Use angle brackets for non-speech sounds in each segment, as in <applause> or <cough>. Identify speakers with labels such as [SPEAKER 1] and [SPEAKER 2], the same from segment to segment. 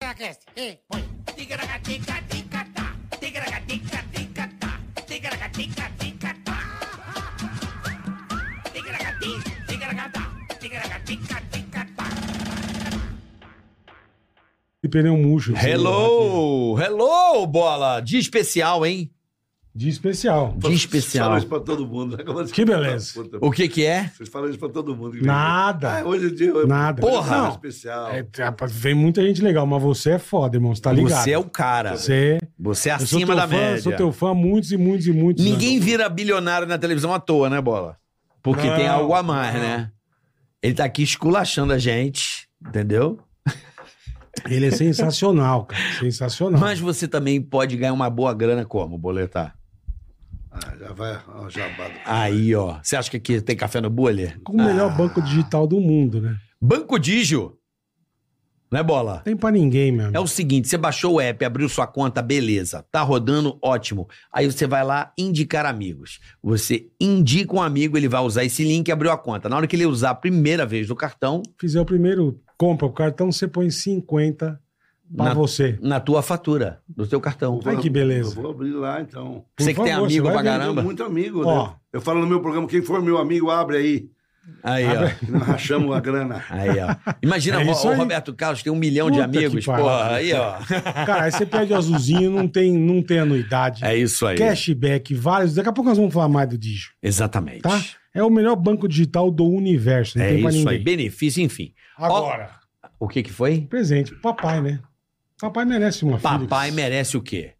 [SPEAKER 1] Ticaracast. Ei, põe.
[SPEAKER 2] Ticaracatica-ticatá, ticaracatica-ticatá, ticaracatica-ticatá. Ticaracati, ticaracatá, ticaracatica-ticatá.
[SPEAKER 3] E pneu murcho. sei lá, é.
[SPEAKER 4] Hello! Hello, bola! Dia especial, hein?
[SPEAKER 3] que- De especial.
[SPEAKER 4] Dia especial.
[SPEAKER 5] <laughs> Vocês falam isso pra todo mundo. Acabou de-
[SPEAKER 3] Que beleza.
[SPEAKER 5] Puta,
[SPEAKER 4] O que que é?
[SPEAKER 5] Vocês falam isso pra todo mundo.
[SPEAKER 3] Nada.
[SPEAKER 5] Ah, hoje em dia... eu-
[SPEAKER 3] Nada.
[SPEAKER 4] Porra!
[SPEAKER 5] Não.
[SPEAKER 3] Não.
[SPEAKER 5] Especial.
[SPEAKER 3] É, rapaz, vem muita gente legal, mas você é foda, irmão. Você tá ligado.
[SPEAKER 4] Você é o cara.
[SPEAKER 3] Você-
[SPEAKER 4] Você é
[SPEAKER 3] eu sou
[SPEAKER 4] acima
[SPEAKER 3] teu
[SPEAKER 4] da
[SPEAKER 3] fã,
[SPEAKER 4] média.
[SPEAKER 3] Sou teu fã há muitos e muitos e muitos.
[SPEAKER 4] Ninguém
[SPEAKER 3] anos.
[SPEAKER 4] vira bilionário na televisão à toa, né, bola? Porque
[SPEAKER 3] Não,
[SPEAKER 4] tem algo a mais,
[SPEAKER 3] não.
[SPEAKER 4] né? Ele tá aqui esculachando a gente, entendeu?
[SPEAKER 3] Ele é sensacional, cara.
[SPEAKER 4] <laughs>
[SPEAKER 3] Sensacional.
[SPEAKER 4] Mas você também pode ganhar uma boa grana como, boletar?
[SPEAKER 5] Ah, já vai ao jabá do cara.
[SPEAKER 4] Aí, ó. Você acha que aqui tem café no bolha?
[SPEAKER 3] Com o melhor banco digital do mundo, né?
[SPEAKER 4] Banco Digio. Né, bola?
[SPEAKER 3] Tem pra ninguém, meu
[SPEAKER 4] É
[SPEAKER 3] amigo.
[SPEAKER 4] o seguinte, você baixou o app, abriu sua conta, beleza. Tá rodando, ótimo. Aí você vai lá indicar amigos. Você indica um amigo, ele vai usar esse link e abriu a conta. Na hora que ele usar a primeira vez do cartão,
[SPEAKER 3] Fizer o primeiro, compra o cartão, você põe 50 pra
[SPEAKER 4] Na-
[SPEAKER 3] você.
[SPEAKER 4] na tua fatura, do teu cartão.
[SPEAKER 3] Ai, que beleza.
[SPEAKER 5] Eu vou abrir lá, então.
[SPEAKER 3] Por
[SPEAKER 4] você que tem
[SPEAKER 3] favor, você
[SPEAKER 4] amigo
[SPEAKER 3] vai
[SPEAKER 4] pra
[SPEAKER 3] vender
[SPEAKER 5] Tenho
[SPEAKER 4] caramba.
[SPEAKER 5] muito amigo,
[SPEAKER 3] Ó.
[SPEAKER 5] né? Eu falo no meu programa, quem for meu amigo, abre aí.
[SPEAKER 4] Aí, ó.
[SPEAKER 5] Que nós rachamos
[SPEAKER 4] <laughs>
[SPEAKER 5] a grana.
[SPEAKER 4] Aí, ó. Imagina
[SPEAKER 3] <laughs> É
[SPEAKER 4] o,
[SPEAKER 3] isso
[SPEAKER 4] o
[SPEAKER 3] aí.
[SPEAKER 4] Roberto Carlos tem um milhão de
[SPEAKER 3] Puta que
[SPEAKER 4] amigos.
[SPEAKER 3] pariu.
[SPEAKER 4] Porra, aí, ó.
[SPEAKER 3] Cara, aí você pede o azulzinho, não tem, não tem anuidade.
[SPEAKER 4] É isso aí.
[SPEAKER 3] Cashback, vários. Daqui a pouco nós vamos falar mais do Digio,
[SPEAKER 4] Exatamente.
[SPEAKER 3] tá? É o melhor banco digital do universo. Não
[SPEAKER 4] É
[SPEAKER 3] tem pra
[SPEAKER 4] isso aí.
[SPEAKER 3] ninguém.
[SPEAKER 4] Benefício, enfim.
[SPEAKER 3] Agora,
[SPEAKER 4] O que que foi?
[SPEAKER 3] presente pro papai, né? Papai merece uma É filha.
[SPEAKER 4] Papai merece o quê?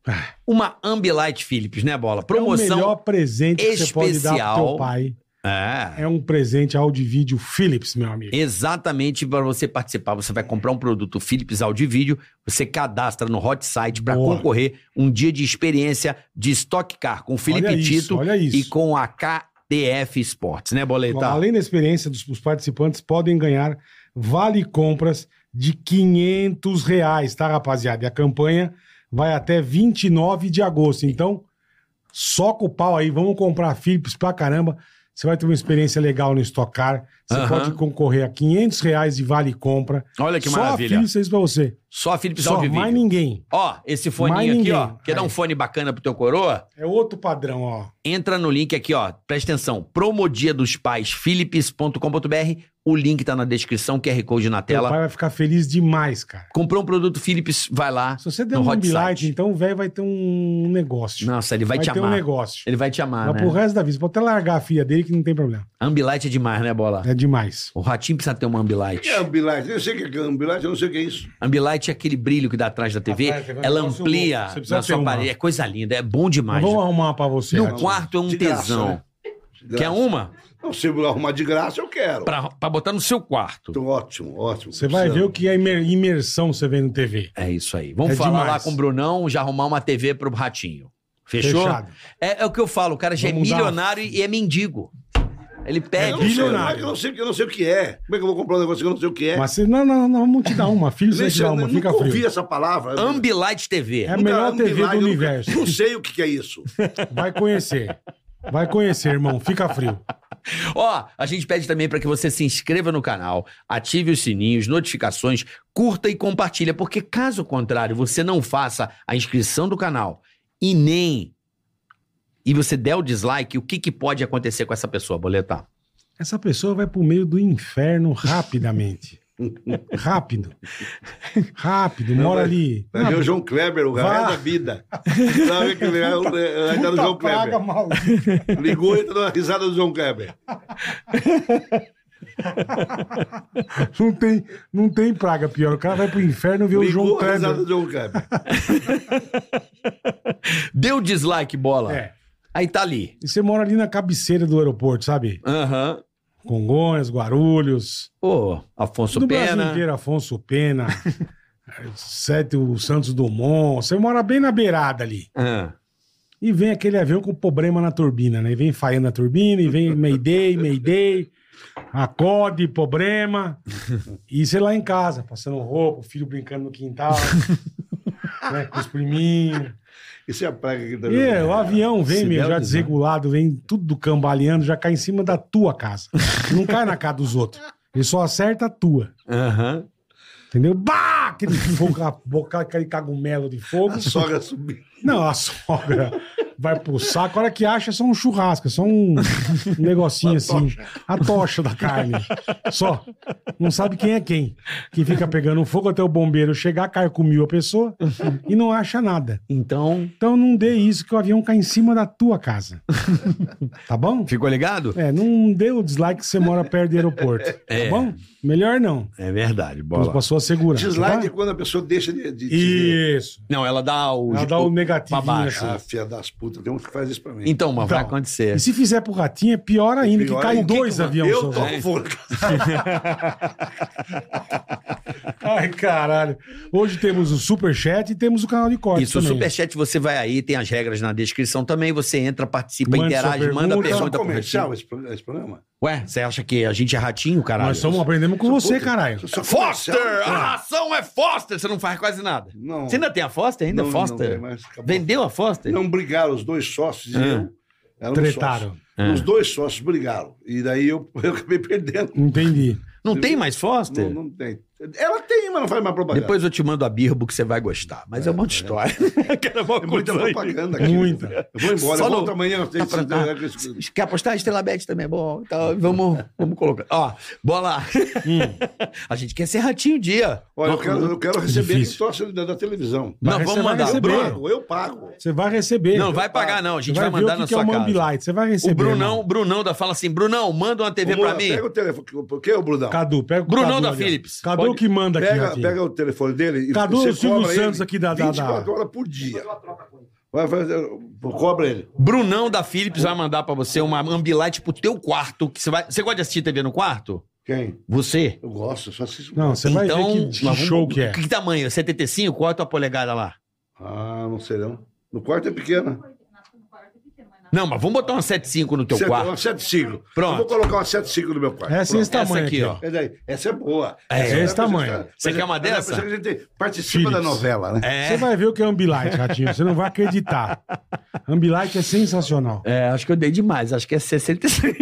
[SPEAKER 4] Uma Ambilight Philips, né, Bola?
[SPEAKER 3] Ah. É o
[SPEAKER 4] Promoção.
[SPEAKER 3] melhor presente que você pode dar pro
[SPEAKER 4] especial.
[SPEAKER 3] teu pai.
[SPEAKER 4] É.
[SPEAKER 3] É um presente áudio e vídeo Philips, meu amigo.
[SPEAKER 4] Exatamente para você participar. Você vai comprar um produto Philips Audio e Vídeo, você cadastra no Hot Site para
[SPEAKER 3] Boa.
[SPEAKER 4] concorrer um dia de experiência de Stock Car com o Felipe
[SPEAKER 3] olha
[SPEAKER 4] Tito
[SPEAKER 3] Isso, olha isso.
[SPEAKER 4] e com a KTF Sports, né, Boleta?
[SPEAKER 3] Além da experiência, dos, os participantes podem ganhar vale compras de 500 reais, tá, rapaziada? E a campanha vai até 29 de agosto. Então, soca o pau aí, vamos comprar Philips pra caramba. Você vai ter uma experiência legal no Stock Car. Você
[SPEAKER 4] Aham.
[SPEAKER 3] pode concorrer a 500 reais de vale compra.
[SPEAKER 4] Olha que
[SPEAKER 3] Só
[SPEAKER 4] maravilha.
[SPEAKER 3] a Philips fez pra você.
[SPEAKER 4] Só a Philips
[SPEAKER 3] Só,
[SPEAKER 4] Audio e
[SPEAKER 3] mais
[SPEAKER 4] Vídeo.
[SPEAKER 3] ninguém.
[SPEAKER 4] Ó, esse
[SPEAKER 3] Mais
[SPEAKER 4] foninho aqui,
[SPEAKER 3] ninguém.
[SPEAKER 4] ó. Quer dar um
[SPEAKER 3] Aí.
[SPEAKER 4] fone bacana pro teu coroa?
[SPEAKER 3] É outro padrão, ó.
[SPEAKER 4] Entra no link aqui, ó. Presta atenção. Promodia dos pais, philips.com.br. O link tá na descrição, QR Code na
[SPEAKER 3] Teu
[SPEAKER 4] tela.
[SPEAKER 3] pai vai ficar feliz demais, cara.
[SPEAKER 4] Comprou um produto Philips, vai lá.
[SPEAKER 3] Se você der
[SPEAKER 4] No
[SPEAKER 3] um
[SPEAKER 4] Hot
[SPEAKER 3] Ambilight,
[SPEAKER 4] Site.
[SPEAKER 3] então o velho vai ter um negócio.
[SPEAKER 4] Nossa, ele vai, te
[SPEAKER 3] ter um
[SPEAKER 4] amar.
[SPEAKER 3] negócio.
[SPEAKER 4] Ele vai te amar,
[SPEAKER 5] Ah,
[SPEAKER 3] Mas
[SPEAKER 4] né?
[SPEAKER 3] pro resto da vida. Você pode até largar a filha dele que não tem problema.
[SPEAKER 4] Ambilight é demais, né, Bola?
[SPEAKER 5] Ah.
[SPEAKER 3] É demais.
[SPEAKER 4] O ratinho precisa ter uma
[SPEAKER 5] O
[SPEAKER 4] Ambilight.
[SPEAKER 5] que é ambilight? Eu sei o que é ambilight, eu não sei o que é isso.
[SPEAKER 4] Ambilight é aquele brilho que dá atrás da TV.
[SPEAKER 3] Atrás da TV,
[SPEAKER 4] ela
[SPEAKER 3] um negócio
[SPEAKER 4] amplia
[SPEAKER 3] louco. Você precisa
[SPEAKER 4] na sua
[SPEAKER 3] ter uma.
[SPEAKER 4] parede. É coisa linda, é bom demais.
[SPEAKER 3] Mas vamos arrumar pra você.
[SPEAKER 4] no
[SPEAKER 3] Ratinho.
[SPEAKER 4] quarto é um
[SPEAKER 5] De graça,
[SPEAKER 4] tesão.
[SPEAKER 5] né? De graça.
[SPEAKER 4] Quer uma?
[SPEAKER 5] Não, se eu arrumar de graça, eu quero.
[SPEAKER 4] Pra, pra botar no seu quarto.
[SPEAKER 5] Então, ótimo, ótimo.
[SPEAKER 3] Você vai ver o que é imer- imersão você vê no TV.
[SPEAKER 4] É isso aí. Vamos
[SPEAKER 3] É
[SPEAKER 4] falar
[SPEAKER 3] demais.
[SPEAKER 4] lá com o Brunão, já arrumar uma TV pro ratinho. Fechou? É, é o que eu falo, o cara já
[SPEAKER 3] Vamos
[SPEAKER 4] é
[SPEAKER 3] dar-
[SPEAKER 4] milionário e é mendigo. Ele
[SPEAKER 5] É
[SPEAKER 4] pede.
[SPEAKER 3] bilionário.
[SPEAKER 5] bilionário. Eu não sei, eu não sei o que é. Como é que eu vou comprar um negócio que eu não sei o que é?
[SPEAKER 3] Mas você, não, não, não, vamos te dar uma. Filho, você
[SPEAKER 5] Nem
[SPEAKER 3] vai te
[SPEAKER 5] sei,
[SPEAKER 3] dar
[SPEAKER 5] eu
[SPEAKER 3] uma. Fica
[SPEAKER 5] nunca ouvi
[SPEAKER 3] frio.
[SPEAKER 5] essa palavra.
[SPEAKER 4] Ambilight TV.
[SPEAKER 3] É a melhor
[SPEAKER 5] Nunca-
[SPEAKER 3] TV do
[SPEAKER 5] ambilight, um eu nunca-
[SPEAKER 3] universo.
[SPEAKER 5] Não sei o que que
[SPEAKER 3] <laughs>
[SPEAKER 5] é isso.
[SPEAKER 3] Vai conhecer. Vai conhecer, irmão. Fica frio.
[SPEAKER 4] Ó, a gente pede também para que você se inscreva no canal, ative os sininhos, notificações, curta e compartilha, porque caso contrário, você não faça a inscrição do canal e nem e você der o dislike, o que, que pode acontecer com essa pessoa, boletar?
[SPEAKER 3] Essa pessoa vai pro meio do inferno rapidamente. Rápido. Rápido.
[SPEAKER 5] Não, tá
[SPEAKER 3] Mora
[SPEAKER 5] vai-
[SPEAKER 3] ali.
[SPEAKER 5] Vai ver o João Kleber, o
[SPEAKER 3] Vá.
[SPEAKER 5] resto da vida. Sabe que ele é o- é, é, tá no João
[SPEAKER 3] praga,
[SPEAKER 5] Kleber.
[SPEAKER 3] maldito.
[SPEAKER 5] Ligou e deu uma risada do João Kleber.
[SPEAKER 3] Não tem, não tem praga pior. O cara vai pro inferno ver o João
[SPEAKER 5] Ligou a risada
[SPEAKER 3] Kleber.
[SPEAKER 5] do João Kleber.
[SPEAKER 4] Deu dislike, bola.
[SPEAKER 3] É.
[SPEAKER 4] Aí tá ali.
[SPEAKER 3] E você mora ali na cabeceira do aeroporto, sabe?
[SPEAKER 4] Aham.
[SPEAKER 3] Congonhas, Guarulhas.
[SPEAKER 4] Ô, Afonso
[SPEAKER 3] do Brasil
[SPEAKER 4] Pena.
[SPEAKER 3] inteiro, Afonso
[SPEAKER 4] <laughs>
[SPEAKER 3] Pena. Sete, o Santos Dumont. Você mora bem na beirada ali.
[SPEAKER 4] Ah.
[SPEAKER 3] E vem aquele avião com problema na turbina, né? E vem falhando a turbina, e vem Mayday, Mayday. Acorde, problema. E você lá em casa, passando roupa, o filho brincando no
[SPEAKER 4] <laughs>
[SPEAKER 3] quintal. né, com os priminhos.
[SPEAKER 5] Isso é a praga que tá
[SPEAKER 3] E é, o avião vem,
[SPEAKER 4] Se
[SPEAKER 3] meu,
[SPEAKER 4] der o
[SPEAKER 3] já
[SPEAKER 4] design.
[SPEAKER 3] desregulado, vem tudo cambaleando, já cai em cima da tua casa. Não cai na casa dos outros. Ele só acerta a tua.
[SPEAKER 4] Aham.
[SPEAKER 3] Entendeu? Bah! aquele fogo, a boca, aquele cagumelo de fogo.
[SPEAKER 5] A sogra subiu.
[SPEAKER 3] Não, a sogra vai pro saco. A hora que acha, é só um churrasco, é só um um negocinho
[SPEAKER 5] Uma
[SPEAKER 3] assim.
[SPEAKER 5] tocha.
[SPEAKER 3] A tocha da carne. Só. Não sabe quem é quem. Que fica pegando fogo até o bombeiro chegar, carcomiu a pessoa e não acha nada.
[SPEAKER 4] Então,
[SPEAKER 3] Então não dê isso que o avião cai em cima da tua casa. Tá bom?
[SPEAKER 4] ficou ligado?
[SPEAKER 3] É, não dê o dislike que você mora perto do aeroporto.
[SPEAKER 4] É.
[SPEAKER 3] Tá bom? Melhor não.
[SPEAKER 4] É verdade, bola.
[SPEAKER 3] Pra sua segurança.
[SPEAKER 5] Dislike é
[SPEAKER 3] tá?
[SPEAKER 5] quando a pessoa deixa de. de, de...
[SPEAKER 3] Isso.
[SPEAKER 4] Não, ela dá o.
[SPEAKER 3] Ela dá o negativinho,
[SPEAKER 4] pra baixo.
[SPEAKER 3] assim.
[SPEAKER 5] Ah, filha das putas, tem uns que faz isso pra mim.
[SPEAKER 4] Então, mas vai
[SPEAKER 3] Então,
[SPEAKER 4] acontecer.
[SPEAKER 3] E se fizer pro ratinho, é pior ainda,
[SPEAKER 5] Pior
[SPEAKER 3] que cai
[SPEAKER 5] é o
[SPEAKER 3] dois
[SPEAKER 5] que que-
[SPEAKER 3] aviões. né? seu
[SPEAKER 5] Eu
[SPEAKER 3] Zé.
[SPEAKER 5] tomo fora.
[SPEAKER 3] <laughs> Ai, caralho. Hoje temos o Superchat e temos o canal de corte
[SPEAKER 4] Isso, o
[SPEAKER 3] também.
[SPEAKER 4] Superchat você vai aí, tem as regras na descrição também. Você entra, participa,
[SPEAKER 3] Mande sua
[SPEAKER 4] interage, manda
[SPEAKER 3] pergunta.
[SPEAKER 5] É
[SPEAKER 4] pergunta pro
[SPEAKER 5] comercial
[SPEAKER 4] Ratinho.
[SPEAKER 5] esse pro- esse programa?
[SPEAKER 4] Ué, você acha que a gente é ratinho, caralho?
[SPEAKER 3] Nós somos, aprendemos com você,
[SPEAKER 5] Puta,
[SPEAKER 3] caralho.
[SPEAKER 5] isso é
[SPEAKER 4] um Foster!
[SPEAKER 5] comercial?
[SPEAKER 4] A ração é Foster! Você não faz quase nada.
[SPEAKER 5] Não.
[SPEAKER 4] Você ainda tem a Foster? Ainda
[SPEAKER 5] não, Não,
[SPEAKER 4] Foster?
[SPEAKER 5] tem mais, acabou.
[SPEAKER 4] Vendeu a Foster?
[SPEAKER 5] não brigaram os dois sócios e
[SPEAKER 4] Ah.
[SPEAKER 5] eu. Eram
[SPEAKER 3] Tretaram.
[SPEAKER 5] sócios.
[SPEAKER 4] É.
[SPEAKER 5] Os dois sócios brigaram. E daí eu, <laughs> eu acabei perdendo.
[SPEAKER 3] Entendi.
[SPEAKER 4] Não tem mais Foster?
[SPEAKER 5] Não, não tem. Ela tem, mas não faz mais propaganda.
[SPEAKER 4] Depois eu te mando a birbo que você vai gostar. Mas é, uma outra história. <laughs> Quero uma
[SPEAKER 5] é muita
[SPEAKER 4] coisa aí.
[SPEAKER 5] propaganda aqui.
[SPEAKER 3] Muita.
[SPEAKER 5] Eu vou embora.
[SPEAKER 4] Só
[SPEAKER 5] eu
[SPEAKER 4] não-
[SPEAKER 5] volto amanhã. eu tenho que-
[SPEAKER 4] Quer apostar? Estrela Bet também é bom. Então, vamos, vamos colocar. Ó, bola. <laughs> Hum. a gente quer ser ratinho um dia.
[SPEAKER 5] Olha, eu quero, eu quero receber
[SPEAKER 3] Difícil.
[SPEAKER 5] quem torce da, da televisão.
[SPEAKER 4] Não,
[SPEAKER 3] Vai-
[SPEAKER 4] vamos
[SPEAKER 3] você vai
[SPEAKER 4] mandar.
[SPEAKER 5] Eu
[SPEAKER 3] receber.
[SPEAKER 5] pago, eu pago.
[SPEAKER 3] Você vai receber.
[SPEAKER 4] Não, vai pagar não. A gente vai,
[SPEAKER 3] ver
[SPEAKER 4] mandar
[SPEAKER 3] o que
[SPEAKER 4] na
[SPEAKER 3] que
[SPEAKER 4] sua
[SPEAKER 3] é o Mambi
[SPEAKER 4] casa.
[SPEAKER 3] Light. Você vai receber.
[SPEAKER 4] O Brunão,
[SPEAKER 3] irmão.
[SPEAKER 4] o Brunão da fala assim, Brunão, manda uma TV
[SPEAKER 5] Ô,
[SPEAKER 4] pra
[SPEAKER 5] Moura,
[SPEAKER 4] mim.
[SPEAKER 5] Pega o telefone. Por que o Brudão?
[SPEAKER 3] Cadu, pega o
[SPEAKER 4] Brunão
[SPEAKER 3] Cadu
[SPEAKER 4] da
[SPEAKER 3] ali, ó.
[SPEAKER 4] Philips.
[SPEAKER 3] Cadu
[SPEAKER 4] Pode-
[SPEAKER 3] é o que manda aqui,
[SPEAKER 5] Pega,
[SPEAKER 3] Ratinho.
[SPEAKER 5] pega o telefone dele e
[SPEAKER 3] Cadu,
[SPEAKER 5] você
[SPEAKER 3] o Silvio
[SPEAKER 5] cobra ele
[SPEAKER 3] Santos aqui da- da- da-
[SPEAKER 5] 24 horas por dia. Vai fazer, cobra ele.
[SPEAKER 4] Brunão da Philips vai mandar pra você uma Ambilight pro teu quarto. Que você, vai... você gosta de assistir TV no quarto?
[SPEAKER 5] Quem?
[SPEAKER 4] Você?
[SPEAKER 5] Eu gosto, só assisto.
[SPEAKER 3] Não, você vai ver que, que
[SPEAKER 4] Então, nós vamos-
[SPEAKER 3] show que é.
[SPEAKER 4] Que tamanho? 75? Qual é a tua polegada lá?
[SPEAKER 5] Ah, não sei não. No quarto é pequena.
[SPEAKER 4] Não, mas vamos botar uma 75 no teu
[SPEAKER 5] Sete-
[SPEAKER 4] quarto.
[SPEAKER 5] Uma 75.
[SPEAKER 4] Pronto.
[SPEAKER 5] Eu vou colocar uma 75 no meu quarto.
[SPEAKER 3] Essa é esse
[SPEAKER 5] Pronto.
[SPEAKER 4] Essa
[SPEAKER 3] tamanho
[SPEAKER 4] aqui,
[SPEAKER 3] aqui,
[SPEAKER 4] ó.
[SPEAKER 5] É daí. Essa é boa.
[SPEAKER 4] É,
[SPEAKER 5] Essa
[SPEAKER 3] esse
[SPEAKER 5] dá pra
[SPEAKER 3] tamanho.
[SPEAKER 5] gente- é,
[SPEAKER 4] Você quer uma
[SPEAKER 5] dá pra
[SPEAKER 4] dessa?
[SPEAKER 5] gente- A gente participa da
[SPEAKER 3] Philips.
[SPEAKER 5] novela, né?
[SPEAKER 3] Você
[SPEAKER 4] É.
[SPEAKER 3] vai ver o que é Ambilight, Ratinho. Você não vai acreditar. Ambilight é sensacional.
[SPEAKER 4] É, acho que eu dei demais. Acho que é <laughs> 65.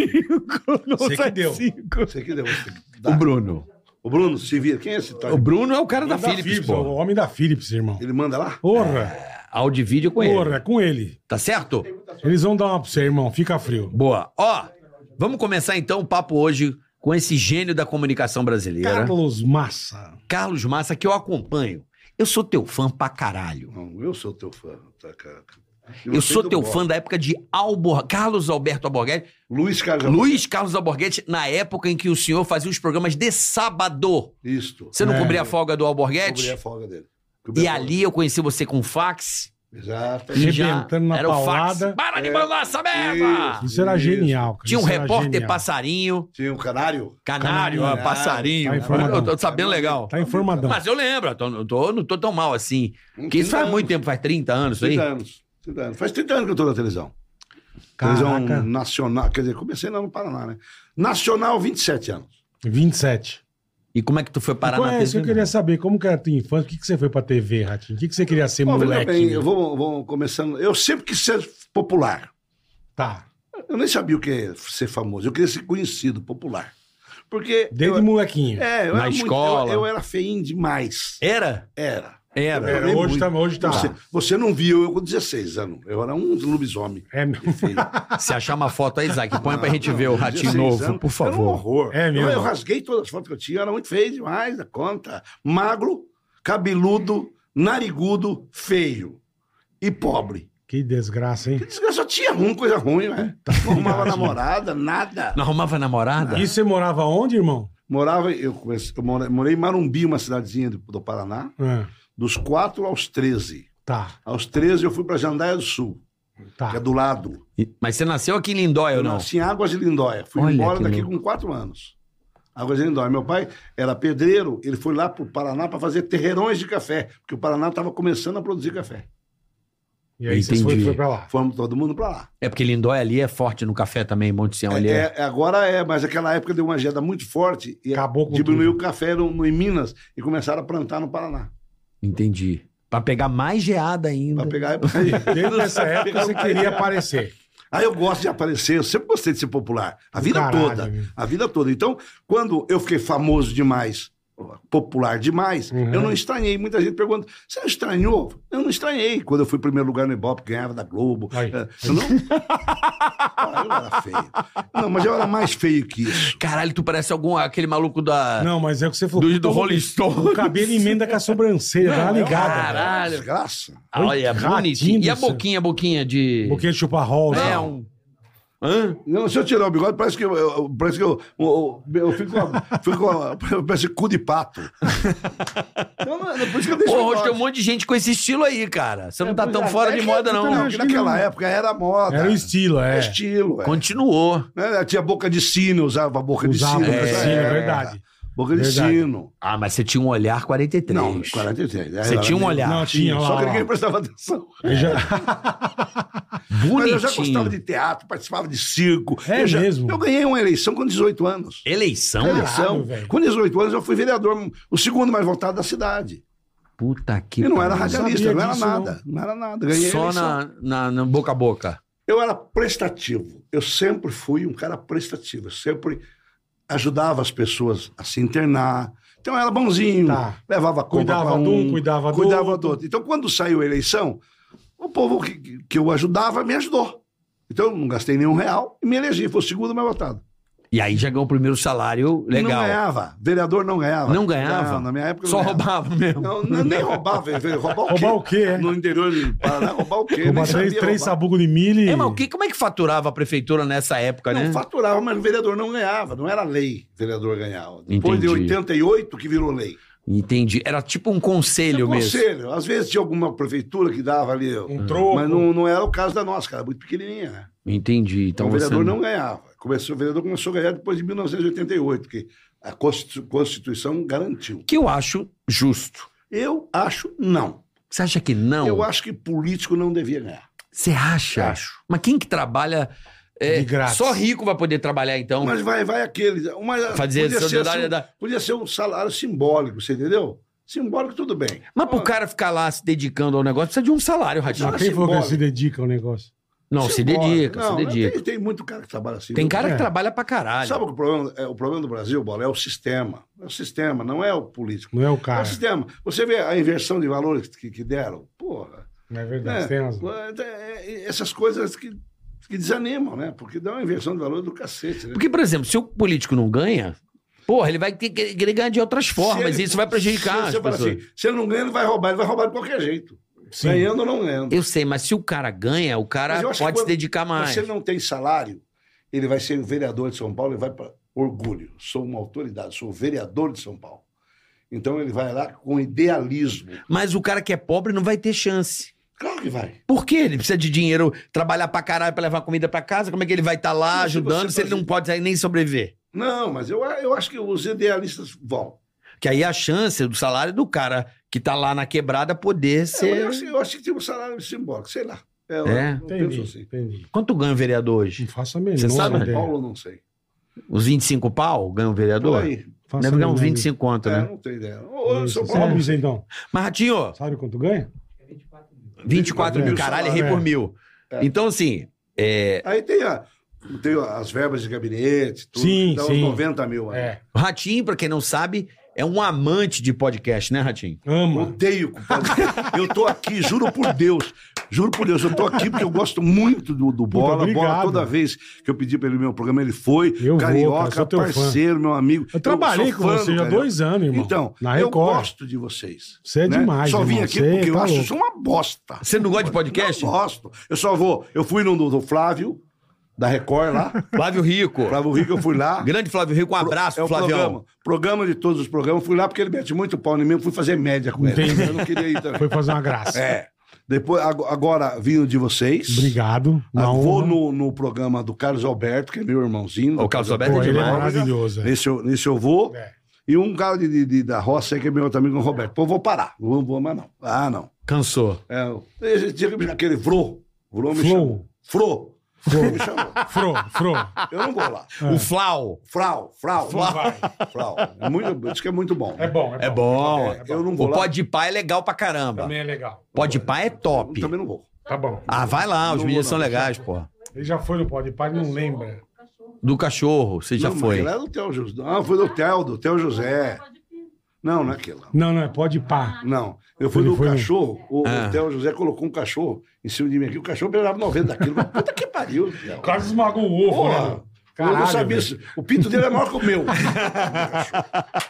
[SPEAKER 4] Não,
[SPEAKER 3] Sei que deu.
[SPEAKER 4] 75.
[SPEAKER 5] Você que deu. você que dá.
[SPEAKER 4] É. O Bruno.
[SPEAKER 5] O Bruno, se vira. Quem é esse? tal?
[SPEAKER 4] O Bruno é o cara da,
[SPEAKER 3] Da
[SPEAKER 4] Philips,
[SPEAKER 3] Philips, ó, o
[SPEAKER 4] pô.
[SPEAKER 3] homem da Philips, irmão.
[SPEAKER 5] Ele manda lá?
[SPEAKER 3] Porra,
[SPEAKER 4] Áudio e vídeo eu conheço.
[SPEAKER 3] porra, é com ele.
[SPEAKER 4] Tá certo?
[SPEAKER 3] Eles vão dar uma pra você, irmão. Fica frio.
[SPEAKER 4] Boa. Ó, vamos começar então o papo hoje com esse gênio da comunicação brasileira, Carlos,
[SPEAKER 3] Carlos Massa.
[SPEAKER 4] Massa, que eu acompanho. Eu sou teu fã pra caralho.
[SPEAKER 5] Não, eu sou teu fã. Tá, cara.
[SPEAKER 4] Eu sou
[SPEAKER 5] sei do
[SPEAKER 4] teu
[SPEAKER 5] Bob.
[SPEAKER 4] fã da época de Albor... Carlos Alberto Alborguete.
[SPEAKER 5] Luiz Carlos.
[SPEAKER 4] Luiz Carlos Alborguete, na época em que o senhor fazia os programas de sábado.
[SPEAKER 5] Isto.
[SPEAKER 4] Você não
[SPEAKER 3] É.
[SPEAKER 4] cobria a folga do
[SPEAKER 5] Cobri a
[SPEAKER 4] Alborguete?
[SPEAKER 5] folga dele. Cobri
[SPEAKER 4] E
[SPEAKER 5] a folga.
[SPEAKER 4] ali eu conheci você com fax.
[SPEAKER 5] Exato.
[SPEAKER 4] E já
[SPEAKER 3] Arrebentando na
[SPEAKER 4] era o fax.
[SPEAKER 3] paulada.
[SPEAKER 4] Para de
[SPEAKER 5] É.
[SPEAKER 4] mandar essa merda!
[SPEAKER 3] Isso era
[SPEAKER 5] Isso.
[SPEAKER 3] genial, cara.
[SPEAKER 4] Tinha um
[SPEAKER 3] Isso era
[SPEAKER 4] repórter
[SPEAKER 3] genial.
[SPEAKER 4] passarinho,
[SPEAKER 5] Tinha um canário.
[SPEAKER 4] canário,
[SPEAKER 3] Canário.
[SPEAKER 4] ah, passarinho.
[SPEAKER 3] Tá informadão.
[SPEAKER 4] eu tô sabendo legal.
[SPEAKER 3] Tá informadão.
[SPEAKER 4] Mas eu lembro, eu tô- eu tô- não tô tão mal assim. Porque isso faz muito tempo, faz 30 anos isso aí.
[SPEAKER 5] 30 Um anos. 30 anos. Faz 30 anos que eu tô na televisão. Televisão
[SPEAKER 3] Caraca,
[SPEAKER 5] nacional. Quer dizer, comecei lá no Paraná, né? Nacional, 27 anos.
[SPEAKER 3] 27.
[SPEAKER 4] E como é que tu foi parar
[SPEAKER 3] Qual
[SPEAKER 4] na
[SPEAKER 3] é isso que eu
[SPEAKER 4] TV?
[SPEAKER 3] queria saber? Como que era a tua infância? O que, que você foi pra TV, Ratinho? O que, que você queria ser
[SPEAKER 5] Bom, veja
[SPEAKER 3] moleque?
[SPEAKER 5] bem,
[SPEAKER 3] meu?
[SPEAKER 5] eu vou, vou começando. Eu sempre quis ser popular.
[SPEAKER 3] Tá.
[SPEAKER 5] Eu nem sabia o que é ser famoso. Eu queria ser conhecido, popular. Porque.
[SPEAKER 3] Desde
[SPEAKER 5] eu,
[SPEAKER 3] molequinho.
[SPEAKER 5] é, eu
[SPEAKER 4] Na
[SPEAKER 5] era muito-
[SPEAKER 4] escola.
[SPEAKER 5] eu, eu era feinho demais.
[SPEAKER 4] Era?
[SPEAKER 5] Era.
[SPEAKER 4] Era.
[SPEAKER 3] Era,
[SPEAKER 5] Eu
[SPEAKER 3] hoje
[SPEAKER 5] muito.
[SPEAKER 3] tá- hoje tá.
[SPEAKER 5] Você, você não viu eu com 16 anos. Eu era um lobisomem.
[SPEAKER 3] É, meu.
[SPEAKER 5] Feio.
[SPEAKER 4] Se achar uma foto aí, Isaac, põe pra gente ver o ratinho
[SPEAKER 5] 16
[SPEAKER 4] novo,
[SPEAKER 5] anos,
[SPEAKER 4] por
[SPEAKER 5] Era um
[SPEAKER 4] favor.
[SPEAKER 5] horror.
[SPEAKER 3] É mesmo.
[SPEAKER 5] Eu, eu rasguei todas as fotos que eu tinha, eu era muito feio demais da conta. Magro, cabeludo, narigudo, feio e pobre.
[SPEAKER 3] Que desgraça, hein?
[SPEAKER 5] Que desgraça, só tinha ruim, coisa ruim, né?
[SPEAKER 4] Tá
[SPEAKER 5] Não arrumava namorada, nada.
[SPEAKER 4] Não arrumava namorada?
[SPEAKER 3] E você morava onde, irmão?
[SPEAKER 5] Morava, eu, comecei, eu morei, morei em Marumbi, uma cidadezinha do, do Paraná,
[SPEAKER 3] Ah,
[SPEAKER 5] dos 4 aos 13.
[SPEAKER 3] tá,
[SPEAKER 5] Aos 13 eu fui para Jandaia do Sul,
[SPEAKER 3] tá.
[SPEAKER 5] que é do lado.
[SPEAKER 4] E- Mas você nasceu aqui em Lindóia
[SPEAKER 5] Eu
[SPEAKER 4] ou Ah, não?
[SPEAKER 5] nasci em Águas de Lindóia. Fui
[SPEAKER 4] Olha
[SPEAKER 5] embora
[SPEAKER 4] que
[SPEAKER 5] daqui
[SPEAKER 4] louco.
[SPEAKER 5] com quatro anos. Águas de Lindóia. Meu pai era pedreiro, ele foi lá para o Paraná para fazer terreirões de café, porque o Paraná estava começando a produzir café.
[SPEAKER 3] E aí você foi,
[SPEAKER 4] Entendi.
[SPEAKER 3] foi pra lá.
[SPEAKER 5] Fomos todo mundo para lá.
[SPEAKER 4] É porque Lindóia ali é forte no café também, Monte Sião ali. É...
[SPEAKER 5] É, é, agora é, mas aquela época deu uma geada muito forte e
[SPEAKER 3] Acabou com
[SPEAKER 5] diminuiu o café no, no- em Minas e começaram a plantar no Paraná.
[SPEAKER 4] Entendi. Pra pegar mais geada ainda.
[SPEAKER 5] Para pegar.
[SPEAKER 4] <laughs>
[SPEAKER 3] Desde essa época você queria aparecer.
[SPEAKER 5] Aí eu gosto de aparecer, eu sempre gostei de ser popular. A vida
[SPEAKER 3] Caralho,
[SPEAKER 5] toda.
[SPEAKER 3] meu.
[SPEAKER 5] A vida toda. Então, quando eu fiquei famoso demais popular demais,
[SPEAKER 3] Uhum.
[SPEAKER 5] eu não estranhei. Muita gente pergunta, você não estranhou? Eu não estranhei. Quando eu fui primeiro lugar no Ibope, ganhava da Globo.
[SPEAKER 3] Aí.
[SPEAKER 5] Eh, Eu não... <laughs> Ah, eu era feio. Não, mas eu era mais feio que isso.
[SPEAKER 4] Caralho, tu parece algum, aquele maluco da...
[SPEAKER 3] Não, mas é o que você falou.
[SPEAKER 4] do, do
[SPEAKER 3] Puta,
[SPEAKER 4] Rolling Stone.
[SPEAKER 3] O cabelo emenda com a sobrancelha,
[SPEAKER 5] é
[SPEAKER 3] tá
[SPEAKER 5] um
[SPEAKER 3] ligado?
[SPEAKER 4] Caralho.
[SPEAKER 3] Caralho.
[SPEAKER 5] Desgraça.
[SPEAKER 4] Ah, Olha,
[SPEAKER 3] Ratinho
[SPEAKER 4] bonitinho.
[SPEAKER 3] do
[SPEAKER 4] E a
[SPEAKER 3] céu.
[SPEAKER 4] boquinha, a boquinha de...
[SPEAKER 3] Porque chupa rol,
[SPEAKER 4] É,
[SPEAKER 3] né?
[SPEAKER 4] um... Hã?
[SPEAKER 5] Não, se eu tirar o bigode, parece que eu, eu- parece que eu, eu, eu fico, com a- fico com a- <laughs> parece cu
[SPEAKER 3] <laughs>
[SPEAKER 5] de pato. Não, não, não, por isso que eu deixo
[SPEAKER 4] Pô,
[SPEAKER 5] o
[SPEAKER 4] hoje tem um
[SPEAKER 5] bigode.
[SPEAKER 4] monte de gente com esse estilo aí, cara. Você não
[SPEAKER 5] É,
[SPEAKER 4] tá
[SPEAKER 5] pois
[SPEAKER 4] tão
[SPEAKER 5] é.
[SPEAKER 4] fora
[SPEAKER 5] É
[SPEAKER 4] um de
[SPEAKER 5] que-
[SPEAKER 4] moda, não.
[SPEAKER 5] não,
[SPEAKER 3] acho que
[SPEAKER 5] que naquela
[SPEAKER 3] não.
[SPEAKER 5] época era moda.
[SPEAKER 3] Era o estilo, é.
[SPEAKER 5] Era estilo, é.
[SPEAKER 4] Continuou.
[SPEAKER 5] Né, Tinha boca de sino, usava boca tipo de
[SPEAKER 3] Usava
[SPEAKER 5] sino.
[SPEAKER 3] é,
[SPEAKER 5] nessa
[SPEAKER 3] sim, é
[SPEAKER 5] época.
[SPEAKER 3] verdade.
[SPEAKER 5] Boca de
[SPEAKER 3] Verdade.
[SPEAKER 5] sino.
[SPEAKER 4] Ah, mas você tinha um olhar 43.
[SPEAKER 5] Não, 43.
[SPEAKER 4] Você tinha um olhar.
[SPEAKER 3] Não, tinha lá.
[SPEAKER 5] né? Só que
[SPEAKER 3] lá.
[SPEAKER 5] ninguém prestava atenção.
[SPEAKER 3] Aí
[SPEAKER 5] <laughs>
[SPEAKER 3] já-
[SPEAKER 5] Mas eu já
[SPEAKER 4] Bonitinho.
[SPEAKER 5] gostava de teatro, participava de circo.
[SPEAKER 3] É
[SPEAKER 5] eu já-
[SPEAKER 3] mesmo?
[SPEAKER 5] Eu ganhei uma eleição com 18 anos.
[SPEAKER 4] Eleição?
[SPEAKER 5] Uma
[SPEAKER 3] Caralho,
[SPEAKER 5] eleição.
[SPEAKER 3] velho.
[SPEAKER 5] Com 18 anos eu fui vereador, o segundo mais votado da cidade.
[SPEAKER 4] Puta que
[SPEAKER 5] E não era
[SPEAKER 4] pariu.
[SPEAKER 5] radialista, não era
[SPEAKER 3] disso,
[SPEAKER 5] nada. Não. era nada. Ganhei a
[SPEAKER 4] Só
[SPEAKER 5] eleição.
[SPEAKER 4] na, na, na boca a boca.
[SPEAKER 5] Eu era prestativo. Eu sempre fui um cara prestativo. Eu sempre ajudava as pessoas a se internar. Então eu era bonzinho.
[SPEAKER 3] Tá.
[SPEAKER 5] Levava compra
[SPEAKER 3] Cuidava
[SPEAKER 5] pra
[SPEAKER 3] de um, cuidava do
[SPEAKER 5] cuidava
[SPEAKER 3] outro.
[SPEAKER 5] do outro. Então quando saiu a eleição, o povo que, que eu ajudava me ajudou. Então eu não gastei nenhum real e me elegi. Foi o segundo mais votado.
[SPEAKER 4] E aí já ganhou o primeiro salário
[SPEAKER 5] Não
[SPEAKER 4] legal.
[SPEAKER 5] ganhava. Vereador não ganhava.
[SPEAKER 4] Não ganhava?
[SPEAKER 5] Não, na minha época
[SPEAKER 4] Só
[SPEAKER 5] não ganhava.
[SPEAKER 4] roubava mesmo.
[SPEAKER 5] Não, não- nem roubava. Roubar o quê?
[SPEAKER 3] Roubar o quê, é?
[SPEAKER 5] No interior de Paraná, roubar o quê? Nem
[SPEAKER 3] Roubar
[SPEAKER 5] sabia
[SPEAKER 3] três, três
[SPEAKER 5] roubar.
[SPEAKER 3] sabugo de milho e...
[SPEAKER 4] É, mas o que, como é que faturava a prefeitura nessa época,
[SPEAKER 5] Não
[SPEAKER 4] né?
[SPEAKER 5] faturava, mas o vereador não ganhava. Não era lei o vereador ganhava. Depois de
[SPEAKER 4] Entendi.
[SPEAKER 5] 88 que virou lei.
[SPEAKER 4] Entendi. Era tipo um conselho
[SPEAKER 5] Tinha
[SPEAKER 4] mesmo.
[SPEAKER 5] conselho. Às vezes tinha alguma prefeitura que dava ali.
[SPEAKER 3] Um troco.
[SPEAKER 5] Mas não, não era o caso da nossa, cara. Muito pequenininha, né?
[SPEAKER 4] Entendi. Então
[SPEAKER 5] Então o vereador
[SPEAKER 4] você...
[SPEAKER 5] não ganhava. Começou, o vereador começou a ganhar depois de 1988, que a Constitu- Constituição garantiu.
[SPEAKER 4] Que eu acho justo.
[SPEAKER 5] Eu acho não.
[SPEAKER 4] Você acha que não?
[SPEAKER 5] Eu acho que político não devia ganhar.
[SPEAKER 4] Você acha?
[SPEAKER 5] Acho.
[SPEAKER 4] Mas quem que trabalha... é,
[SPEAKER 3] De graça.
[SPEAKER 4] Só rico vai poder trabalhar, então.
[SPEAKER 5] Mas vai, vai aquele. Uma,
[SPEAKER 4] fazer
[SPEAKER 5] podia, ser assim,
[SPEAKER 4] solidariedade.
[SPEAKER 5] podia ser um salário simbólico, você entendeu? Simbólico, tudo bem.
[SPEAKER 4] Mas pro cara ficar lá se dedicando ao negócio, precisa de um salário, Radinho.
[SPEAKER 3] Mas quem falou que
[SPEAKER 5] simbólico.
[SPEAKER 3] se dedica ao negócio?
[SPEAKER 4] Não, se dedica,
[SPEAKER 5] Não,
[SPEAKER 4] se
[SPEAKER 5] mas
[SPEAKER 4] dedica.
[SPEAKER 5] Tem, tem muito cara que trabalha assim.
[SPEAKER 4] Tem, cara
[SPEAKER 3] É.
[SPEAKER 4] que trabalha pra caralho.
[SPEAKER 5] Sabe o que o problema é? O problema do Brasil, Bola, é o sistema. É o sistema, não é o político.
[SPEAKER 3] Não é o
[SPEAKER 5] É
[SPEAKER 3] cara.
[SPEAKER 5] o sistema. Você vê a inversão de valores que, que deram. Porra.
[SPEAKER 3] Não é
[SPEAKER 5] né?
[SPEAKER 3] verdade, você tem razão.
[SPEAKER 5] É, é, Essas coisas que, que desanimam, né? Porque dá uma inversão de valor do cacete. Né?
[SPEAKER 4] Porque, por exemplo, se o político não ganha, porra, ele vai ter que querer ganhar de outras formas.
[SPEAKER 5] Se
[SPEAKER 4] e
[SPEAKER 5] ele-
[SPEAKER 4] isso vai prejudicar
[SPEAKER 5] se,
[SPEAKER 4] as
[SPEAKER 5] você fala
[SPEAKER 4] pessoas.
[SPEAKER 5] assim, se ele não ganha, ele vai roubar. Ele vai roubar de qualquer jeito.
[SPEAKER 3] Sim.
[SPEAKER 5] Ganhando ou não ganhando.
[SPEAKER 4] Eu sei, mas se o cara ganha, o cara
[SPEAKER 5] Mas eu acho
[SPEAKER 4] pode
[SPEAKER 5] que
[SPEAKER 4] se
[SPEAKER 5] quando
[SPEAKER 4] dedicar
[SPEAKER 5] Mas
[SPEAKER 4] mais.
[SPEAKER 5] se ele não tem salário, ele vai ser o vereador de São Paulo e vai para orgulho. Sou uma autoridade, sou o vereador de São Paulo. Então ele vai lá com idealismo.
[SPEAKER 4] Mas o cara que é pobre não vai ter chance.
[SPEAKER 5] Claro que vai.
[SPEAKER 4] Por quê? Ele precisa de dinheiro, trabalhar pra caralho pra levar comida pra casa. Como é que ele vai estar lá
[SPEAKER 5] Mas se
[SPEAKER 4] ajudando
[SPEAKER 5] você assim-
[SPEAKER 4] se ele não
[SPEAKER 5] fazer-
[SPEAKER 4] pode sair nem sobreviver?
[SPEAKER 5] Não, mas eu, eu acho que os idealistas vão.
[SPEAKER 4] Que aí a chance do salário do cara que tá lá na quebrada poder
[SPEAKER 5] É, mas
[SPEAKER 4] ser.
[SPEAKER 5] eu, acho, eu acho que tem um salário simbólico, sei lá. É, eu-
[SPEAKER 4] É?
[SPEAKER 5] eu penso
[SPEAKER 3] Entendi,
[SPEAKER 5] assim.
[SPEAKER 3] entendi.
[SPEAKER 4] Quanto ganha o vereador hoje?
[SPEAKER 3] Não faço a menor
[SPEAKER 4] Você sabe,
[SPEAKER 5] São
[SPEAKER 3] ideia.
[SPEAKER 5] Paulo, eu não sei.
[SPEAKER 4] Uns 25 pau ganha o
[SPEAKER 5] Por
[SPEAKER 4] vereador?
[SPEAKER 5] aí.
[SPEAKER 3] Faço a
[SPEAKER 4] Deve ganhar
[SPEAKER 3] menor
[SPEAKER 4] uns
[SPEAKER 3] ideia.
[SPEAKER 4] 25 conto,
[SPEAKER 5] É,
[SPEAKER 4] né?
[SPEAKER 5] não tenho ideia. Ô,
[SPEAKER 3] Isso,
[SPEAKER 5] ô,
[SPEAKER 3] é
[SPEAKER 5] São
[SPEAKER 3] Sabe,
[SPEAKER 5] Paulo.
[SPEAKER 3] Vicentão?
[SPEAKER 4] Mas, Ratinho,
[SPEAKER 3] Sabe quanto ganha?
[SPEAKER 4] 24 mil,
[SPEAKER 3] mil
[SPEAKER 4] caralho,
[SPEAKER 3] salário,
[SPEAKER 4] errei por
[SPEAKER 3] é.
[SPEAKER 4] mil.
[SPEAKER 5] É.
[SPEAKER 4] Então, assim, é,
[SPEAKER 5] Aí tem, a, tem as verbas de gabinete, tudo.
[SPEAKER 3] Sim,
[SPEAKER 5] que dá
[SPEAKER 3] sim.
[SPEAKER 5] uns 90 mil. né?
[SPEAKER 3] É.
[SPEAKER 4] o Ratinho, pra quem não sabe, é um amante de podcast, né, Ratinho?
[SPEAKER 3] Ama.
[SPEAKER 5] Odeio. compadre. Eu tô aqui, juro por Deus. Juro por Deus, eu tô aqui porque eu gosto muito do, do
[SPEAKER 3] Puta,
[SPEAKER 5] Bola.
[SPEAKER 3] obrigado.
[SPEAKER 5] Bola, toda vez que eu pedi pra ele no meu programa, ele foi.
[SPEAKER 3] Eu vou, cara,
[SPEAKER 5] Carioca,
[SPEAKER 3] sou teu fã.
[SPEAKER 5] parceiro, meu amigo.
[SPEAKER 3] Eu trabalhei
[SPEAKER 5] sou
[SPEAKER 3] com
[SPEAKER 5] fã
[SPEAKER 3] você
[SPEAKER 5] do
[SPEAKER 3] já há
[SPEAKER 5] Carioca.
[SPEAKER 3] dois anos, irmão.
[SPEAKER 5] Então,
[SPEAKER 3] na
[SPEAKER 5] eu
[SPEAKER 3] Record.
[SPEAKER 5] gosto de vocês. né?
[SPEAKER 3] Você é demais,
[SPEAKER 5] Só vim
[SPEAKER 3] irmão.
[SPEAKER 5] aqui
[SPEAKER 3] Você
[SPEAKER 5] porque eu
[SPEAKER 3] tá
[SPEAKER 5] acho
[SPEAKER 3] louco.
[SPEAKER 5] isso uma bosta.
[SPEAKER 4] Você não gosta de podcast?
[SPEAKER 5] Não gosto. Eu só vou. Eu fui no do, do Flávio, da
[SPEAKER 4] <laughs>
[SPEAKER 5] Record lá.
[SPEAKER 4] Flávio Rico.
[SPEAKER 5] Flávio Rico, eu fui lá.
[SPEAKER 4] Grande Flávio Rico, um abraço,
[SPEAKER 5] É o
[SPEAKER 4] Flavião.
[SPEAKER 5] programa. Programa de todos os programas. Fui lá porque ele mete muito pau em mim. Eu fui fazer média com
[SPEAKER 3] Entendi.
[SPEAKER 5] ele. Eu não queria ir também.
[SPEAKER 3] Foi fazer uma <laughs> graça.
[SPEAKER 5] É. Depois, ag- agora, vindo de vocês.
[SPEAKER 3] Obrigado.
[SPEAKER 5] Ah,
[SPEAKER 3] Uma
[SPEAKER 5] vou
[SPEAKER 3] honra.
[SPEAKER 5] no, no programa do Carlos Alberto, que é meu irmãozinho.
[SPEAKER 4] O Carlos Alberto
[SPEAKER 3] Pô,
[SPEAKER 4] é
[SPEAKER 3] ele é
[SPEAKER 4] demais.
[SPEAKER 3] maravilhoso. é.
[SPEAKER 5] Nesse eu, nesse eu vou.
[SPEAKER 3] É.
[SPEAKER 5] E um cara de, de- de- da roça aí, que é meu outro amigo, o Roberto. Pô, vou parar. Não vou, vou mais não. Ah, não.
[SPEAKER 4] Cansou.
[SPEAKER 5] É, eu- esse dia que me- aquele Vrô. Vrô me
[SPEAKER 3] Flow.
[SPEAKER 5] chamou. Frô.
[SPEAKER 3] Fro,
[SPEAKER 5] Me chamou.
[SPEAKER 3] Fro, Fro.
[SPEAKER 5] Eu não vou lá.
[SPEAKER 4] O Flau.
[SPEAKER 5] Frau, frau.
[SPEAKER 3] Não vai.
[SPEAKER 5] Frau. É muito, diz que é muito bom.
[SPEAKER 3] <laughs> É bom,
[SPEAKER 4] É bom.
[SPEAKER 5] É, eu não vou
[SPEAKER 4] O
[SPEAKER 5] lá.
[SPEAKER 4] Pode Pá é legal pra caramba.
[SPEAKER 3] Também é legal.
[SPEAKER 4] Pode Pá é top.
[SPEAKER 5] Também não vou.
[SPEAKER 3] Tá bom.
[SPEAKER 4] Ah, vai lá, os
[SPEAKER 5] Não
[SPEAKER 4] meninos
[SPEAKER 5] vou,
[SPEAKER 4] são
[SPEAKER 5] não.
[SPEAKER 4] legais, pô.
[SPEAKER 3] Ele já foi no Pode Pai, não lembra.
[SPEAKER 4] Do cachorro, você já
[SPEAKER 5] não,
[SPEAKER 4] foi.
[SPEAKER 5] Mas lá é do Theo José. Ah, foi do Theo, do Theo José. Não, não é aquele lá.
[SPEAKER 3] Não, não, é pode pá.
[SPEAKER 5] Não. Eu fui
[SPEAKER 3] Ele
[SPEAKER 5] no
[SPEAKER 3] foi no-
[SPEAKER 5] cachorro, o
[SPEAKER 4] Ah.
[SPEAKER 5] o Theo José colocou um cachorro em cima de mim aqui, o cachorro pesava 90 quilos. Mas puta que pariu, Theo.
[SPEAKER 3] Quase esmagou o ovo,
[SPEAKER 5] Porra!
[SPEAKER 3] né?
[SPEAKER 5] eu não
[SPEAKER 3] Caralho, velho.
[SPEAKER 5] sabia isso. O pinto dele é maior que
[SPEAKER 3] <laughs>
[SPEAKER 5] o meu.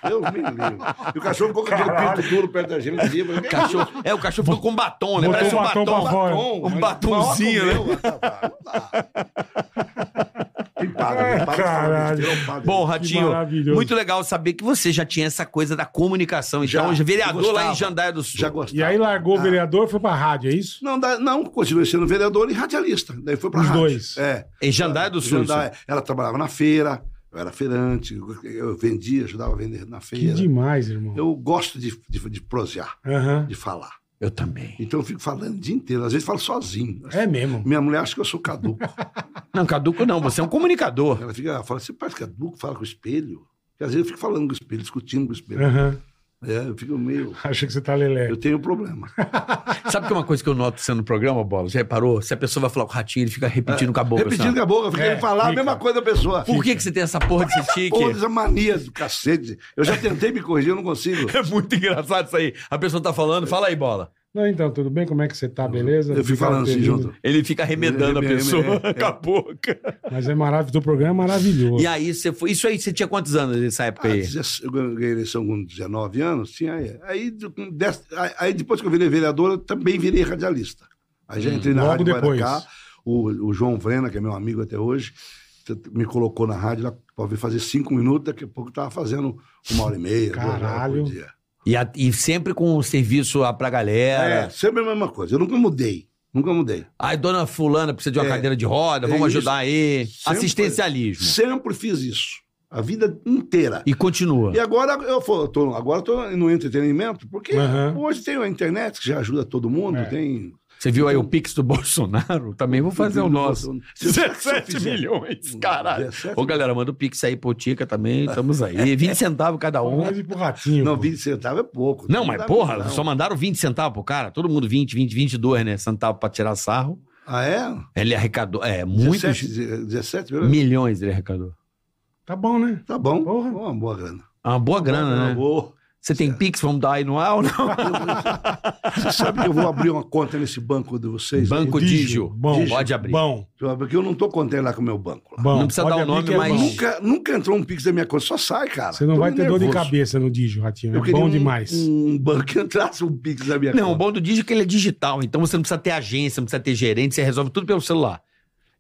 [SPEAKER 5] Deus me livre. E o cachorro ficou com aquele pinto duro perto da gente. ele dizia, "Mas,
[SPEAKER 4] Cachorro, é, o cachorro ficou com um batom, né?
[SPEAKER 3] Botou
[SPEAKER 4] Parece um
[SPEAKER 3] um batom
[SPEAKER 4] batom.
[SPEAKER 3] pra fora.
[SPEAKER 4] Um né?
[SPEAKER 5] mas
[SPEAKER 4] batonzinho,
[SPEAKER 5] maior
[SPEAKER 3] né?
[SPEAKER 5] que o meu, rapaz, não dá. Me paga, me paga.
[SPEAKER 3] É, Caralho.
[SPEAKER 5] esse teu padre.
[SPEAKER 4] Bom, Ratinho,
[SPEAKER 3] maravilhoso.
[SPEAKER 4] muito legal saber que você já tinha essa coisa da comunicação. Então,
[SPEAKER 5] Já.
[SPEAKER 4] vereador lá
[SPEAKER 5] Gostava.
[SPEAKER 4] em Jandaia do Sul.
[SPEAKER 5] Já gostava.
[SPEAKER 3] E aí largou o
[SPEAKER 5] Ah.
[SPEAKER 3] vereador e foi pra rádio, é isso?
[SPEAKER 5] Não, dá- não, continuei sendo vereador e radialista. Daí foi pra
[SPEAKER 3] Os
[SPEAKER 5] rádio.
[SPEAKER 3] dois.
[SPEAKER 5] É.
[SPEAKER 4] Em Jandaia do Sul.
[SPEAKER 5] Jandaia. Ela trabalhava na feira, eu era feirante, eu vendia, ajudava a vender na
[SPEAKER 3] Que
[SPEAKER 5] feira.
[SPEAKER 3] demais, irmão.
[SPEAKER 5] Eu gosto de, de, de prosear,
[SPEAKER 3] Aham.
[SPEAKER 5] de falar.
[SPEAKER 4] Eu também.
[SPEAKER 5] Então eu fico falando o dia inteiro. Às vezes falo sozinho.
[SPEAKER 3] É mesmo.
[SPEAKER 5] Minha mulher acha que eu sou caduco. <laughs>
[SPEAKER 4] Não, caduco não, você é um comunicador.
[SPEAKER 5] Ela fica, ela fala, você parece caduco, fala com o espelho. Porque às vezes eu fico falando com o espelho, discutindo com o espelho.
[SPEAKER 3] Aham.
[SPEAKER 5] É, eu fico
[SPEAKER 3] <laughs>
[SPEAKER 5] meio.
[SPEAKER 3] Achei que você tá lelé.
[SPEAKER 5] Eu tenho um problema.
[SPEAKER 4] Sabe que é uma coisa que eu noto sendo no programa, Bola? Já reparou? Se a pessoa vai falar com o ratinho, ele fica repetindo com a boca.
[SPEAKER 5] Repetindo
[SPEAKER 4] sabe?
[SPEAKER 5] com a boca, fica
[SPEAKER 3] É,
[SPEAKER 5] ele falar
[SPEAKER 3] fica.
[SPEAKER 5] a mesma coisa da pessoa.
[SPEAKER 4] Por que, que você tem essa porra desse tique?
[SPEAKER 5] Porra, essa mania do cacete. Eu já tentei me corrigir, eu não consigo.
[SPEAKER 4] É muito engraçado isso aí. A pessoa tá falando, fala aí, Bola.
[SPEAKER 3] Não, então, tudo bem? Como é que você tá? Beleza?
[SPEAKER 5] Eu fico
[SPEAKER 3] Obrigado
[SPEAKER 5] falando
[SPEAKER 3] por ter
[SPEAKER 5] assim
[SPEAKER 3] vindo.
[SPEAKER 5] junto.
[SPEAKER 4] Ele fica arremedando a
[SPEAKER 5] É, é, é,
[SPEAKER 4] pessoa
[SPEAKER 5] é.
[SPEAKER 4] com a boca.
[SPEAKER 3] Mas é maravilhoso. O programa é maravilhoso.
[SPEAKER 4] E aí, você foi. Isso aí, você tinha quantos anos nessa época
[SPEAKER 5] Ah,
[SPEAKER 4] aí?
[SPEAKER 5] deze- eu ganhei a eleição com 19 anos, sim, aí, aí, de- com dez- aí- aí depois que eu virei vereador, eu também virei radialista. Aí já entrei na
[SPEAKER 3] Hum, Logo
[SPEAKER 5] Rádio
[SPEAKER 3] depois.
[SPEAKER 5] Guaracá, o, o João Vrena, que é meu amigo até hoje, t- t- me colocou na rádio lá para vir fazer cinco minutos, daqui a pouco eu estava fazendo uma hora e meia, duas horas
[SPEAKER 3] Caralho.
[SPEAKER 5] por dia.
[SPEAKER 4] E, a- e sempre com o serviço lá pra galera.
[SPEAKER 5] Ah, É, sempre a mesma coisa, eu nunca mudei, nunca mudei.
[SPEAKER 4] Ai, dona Fulana precisa de uma
[SPEAKER 5] É.
[SPEAKER 4] cadeira de roda, vamos
[SPEAKER 5] É isso.
[SPEAKER 4] ajudar aí.
[SPEAKER 5] Sempre.
[SPEAKER 4] Assistencialismo.
[SPEAKER 5] Sempre fiz isso, a vida inteira.
[SPEAKER 4] E continua.
[SPEAKER 5] E agora eu fo- tô, agora eu tô no entretenimento, porque
[SPEAKER 3] Aham.
[SPEAKER 5] hoje tem a internet que já ajuda todo mundo,
[SPEAKER 3] É.
[SPEAKER 5] tem
[SPEAKER 4] Você viu aí o Pix do <laughs> Bolsonaro? Também vou fazer o nosso.
[SPEAKER 5] Se eu- se eu
[SPEAKER 4] 17
[SPEAKER 5] fizer-
[SPEAKER 4] milhões, caralho.
[SPEAKER 5] 17?
[SPEAKER 4] Ô, galera, manda o Pix aí pro Tica também, estamos
[SPEAKER 5] <laughs>
[SPEAKER 4] aí. 20 centavos cada um.
[SPEAKER 3] Mas e pro ratinho.
[SPEAKER 5] Não,
[SPEAKER 3] pô.
[SPEAKER 5] 20 centavos é pouco.
[SPEAKER 4] Não, mas porra,
[SPEAKER 5] Não.
[SPEAKER 4] só mandaram 20 centavos pro cara. Todo mundo 20, 20, 22, né? Centavo pra tirar sarro.
[SPEAKER 5] Ah, é?
[SPEAKER 4] Ele arrecadou, é, muitos
[SPEAKER 5] 17, 17 milhões?
[SPEAKER 4] milhões ele arrecadou.
[SPEAKER 3] Tá bom, né?
[SPEAKER 5] Tá bom.
[SPEAKER 3] Porra.
[SPEAKER 5] Uma boa grana.
[SPEAKER 4] É Uma boa grana,
[SPEAKER 5] Uma
[SPEAKER 4] né?
[SPEAKER 5] boa. <laughs>
[SPEAKER 4] Você tem Pix, vamos dar aí no ar ou não?
[SPEAKER 5] Você sabe que eu vou abrir uma conta nesse banco de vocês? aí?
[SPEAKER 4] Banco Digio.
[SPEAKER 3] Bom,
[SPEAKER 4] Pode abrir.
[SPEAKER 3] Bom,
[SPEAKER 5] Porque eu não tô contente lá com o meu banco. lá.
[SPEAKER 3] bom.
[SPEAKER 4] Não precisa
[SPEAKER 3] Pode
[SPEAKER 4] dar o
[SPEAKER 3] abrir
[SPEAKER 4] nome,
[SPEAKER 3] que é
[SPEAKER 4] mas-
[SPEAKER 3] bom.
[SPEAKER 5] Nunca, nunca entrou um pix da minha conta, só sai, cara.
[SPEAKER 3] Você não
[SPEAKER 5] Tô
[SPEAKER 3] vai ter dor de
[SPEAKER 5] nervoso.
[SPEAKER 3] cabeça no Digio, ratinho.
[SPEAKER 5] Eu
[SPEAKER 3] É
[SPEAKER 5] queria
[SPEAKER 3] bom
[SPEAKER 5] um-
[SPEAKER 3] demais.
[SPEAKER 5] Um banco que entrasse um pix da minha
[SPEAKER 4] Não, o
[SPEAKER 5] conta.
[SPEAKER 4] bom do Digio é que ele é digital, então você não precisa ter agência, não precisa ter gerente, você resolve tudo pelo celular.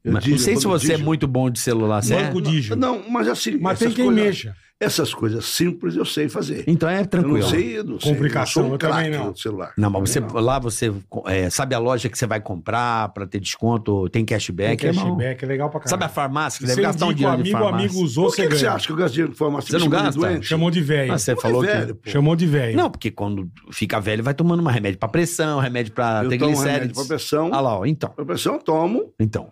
[SPEAKER 5] Eu
[SPEAKER 4] Mas
[SPEAKER 5] digo,
[SPEAKER 4] não sei
[SPEAKER 5] eu
[SPEAKER 4] se
[SPEAKER 5] vou no
[SPEAKER 4] você é
[SPEAKER 5] Digio.
[SPEAKER 4] muito bom de celular, você é?
[SPEAKER 3] Banco Digio.
[SPEAKER 5] Não, mas assim.
[SPEAKER 3] Mas tem
[SPEAKER 5] essas
[SPEAKER 3] quem
[SPEAKER 5] coisas-
[SPEAKER 3] mexa.
[SPEAKER 5] Essas coisas simples eu sei fazer.
[SPEAKER 4] Então é tranquilo.
[SPEAKER 5] Eu não sei, eu não sei.
[SPEAKER 3] Complicação,
[SPEAKER 5] eu, não sou um
[SPEAKER 3] eu também
[SPEAKER 5] craque
[SPEAKER 3] não.
[SPEAKER 5] do celular.
[SPEAKER 4] Não, mas você,
[SPEAKER 5] Também não.
[SPEAKER 4] lá você é, sabe a loja que você vai comprar pra ter desconto, tem
[SPEAKER 3] Tem
[SPEAKER 4] cashback. é bom.
[SPEAKER 3] cashback, é legal pra caralho.
[SPEAKER 4] Sabe a farmácia que
[SPEAKER 3] Se
[SPEAKER 4] deve
[SPEAKER 3] você
[SPEAKER 4] gastar um
[SPEAKER 3] indica o
[SPEAKER 4] dinheiro de
[SPEAKER 3] amigo, o
[SPEAKER 4] farmácia?
[SPEAKER 3] amigo usou,
[SPEAKER 5] Por que,
[SPEAKER 3] você
[SPEAKER 5] que você
[SPEAKER 3] ganha.
[SPEAKER 5] acha que eu gasto dinheiro de farmácia?
[SPEAKER 4] Você não
[SPEAKER 5] Porque eu
[SPEAKER 4] gasta?
[SPEAKER 5] sou doente?
[SPEAKER 3] Chamou de velho.
[SPEAKER 4] Ah, você
[SPEAKER 5] Não é
[SPEAKER 4] falou que...
[SPEAKER 5] velho, pô.
[SPEAKER 3] Chamou de velho.
[SPEAKER 4] Não, porque quando fica velho vai tomando mais remédio pra pressão, remédio pra
[SPEAKER 5] Eu tomo um remédio
[SPEAKER 4] triglicérides.
[SPEAKER 5] pra pressão.
[SPEAKER 4] Ah lá, ó, então.
[SPEAKER 5] Pra pressão eu tomo.
[SPEAKER 4] Então,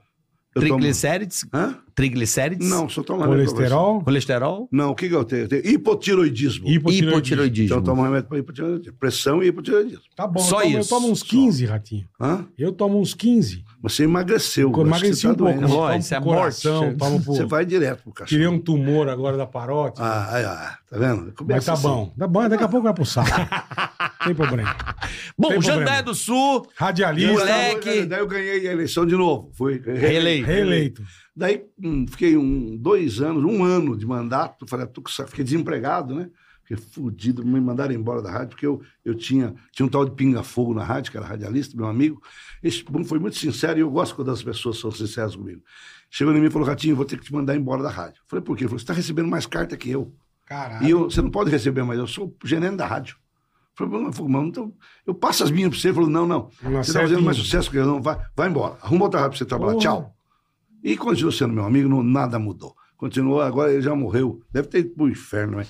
[SPEAKER 5] Eu
[SPEAKER 4] triglicérides,
[SPEAKER 5] tomo. Hã?
[SPEAKER 4] triglicérides,
[SPEAKER 5] Não, só tomo remédio pra pressão.
[SPEAKER 3] Colesterol,
[SPEAKER 4] colesterol,
[SPEAKER 5] Não, o que, que eu tenho? Eu tenho hipotiroidismo.
[SPEAKER 3] hipotiroidismo.
[SPEAKER 5] Então
[SPEAKER 4] hipotiroidismo.
[SPEAKER 5] eu tomo remédio pra hipotiroidismo. Pressão e hipotiroidismo.
[SPEAKER 3] Tá bom,
[SPEAKER 4] Só
[SPEAKER 3] eu tomo,
[SPEAKER 4] isso.
[SPEAKER 3] eu tomo uns 15, ratinho.
[SPEAKER 5] Hã?
[SPEAKER 3] Eu tomo uns 15.
[SPEAKER 5] Você
[SPEAKER 3] Eu
[SPEAKER 5] emagreceu. acho que
[SPEAKER 3] emagreci
[SPEAKER 5] você tá
[SPEAKER 3] um pouco.
[SPEAKER 5] doente.
[SPEAKER 3] mas
[SPEAKER 4] Lógico,
[SPEAKER 3] tomo
[SPEAKER 4] isso é
[SPEAKER 3] pro coração,
[SPEAKER 4] morte.
[SPEAKER 3] tomo pro... <laughs>
[SPEAKER 5] Você vai direto pro
[SPEAKER 3] Tirei
[SPEAKER 5] cachorro.
[SPEAKER 3] um tumor agora da parótide.
[SPEAKER 5] Ah, ah, ah, tá vendo?
[SPEAKER 3] mas
[SPEAKER 5] Começa
[SPEAKER 3] tá
[SPEAKER 5] assim.
[SPEAKER 3] bom. Tá bom, daqui a pouco vai pro
[SPEAKER 5] <laughs>
[SPEAKER 3] saco. Tem problema.
[SPEAKER 4] Bom,
[SPEAKER 3] Tem
[SPEAKER 4] Jandaia
[SPEAKER 3] problema.
[SPEAKER 4] do Sul,
[SPEAKER 5] E
[SPEAKER 3] Radialista,
[SPEAKER 4] Moleque.
[SPEAKER 5] eu- Daí eu ganhei a eleição de novo. Foi
[SPEAKER 4] reeleito.
[SPEAKER 3] reeleito.
[SPEAKER 5] <laughs> Daí hum, fiquei um, dois anos, um ano de mandato, falei, "Ah, tô com sa- fiquei desempregado, né? Fiquei fudido, me mandaram embora da rádio, porque eu, eu tinha, tinha um tal de pinga-fogo na rádio, que era radialista, meu amigo. Esse bom foi muito sincero e eu gosto quando as pessoas são sinceras comigo. Chegou em mim e falou, Ratinho, vou ter que te mandar embora da rádio. Eu Falei, por quê? Ele falou, você está recebendo mais carta que eu.
[SPEAKER 3] Caralho.
[SPEAKER 5] E eu, você não pode receber mais, eu sou o gerente da rádio. Eu Falei, mas, mas, então, eu passo as minhas para você. Ele falou, não, não,
[SPEAKER 3] Não
[SPEAKER 5] você está
[SPEAKER 3] acerta
[SPEAKER 5] fazendo mais
[SPEAKER 3] ainda.
[SPEAKER 5] sucesso que eu, não, vai, vai embora. Arruma outra rádio para você trabalhar,
[SPEAKER 3] Tá Porra.
[SPEAKER 5] tchau. E continuou sendo meu amigo, não, nada mudou. Continuou, agora ele já morreu. Deve ter ido pro inferno, né?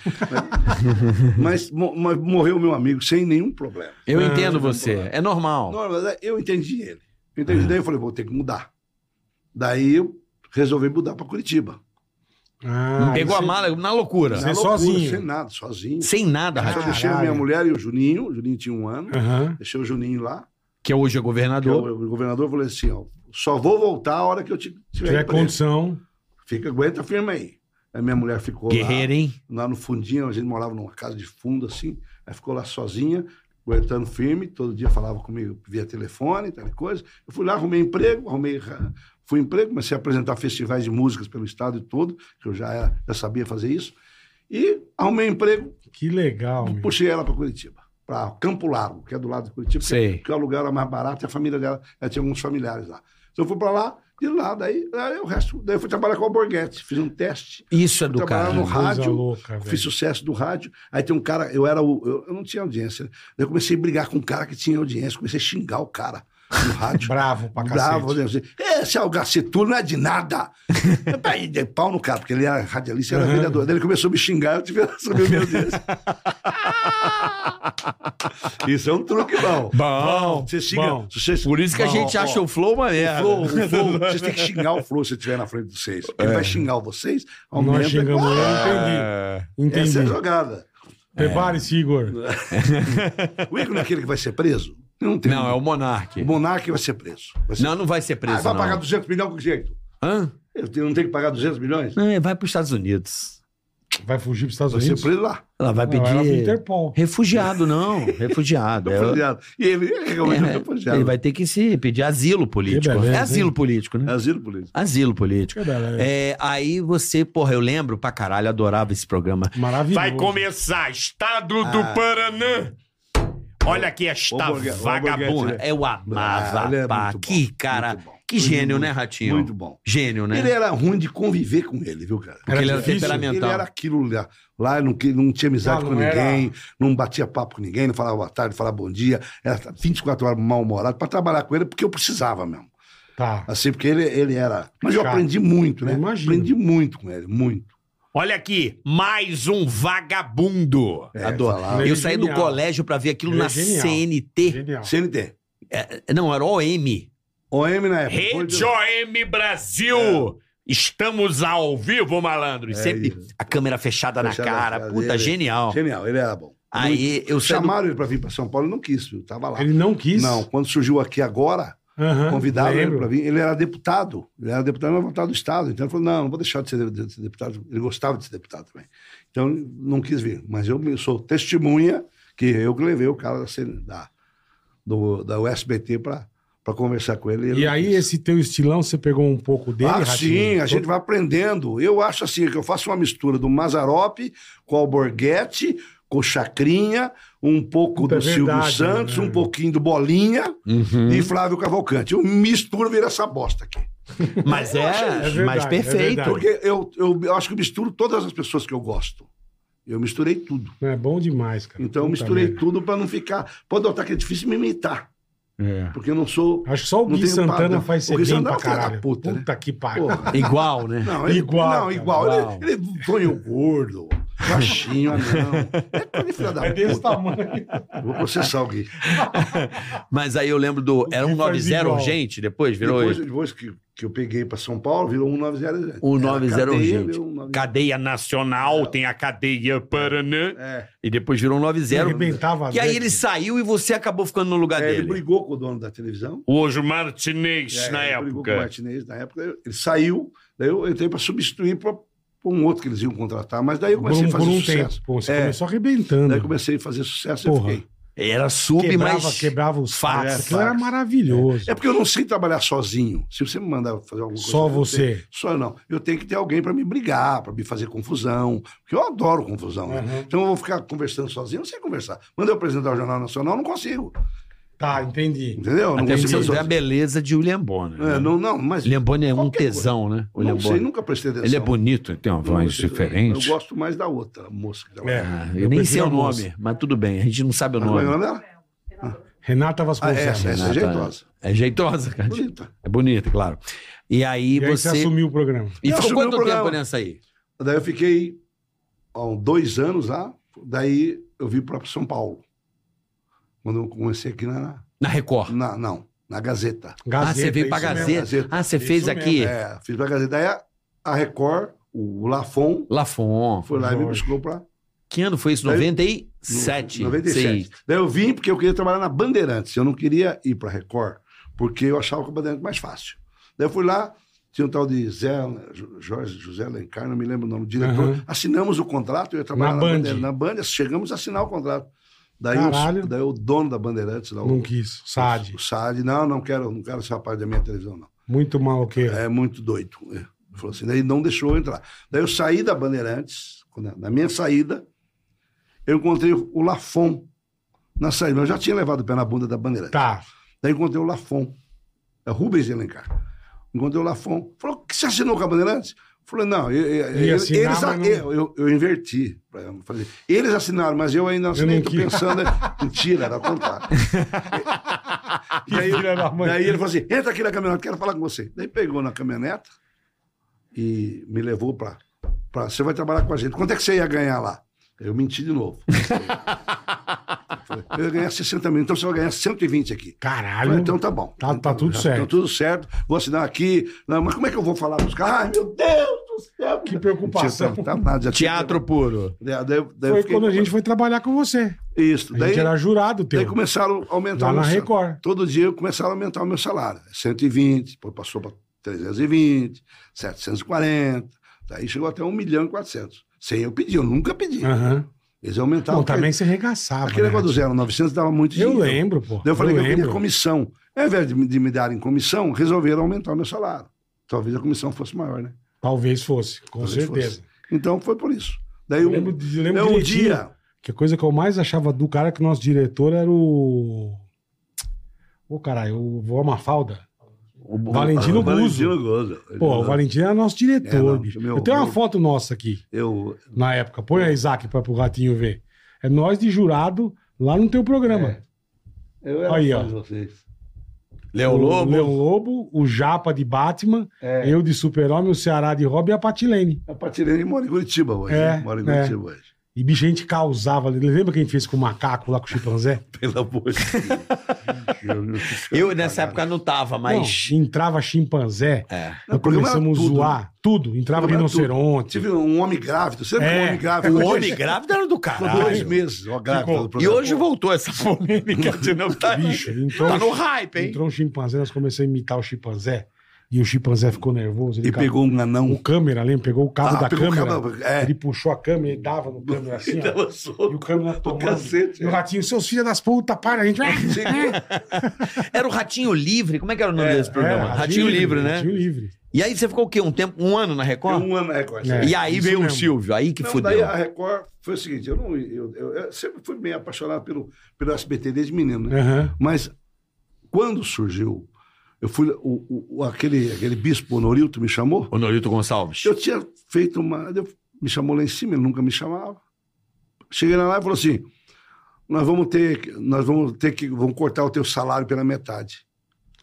[SPEAKER 5] Mas- mas, <laughs> mo- mas morreu meu amigo sem nenhum problema.
[SPEAKER 4] eu
[SPEAKER 3] Ah,
[SPEAKER 4] entendo você, é normal.
[SPEAKER 5] Na verdade, eu entendi ele. Eu entendi, daí eu falei, vou ter que mudar. Daí eu resolvi mudar para Curitiba.
[SPEAKER 3] Ah,
[SPEAKER 4] Pegou a
[SPEAKER 3] isso-
[SPEAKER 4] mala na loucura,
[SPEAKER 3] Você sozinho.
[SPEAKER 5] Sem nada, sozinho.
[SPEAKER 4] sem nada,
[SPEAKER 5] Só
[SPEAKER 4] Ratinho,
[SPEAKER 5] deixei a minha
[SPEAKER 3] Caralho.
[SPEAKER 5] mulher e o Juninho, o Juninho tinha um ano,
[SPEAKER 3] Aham.
[SPEAKER 5] deixei o Juninho lá,
[SPEAKER 4] que hoje é
[SPEAKER 5] que é
[SPEAKER 4] governador.
[SPEAKER 5] o, o governador falou assim, ó, só vou voltar a hora que eu ti- tiver,
[SPEAKER 3] Tiver
[SPEAKER 5] emprego.
[SPEAKER 3] condição.
[SPEAKER 5] Fica, aguenta firme aí. Aí minha mulher ficou lá,
[SPEAKER 4] Guerreiro, hein?
[SPEAKER 5] lá no fundinho, a gente morava numa casa de fundo assim, aí ficou lá sozinha, aguentando firme, todo dia falava comigo via telefone, tal coisa. Eu fui lá, arrumei emprego, arrumei ra- fui emprego, comecei a apresentar festivais de músicas pelo estado todo, que eu já, era- já sabia fazer isso. E arrumei emprego,
[SPEAKER 3] Que legal, meu.
[SPEAKER 5] Uhum. puxei ela para Curitiba, para Campo Largo, que é do lado de Curitiba, que é-
[SPEAKER 4] Sei.
[SPEAKER 5] porque o aluguel era mais barato e a família dela, ela tinha alguns familiares lá. Então eu fui para lá, de lá, daí, aí o resto, daí eu fui trabalhar com a Borghetti, fiz um teste
[SPEAKER 4] Isso é do
[SPEAKER 5] Trabalhava
[SPEAKER 4] cara.
[SPEAKER 5] Tá no
[SPEAKER 3] Coisa
[SPEAKER 5] rádio,
[SPEAKER 3] louca,
[SPEAKER 5] fiz
[SPEAKER 3] velho.
[SPEAKER 5] sucesso do rádio. Aí tem um cara, eu era o. Eu, eu não tinha audiência. né? Daí eu comecei a brigar com um cara que tinha audiência, comecei a xingar o cara
[SPEAKER 3] <laughs>
[SPEAKER 5] no rádio.
[SPEAKER 3] Bravo pra cacete.
[SPEAKER 5] Bravo, né? Assim, Esse algacetudo não é de nada. tá Aí dei pau no cara, porque ele era radialista, era
[SPEAKER 3] Aham.
[SPEAKER 5] vereador. Daí ele começou a me xingar, eu tive <laughs> que subir o meu dedo. Isso é um truque bom.
[SPEAKER 3] Bom,
[SPEAKER 5] Você xinga.
[SPEAKER 3] bom.
[SPEAKER 5] se você-
[SPEAKER 4] Por isso que a
[SPEAKER 5] Bom,
[SPEAKER 4] gente
[SPEAKER 5] ó.
[SPEAKER 4] acha o flow uma merda.
[SPEAKER 5] Flow, o Flow, vocês têm que xingar o Flow se estiver na frente de vocês. Ele vai xingar vocês, aumenta.
[SPEAKER 3] Nós chegamos lá,
[SPEAKER 4] É.
[SPEAKER 3] entendi.
[SPEAKER 5] Essa é a
[SPEAKER 3] Entendi.
[SPEAKER 5] jogada.
[SPEAKER 3] Prepare-se, Igor.
[SPEAKER 5] O Igor não é aquele que vai ser preso? Não tem.
[SPEAKER 4] Não, é o Monark.
[SPEAKER 5] O Monark vai ser preso. Vai ser-
[SPEAKER 4] Não, não vai ser
[SPEAKER 5] Ah,
[SPEAKER 4] preso.
[SPEAKER 5] vai
[SPEAKER 4] não.
[SPEAKER 5] pagar 200 milhões com que jeito?
[SPEAKER 4] Hã?
[SPEAKER 5] Eu tenho- não tenho que pagar 200 milhões?
[SPEAKER 4] Não, ele vai para os Estados Unidos.
[SPEAKER 5] É.
[SPEAKER 3] Vai fugir pros Estados
[SPEAKER 5] Vai ser
[SPEAKER 3] Unidos?
[SPEAKER 5] preso lá.
[SPEAKER 4] Ela vai
[SPEAKER 3] Não, era pro
[SPEAKER 4] pedir.
[SPEAKER 3] Interpol.
[SPEAKER 4] Refugiado,
[SPEAKER 5] <laughs>
[SPEAKER 4] não. Refugiado. É,
[SPEAKER 5] Refugiado. E ele é realmente um
[SPEAKER 4] é,
[SPEAKER 5] refugiado.
[SPEAKER 4] ele vai ter que se pedir asilo político.
[SPEAKER 3] Que beleza,
[SPEAKER 4] é asilo
[SPEAKER 3] hein?
[SPEAKER 4] político,
[SPEAKER 5] É
[SPEAKER 4] né?
[SPEAKER 5] Asilo político.
[SPEAKER 4] Asilo político.
[SPEAKER 3] Que beleza.
[SPEAKER 4] É, aí você, porra, eu lembro pra caralho, adorava esse programa.
[SPEAKER 5] É.
[SPEAKER 3] Maravilhoso.
[SPEAKER 2] Vai começar, Estado
[SPEAKER 5] Ah.
[SPEAKER 2] do Paraná. Olha aqui esta
[SPEAKER 5] Ô, Borghetti, ô,
[SPEAKER 2] vagabunda.
[SPEAKER 5] Borghetti,
[SPEAKER 4] Eu amava,
[SPEAKER 5] Ah, ele é
[SPEAKER 4] pá.
[SPEAKER 5] muito bom,
[SPEAKER 4] que cara,
[SPEAKER 5] muito bom.
[SPEAKER 4] que gênio,
[SPEAKER 5] Muito,
[SPEAKER 4] né, Ratinho?
[SPEAKER 5] Muito bom.
[SPEAKER 4] Gênio, né? É
[SPEAKER 5] Ele era ruim de conviver com ele, viu, cara?
[SPEAKER 4] Porque ele era
[SPEAKER 3] difícil?
[SPEAKER 4] temperamental.
[SPEAKER 5] Ele era aquilo lá. Lá não, que- não tinha amizade
[SPEAKER 3] Ah,
[SPEAKER 5] com
[SPEAKER 3] não era-
[SPEAKER 5] ninguém, não batia papo com ninguém, não falava boa tarde, não falava bom dia. Era 24 horas mal-humorado para trabalhar com ele, porque eu precisava mesmo.
[SPEAKER 3] Tá.
[SPEAKER 5] Assim, porque ele, ele era. Mas eu
[SPEAKER 3] Chato.
[SPEAKER 5] aprendi muito, né?
[SPEAKER 3] Eu imagino.
[SPEAKER 5] Aprendi muito com ele, muito.
[SPEAKER 2] Olha aqui, mais um vagabundo.
[SPEAKER 5] É,
[SPEAKER 4] Adoro.
[SPEAKER 5] falava-
[SPEAKER 3] Ele
[SPEAKER 4] eu
[SPEAKER 3] é
[SPEAKER 4] saí do
[SPEAKER 3] genial.
[SPEAKER 4] colégio pra ver aquilo
[SPEAKER 3] Ele é
[SPEAKER 4] na
[SPEAKER 3] genial.
[SPEAKER 4] CNT.
[SPEAKER 3] Genial.
[SPEAKER 5] CNT.
[SPEAKER 4] É, não, era OM.
[SPEAKER 5] OM na época. foi de-
[SPEAKER 2] Rede OM Brasil. Estamos ao vivo, malandros.
[SPEAKER 5] É
[SPEAKER 4] Sempre
[SPEAKER 5] isso.
[SPEAKER 4] a câmera fechada,
[SPEAKER 5] Fechada
[SPEAKER 4] na
[SPEAKER 5] na
[SPEAKER 4] cara.
[SPEAKER 5] cara
[SPEAKER 4] Puta,
[SPEAKER 5] dele.
[SPEAKER 4] genial.
[SPEAKER 5] Genial, ele era bom.
[SPEAKER 4] Aí eu
[SPEAKER 5] Muito.
[SPEAKER 4] saí do
[SPEAKER 5] Chamaram ele pra vir pra São Paulo, ele não quis, eu tava lá.
[SPEAKER 3] Ele não quis?
[SPEAKER 5] Não, quando surgiu aqui agora,
[SPEAKER 3] Aham,
[SPEAKER 5] convidaram ele
[SPEAKER 3] lembro.
[SPEAKER 5] pra vir. Ele era deputado, ele era deputado, mas deputado do Estado. Então ele falou: não, não vou deixar de ser, de ser deputado. Ele gostava de ser deputado também. Então não quis vir. Mas eu me- sou testemunha que eu que levei o cara da, CN da, do, da USBT pra, pra conversar com ele. ele
[SPEAKER 3] E
[SPEAKER 5] não
[SPEAKER 3] aí,
[SPEAKER 5] quis.
[SPEAKER 3] esse teu estilão, você pegou um pouco dele,
[SPEAKER 5] ah,
[SPEAKER 3] Ratinho?
[SPEAKER 5] sim, a gente vai aprendendo. Eu acho assim, que eu faço uma mistura do Mazarop com o Alborguete, com o Chacrinha, um pouco
[SPEAKER 3] Puta, é
[SPEAKER 5] do Silvio
[SPEAKER 3] verdade,
[SPEAKER 5] Santos,
[SPEAKER 3] né?
[SPEAKER 5] um pouquinho do Bolinha
[SPEAKER 4] Uhum.
[SPEAKER 5] <laughs> e Flávio Cavalcante. Eu misturo vira essa bosta aqui.
[SPEAKER 4] Mas é,
[SPEAKER 3] verdade,
[SPEAKER 4] mas
[SPEAKER 3] é
[SPEAKER 4] perfeito.
[SPEAKER 3] verdade.
[SPEAKER 5] Porque eu, eu, eu acho que eu misturo todas as pessoas que eu gosto. Eu misturei tudo.
[SPEAKER 3] É bom demais, cara.
[SPEAKER 5] Então eu
[SPEAKER 3] Puta
[SPEAKER 5] misturei
[SPEAKER 3] merda.
[SPEAKER 5] tudo para não ficar. Pode notar que é difícil me imitar,
[SPEAKER 4] É.
[SPEAKER 5] porque eu não sou.
[SPEAKER 3] Acho que só o
[SPEAKER 5] Não
[SPEAKER 3] Gui
[SPEAKER 5] tem um
[SPEAKER 3] Santana
[SPEAKER 5] padrão.
[SPEAKER 3] faz ser
[SPEAKER 5] O Gui
[SPEAKER 3] bem
[SPEAKER 5] Santana
[SPEAKER 3] pra
[SPEAKER 5] é um filho da
[SPEAKER 3] caralho.
[SPEAKER 5] puta, né?
[SPEAKER 3] que pariu.
[SPEAKER 5] Porra.
[SPEAKER 4] Igual, né?
[SPEAKER 5] Não, ele,
[SPEAKER 3] Igual,
[SPEAKER 5] igual. Não,
[SPEAKER 3] cara,
[SPEAKER 5] igual.
[SPEAKER 4] igual.
[SPEAKER 5] Ele, ele põe o gordo, baixinho, anão. É coisa de filha da
[SPEAKER 3] É desse
[SPEAKER 5] puta.
[SPEAKER 3] tamanho.
[SPEAKER 5] Vou processar alguém.
[SPEAKER 4] Mas aí eu lembro do. Era um
[SPEAKER 3] que faz
[SPEAKER 4] 90
[SPEAKER 3] igual.
[SPEAKER 4] urgente, depois virou
[SPEAKER 5] Depois, depois que, que eu peguei pra São Paulo, virou 190.
[SPEAKER 4] Um
[SPEAKER 5] Era
[SPEAKER 4] 90
[SPEAKER 5] cadeia,
[SPEAKER 4] urgente.
[SPEAKER 5] virou um 90.
[SPEAKER 2] Cadeia Nacional, tem a cadeia Paraná.
[SPEAKER 5] É,
[SPEAKER 4] E depois virou um 90.
[SPEAKER 3] Arrebentava
[SPEAKER 4] Que aí
[SPEAKER 3] dentro.
[SPEAKER 4] ele saiu e você acabou ficando no lugar
[SPEAKER 5] é, ele
[SPEAKER 4] dele.
[SPEAKER 5] brigou com o dono da televisão.
[SPEAKER 2] O Osmar Martinez,
[SPEAKER 5] É,
[SPEAKER 2] na
[SPEAKER 5] ele brigou com o
[SPEAKER 2] época.
[SPEAKER 5] Martinez na época. Ele saiu, daí eu entrei pra substituir pra, pra um outro que eles iam contratar. Mas daí eu
[SPEAKER 3] Por
[SPEAKER 5] comecei
[SPEAKER 3] um,
[SPEAKER 5] a fazer
[SPEAKER 3] por um
[SPEAKER 5] sucesso.
[SPEAKER 3] tempo. Pô, você
[SPEAKER 5] É.
[SPEAKER 3] começou
[SPEAKER 5] Daí eu
[SPEAKER 3] arrebentando.
[SPEAKER 5] comecei a fazer sucesso
[SPEAKER 3] Porra.
[SPEAKER 5] e eu fiquei.
[SPEAKER 4] Era sub,
[SPEAKER 3] Quebrava,
[SPEAKER 4] mas.
[SPEAKER 3] quebrava os fatos.
[SPEAKER 5] É,
[SPEAKER 3] Aquilo era
[SPEAKER 5] fatos.
[SPEAKER 3] maravilhoso.
[SPEAKER 5] É né? porque eu não sei trabalhar sozinho. Se você me mandar fazer alguma coisa.
[SPEAKER 3] Só
[SPEAKER 5] eu tenho-
[SPEAKER 3] você.
[SPEAKER 5] Só eu não. Eu tenho que ter alguém pra me brigar, pra me fazer confusão. Porque eu adoro confusão, né?
[SPEAKER 3] Uhum.
[SPEAKER 5] Então eu vou ficar conversando sozinho, eu não sei conversar. Manda eu apresentar o Jornal Nacional, eu não consigo.
[SPEAKER 3] Tá, entendi.
[SPEAKER 5] Entendeu? Eu não
[SPEAKER 4] Até então, porque
[SPEAKER 5] consigo.
[SPEAKER 4] você vê a
[SPEAKER 5] sozinho.
[SPEAKER 4] beleza de William Bonner. né?
[SPEAKER 5] É, não, não, mas.
[SPEAKER 4] William Bonner é um
[SPEAKER 5] Qualquer
[SPEAKER 4] tesão, né?
[SPEAKER 5] eu
[SPEAKER 4] William
[SPEAKER 5] não sei,
[SPEAKER 4] Bonner.
[SPEAKER 5] nunca prestei atenção.
[SPEAKER 4] Ele é bonito, ele tem uma
[SPEAKER 5] Não,
[SPEAKER 4] voz
[SPEAKER 5] eu-
[SPEAKER 4] diferente.
[SPEAKER 5] Eu gosto mais da outra moça que trabalha.
[SPEAKER 3] É,
[SPEAKER 4] Ah,
[SPEAKER 3] eu
[SPEAKER 4] eu nem
[SPEAKER 3] prefiro
[SPEAKER 4] sei
[SPEAKER 3] a
[SPEAKER 4] o
[SPEAKER 3] moça.
[SPEAKER 4] nome, mas tudo bem, a gente não sabe o
[SPEAKER 5] Mas como é o
[SPEAKER 4] nome.
[SPEAKER 5] nome dela?
[SPEAKER 3] Renata
[SPEAKER 5] Ah,
[SPEAKER 3] Vasconcelos.
[SPEAKER 5] essa, essa é
[SPEAKER 4] Renata.
[SPEAKER 5] jeitosa.
[SPEAKER 4] É jeitosa, cara.
[SPEAKER 5] Bonita.
[SPEAKER 4] É bonita, claro. E aí
[SPEAKER 3] e aí você
[SPEAKER 4] você.
[SPEAKER 3] assumiu o programa.
[SPEAKER 4] E
[SPEAKER 5] Eu
[SPEAKER 4] ficou
[SPEAKER 5] assumi o
[SPEAKER 4] quanto tempo
[SPEAKER 5] programa.
[SPEAKER 4] nessa aí?
[SPEAKER 5] Daí eu fiquei ó, dois anos lá, daí eu vim para São Paulo. Quando eu comecei aqui na.
[SPEAKER 4] Na Record.
[SPEAKER 5] na não, na Gazeta. é
[SPEAKER 4] ah, você veio pra
[SPEAKER 3] isso mesmo.
[SPEAKER 4] Gazeta.
[SPEAKER 5] Gazeta.
[SPEAKER 4] Ah, você
[SPEAKER 3] Isso
[SPEAKER 4] fez
[SPEAKER 3] mesmo,
[SPEAKER 4] aqui.
[SPEAKER 5] É, fiz pra Gazeta. Daí a, a Record, o Lafon,
[SPEAKER 4] Lafon.
[SPEAKER 5] foi lá e me
[SPEAKER 3] Lógico.
[SPEAKER 5] buscou pra.
[SPEAKER 4] Que ano foi isso?
[SPEAKER 5] Daí-
[SPEAKER 4] 97.
[SPEAKER 5] 97.
[SPEAKER 4] Sei.
[SPEAKER 5] Daí eu vim porque eu queria trabalhar na Bandeirantes. Eu não queria ir pra Record, porque eu achava que a Bandeirantes mais fácil. Daí eu fui lá, Tinha um tal de Zé, Jo- Jorge José Lencar, não me lembro o nome, diretor.
[SPEAKER 3] Aham.
[SPEAKER 5] Assinamos o contrato, eu ia trabalhar
[SPEAKER 3] Na
[SPEAKER 5] na,
[SPEAKER 3] Band.
[SPEAKER 5] Bandeirantes. Na Band, chegamos a assinar o contrato. Daí,
[SPEAKER 3] Caralho.
[SPEAKER 5] o, daí o dono da Bandeirantes, lá,
[SPEAKER 3] Não
[SPEAKER 5] o,
[SPEAKER 3] quis. Sad.
[SPEAKER 5] o Saad, não, não quero, não quero esse rapaz da minha televisão, não.
[SPEAKER 3] Muito maloqueiro.
[SPEAKER 5] É muito doido. É. Falou assim, daí não deixou eu entrar. Daí eu saí da Bandeirantes, quando- é, na minha saída, eu encontrei o Lafon na saída. Eu já tinha levado o pé na bunda da Bandeirantes.
[SPEAKER 3] Tá.
[SPEAKER 5] Daí encontrei o Lafon. É Rubens Elencar. Encontrei o Lafon. Falou, "O que você assinou com a Bandeirantes? Falei, não, eu, eu-
[SPEAKER 3] Ia
[SPEAKER 5] eles,
[SPEAKER 3] assinar,
[SPEAKER 5] eles-
[SPEAKER 3] mas não-
[SPEAKER 5] eu, eu- eu inverti. Eu falei, eles assinaram, mas eu ainda não assinei,
[SPEAKER 3] não
[SPEAKER 5] tô
[SPEAKER 3] quis. <laughs>
[SPEAKER 5] pensando. né? Mentira, era o contrário.
[SPEAKER 3] Que filha da mãe.
[SPEAKER 5] Daí ele falou assim: entra aqui na caminhonete, quero falar com você. Daí pegou na caminhoneta e me levou pra. pra você vai trabalhar com a gente. Quanto é que você ia ganhar lá? Eu menti de
[SPEAKER 3] <laughs>
[SPEAKER 5] novo. Falei, eu ia ganhar 60 mil, então você vai ganhar 120 aqui.
[SPEAKER 3] Caralho.
[SPEAKER 5] Falei, então tá bom.
[SPEAKER 3] Tá- tá tudo
[SPEAKER 5] Já-
[SPEAKER 3] certo.
[SPEAKER 5] Tá tudo certo. Vou assinar aqui. Não, mas como é que eu vou falar pros caras? Ai, meu Deus do céu.
[SPEAKER 3] Que preocupação.
[SPEAKER 5] Não tinha- tá- tá nada, já tinha-
[SPEAKER 4] Teatro puro.
[SPEAKER 5] Daí- daí- daí eu
[SPEAKER 3] Foi
[SPEAKER 5] fiquei-
[SPEAKER 3] quando a gente foi trabalhar com você.
[SPEAKER 5] Isso.
[SPEAKER 3] A
[SPEAKER 5] Daí,
[SPEAKER 3] gente era jurado
[SPEAKER 5] daí
[SPEAKER 3] teu.
[SPEAKER 5] começaram a aumentar
[SPEAKER 3] Lá
[SPEAKER 5] o
[SPEAKER 3] na
[SPEAKER 5] meu salário.
[SPEAKER 3] Record.
[SPEAKER 5] Todo dia eu começava a aumentar o meu salário. 120, depois passou para 320, 740, daí chegou até 1 milhão e 400. Sem eu pedir, eu nunca pedi.
[SPEAKER 3] Aham.
[SPEAKER 5] Eles aumentavam.
[SPEAKER 3] Bom, Ah. também você
[SPEAKER 5] porque
[SPEAKER 3] regaçava.
[SPEAKER 5] Tá, Aquele
[SPEAKER 3] né?
[SPEAKER 5] negócio do 0, 900 dava muito
[SPEAKER 3] Eu
[SPEAKER 5] dinheiro.
[SPEAKER 3] lembro, pô.
[SPEAKER 5] Daí eu falei que eu
[SPEAKER 3] lembro.
[SPEAKER 5] queria comissão. Ao invés de me, de me darem comissão, resolveram aumentar o meu salário. Talvez a comissão fosse maior, né?
[SPEAKER 3] Talvez fosse, com
[SPEAKER 5] Talvez
[SPEAKER 3] certeza.
[SPEAKER 5] fosse. Então foi por isso. Daí
[SPEAKER 3] Eu
[SPEAKER 5] um,
[SPEAKER 3] lembro, de- lembro
[SPEAKER 5] daí um
[SPEAKER 3] direitinho
[SPEAKER 5] dia.
[SPEAKER 3] Que a coisa que eu mais achava do cara é que o nosso diretor era o. Ô, caralho, o Vô Mafalda.
[SPEAKER 4] O-
[SPEAKER 3] Valentino Guzzo.
[SPEAKER 5] Valentino Gozo.
[SPEAKER 3] Pô, o Valentino era nosso
[SPEAKER 5] Tá É,
[SPEAKER 3] diretor,
[SPEAKER 5] não,
[SPEAKER 3] bicho.
[SPEAKER 5] meu-
[SPEAKER 3] eu tenho uma
[SPEAKER 5] meu-
[SPEAKER 3] foto nossa aqui,
[SPEAKER 5] Eu,
[SPEAKER 3] na época. Põe a Isaac pra, pro ratinho ver. É nós de jurado lá no teu
[SPEAKER 5] É.
[SPEAKER 3] programa.
[SPEAKER 5] eu era
[SPEAKER 3] Aí,
[SPEAKER 5] fã
[SPEAKER 3] ó.
[SPEAKER 5] de vocês.
[SPEAKER 4] Léo
[SPEAKER 3] o
[SPEAKER 4] Lobo.
[SPEAKER 3] Leão Lobo, o Japa de Batman,
[SPEAKER 5] É.
[SPEAKER 3] eu de Super-Homem, o Ceará de Rob e a Patilene.
[SPEAKER 5] A Patirene mora em Curitiba hoje.
[SPEAKER 3] É,
[SPEAKER 5] né? Mora em
[SPEAKER 3] é.
[SPEAKER 5] Curitiba hoje.
[SPEAKER 3] E bicho, a gente causava. Lembra que a gente fez com o macaco lá com o
[SPEAKER 5] <laughs>
[SPEAKER 3] chimpanzé?
[SPEAKER 5] Pelo amor de Deus.
[SPEAKER 4] <laughs> Eu nessa época não tava, mas.
[SPEAKER 3] Não, entrava chimpanzé.
[SPEAKER 4] É.
[SPEAKER 5] Não,
[SPEAKER 3] Nós
[SPEAKER 5] o programa era
[SPEAKER 3] começamos a
[SPEAKER 5] tudo,
[SPEAKER 3] zoar tudo. Entrava
[SPEAKER 5] O programa era
[SPEAKER 3] rinoceronte.
[SPEAKER 5] Tive um homem grávido. Sempre
[SPEAKER 3] É,
[SPEAKER 5] um homem grávido.
[SPEAKER 4] O
[SPEAKER 5] Ficou
[SPEAKER 4] homem
[SPEAKER 5] dois-
[SPEAKER 4] grávido era do
[SPEAKER 5] Ficou dois
[SPEAKER 4] caralho.
[SPEAKER 5] meses. Ó, grávida
[SPEAKER 3] Ficou.
[SPEAKER 5] do
[SPEAKER 4] E
[SPEAKER 5] programa.
[SPEAKER 4] hoje voltou essa polêmica de novo. Tá,
[SPEAKER 5] <laughs>
[SPEAKER 3] Bicho, entrou,
[SPEAKER 4] tá no hype, hein?
[SPEAKER 3] entrou um chimpanzé, nós começamos a imitar o chimpanzé. E o chimpanzé ficou nervoso. Ele
[SPEAKER 5] E
[SPEAKER 3] caiu-
[SPEAKER 5] pegou um anão.
[SPEAKER 3] o câmera, lembra? Pegou o cabo
[SPEAKER 5] Ah,
[SPEAKER 3] da
[SPEAKER 5] pegou o
[SPEAKER 3] câmera.
[SPEAKER 5] cabo da- é.
[SPEAKER 3] Ele puxou a câmera e dava no câmera assim, ó.
[SPEAKER 5] Ela
[SPEAKER 3] E o
[SPEAKER 5] solta.
[SPEAKER 3] câmera tomando.
[SPEAKER 5] cacete,
[SPEAKER 3] e o
[SPEAKER 5] é.
[SPEAKER 3] ratinho, seus filhos das putas, para a gente.
[SPEAKER 4] Era o Ratinho Livre. Como é que era o nome desse programa?
[SPEAKER 3] É,
[SPEAKER 4] Ratinho, Livre, né?
[SPEAKER 3] Ratinho livre.
[SPEAKER 4] E aí você ficou o quê? Um tempo, um ano na
[SPEAKER 5] Tem
[SPEAKER 4] Record?
[SPEAKER 5] um ano na Record.
[SPEAKER 3] É.
[SPEAKER 4] E aí
[SPEAKER 3] isso
[SPEAKER 4] veio
[SPEAKER 3] mesmo.
[SPEAKER 4] o Silvio, aí que
[SPEAKER 5] Não,
[SPEAKER 4] fudeu.
[SPEAKER 5] daí a Record foi o seguinte, eu, não, eu, eu- eu sempre fui meio apaixonado pelo, pelo SBT desde menino,
[SPEAKER 4] É.
[SPEAKER 5] né?
[SPEAKER 3] Aham.
[SPEAKER 5] Mas quando surgiu, eu fui, o, o- o- aquele, aquele bispo Honorilto me chamou,
[SPEAKER 4] O Norito Gonçalves.
[SPEAKER 5] Eu tinha feito uma. eu- me chamou lá em cima, ele nunca me chamava. Cheguei lá e falou assim: nós vamos ter, que- nós vamos ter que. Vamos cortar o teu salário pela metade.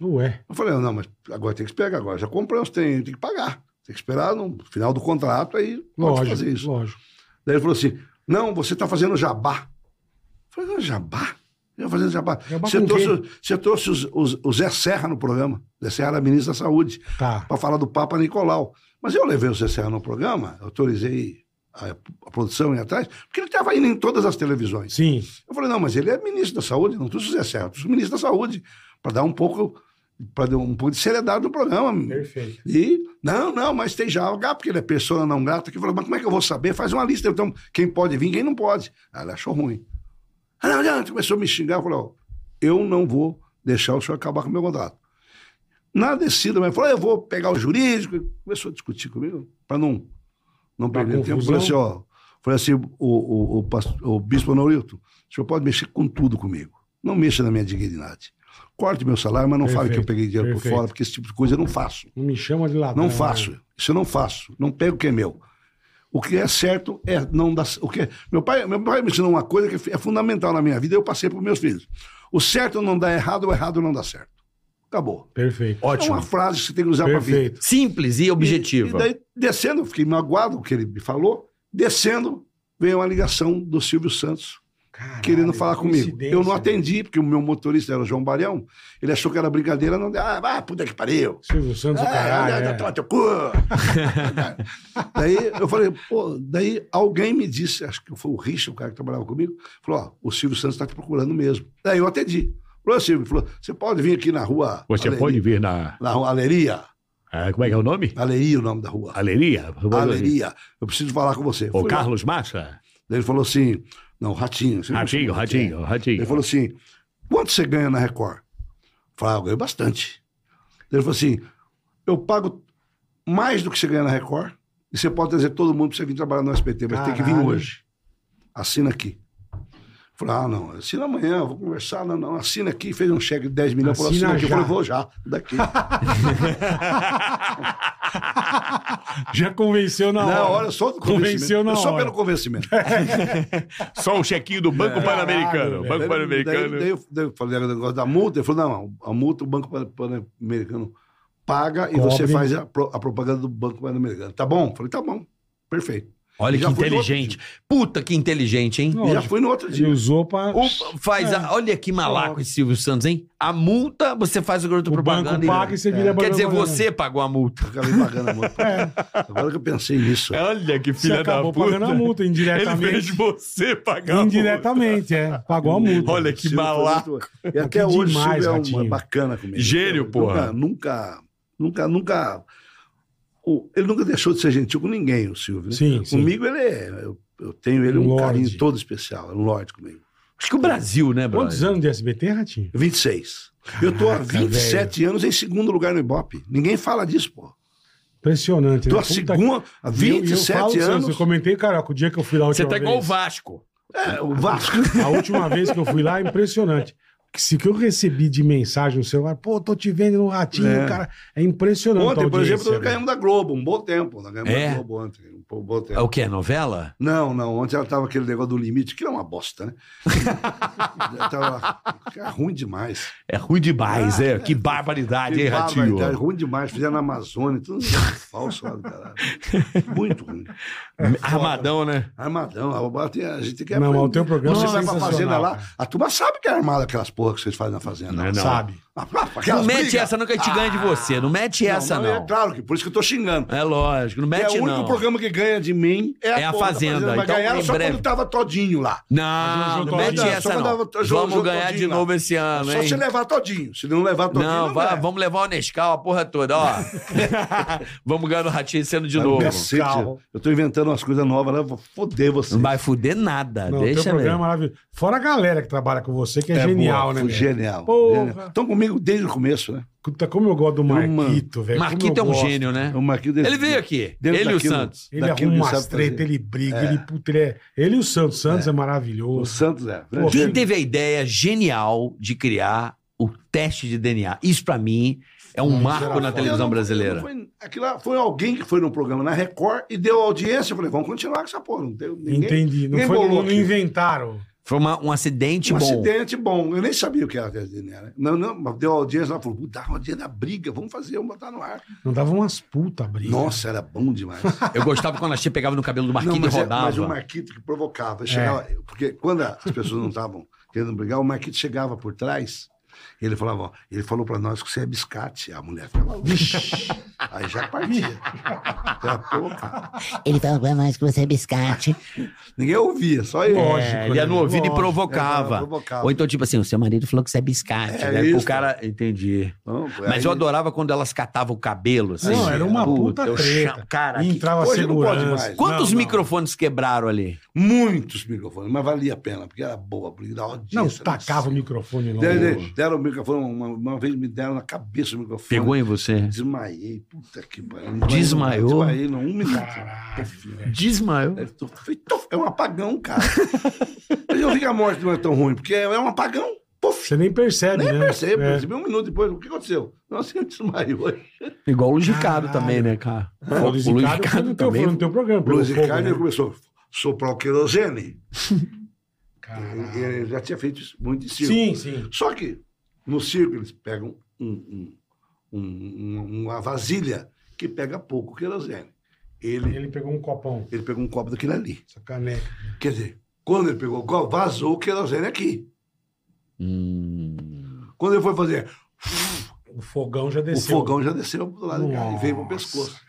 [SPEAKER 3] Ué.
[SPEAKER 5] Eu falei, "Ah, não, mas agora tem que esperar, agora já comprei os trem, tem que pagar. Tem que esperar no final do contrato, aí pode fazer
[SPEAKER 3] Lógico,
[SPEAKER 5] isso.
[SPEAKER 3] lógico.
[SPEAKER 5] Daí ele falou assim: não, você está fazendo jabá. Eu falei, não, jabá? Eu fazendo jabá.
[SPEAKER 3] Jabá
[SPEAKER 5] você,
[SPEAKER 3] com
[SPEAKER 5] trouxe,
[SPEAKER 3] quem?
[SPEAKER 5] você trouxe os, os- o Zé Serra no programa. Zé Serra era ministro da Saúde
[SPEAKER 3] Tá.
[SPEAKER 5] para falar do Papa Nicolau. Mas eu levei o Zé Serra no programa, autorizei a, a produção ir atrás, porque ele estava indo em todas as televisões.
[SPEAKER 3] Sim.
[SPEAKER 5] Eu falei, não, mas ele é ministro da Saúde, não trouxe o Zé Serra, trouxe o ministro da Saúde, para dar um pouco para dar um pouco de seriedade no programa.
[SPEAKER 3] Perfeito.
[SPEAKER 5] E, não, não, mas tem já H, porque ele é pessoa não grata, que falou, mas como é que eu vou saber? Faz uma lista, então, quem pode vir, quem não pode. Aí ele achou ruim. Ah, não, não, começou a me xingar, eu falei, ó, eu não vou deixar o senhor acabar com o meu contrato. Na descida, mas falou, "Ah, eu vou pegar o jurídico, começou a discutir comigo, para não, não
[SPEAKER 3] Pra
[SPEAKER 5] perder tempo. Eu
[SPEAKER 3] Tá confusão.
[SPEAKER 5] Falei assim, ó, falei assim, o, o, o, pas- o bispo Norito, o senhor pode mexer com tudo comigo, não mexa na minha dignidade. Corte meu salário, mas não fale que eu
[SPEAKER 3] Perfeito,
[SPEAKER 5] peguei dinheiro
[SPEAKER 3] perfeito.
[SPEAKER 5] por fora, porque esse tipo de coisa eu não faço.
[SPEAKER 3] Não me chama de ladrão.
[SPEAKER 5] Ah, Não
[SPEAKER 3] né?
[SPEAKER 5] faço. Isso eu não faço. Não pego o que é meu. O que é certo é não dar. O que é- meu, pai, meu pai me ensinou uma coisa que é fundamental na minha vida e eu passei para os meus filhos. O certo é não dá errado, o errado não dá certo. Acabou.
[SPEAKER 3] Perfeito.
[SPEAKER 5] É uma frase que você tem que usar para vida.
[SPEAKER 3] Perfeito.
[SPEAKER 4] Simples e
[SPEAKER 5] E,
[SPEAKER 4] objetivo.
[SPEAKER 5] e daí, descendo, eu fiquei magoado com o que ele me falou. Descendo, veio uma ligação do Silvio Santos
[SPEAKER 3] Caralho,
[SPEAKER 5] querendo falar comigo.
[SPEAKER 3] coincidência,
[SPEAKER 5] Eu não
[SPEAKER 3] né?
[SPEAKER 5] atendi, porque o meu motorista era o João Barião. Ele achou que era brincadeira. Não... Ah, vai, puta que pariu.
[SPEAKER 3] Silvio Santos, o
[SPEAKER 5] Ah,
[SPEAKER 3] caralho.
[SPEAKER 5] olha,
[SPEAKER 3] é.
[SPEAKER 5] toma teu cu. daí eu falei, pô, daí alguém me disse, acho que foi o Richard, o cara que trabalhava comigo, falou: ó, o Silvio Santos está te procurando mesmo. Daí eu atendi. Falou, Silvio, falou, você pode vir aqui na rua.
[SPEAKER 2] Você
[SPEAKER 5] Aleri-
[SPEAKER 2] pode vir na.
[SPEAKER 5] Na rua Aleria?
[SPEAKER 2] Ah, como é que é o nome?
[SPEAKER 5] Aleria o nome da rua.
[SPEAKER 2] Aleria?
[SPEAKER 5] Aleria. Eu preciso falar com você.
[SPEAKER 2] O
[SPEAKER 5] Fui lá.
[SPEAKER 2] Carlos Massa?
[SPEAKER 5] Daí Ele falou assim, não, Ratinho. você não
[SPEAKER 2] Ratinho,
[SPEAKER 5] chama de
[SPEAKER 2] ratinho, ratinho.
[SPEAKER 5] Ele falou assim: quanto você ganha na Record? Eu falei, ah, eu ganho bastante. Ele falou assim: eu pago mais do que você ganha na Record, e você pode trazer todo mundo pra você vir trabalhar no SPT, mas tem que vir
[SPEAKER 3] Caralho.
[SPEAKER 5] hoje. Assina aqui. Eu Falei, ah, não, assina amanhã, eu vou conversar. Não, não, assina aqui, fez um cheque de 10 milhões, falou,
[SPEAKER 3] Assina
[SPEAKER 5] assina aqui. Eu
[SPEAKER 3] já.
[SPEAKER 5] falei, vou já,
[SPEAKER 3] <laughs>
[SPEAKER 5] daqui.
[SPEAKER 3] Já convenceu na hora.
[SPEAKER 5] Na hora, só do
[SPEAKER 3] Convenceu
[SPEAKER 5] convencimento.
[SPEAKER 3] na
[SPEAKER 5] É só
[SPEAKER 3] hora.
[SPEAKER 5] pelo convencimento.
[SPEAKER 2] Só o chequinho do Banco
[SPEAKER 3] É.
[SPEAKER 2] Pan-Americano.
[SPEAKER 3] Caralho,
[SPEAKER 2] Banco
[SPEAKER 5] Daí-
[SPEAKER 2] Pan-Americano.
[SPEAKER 5] Daí, daí eu- daí eu falei o negócio da multa. Ele falou: não, a multa o Banco Pan- Pan-Americano paga e
[SPEAKER 3] Cobre.
[SPEAKER 5] você faz a, pro- a propaganda do Banco Pan-Americano. Tá bom? Eu Falei: tá bom, perfeito.
[SPEAKER 4] Olha
[SPEAKER 5] Já
[SPEAKER 4] que
[SPEAKER 5] fui no outro
[SPEAKER 4] inteligente. Puta que inteligente, hein?
[SPEAKER 3] Não,
[SPEAKER 5] E já
[SPEAKER 3] Lógico.
[SPEAKER 5] fui no outro
[SPEAKER 3] Ele
[SPEAKER 5] dia.
[SPEAKER 3] usou pra...
[SPEAKER 4] O- faz
[SPEAKER 3] É.
[SPEAKER 4] a- olha que malaco esse Silvio Santos, hein? A multa, você faz o garoto
[SPEAKER 3] O
[SPEAKER 4] propaganda.
[SPEAKER 3] banco
[SPEAKER 4] e-
[SPEAKER 5] né?
[SPEAKER 3] paga e você
[SPEAKER 5] É.
[SPEAKER 3] vira
[SPEAKER 4] Quer dizer,
[SPEAKER 3] propaganda.
[SPEAKER 4] você pagou a multa.
[SPEAKER 5] Acabei pagando
[SPEAKER 3] <laughs>
[SPEAKER 5] a multa.
[SPEAKER 3] É.
[SPEAKER 5] Agora que eu pensei nisso.
[SPEAKER 2] Olha que
[SPEAKER 3] Você
[SPEAKER 2] filha da
[SPEAKER 3] acabou
[SPEAKER 2] puta.
[SPEAKER 3] pagando a multa
[SPEAKER 2] Ele
[SPEAKER 3] indiretamente.
[SPEAKER 2] fez você pagar a multa.
[SPEAKER 3] Indiretamente, é. Pagou a multa.
[SPEAKER 2] Olha que
[SPEAKER 5] Silvio foi
[SPEAKER 2] malaco.
[SPEAKER 5] muito- E até
[SPEAKER 3] Que
[SPEAKER 5] hoje
[SPEAKER 3] demais,
[SPEAKER 5] Silvio é um-
[SPEAKER 3] Ratinho.
[SPEAKER 5] é bacana comigo.
[SPEAKER 2] Gênio,
[SPEAKER 5] Eu
[SPEAKER 2] porra.
[SPEAKER 5] Nunca, nunca, nunca... nunca o- ele nunca deixou de ser gentil com ninguém, o Silvio. né?
[SPEAKER 3] Sim, sim.
[SPEAKER 5] Comigo ele é... Eu, eu tenho ele um
[SPEAKER 3] Lorde.
[SPEAKER 5] carinho todo especial. É um lorde comigo.
[SPEAKER 4] Acho que o Brasil, né, brother?
[SPEAKER 3] Quantos anos de SBT, Ratinho?
[SPEAKER 5] 26. eu tô há
[SPEAKER 3] Caraca,
[SPEAKER 5] 27 anos em segundo lugar no Ibope. Ninguém fala disso, pô.
[SPEAKER 3] Impressionante.
[SPEAKER 5] Tô
[SPEAKER 3] né?
[SPEAKER 5] há
[SPEAKER 3] Puta
[SPEAKER 5] segunda, há
[SPEAKER 3] que- E eu- e eu
[SPEAKER 5] 27
[SPEAKER 3] falo pra você,
[SPEAKER 5] anos.
[SPEAKER 3] Eu comentei, cara, o dia que eu fui lá a
[SPEAKER 4] Você
[SPEAKER 3] última
[SPEAKER 4] tá
[SPEAKER 3] vez.
[SPEAKER 4] igual o Vasco.
[SPEAKER 5] É, o
[SPEAKER 3] <laughs>
[SPEAKER 5] Vasco.
[SPEAKER 3] A última vez que eu fui lá, é impressionante. Que Se que eu recebi de mensagem no celular, pô, tô te vendo no ratinho,
[SPEAKER 5] É.
[SPEAKER 3] cara. É impressionante. a
[SPEAKER 5] Ontem, por
[SPEAKER 3] audiência, né?
[SPEAKER 5] exemplo, nós
[SPEAKER 3] velho.
[SPEAKER 5] ganhamos da Globo, um bom tempo. Nós ganhamos
[SPEAKER 4] É?
[SPEAKER 5] da Globo ontem. Um bom- bom
[SPEAKER 4] É
[SPEAKER 5] tempo.
[SPEAKER 4] o quê? Novela?
[SPEAKER 5] Não, não, ontem ela tava aquele negócio do limite, que é uma bosta,
[SPEAKER 3] <laughs>
[SPEAKER 5] né? Ela tava, é ruim demais.
[SPEAKER 4] É ruim demais,
[SPEAKER 5] Ah,
[SPEAKER 4] é.
[SPEAKER 5] é.
[SPEAKER 4] Que barbaridade, hein,
[SPEAKER 5] Que
[SPEAKER 4] Ratinho?
[SPEAKER 5] barbaridade, ruim demais, fizeram na Amazônia, tudo um falso lá do caralho. Muito ruim.
[SPEAKER 4] É Armadão, né?
[SPEAKER 5] Armadão, a bobagem tem- a gente tem que
[SPEAKER 3] Não,
[SPEAKER 5] aprender.
[SPEAKER 3] o teu programa
[SPEAKER 5] Você
[SPEAKER 3] é
[SPEAKER 5] vai pra
[SPEAKER 3] sensacional,
[SPEAKER 5] fazenda lá,
[SPEAKER 3] cara.
[SPEAKER 5] a turma sabe que é armada aquelas porra que vocês fazem na fazenda.
[SPEAKER 2] Não é não.
[SPEAKER 3] Sabe?
[SPEAKER 5] Ah, pá, pá, aquelas
[SPEAKER 4] Não mete
[SPEAKER 5] brigas.
[SPEAKER 4] essa, não que a gente ganha de você. Não mete essa, não.
[SPEAKER 5] É claro que, por isso que eu tô xingando.
[SPEAKER 4] É lógico, não
[SPEAKER 5] É,
[SPEAKER 4] mete
[SPEAKER 5] o único
[SPEAKER 4] não.
[SPEAKER 5] programa que ganha de mim é a,
[SPEAKER 4] É a
[SPEAKER 5] porra da
[SPEAKER 4] Fazenda,
[SPEAKER 5] Mas
[SPEAKER 4] então,
[SPEAKER 5] ganharam
[SPEAKER 4] em
[SPEAKER 5] só
[SPEAKER 4] breve.
[SPEAKER 5] quando tava todinho lá.
[SPEAKER 4] Não, não
[SPEAKER 3] Só
[SPEAKER 4] mete
[SPEAKER 3] quando-
[SPEAKER 4] essa,
[SPEAKER 5] só quando
[SPEAKER 4] não.
[SPEAKER 5] eu- eu- eu-
[SPEAKER 4] Vamos
[SPEAKER 5] eu-
[SPEAKER 4] ganhar de
[SPEAKER 5] todinho lá.
[SPEAKER 4] novo esse ano,
[SPEAKER 5] só
[SPEAKER 4] hein?
[SPEAKER 5] se levar todinho. Se não levar todinho,
[SPEAKER 4] Ah, Não,
[SPEAKER 5] não,
[SPEAKER 4] vai-
[SPEAKER 5] ganha.
[SPEAKER 4] vamos levar o Nescau, a porra toda,
[SPEAKER 5] <laughs>
[SPEAKER 4] ó. vamos ganhar no ratinho sendo de
[SPEAKER 5] Vai,
[SPEAKER 4] novo.
[SPEAKER 5] cacete,
[SPEAKER 3] Calma.
[SPEAKER 5] eu tô inventando umas coisas novas, né? Eu vou foder você.
[SPEAKER 4] Não vai fuder nada,
[SPEAKER 3] Não, o teu
[SPEAKER 4] deixa
[SPEAKER 3] programa é
[SPEAKER 4] mesmo.
[SPEAKER 3] maravilhoso. Fora a galera que trabalha com você, que é, genial, né? velho?
[SPEAKER 5] Genial.
[SPEAKER 3] Porra.
[SPEAKER 5] genial. Estão comigo desde o começo, né?
[SPEAKER 3] Puta, como eu gosto do
[SPEAKER 5] Mano,
[SPEAKER 3] Marquito, velho. como
[SPEAKER 4] Marquito é
[SPEAKER 3] eu
[SPEAKER 4] um
[SPEAKER 3] gosto.
[SPEAKER 4] gênio, né?
[SPEAKER 5] O Marquinhos desde-
[SPEAKER 4] Ele veio aqui,
[SPEAKER 5] dentro
[SPEAKER 4] ele e o
[SPEAKER 5] daquilo-
[SPEAKER 4] Santos.
[SPEAKER 3] Ele
[SPEAKER 5] daquilo
[SPEAKER 3] arruma
[SPEAKER 5] que ele
[SPEAKER 3] umas
[SPEAKER 5] sabe fazer.
[SPEAKER 3] tretas, ele briga, ele, puta, ele é... Ele e o Santos. Santos é,
[SPEAKER 5] O
[SPEAKER 3] maravilhoso.
[SPEAKER 5] Santos é.
[SPEAKER 3] Pô,
[SPEAKER 5] Gênio.
[SPEAKER 4] Quem teve a ideia genial de criar o teste de DNA? Isso pra mim é um
[SPEAKER 3] Não, isso
[SPEAKER 4] marco
[SPEAKER 3] era
[SPEAKER 4] na
[SPEAKER 3] foda.
[SPEAKER 4] televisão
[SPEAKER 5] Não,
[SPEAKER 4] brasileira.
[SPEAKER 5] não Foi, aquilo lá foi alguém que foi no programa na Record e deu audiência. Eu falei, vamos continuar com essa porra. Não deu ninguém.
[SPEAKER 3] Entendi. Não,
[SPEAKER 5] ninguém
[SPEAKER 3] foi, não,
[SPEAKER 5] bolou aqui.
[SPEAKER 3] inventaram.
[SPEAKER 4] Foi uma- um acidente
[SPEAKER 5] Um
[SPEAKER 4] bom.
[SPEAKER 5] acidente bom. Eu nem sabia o que era teste de DNA. né? Não, não, mas deu audiência. Ela falou, puta, uma audiência da briga, vamos fazer, vamos botar no ar.
[SPEAKER 3] Não dava umas puta briga.
[SPEAKER 5] Nossa, era bom demais.
[SPEAKER 4] Eu gostava quando a Chia pegava no cabelo do <laughs> Marquinhos
[SPEAKER 5] Não, mas,
[SPEAKER 4] e
[SPEAKER 5] é-
[SPEAKER 4] rodava. É.
[SPEAKER 5] mas o Marquito que provocava. Chegava, Porque quando as pessoas não estavam querendo brigar, o Marquito chegava por trás e ele falava, ó, ele falou pra nós que você é biscate. A mulher ficava, "Vixe."
[SPEAKER 4] <laughs>
[SPEAKER 5] Aí já partia. Era, pô, cara.
[SPEAKER 1] Ele falou pra nós que você é biscate.
[SPEAKER 5] Ninguém ouvia, só eu.
[SPEAKER 4] É, ele ia no ouvido e
[SPEAKER 3] Lógico,
[SPEAKER 4] provocava.
[SPEAKER 5] ele é, provocava.
[SPEAKER 4] Ou então, tipo assim, o seu marido falou que você é biscate.
[SPEAKER 5] É
[SPEAKER 4] né?
[SPEAKER 5] isso. É
[SPEAKER 4] O cara. Entendi.
[SPEAKER 5] Não,
[SPEAKER 4] Mas
[SPEAKER 5] aí-
[SPEAKER 4] eu adorava quando elas catavam o cabelo. Assim.
[SPEAKER 3] Não, era uma puta
[SPEAKER 4] eu
[SPEAKER 3] treta.
[SPEAKER 4] chamo- Cara,
[SPEAKER 3] E
[SPEAKER 4] que-
[SPEAKER 3] entrava
[SPEAKER 5] hoje não pode
[SPEAKER 3] segurança.
[SPEAKER 5] mais.
[SPEAKER 4] quantos
[SPEAKER 3] Não, não.
[SPEAKER 4] microfones quebraram ali?
[SPEAKER 5] Muitos microfones, mas valia a pena, porque era boa, a briga da audiência. assim.
[SPEAKER 3] Não,
[SPEAKER 5] nossa.
[SPEAKER 3] tacava o microfone
[SPEAKER 5] Deram,
[SPEAKER 3] longe.
[SPEAKER 5] deram, deram o microfone, uma, uma vez me deram na cabeça o microfone.
[SPEAKER 4] Pegou em você?
[SPEAKER 5] Desmaiei, puta que pariu.
[SPEAKER 4] Desmaiou?
[SPEAKER 5] Desmaiei, não, um minuto.
[SPEAKER 4] Desmaiou.
[SPEAKER 5] É, tô- foi- tô- É um apagão, cara. <laughs> Mas eu vi que a morte não é tão ruim, porque é é um apagão. Puf,
[SPEAKER 3] Você nem percebe,
[SPEAKER 5] nem
[SPEAKER 3] né?
[SPEAKER 5] percebo,
[SPEAKER 3] É.
[SPEAKER 5] percebi um minuto depois. O que aconteceu? Nossa, eu desmaiou.
[SPEAKER 4] Igual o
[SPEAKER 3] Caralho.
[SPEAKER 4] Luiz
[SPEAKER 3] Ah,
[SPEAKER 4] Ricardo também, né, cara?
[SPEAKER 3] O Luiz Ricardo foi no teu, foi no teu programa. pegou
[SPEAKER 5] Luiz
[SPEAKER 3] fogo,
[SPEAKER 5] Ricardo ele
[SPEAKER 3] né?
[SPEAKER 5] começou a soprar o querosene.
[SPEAKER 3] Caralho.
[SPEAKER 5] Ele- Ele já tinha feito isso muito em circo.
[SPEAKER 3] Sim, sim.
[SPEAKER 5] Só que no circo eles pegam um- um- um- uma vasilha que pega pouco querosene. Ele,
[SPEAKER 3] Ele pegou um copão,
[SPEAKER 5] ele pegou um copo daquilo ali.
[SPEAKER 3] essa caneca.
[SPEAKER 5] Quer dizer, quando ele pegou o copo, vazou o querosene aqui.
[SPEAKER 4] Hum.
[SPEAKER 5] Quando ele foi fazer,
[SPEAKER 3] O fogão já
[SPEAKER 5] o
[SPEAKER 3] desceu.
[SPEAKER 5] fogão já desceu do lado de cá e veio pro
[SPEAKER 3] Nossa,
[SPEAKER 5] pescoço.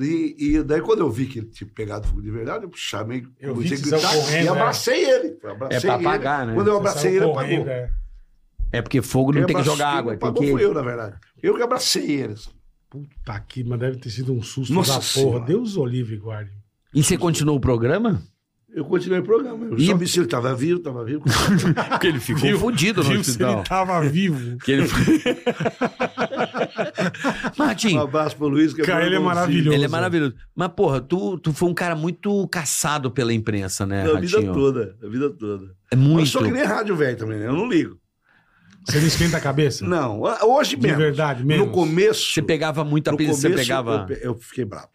[SPEAKER 5] E, e daí, quando eu vi que ele tinha pegado fogo de verdade, eu chamei,
[SPEAKER 3] Eu vi
[SPEAKER 5] comecei
[SPEAKER 3] que saiu correndo, né?
[SPEAKER 5] e abracei ele. Eu
[SPEAKER 4] É
[SPEAKER 5] abracei
[SPEAKER 4] pra
[SPEAKER 5] ele.
[SPEAKER 4] apagar, né?
[SPEAKER 5] Quando eu
[SPEAKER 3] Você
[SPEAKER 5] abracei
[SPEAKER 3] saiu
[SPEAKER 5] ele,
[SPEAKER 3] correndo,
[SPEAKER 5] apagou.
[SPEAKER 3] é.
[SPEAKER 4] É porque fogo não
[SPEAKER 5] Quem
[SPEAKER 4] tem que jogar
[SPEAKER 5] abracei-
[SPEAKER 4] água.
[SPEAKER 5] quem
[SPEAKER 4] Tem
[SPEAKER 5] apagou
[SPEAKER 4] que...
[SPEAKER 5] fui eu, na verdade. Eu que abracei ele.
[SPEAKER 3] Puta que, Tá mas deve ter sido um susto
[SPEAKER 5] Nossa
[SPEAKER 3] da porra.
[SPEAKER 5] Senhora.
[SPEAKER 3] Deus olive e guarde.
[SPEAKER 4] E você continuou o programa?
[SPEAKER 5] Eu continuei o programa. Eu
[SPEAKER 4] E-
[SPEAKER 5] soube se ele estava vivo,
[SPEAKER 4] <laughs>
[SPEAKER 5] estava vivo.
[SPEAKER 4] Porque ele ficou fudido no
[SPEAKER 3] Viu se
[SPEAKER 4] hospital.
[SPEAKER 3] ele tava vivo.
[SPEAKER 4] Que ele... <laughs> Martim,
[SPEAKER 5] Um abraço pro Luiz. Que
[SPEAKER 3] Cara,
[SPEAKER 5] meu
[SPEAKER 3] ele é
[SPEAKER 5] irmãozinho.
[SPEAKER 3] maravilhoso.
[SPEAKER 4] ele é maravilhoso. Mas, porra, tu, tu foi um cara muito caçado pela imprensa, né,
[SPEAKER 5] A vida
[SPEAKER 4] Ratinho?
[SPEAKER 5] toda, a vida toda.
[SPEAKER 4] É
[SPEAKER 5] Eu
[SPEAKER 4] muito.
[SPEAKER 5] sou que nem rádio velho também, né? Eu não ligo.
[SPEAKER 3] Você não esquenta a cabeça?
[SPEAKER 5] Não, hoje
[SPEAKER 3] De
[SPEAKER 5] mesmo.
[SPEAKER 3] verdade, mesmo.
[SPEAKER 5] No começo.
[SPEAKER 4] Você pegava muita
[SPEAKER 5] no
[SPEAKER 4] pizza, você
[SPEAKER 5] começo,
[SPEAKER 4] pegava...
[SPEAKER 5] Eu, eu fiquei brabo.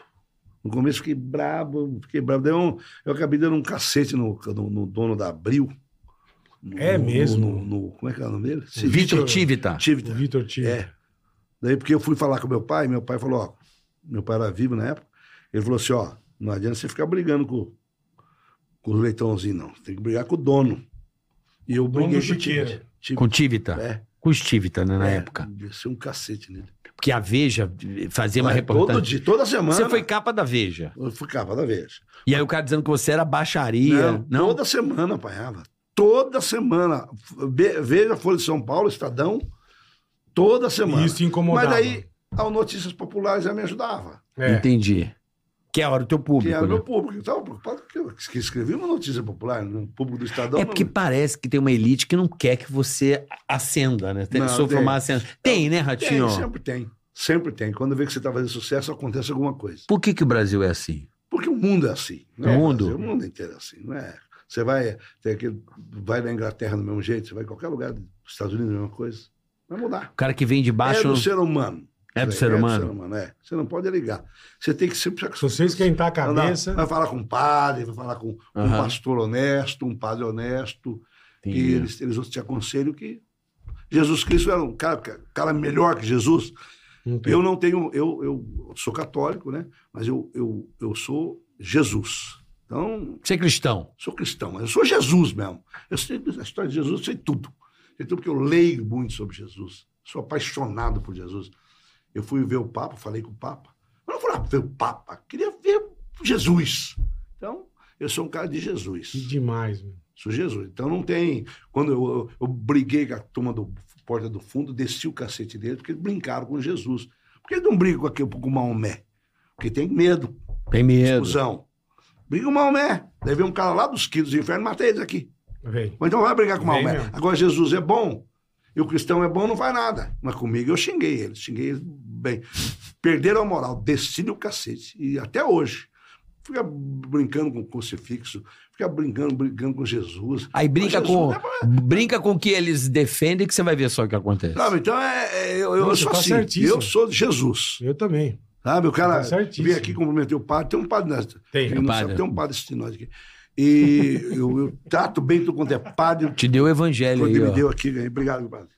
[SPEAKER 5] No começo eu fiquei brabo, fiquei brabo. Daí eu, eu acabei dando um cacete no, no- no dono da Abril. No-
[SPEAKER 3] É
[SPEAKER 5] no-
[SPEAKER 3] mesmo?
[SPEAKER 5] no- no- como é que é o nome dele?
[SPEAKER 4] Vitor
[SPEAKER 3] Vitor-
[SPEAKER 4] Tivita.
[SPEAKER 3] O
[SPEAKER 5] Tivita.
[SPEAKER 3] Vitor Tio.
[SPEAKER 5] É. Daí porque eu fui falar com meu pai, meu pai falou, ó, meu pai era vivo na época, ele falou assim, ó, não adianta você ficar brigando com, com o leitãozinho, não. Tem que brigar com o dono. E eu
[SPEAKER 3] Dono
[SPEAKER 5] briguei
[SPEAKER 3] do
[SPEAKER 5] com o Tivita.
[SPEAKER 3] chiqueiro.
[SPEAKER 5] Tivita,
[SPEAKER 4] Com Tivita.
[SPEAKER 5] É,
[SPEAKER 4] Com os Tivita, né, na
[SPEAKER 5] é,
[SPEAKER 4] época.
[SPEAKER 5] Desceu um cacete nele.
[SPEAKER 4] Porque a Veja fazia uma
[SPEAKER 5] Mas É, Todo
[SPEAKER 4] reportagem.
[SPEAKER 5] dia, toda semana.
[SPEAKER 4] Você foi capa da Veja.
[SPEAKER 5] Eu fui capa da vez.
[SPEAKER 4] E aí o cara dizendo que você era baixaria. Não?
[SPEAKER 5] Toda semana apanhava. Toda semana. Ve- Veja a Folha de São Paulo, Estadão. Toda semana.
[SPEAKER 3] E isso te incomodava.
[SPEAKER 5] Mas daí, ao Notícias Populares já me ajudava.
[SPEAKER 3] É.
[SPEAKER 4] Entendi. Que era o teu
[SPEAKER 5] Que é
[SPEAKER 4] público,
[SPEAKER 5] era
[SPEAKER 4] né?
[SPEAKER 5] meu público. Eu estava preocupado porque eu que escrevi uma notícia popular no público do Estadão.
[SPEAKER 4] É porque
[SPEAKER 5] não-
[SPEAKER 4] parece que tem uma elite que não quer que você acenda, né? Tem,
[SPEAKER 5] Não,
[SPEAKER 4] sofra
[SPEAKER 5] tem.
[SPEAKER 4] uma acenda. Tem, né, Ratinho?
[SPEAKER 5] tem, sempre tem. Sempre tem. Quando vê que você está fazendo sucesso, acontece alguma coisa.
[SPEAKER 4] Por que, que o Brasil é assim?
[SPEAKER 5] Porque o mundo é assim.
[SPEAKER 4] O
[SPEAKER 5] é
[SPEAKER 4] mundo?
[SPEAKER 5] Brasil, o mundo inteiro é assim, não é? Você vai, tem aquele, vai na Inglaterra do mesmo jeito, você vai em qualquer lugar, dos Estados Unidos, a mesma coisa. Vai mudar.
[SPEAKER 4] O cara que vem de baixo.
[SPEAKER 5] É do ser humano.
[SPEAKER 4] um- É do ser humano?
[SPEAKER 5] É do ser humano, é. Você não pode ligar. Você tem que sempre...
[SPEAKER 3] Se você esquentar a
[SPEAKER 5] Não dá.
[SPEAKER 3] cabeça,
[SPEAKER 5] Vai falar com um padre, vai falar com um
[SPEAKER 4] Aham.
[SPEAKER 5] pastor honesto, um padre honesto, e
[SPEAKER 4] Entendi.
[SPEAKER 5] eles, eles te aconselham que... Jesus Cristo era um cara, cara melhor que Jesus.
[SPEAKER 3] não tem.
[SPEAKER 5] Eu não tenho... Eu, eu sou católico, né? Mas eu, eu, eu sou Jesus. Então,
[SPEAKER 4] Você é cristão.
[SPEAKER 5] sou cristão, mas eu sou Jesus mesmo. Eu sei a história de Jesus, eu sei tudo. Sei tudo porque eu leio muito sobre Jesus. Sou apaixonado por Jesus. Eu fui ver o Papa, falei com o Papa. Eu não fui lá ver o Papa, queria ver Jesus. Então, eu sou um cara de
[SPEAKER 3] Que
[SPEAKER 5] Jesus.
[SPEAKER 3] demais, meu.
[SPEAKER 5] Sou Jesus. Então não tem. Quando eu, eu- eu briguei com a turma do Porta do Fundo, desci o cacete dele, porque eles brincaram com Jesus. Por que ele não briga com, aquele, com o Maomé? Porque tem medo
[SPEAKER 4] Tem medo.
[SPEAKER 5] exclusão. Briga com o Maomé. Daí vem um cara lá dos quilos do inferno, mata eles aqui.
[SPEAKER 3] Vem.
[SPEAKER 5] Ou então vai brigar com o
[SPEAKER 3] Vem
[SPEAKER 5] Maomé.
[SPEAKER 3] mesmo.
[SPEAKER 5] Agora Jesus é bom e o cristão é bom, não faz nada. Mas comigo eu xinguei eles, xinguei eles bem. Perderam a moral, desci o cacete. E até hoje. Fica brincando com o crucifixo, fica brincando, brincando com Jesus.
[SPEAKER 4] Aí brinca
[SPEAKER 5] Mas
[SPEAKER 4] com.
[SPEAKER 5] Jesus é pra-
[SPEAKER 4] Brinca com o que eles defendem que você vai ver só o que acontece.
[SPEAKER 5] Sabe, então é, é- eu, eu
[SPEAKER 3] Não, você
[SPEAKER 5] sou
[SPEAKER 3] tá
[SPEAKER 5] assim.
[SPEAKER 3] certíssimo.
[SPEAKER 5] Eu sou de Jesus.
[SPEAKER 3] Eu também.
[SPEAKER 5] Sabe, o cara
[SPEAKER 3] Tá certíssimo.
[SPEAKER 5] veio aqui cumprimentar o padre. Tem um padre na,
[SPEAKER 3] Tem.
[SPEAKER 5] Ele não
[SPEAKER 4] padre.
[SPEAKER 5] sabe, tem um padre assistindo nós aqui. E eu, eu trato bem tudo quanto
[SPEAKER 4] <laughs>
[SPEAKER 5] é padre.
[SPEAKER 4] Te deu o evangelho
[SPEAKER 5] Quando
[SPEAKER 4] aí,
[SPEAKER 5] ele me
[SPEAKER 4] ó.
[SPEAKER 5] deu aqui, ganhei. Obrigado, padre.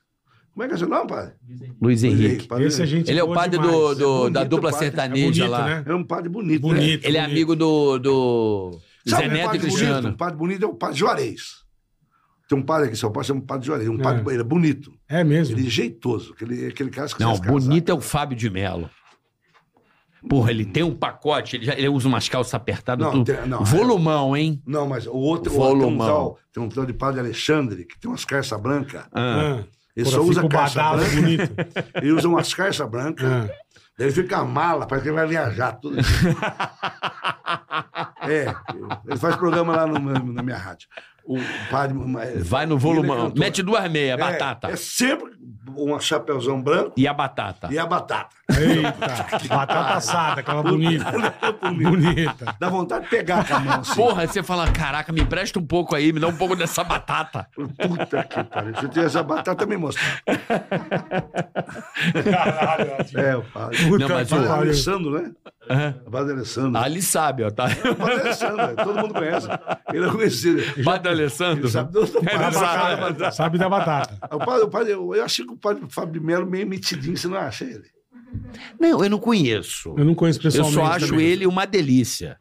[SPEAKER 5] Como é que é seu nome, padre?
[SPEAKER 4] Luiz Henrique.
[SPEAKER 5] Padre
[SPEAKER 3] Esse é gente
[SPEAKER 4] Ele é o
[SPEAKER 3] boa
[SPEAKER 4] padre
[SPEAKER 3] demais.
[SPEAKER 4] do, do-
[SPEAKER 5] É bonito,
[SPEAKER 4] da dupla
[SPEAKER 5] padre.
[SPEAKER 3] É
[SPEAKER 4] sertaneja
[SPEAKER 3] bonito,
[SPEAKER 4] lá.
[SPEAKER 3] né?
[SPEAKER 5] É um padre bonito. Né?
[SPEAKER 3] Bonito.
[SPEAKER 4] Ele é
[SPEAKER 3] bonito.
[SPEAKER 4] amigo do, do
[SPEAKER 5] Sabe
[SPEAKER 4] Zé
[SPEAKER 5] um
[SPEAKER 4] Neto
[SPEAKER 5] padre
[SPEAKER 4] e
[SPEAKER 5] Bonito?
[SPEAKER 4] Cristiano.
[SPEAKER 5] Um padre bonito é o padre Juarez. Tem um padre aqui em São Paulo, chama padre Juarez. Um
[SPEAKER 3] É.
[SPEAKER 5] padre, ele é bonito.
[SPEAKER 3] É mesmo.
[SPEAKER 5] Ele é jeitoso. Aquele, aquele cara que se
[SPEAKER 4] Não,
[SPEAKER 5] quisesse casar.
[SPEAKER 4] bonito é o Fábio de Mello. Porra, ele tem um pacote, ele, já- ele usa umas calças apertadas,
[SPEAKER 5] Não,
[SPEAKER 4] tudo.
[SPEAKER 5] tem- não. é
[SPEAKER 4] Volumão, hein?
[SPEAKER 5] Não, mas o outro, o outro tem, um
[SPEAKER 4] Volumão.
[SPEAKER 5] tal, tem um tal de padre Alexandre, que tem umas carças brancas.
[SPEAKER 3] Ah,
[SPEAKER 4] Ah.
[SPEAKER 5] Ele
[SPEAKER 3] porra,
[SPEAKER 5] só usa
[SPEAKER 3] fica
[SPEAKER 5] né?
[SPEAKER 3] o
[SPEAKER 5] calça
[SPEAKER 3] badalo
[SPEAKER 5] branca.
[SPEAKER 3] bonito.
[SPEAKER 5] Ele usa umas calças brancas.
[SPEAKER 3] Ah,
[SPEAKER 5] Daí ele fica mala, parece que ele vai viajar
[SPEAKER 4] <laughs>
[SPEAKER 5] tudo. é, ele faz programa lá no- na minha rádio. O padre. mas-
[SPEAKER 4] Vai no
[SPEAKER 5] ele é
[SPEAKER 4] volumão.
[SPEAKER 5] cantor.
[SPEAKER 4] Mete duas meias,
[SPEAKER 5] É,
[SPEAKER 4] batata.
[SPEAKER 5] É sempre um chapéuzão branco
[SPEAKER 4] E a batata.
[SPEAKER 5] e a batata. <laughs>
[SPEAKER 3] Eita. Batata assada, aquela bonita. bonita.
[SPEAKER 5] Dá vontade de pegar com a mão assim.
[SPEAKER 4] Porra, você fala, caraca, me presta um pouco aí, me dá um pouco dessa
[SPEAKER 5] <laughs>
[SPEAKER 4] batata.
[SPEAKER 5] Puta que pariu. Se eu tivesse a batata, me mostra.
[SPEAKER 3] <laughs> Caralho, Ratinho.
[SPEAKER 5] É, o padre.
[SPEAKER 3] Puta
[SPEAKER 4] mas
[SPEAKER 3] que
[SPEAKER 5] O padre
[SPEAKER 3] pariu.
[SPEAKER 5] Alessandro, né? O padre Alessandro.
[SPEAKER 4] Ali sabe, ó. Tá?
[SPEAKER 5] O padre Alessandro, né? todo mundo conhece. Ele é conhecido.
[SPEAKER 4] <laughs> Bate Alessandro.
[SPEAKER 5] Ele sabe do
[SPEAKER 4] É
[SPEAKER 5] do
[SPEAKER 3] Sabe
[SPEAKER 5] padre.
[SPEAKER 3] da batata, Sabe da batata.
[SPEAKER 5] O padre, o padre, eu, eu achei que o padre Fábio de Melo meio metidinho, você não acha ele?
[SPEAKER 4] Não, eu não conheço.
[SPEAKER 3] Eu não conheço
[SPEAKER 4] Eu
[SPEAKER 3] pessoalmente.
[SPEAKER 4] só acho
[SPEAKER 3] também.
[SPEAKER 4] ele uma delícia.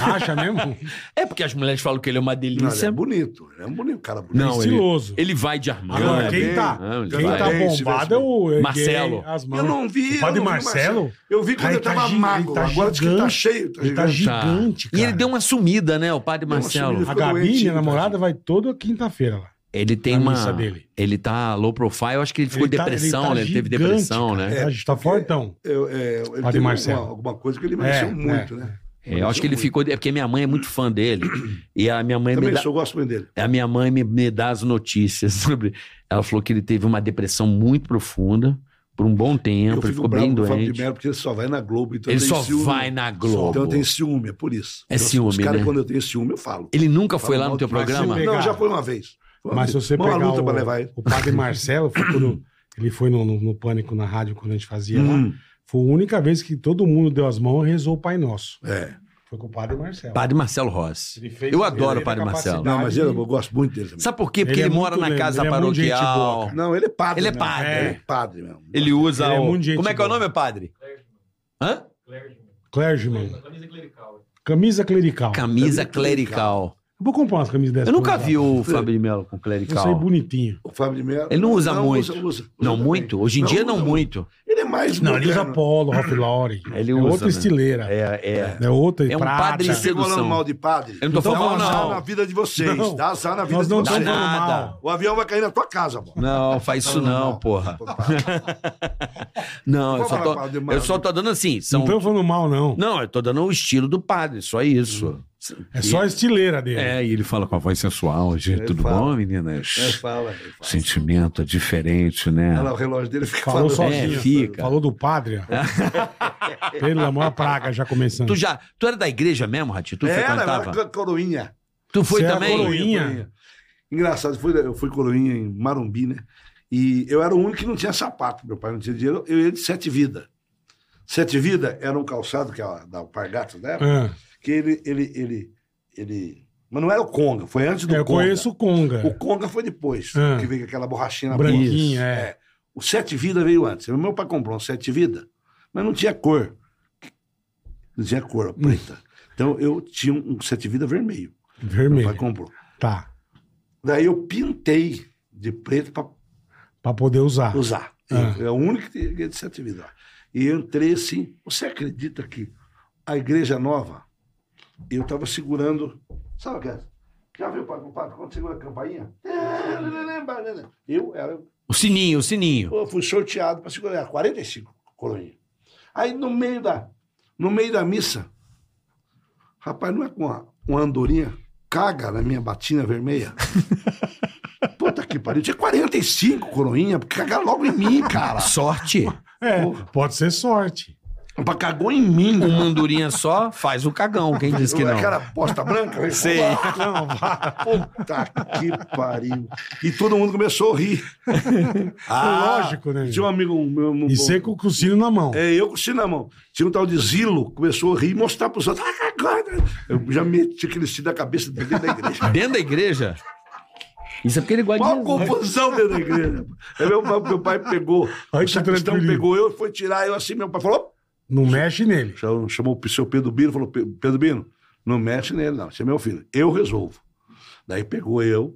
[SPEAKER 3] Acha mesmo?
[SPEAKER 4] É porque as mulheres falam que ele é uma
[SPEAKER 5] Não, ele
[SPEAKER 4] delícia.
[SPEAKER 5] é bonito, ele é um bonito, cara bonito.
[SPEAKER 4] <laughs> Não, ele,
[SPEAKER 3] Estiloso.
[SPEAKER 4] ele vai de armário.
[SPEAKER 3] Agora,
[SPEAKER 5] Não,
[SPEAKER 3] quem
[SPEAKER 5] bem-
[SPEAKER 3] tá,
[SPEAKER 4] não, ele
[SPEAKER 3] quem
[SPEAKER 4] vai
[SPEAKER 3] tá
[SPEAKER 5] bem, se
[SPEAKER 3] bombado é o é
[SPEAKER 4] Marcelo.
[SPEAKER 3] gay, as
[SPEAKER 5] Eu
[SPEAKER 3] mãos.
[SPEAKER 5] não vi.
[SPEAKER 3] O padre
[SPEAKER 5] eu não vi
[SPEAKER 3] Marcelo?
[SPEAKER 5] Eu vi quando
[SPEAKER 3] Cara,
[SPEAKER 5] ele tava
[SPEAKER 3] gi-
[SPEAKER 5] magro.
[SPEAKER 3] ele tá
[SPEAKER 5] Agora diz que ele tá
[SPEAKER 3] gigante.
[SPEAKER 5] cheio. Tá
[SPEAKER 3] Ele tá
[SPEAKER 5] gigante.
[SPEAKER 4] Tá.
[SPEAKER 3] gigante, cara.
[SPEAKER 4] E ele deu uma sumida, né, o padre
[SPEAKER 5] Deu uma
[SPEAKER 4] Marcelo?
[SPEAKER 5] sumida.
[SPEAKER 3] A
[SPEAKER 5] ficou
[SPEAKER 3] Gabi,
[SPEAKER 5] doentinho,
[SPEAKER 3] minha namorada,
[SPEAKER 5] tadinho.
[SPEAKER 3] vai toda quinta-feira lá.
[SPEAKER 4] Ele tem
[SPEAKER 3] a
[SPEAKER 4] uma.
[SPEAKER 3] missa dele.
[SPEAKER 4] Ele tá low profile, acho que ele ficou
[SPEAKER 3] Ele tá- ele
[SPEAKER 4] depressão,
[SPEAKER 3] tá
[SPEAKER 4] né? Ele teve
[SPEAKER 3] gigante,
[SPEAKER 4] depressão, né?
[SPEAKER 3] Tá, tá fortão.
[SPEAKER 5] Eu, é, ele
[SPEAKER 3] Padre
[SPEAKER 5] teve
[SPEAKER 3] Marcelo.
[SPEAKER 5] alguma, alguma coisa que ele emagreceu
[SPEAKER 3] É,
[SPEAKER 5] muito,
[SPEAKER 3] é.
[SPEAKER 5] né?
[SPEAKER 4] É, eu acho que ele ficou. É porque minha mãe é muito
[SPEAKER 3] <clears throat>
[SPEAKER 4] fã dele. E a minha mãe me
[SPEAKER 5] Também
[SPEAKER 4] dá,
[SPEAKER 5] sou, eu gosto muito dele.
[SPEAKER 4] a minha mãe me, me dá as notícias sobre. Ela falou que ele teve uma depressão muito profunda por um bom tempo. Ele ficou bem
[SPEAKER 5] com o Fábio de
[SPEAKER 4] doente.
[SPEAKER 5] Melo porque ele só vai na Globo. Então
[SPEAKER 4] ele
[SPEAKER 5] eu tenho
[SPEAKER 4] só
[SPEAKER 5] ciúme.
[SPEAKER 4] vai na
[SPEAKER 5] Então
[SPEAKER 4] Globo.
[SPEAKER 5] eu tenho ciúme, é por isso.
[SPEAKER 4] É
[SPEAKER 5] Então, Os
[SPEAKER 4] ciúme,
[SPEAKER 5] caras,
[SPEAKER 4] né?
[SPEAKER 5] quando eu tenho ciúme, eu falo.
[SPEAKER 4] Ele nunca
[SPEAKER 5] Falo
[SPEAKER 4] foi lá
[SPEAKER 5] mal
[SPEAKER 4] no teu
[SPEAKER 5] de- Mas se
[SPEAKER 4] programa?
[SPEAKER 3] pegar-
[SPEAKER 5] Não, já foi uma vez. Foi uma
[SPEAKER 3] Mas se
[SPEAKER 5] vez.
[SPEAKER 3] você
[SPEAKER 5] Foi uma
[SPEAKER 3] pegar
[SPEAKER 5] luta
[SPEAKER 3] o-
[SPEAKER 5] pra levar ele.
[SPEAKER 3] O padre Marcelo, foi quando ele foi no, no- no Pânico na rádio, quando a gente fazia lá,
[SPEAKER 5] Hum,
[SPEAKER 3] foi a única vez que todo mundo deu as mãos e rezou o Pai Nosso.
[SPEAKER 5] é.
[SPEAKER 3] Foi com o padre Marcelo.
[SPEAKER 4] Padre Marcelo Rossi.
[SPEAKER 3] Ele fez-
[SPEAKER 4] Eu adoro
[SPEAKER 3] ele
[SPEAKER 4] o padre
[SPEAKER 3] tem a
[SPEAKER 4] Marcelo.
[SPEAKER 5] Não,
[SPEAKER 3] capacidade
[SPEAKER 5] mas
[SPEAKER 3] de-
[SPEAKER 5] ele, eu gosto muito dele também.
[SPEAKER 4] Sabe por quê? Porque
[SPEAKER 3] Ele
[SPEAKER 4] ele,
[SPEAKER 3] é
[SPEAKER 4] mora
[SPEAKER 3] muito
[SPEAKER 4] na
[SPEAKER 3] lento,
[SPEAKER 4] casa
[SPEAKER 3] ele é muito gente boa,
[SPEAKER 4] paroquial.
[SPEAKER 3] cara.
[SPEAKER 5] Não, ele é padre.
[SPEAKER 4] Ele é
[SPEAKER 5] né?
[SPEAKER 4] padre.
[SPEAKER 5] Ele é padre mesmo.
[SPEAKER 4] ele usa
[SPEAKER 3] Ele é
[SPEAKER 4] o.
[SPEAKER 3] muito gente
[SPEAKER 4] Como é que é o
[SPEAKER 3] boa.
[SPEAKER 4] nome, padre? Hã?
[SPEAKER 3] Clergyman. Camisa clerical.
[SPEAKER 4] Camisa
[SPEAKER 5] Camisa
[SPEAKER 4] clerical.
[SPEAKER 3] Eu vou comprar umas camisas dessas.
[SPEAKER 4] Eu nunca
[SPEAKER 3] pra usar.
[SPEAKER 4] vi o Fábio de Melo com
[SPEAKER 3] Eu sei
[SPEAKER 4] clerical.
[SPEAKER 3] bonitinho.
[SPEAKER 5] O Fábio de Melo.
[SPEAKER 4] Ele não usa muito.
[SPEAKER 5] Usa, usa, usa
[SPEAKER 4] Não
[SPEAKER 5] também.
[SPEAKER 4] muito? Hoje em dia não
[SPEAKER 5] usa
[SPEAKER 4] muito.
[SPEAKER 5] Ele é mais
[SPEAKER 3] Não, ele usa
[SPEAKER 5] moderno.
[SPEAKER 3] polo, Ralph <clears throat> Lauren.
[SPEAKER 4] Ele
[SPEAKER 3] é
[SPEAKER 4] usa,
[SPEAKER 3] outra
[SPEAKER 4] né?
[SPEAKER 3] estileira.
[SPEAKER 4] É, é.
[SPEAKER 3] É, outra
[SPEAKER 4] É um
[SPEAKER 3] prata.
[SPEAKER 4] padre
[SPEAKER 5] Você
[SPEAKER 4] sedução.
[SPEAKER 5] falando mal de padre. Então
[SPEAKER 4] Eu não tô
[SPEAKER 5] Dá
[SPEAKER 4] falando,
[SPEAKER 5] azar
[SPEAKER 4] não.
[SPEAKER 5] na vida de vocês.
[SPEAKER 3] Não.
[SPEAKER 5] Dá azar na vida
[SPEAKER 3] Nós
[SPEAKER 5] de
[SPEAKER 3] não
[SPEAKER 5] vocês.
[SPEAKER 3] estamos falando
[SPEAKER 4] Nada.
[SPEAKER 3] mal.
[SPEAKER 5] O avião vai cair na tua casa, amor.
[SPEAKER 4] Não, faz isso não, porra. Não, eu
[SPEAKER 5] Vamos
[SPEAKER 4] só
[SPEAKER 5] falar, Padre
[SPEAKER 4] tô,
[SPEAKER 5] Márcio.
[SPEAKER 4] eu só tô dando assim.
[SPEAKER 3] Não
[SPEAKER 4] São,
[SPEAKER 3] tô falando mal, não.
[SPEAKER 4] não, eu tô dando o estilo do padre, só isso.
[SPEAKER 3] É só a estileira dele.
[SPEAKER 6] É, e ele fala com a voz sensual, gente.
[SPEAKER 5] Ele
[SPEAKER 6] Tudo
[SPEAKER 5] fala.
[SPEAKER 6] bom, meninas?
[SPEAKER 5] É, fala. ele fala.
[SPEAKER 6] Sentimento é diferente, né?
[SPEAKER 5] Olha lá, o relógio dele fica
[SPEAKER 3] Falou
[SPEAKER 5] falando.
[SPEAKER 3] sozinho.
[SPEAKER 4] É, fica.
[SPEAKER 3] Falou do padre.
[SPEAKER 4] <laughs>
[SPEAKER 3] ó. Pelo amor, a praga já começando.
[SPEAKER 4] Tu já, tu era da igreja mesmo, Ratinho? Tu
[SPEAKER 5] É, ela
[SPEAKER 4] frequentava?
[SPEAKER 5] era coroinha.
[SPEAKER 4] Tu foi
[SPEAKER 3] Você é era
[SPEAKER 4] também?
[SPEAKER 3] coroinha.
[SPEAKER 5] Engraçado, fui- eu fui coroinha em Marumbi, né? E eu era o único que não tinha sapato. Meu pai não tinha dinheiro, eu ia de sete vida. Sete vida era um calçado que era da Alpargatas, né?
[SPEAKER 3] Ah,
[SPEAKER 5] Que ele, ele, ele, ele... Mas não era o Conga, foi antes do
[SPEAKER 3] É, eu
[SPEAKER 5] Conga.
[SPEAKER 3] conheço o Conga.
[SPEAKER 5] O Conga foi depois,
[SPEAKER 3] Ah.
[SPEAKER 5] que veio com aquela borrachinha na
[SPEAKER 3] É. Branquinho,
[SPEAKER 5] ponta.
[SPEAKER 3] é.
[SPEAKER 5] O Sete Vida veio antes. Meu pai comprou um Sete Vida, mas não tinha cor. Não tinha cor
[SPEAKER 3] Hum.
[SPEAKER 5] preta. Então eu tinha um Sete Vida vermelho. Meu pai
[SPEAKER 3] Vermelho.
[SPEAKER 5] comprou.
[SPEAKER 3] Tá.
[SPEAKER 5] Daí eu pintei de preto para
[SPEAKER 3] Pra poder usar.
[SPEAKER 5] usar.
[SPEAKER 3] Ah.
[SPEAKER 5] É o único que tinha de Sete Vida. E eu entrei assim. Você acredita que a Igreja Nova, eu estava segurando. Sabe aquela? Já viu, padre, o padre, quando segura a campainha? Eu era
[SPEAKER 4] O sininho, o sininho.
[SPEAKER 5] Eu fui sorteado para segurar 45 coroinha. Aí no meio da, no meio da missa, rapaz, não é com uma, uma andorinha caga na minha batina
[SPEAKER 4] <laughs>
[SPEAKER 5] vermelha? Puta que pariu, tinha 45 coroinha, cagar logo em mim, cara.
[SPEAKER 4] Sorte.
[SPEAKER 3] É,
[SPEAKER 5] Porra.
[SPEAKER 3] pode ser sorte.
[SPEAKER 5] Rapaz, Cagou em mim.
[SPEAKER 4] Um mandurinha só faz o cagão, quem disse que não?
[SPEAKER 5] Aquela
[SPEAKER 4] <laughs>
[SPEAKER 5] posta branca.
[SPEAKER 4] Sei.
[SPEAKER 3] Não, vá.
[SPEAKER 5] Puta que pariu. E todo mundo começou a rir.
[SPEAKER 4] Ah,
[SPEAKER 3] Lógico, né?
[SPEAKER 5] Tinha um amigo meu. um
[SPEAKER 3] E
[SPEAKER 5] bom-
[SPEAKER 3] ser com o sino na mão.
[SPEAKER 5] É, eu com o sino na mão. Tinha um tal de Zilo, começou a rir e mostrar para os outros. Ah, agora. Eu já meti aquele sino na cabeça dele dentro da
[SPEAKER 3] <laughs>
[SPEAKER 5] igreja.
[SPEAKER 4] Dentro da igreja? Isso é porque ele gosta
[SPEAKER 5] Mó
[SPEAKER 4] de...
[SPEAKER 5] confusão dentro da igreja. Aí meu, pai- meu pai pegou,
[SPEAKER 3] Ai,
[SPEAKER 5] o
[SPEAKER 3] que
[SPEAKER 5] sacristão
[SPEAKER 3] tranquilo.
[SPEAKER 5] pegou eu, foi tirar eu assim, meu pai falou...
[SPEAKER 3] Não mexe nele.
[SPEAKER 5] Chamou, chamou o seu Pedro Bino, falou, "Pe- Pedro Bino, não mexe nele não, você é meu filho, eu resolvo. Daí pegou eu,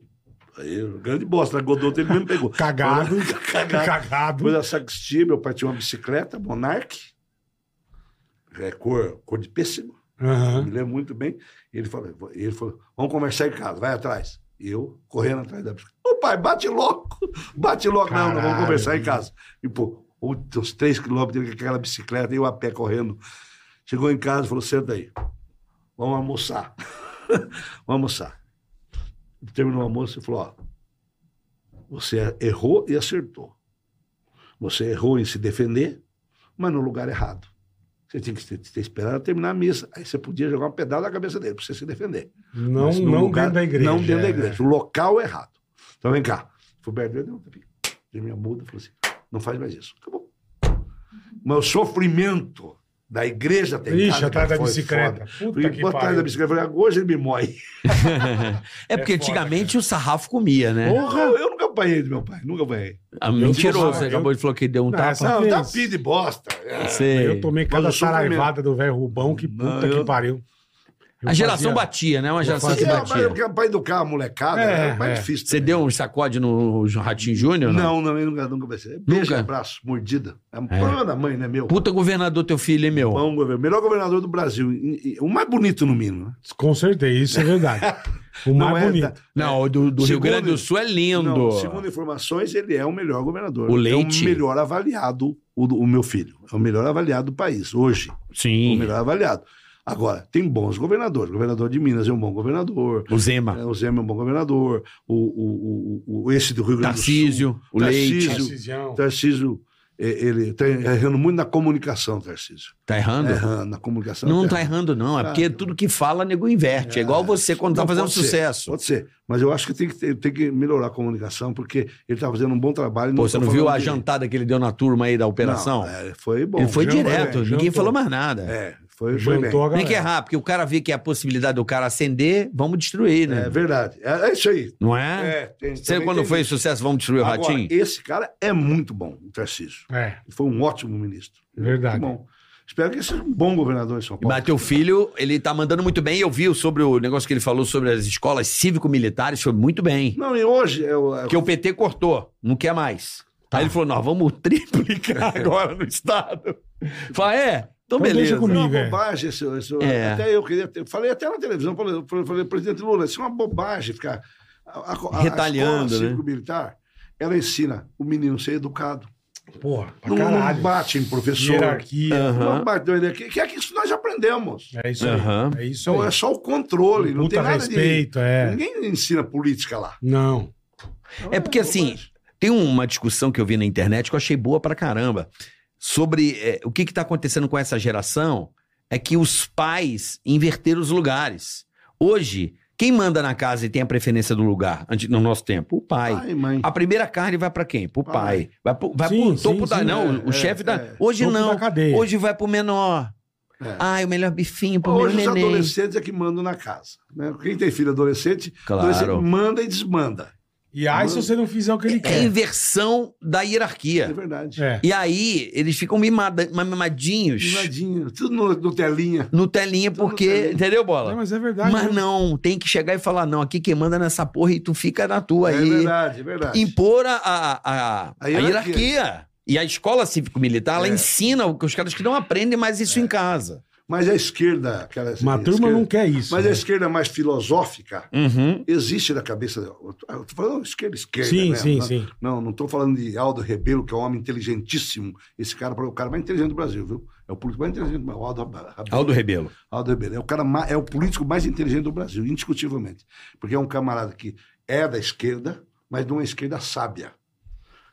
[SPEAKER 5] aí, grande bosta, né? Godot ele mesmo
[SPEAKER 3] <laughs>
[SPEAKER 5] pegou.
[SPEAKER 3] Cagado.
[SPEAKER 5] <laughs> Cagado.
[SPEAKER 3] Cagado.
[SPEAKER 5] Depois da sacristia, meu pai tinha uma bicicleta, Monarch, é, cor, cor de pêssego.
[SPEAKER 3] Aham.
[SPEAKER 5] Me lembro muito bem. Ele falou, ele falou, vamos conversar em casa, vai atrás. E eu correndo atrás da bicicleta. Ô pai, bate logo, bate logo. não, não, vamos
[SPEAKER 3] Caralho,
[SPEAKER 5] conversar em
[SPEAKER 3] meu.
[SPEAKER 5] casa. E pô, uns três quilômetros ele com aquela bicicleta e eu a pé correndo. Chegou em casa e falou, senta aí, vamos almoçar. <laughs> vamos almoçar. Terminou o almoço e falou, ó, você errou e acertou. Você errou em se defender, mas no lugar errado. Você tinha que ter, ter esperado terminar a missa. Aí você podia jogar um pedal na cabeça dele para você se defender.
[SPEAKER 3] Não,
[SPEAKER 5] Mas no
[SPEAKER 3] não
[SPEAKER 5] lugar-
[SPEAKER 3] dentro da igreja.
[SPEAKER 5] Não dentro da
[SPEAKER 3] é.
[SPEAKER 5] igreja. O local errado. Então vem cá. Fulberto deu um tapinha. Deu minha muda e falou assim: não faz mais isso. Acabou.
[SPEAKER 4] Uhum.
[SPEAKER 5] Mas o sofrimento da igreja tem
[SPEAKER 3] Ixi,
[SPEAKER 5] cara,
[SPEAKER 3] atrás
[SPEAKER 5] cara,
[SPEAKER 3] da
[SPEAKER 5] foi
[SPEAKER 3] bicicleta.
[SPEAKER 5] foda.
[SPEAKER 3] Puta
[SPEAKER 5] Fui
[SPEAKER 3] que
[SPEAKER 5] por trás
[SPEAKER 3] pariu.
[SPEAKER 5] da bicicleta. Eu Falei, hoje ele me mói.
[SPEAKER 4] É porque
[SPEAKER 3] É foda,
[SPEAKER 4] antigamente o sarrafo comia, né?
[SPEAKER 3] É. Porra.
[SPEAKER 5] Eu, eu nunca apanhei do meu pai, nunca apanhei.
[SPEAKER 4] Ah, mentiroso,
[SPEAKER 3] Eu-
[SPEAKER 4] você acabou de falar que deu um
[SPEAKER 3] Não,
[SPEAKER 4] tapa.
[SPEAKER 3] essa-
[SPEAKER 5] Não,
[SPEAKER 3] vez-
[SPEAKER 5] tá pi de bosta. É.
[SPEAKER 4] Sei.
[SPEAKER 3] Eu tomei cada
[SPEAKER 5] Mas o sofrimento-
[SPEAKER 3] saraivada do velho Rubão, que
[SPEAKER 5] Não,
[SPEAKER 3] puta
[SPEAKER 5] eu-
[SPEAKER 3] que pariu. Eu
[SPEAKER 4] a geração
[SPEAKER 3] fazia-
[SPEAKER 4] batia, né? Uma geração
[SPEAKER 5] Porque
[SPEAKER 4] que
[SPEAKER 3] fazia-
[SPEAKER 5] é, mas é
[SPEAKER 4] batia.
[SPEAKER 5] porque é pra educar a molecada,
[SPEAKER 3] É,
[SPEAKER 5] é, mais
[SPEAKER 3] é.
[SPEAKER 5] difícil.
[SPEAKER 4] Você deu um sacode no Ratinho Júnior?
[SPEAKER 5] Não, não, eu nunca, nunca pensei. Beijo,
[SPEAKER 4] Nunca?
[SPEAKER 5] abraço, mordida. É um problema da mãe, né, meu?
[SPEAKER 4] Puta governador teu filho, hein, meu?
[SPEAKER 5] Bom é. governo. Melhor governador do Brasil. E- e- O mais bonito, no mínimo. né?
[SPEAKER 3] Com certeza, isso é
[SPEAKER 5] <laughs>
[SPEAKER 3] verdade. O
[SPEAKER 5] Não
[SPEAKER 3] mais
[SPEAKER 5] é
[SPEAKER 3] bonito.
[SPEAKER 5] da-
[SPEAKER 4] Não, o do, do Rio
[SPEAKER 5] Segundo-
[SPEAKER 4] Grande do Sul é lindo.
[SPEAKER 5] Não, segundo informações, ele é o melhor governador.
[SPEAKER 4] O Leite?
[SPEAKER 5] É o melhor avaliado, o, do- o meu filho. É o melhor avaliado do país, hoje. O
[SPEAKER 4] Sim.
[SPEAKER 5] melhor avaliado. Agora, tem bons governadores. O governador de Minas é um bom governador.
[SPEAKER 4] O Zema.
[SPEAKER 5] É, O Zema é um bom governador. O, o, o, o- esse do Rio Grande do Sul.
[SPEAKER 4] Tarcísio, o
[SPEAKER 3] É,
[SPEAKER 5] Tarcísio.
[SPEAKER 4] Leite.
[SPEAKER 3] Tarcisião.
[SPEAKER 5] Tá, Tarcísio. é, Ele tá errando muito na comunicação, Tarcísio.
[SPEAKER 4] Tá errando?
[SPEAKER 5] Errando na comunicação.
[SPEAKER 4] Não, não
[SPEAKER 5] tá
[SPEAKER 4] tá errando, não. É
[SPEAKER 5] Tá.
[SPEAKER 4] porque tudo que fala, nego inverte. É,
[SPEAKER 5] É.
[SPEAKER 4] igual você quando tá
[SPEAKER 5] Não,
[SPEAKER 4] fazendo
[SPEAKER 5] pode ser,
[SPEAKER 4] sucesso.
[SPEAKER 5] Pode ser. Mas eu acho que tem que, ter- tem que melhorar a comunicação, porque ele tá fazendo um bom trabalho.
[SPEAKER 4] Pô,
[SPEAKER 5] tô
[SPEAKER 4] você não viu
[SPEAKER 5] falando
[SPEAKER 4] a
[SPEAKER 5] de-
[SPEAKER 4] jantada que ele deu na turma aí da operação?
[SPEAKER 5] Não, é, foi bom.
[SPEAKER 4] ele foi
[SPEAKER 3] jantou,
[SPEAKER 4] direto,
[SPEAKER 3] né?
[SPEAKER 4] ninguém
[SPEAKER 3] Jantou.
[SPEAKER 4] falou mais nada.
[SPEAKER 5] É, foi, foi bem.
[SPEAKER 3] Jantou a
[SPEAKER 4] Tem
[SPEAKER 3] galera.
[SPEAKER 4] que errar, porque o cara vê que é a possibilidade do cara acender, vamos destruir, né?
[SPEAKER 5] É verdade. É, é isso aí.
[SPEAKER 4] Não é?
[SPEAKER 5] tem-
[SPEAKER 4] Você
[SPEAKER 5] também
[SPEAKER 4] quando
[SPEAKER 5] tem
[SPEAKER 4] foi
[SPEAKER 5] isso.
[SPEAKER 4] sucesso, vamos destruir o
[SPEAKER 5] Agora,
[SPEAKER 4] Ratinho?
[SPEAKER 5] esse cara é muito bom, o Tarcísio.
[SPEAKER 3] É,
[SPEAKER 5] Foi um ótimo ministro.
[SPEAKER 3] Verdade.
[SPEAKER 5] Muito bom. Espero que ele seja um bom governador em São Paulo.
[SPEAKER 4] Mas teu filho, ele tá mandando muito bem. Eu vi sobre o negócio que ele falou sobre as escolas cívico-militares, foi muito bem.
[SPEAKER 5] Não, e hoje... É, o- é,
[SPEAKER 4] Porque o PT cortou, não quer mais.
[SPEAKER 5] Tá.
[SPEAKER 4] Aí ele falou, nós vamos <laughs> triplicar agora no
[SPEAKER 5] <laughs>
[SPEAKER 4] Estado. Fala, é? Então,
[SPEAKER 3] Então
[SPEAKER 4] beleza.
[SPEAKER 3] deixa comigo.
[SPEAKER 5] uma
[SPEAKER 3] amigo, é.
[SPEAKER 5] bobagem. Esse, esse-
[SPEAKER 4] É.
[SPEAKER 5] Até eu queria ter, Falei até na televisão, falei, falei, falei, presidente Lula, isso é uma bobagem ficar... A, a, a
[SPEAKER 4] Retalhando, né?
[SPEAKER 5] escola cívico-militar, ela ensina o menino a ser educado.
[SPEAKER 3] porra, pra
[SPEAKER 5] Não, não
[SPEAKER 3] caralho.
[SPEAKER 5] bate em professor.
[SPEAKER 3] Hierarquia.
[SPEAKER 5] Não
[SPEAKER 4] Aham.
[SPEAKER 5] bate na hierarquia, que é que isso nós já aprendemos.
[SPEAKER 3] É isso aí.
[SPEAKER 4] Aham.
[SPEAKER 3] É isso
[SPEAKER 5] Então
[SPEAKER 3] aí.
[SPEAKER 5] é só o controle, não
[SPEAKER 3] Puta
[SPEAKER 5] tem nada de...
[SPEAKER 3] respeito, é.
[SPEAKER 5] Ninguém ensina política lá.
[SPEAKER 3] Não.
[SPEAKER 4] É porque, assim, Tem uma discussão que eu vi na internet que eu achei boa pra caramba. Sobre é, o que está acontecendo com essa geração é que os pais inverteram os lugares. Hoje, quem manda na casa e tem a preferência do lugar antes- no nosso tempo? O pai.
[SPEAKER 5] Ai, mãe.
[SPEAKER 4] A primeira carne vai pra quem? Pro pai.
[SPEAKER 5] Pai.
[SPEAKER 4] Vai pro, vai
[SPEAKER 3] Sim,
[SPEAKER 4] pro topo
[SPEAKER 3] sim,
[SPEAKER 4] da.
[SPEAKER 3] sim,
[SPEAKER 4] não,
[SPEAKER 5] é,
[SPEAKER 4] o
[SPEAKER 5] é,
[SPEAKER 4] chefe da.
[SPEAKER 5] é.
[SPEAKER 4] Hoje
[SPEAKER 3] Topo
[SPEAKER 4] não.
[SPEAKER 3] da cadeia.
[SPEAKER 4] Hoje vai pro menor.
[SPEAKER 5] É.
[SPEAKER 4] Ai, o melhor bifinho pro
[SPEAKER 5] Hoje os
[SPEAKER 4] meu neném.
[SPEAKER 5] adolescentes é que mandam na casa. né? Quem tem filho adolescente,
[SPEAKER 4] Claro.
[SPEAKER 5] adolescente manda e desmanda.
[SPEAKER 3] E aí, se você não fizer o que ele
[SPEAKER 4] É a
[SPEAKER 3] quer.
[SPEAKER 4] inversão da
[SPEAKER 5] É
[SPEAKER 4] hierarquia.
[SPEAKER 5] verdade.
[SPEAKER 3] É.
[SPEAKER 4] E aí, eles ficam mimada, mimadinhos.
[SPEAKER 5] Mimadinho, tudo no, no telinha.
[SPEAKER 4] no telinha,
[SPEAKER 5] Tudo
[SPEAKER 4] porque.
[SPEAKER 5] telinha.
[SPEAKER 4] Entendeu,
[SPEAKER 3] Não,
[SPEAKER 4] bola?
[SPEAKER 3] mas é verdade.
[SPEAKER 4] Mas
[SPEAKER 3] né?
[SPEAKER 4] não, tem que chegar e falar, não, aqui quem manda nessa porra e tu fica na tua
[SPEAKER 5] é
[SPEAKER 4] aí.
[SPEAKER 5] verdade, é verdade.
[SPEAKER 4] Impor a, a, a, a
[SPEAKER 5] A
[SPEAKER 4] hierarquia.
[SPEAKER 5] hierarquia.
[SPEAKER 4] E a escola cívico-militar, ela
[SPEAKER 5] É.
[SPEAKER 4] ensina o que os caras que não aprendem mais isso em casa.
[SPEAKER 5] Mas a esquerda, aquela.
[SPEAKER 3] Uma
[SPEAKER 5] a
[SPEAKER 3] turma
[SPEAKER 5] esquerda-
[SPEAKER 3] não quer isso.
[SPEAKER 5] Mas é a
[SPEAKER 3] né?
[SPEAKER 5] esquerda mais filosófica
[SPEAKER 4] Uhum.
[SPEAKER 5] existe na cabeça. Eu tô eu tô falando esquerda, esquerda.
[SPEAKER 3] Sim,
[SPEAKER 5] né?
[SPEAKER 3] sim,
[SPEAKER 5] Não-
[SPEAKER 3] sim.
[SPEAKER 5] Não, não estou falando de Aldo Rebelo, que é um homem inteligentíssimo. Esse cara é o cara mais inteligente do Brasil, viu? É o político mais inteligente do Brasil. Aldo, Rebelo.
[SPEAKER 4] Aldo Rebelo.
[SPEAKER 5] Aldo Rebelo. É o, cara ma- é o político mais inteligente do Brasil, indiscutivelmente. Porque é um camarada que é da esquerda, mas de uma esquerda sábia.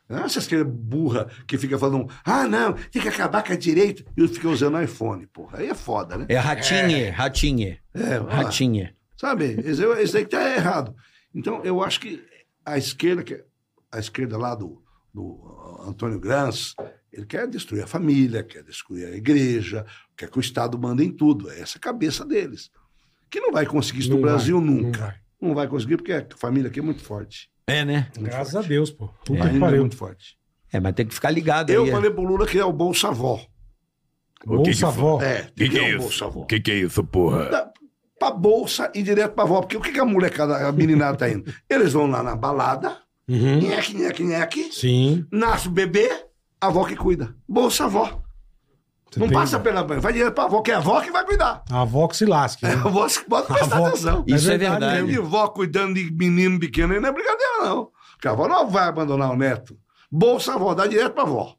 [SPEAKER 5] Não é essa esquerda burra que fica falando, ah, não, tem que acabar com a direita. E fica usando iPhone, porra. Aí é foda, né?
[SPEAKER 4] É Ratinhe, Ratinhe,
[SPEAKER 5] É, olha lá.
[SPEAKER 4] Ratinhe.
[SPEAKER 5] Sabe? Esse, esse aí que tá errado. Então, eu acho que a esquerda, que é, a esquerda lá do, do Antônio Granz, ele quer destruir a família, quer destruir a igreja, quer que o Estado mande em tudo. É essa a cabeça deles. Que não vai conseguir isso
[SPEAKER 3] Não
[SPEAKER 5] no
[SPEAKER 3] vai,
[SPEAKER 5] Brasil
[SPEAKER 3] não
[SPEAKER 5] nunca. Não
[SPEAKER 3] vai.
[SPEAKER 5] vai. conseguir, porque a família aqui é muito forte.
[SPEAKER 4] É, né?
[SPEAKER 5] Muito
[SPEAKER 3] Graças a
[SPEAKER 5] forte.
[SPEAKER 3] Deus, pô. Puta
[SPEAKER 5] Ainda
[SPEAKER 3] que
[SPEAKER 5] é
[SPEAKER 3] pariu.
[SPEAKER 5] muito forte.
[SPEAKER 4] É, mas tem que ficar ligado
[SPEAKER 5] Eu
[SPEAKER 4] aí.
[SPEAKER 5] falei pro Lula que é o Bolsa Vó.
[SPEAKER 2] O que que
[SPEAKER 3] Bolsa avó.
[SPEAKER 5] É,
[SPEAKER 2] Que que
[SPEAKER 5] é,
[SPEAKER 2] é
[SPEAKER 5] o
[SPEAKER 2] isso?
[SPEAKER 5] Bolsa Vó.
[SPEAKER 2] que é isso, porra?
[SPEAKER 5] da- pra bolsa e direto pra vó. Porque o que, que a molecada, a meninada tá indo? Eles vão lá na balada,
[SPEAKER 3] Uhum.
[SPEAKER 5] nheque, nheque, nheque,
[SPEAKER 3] Sim.
[SPEAKER 5] nasce o bebê, a avó que cuida. Bolsa avó.
[SPEAKER 3] Você
[SPEAKER 5] não
[SPEAKER 3] tem- um-
[SPEAKER 5] passa pela mãe, vai direto pra avó, que é a avó que vai cuidar.
[SPEAKER 3] A avó que se lasque.
[SPEAKER 5] É,
[SPEAKER 3] né?
[SPEAKER 5] <laughs> a avó que pode prestar
[SPEAKER 3] avó- né?
[SPEAKER 5] atenção.
[SPEAKER 4] Isso é verdade.
[SPEAKER 5] Tem de vó cuidando de menino pequeno, aí não é brincadeira, não. Porque a avó não vai abandonar o neto. Bolsa avó, dá direto pra avó.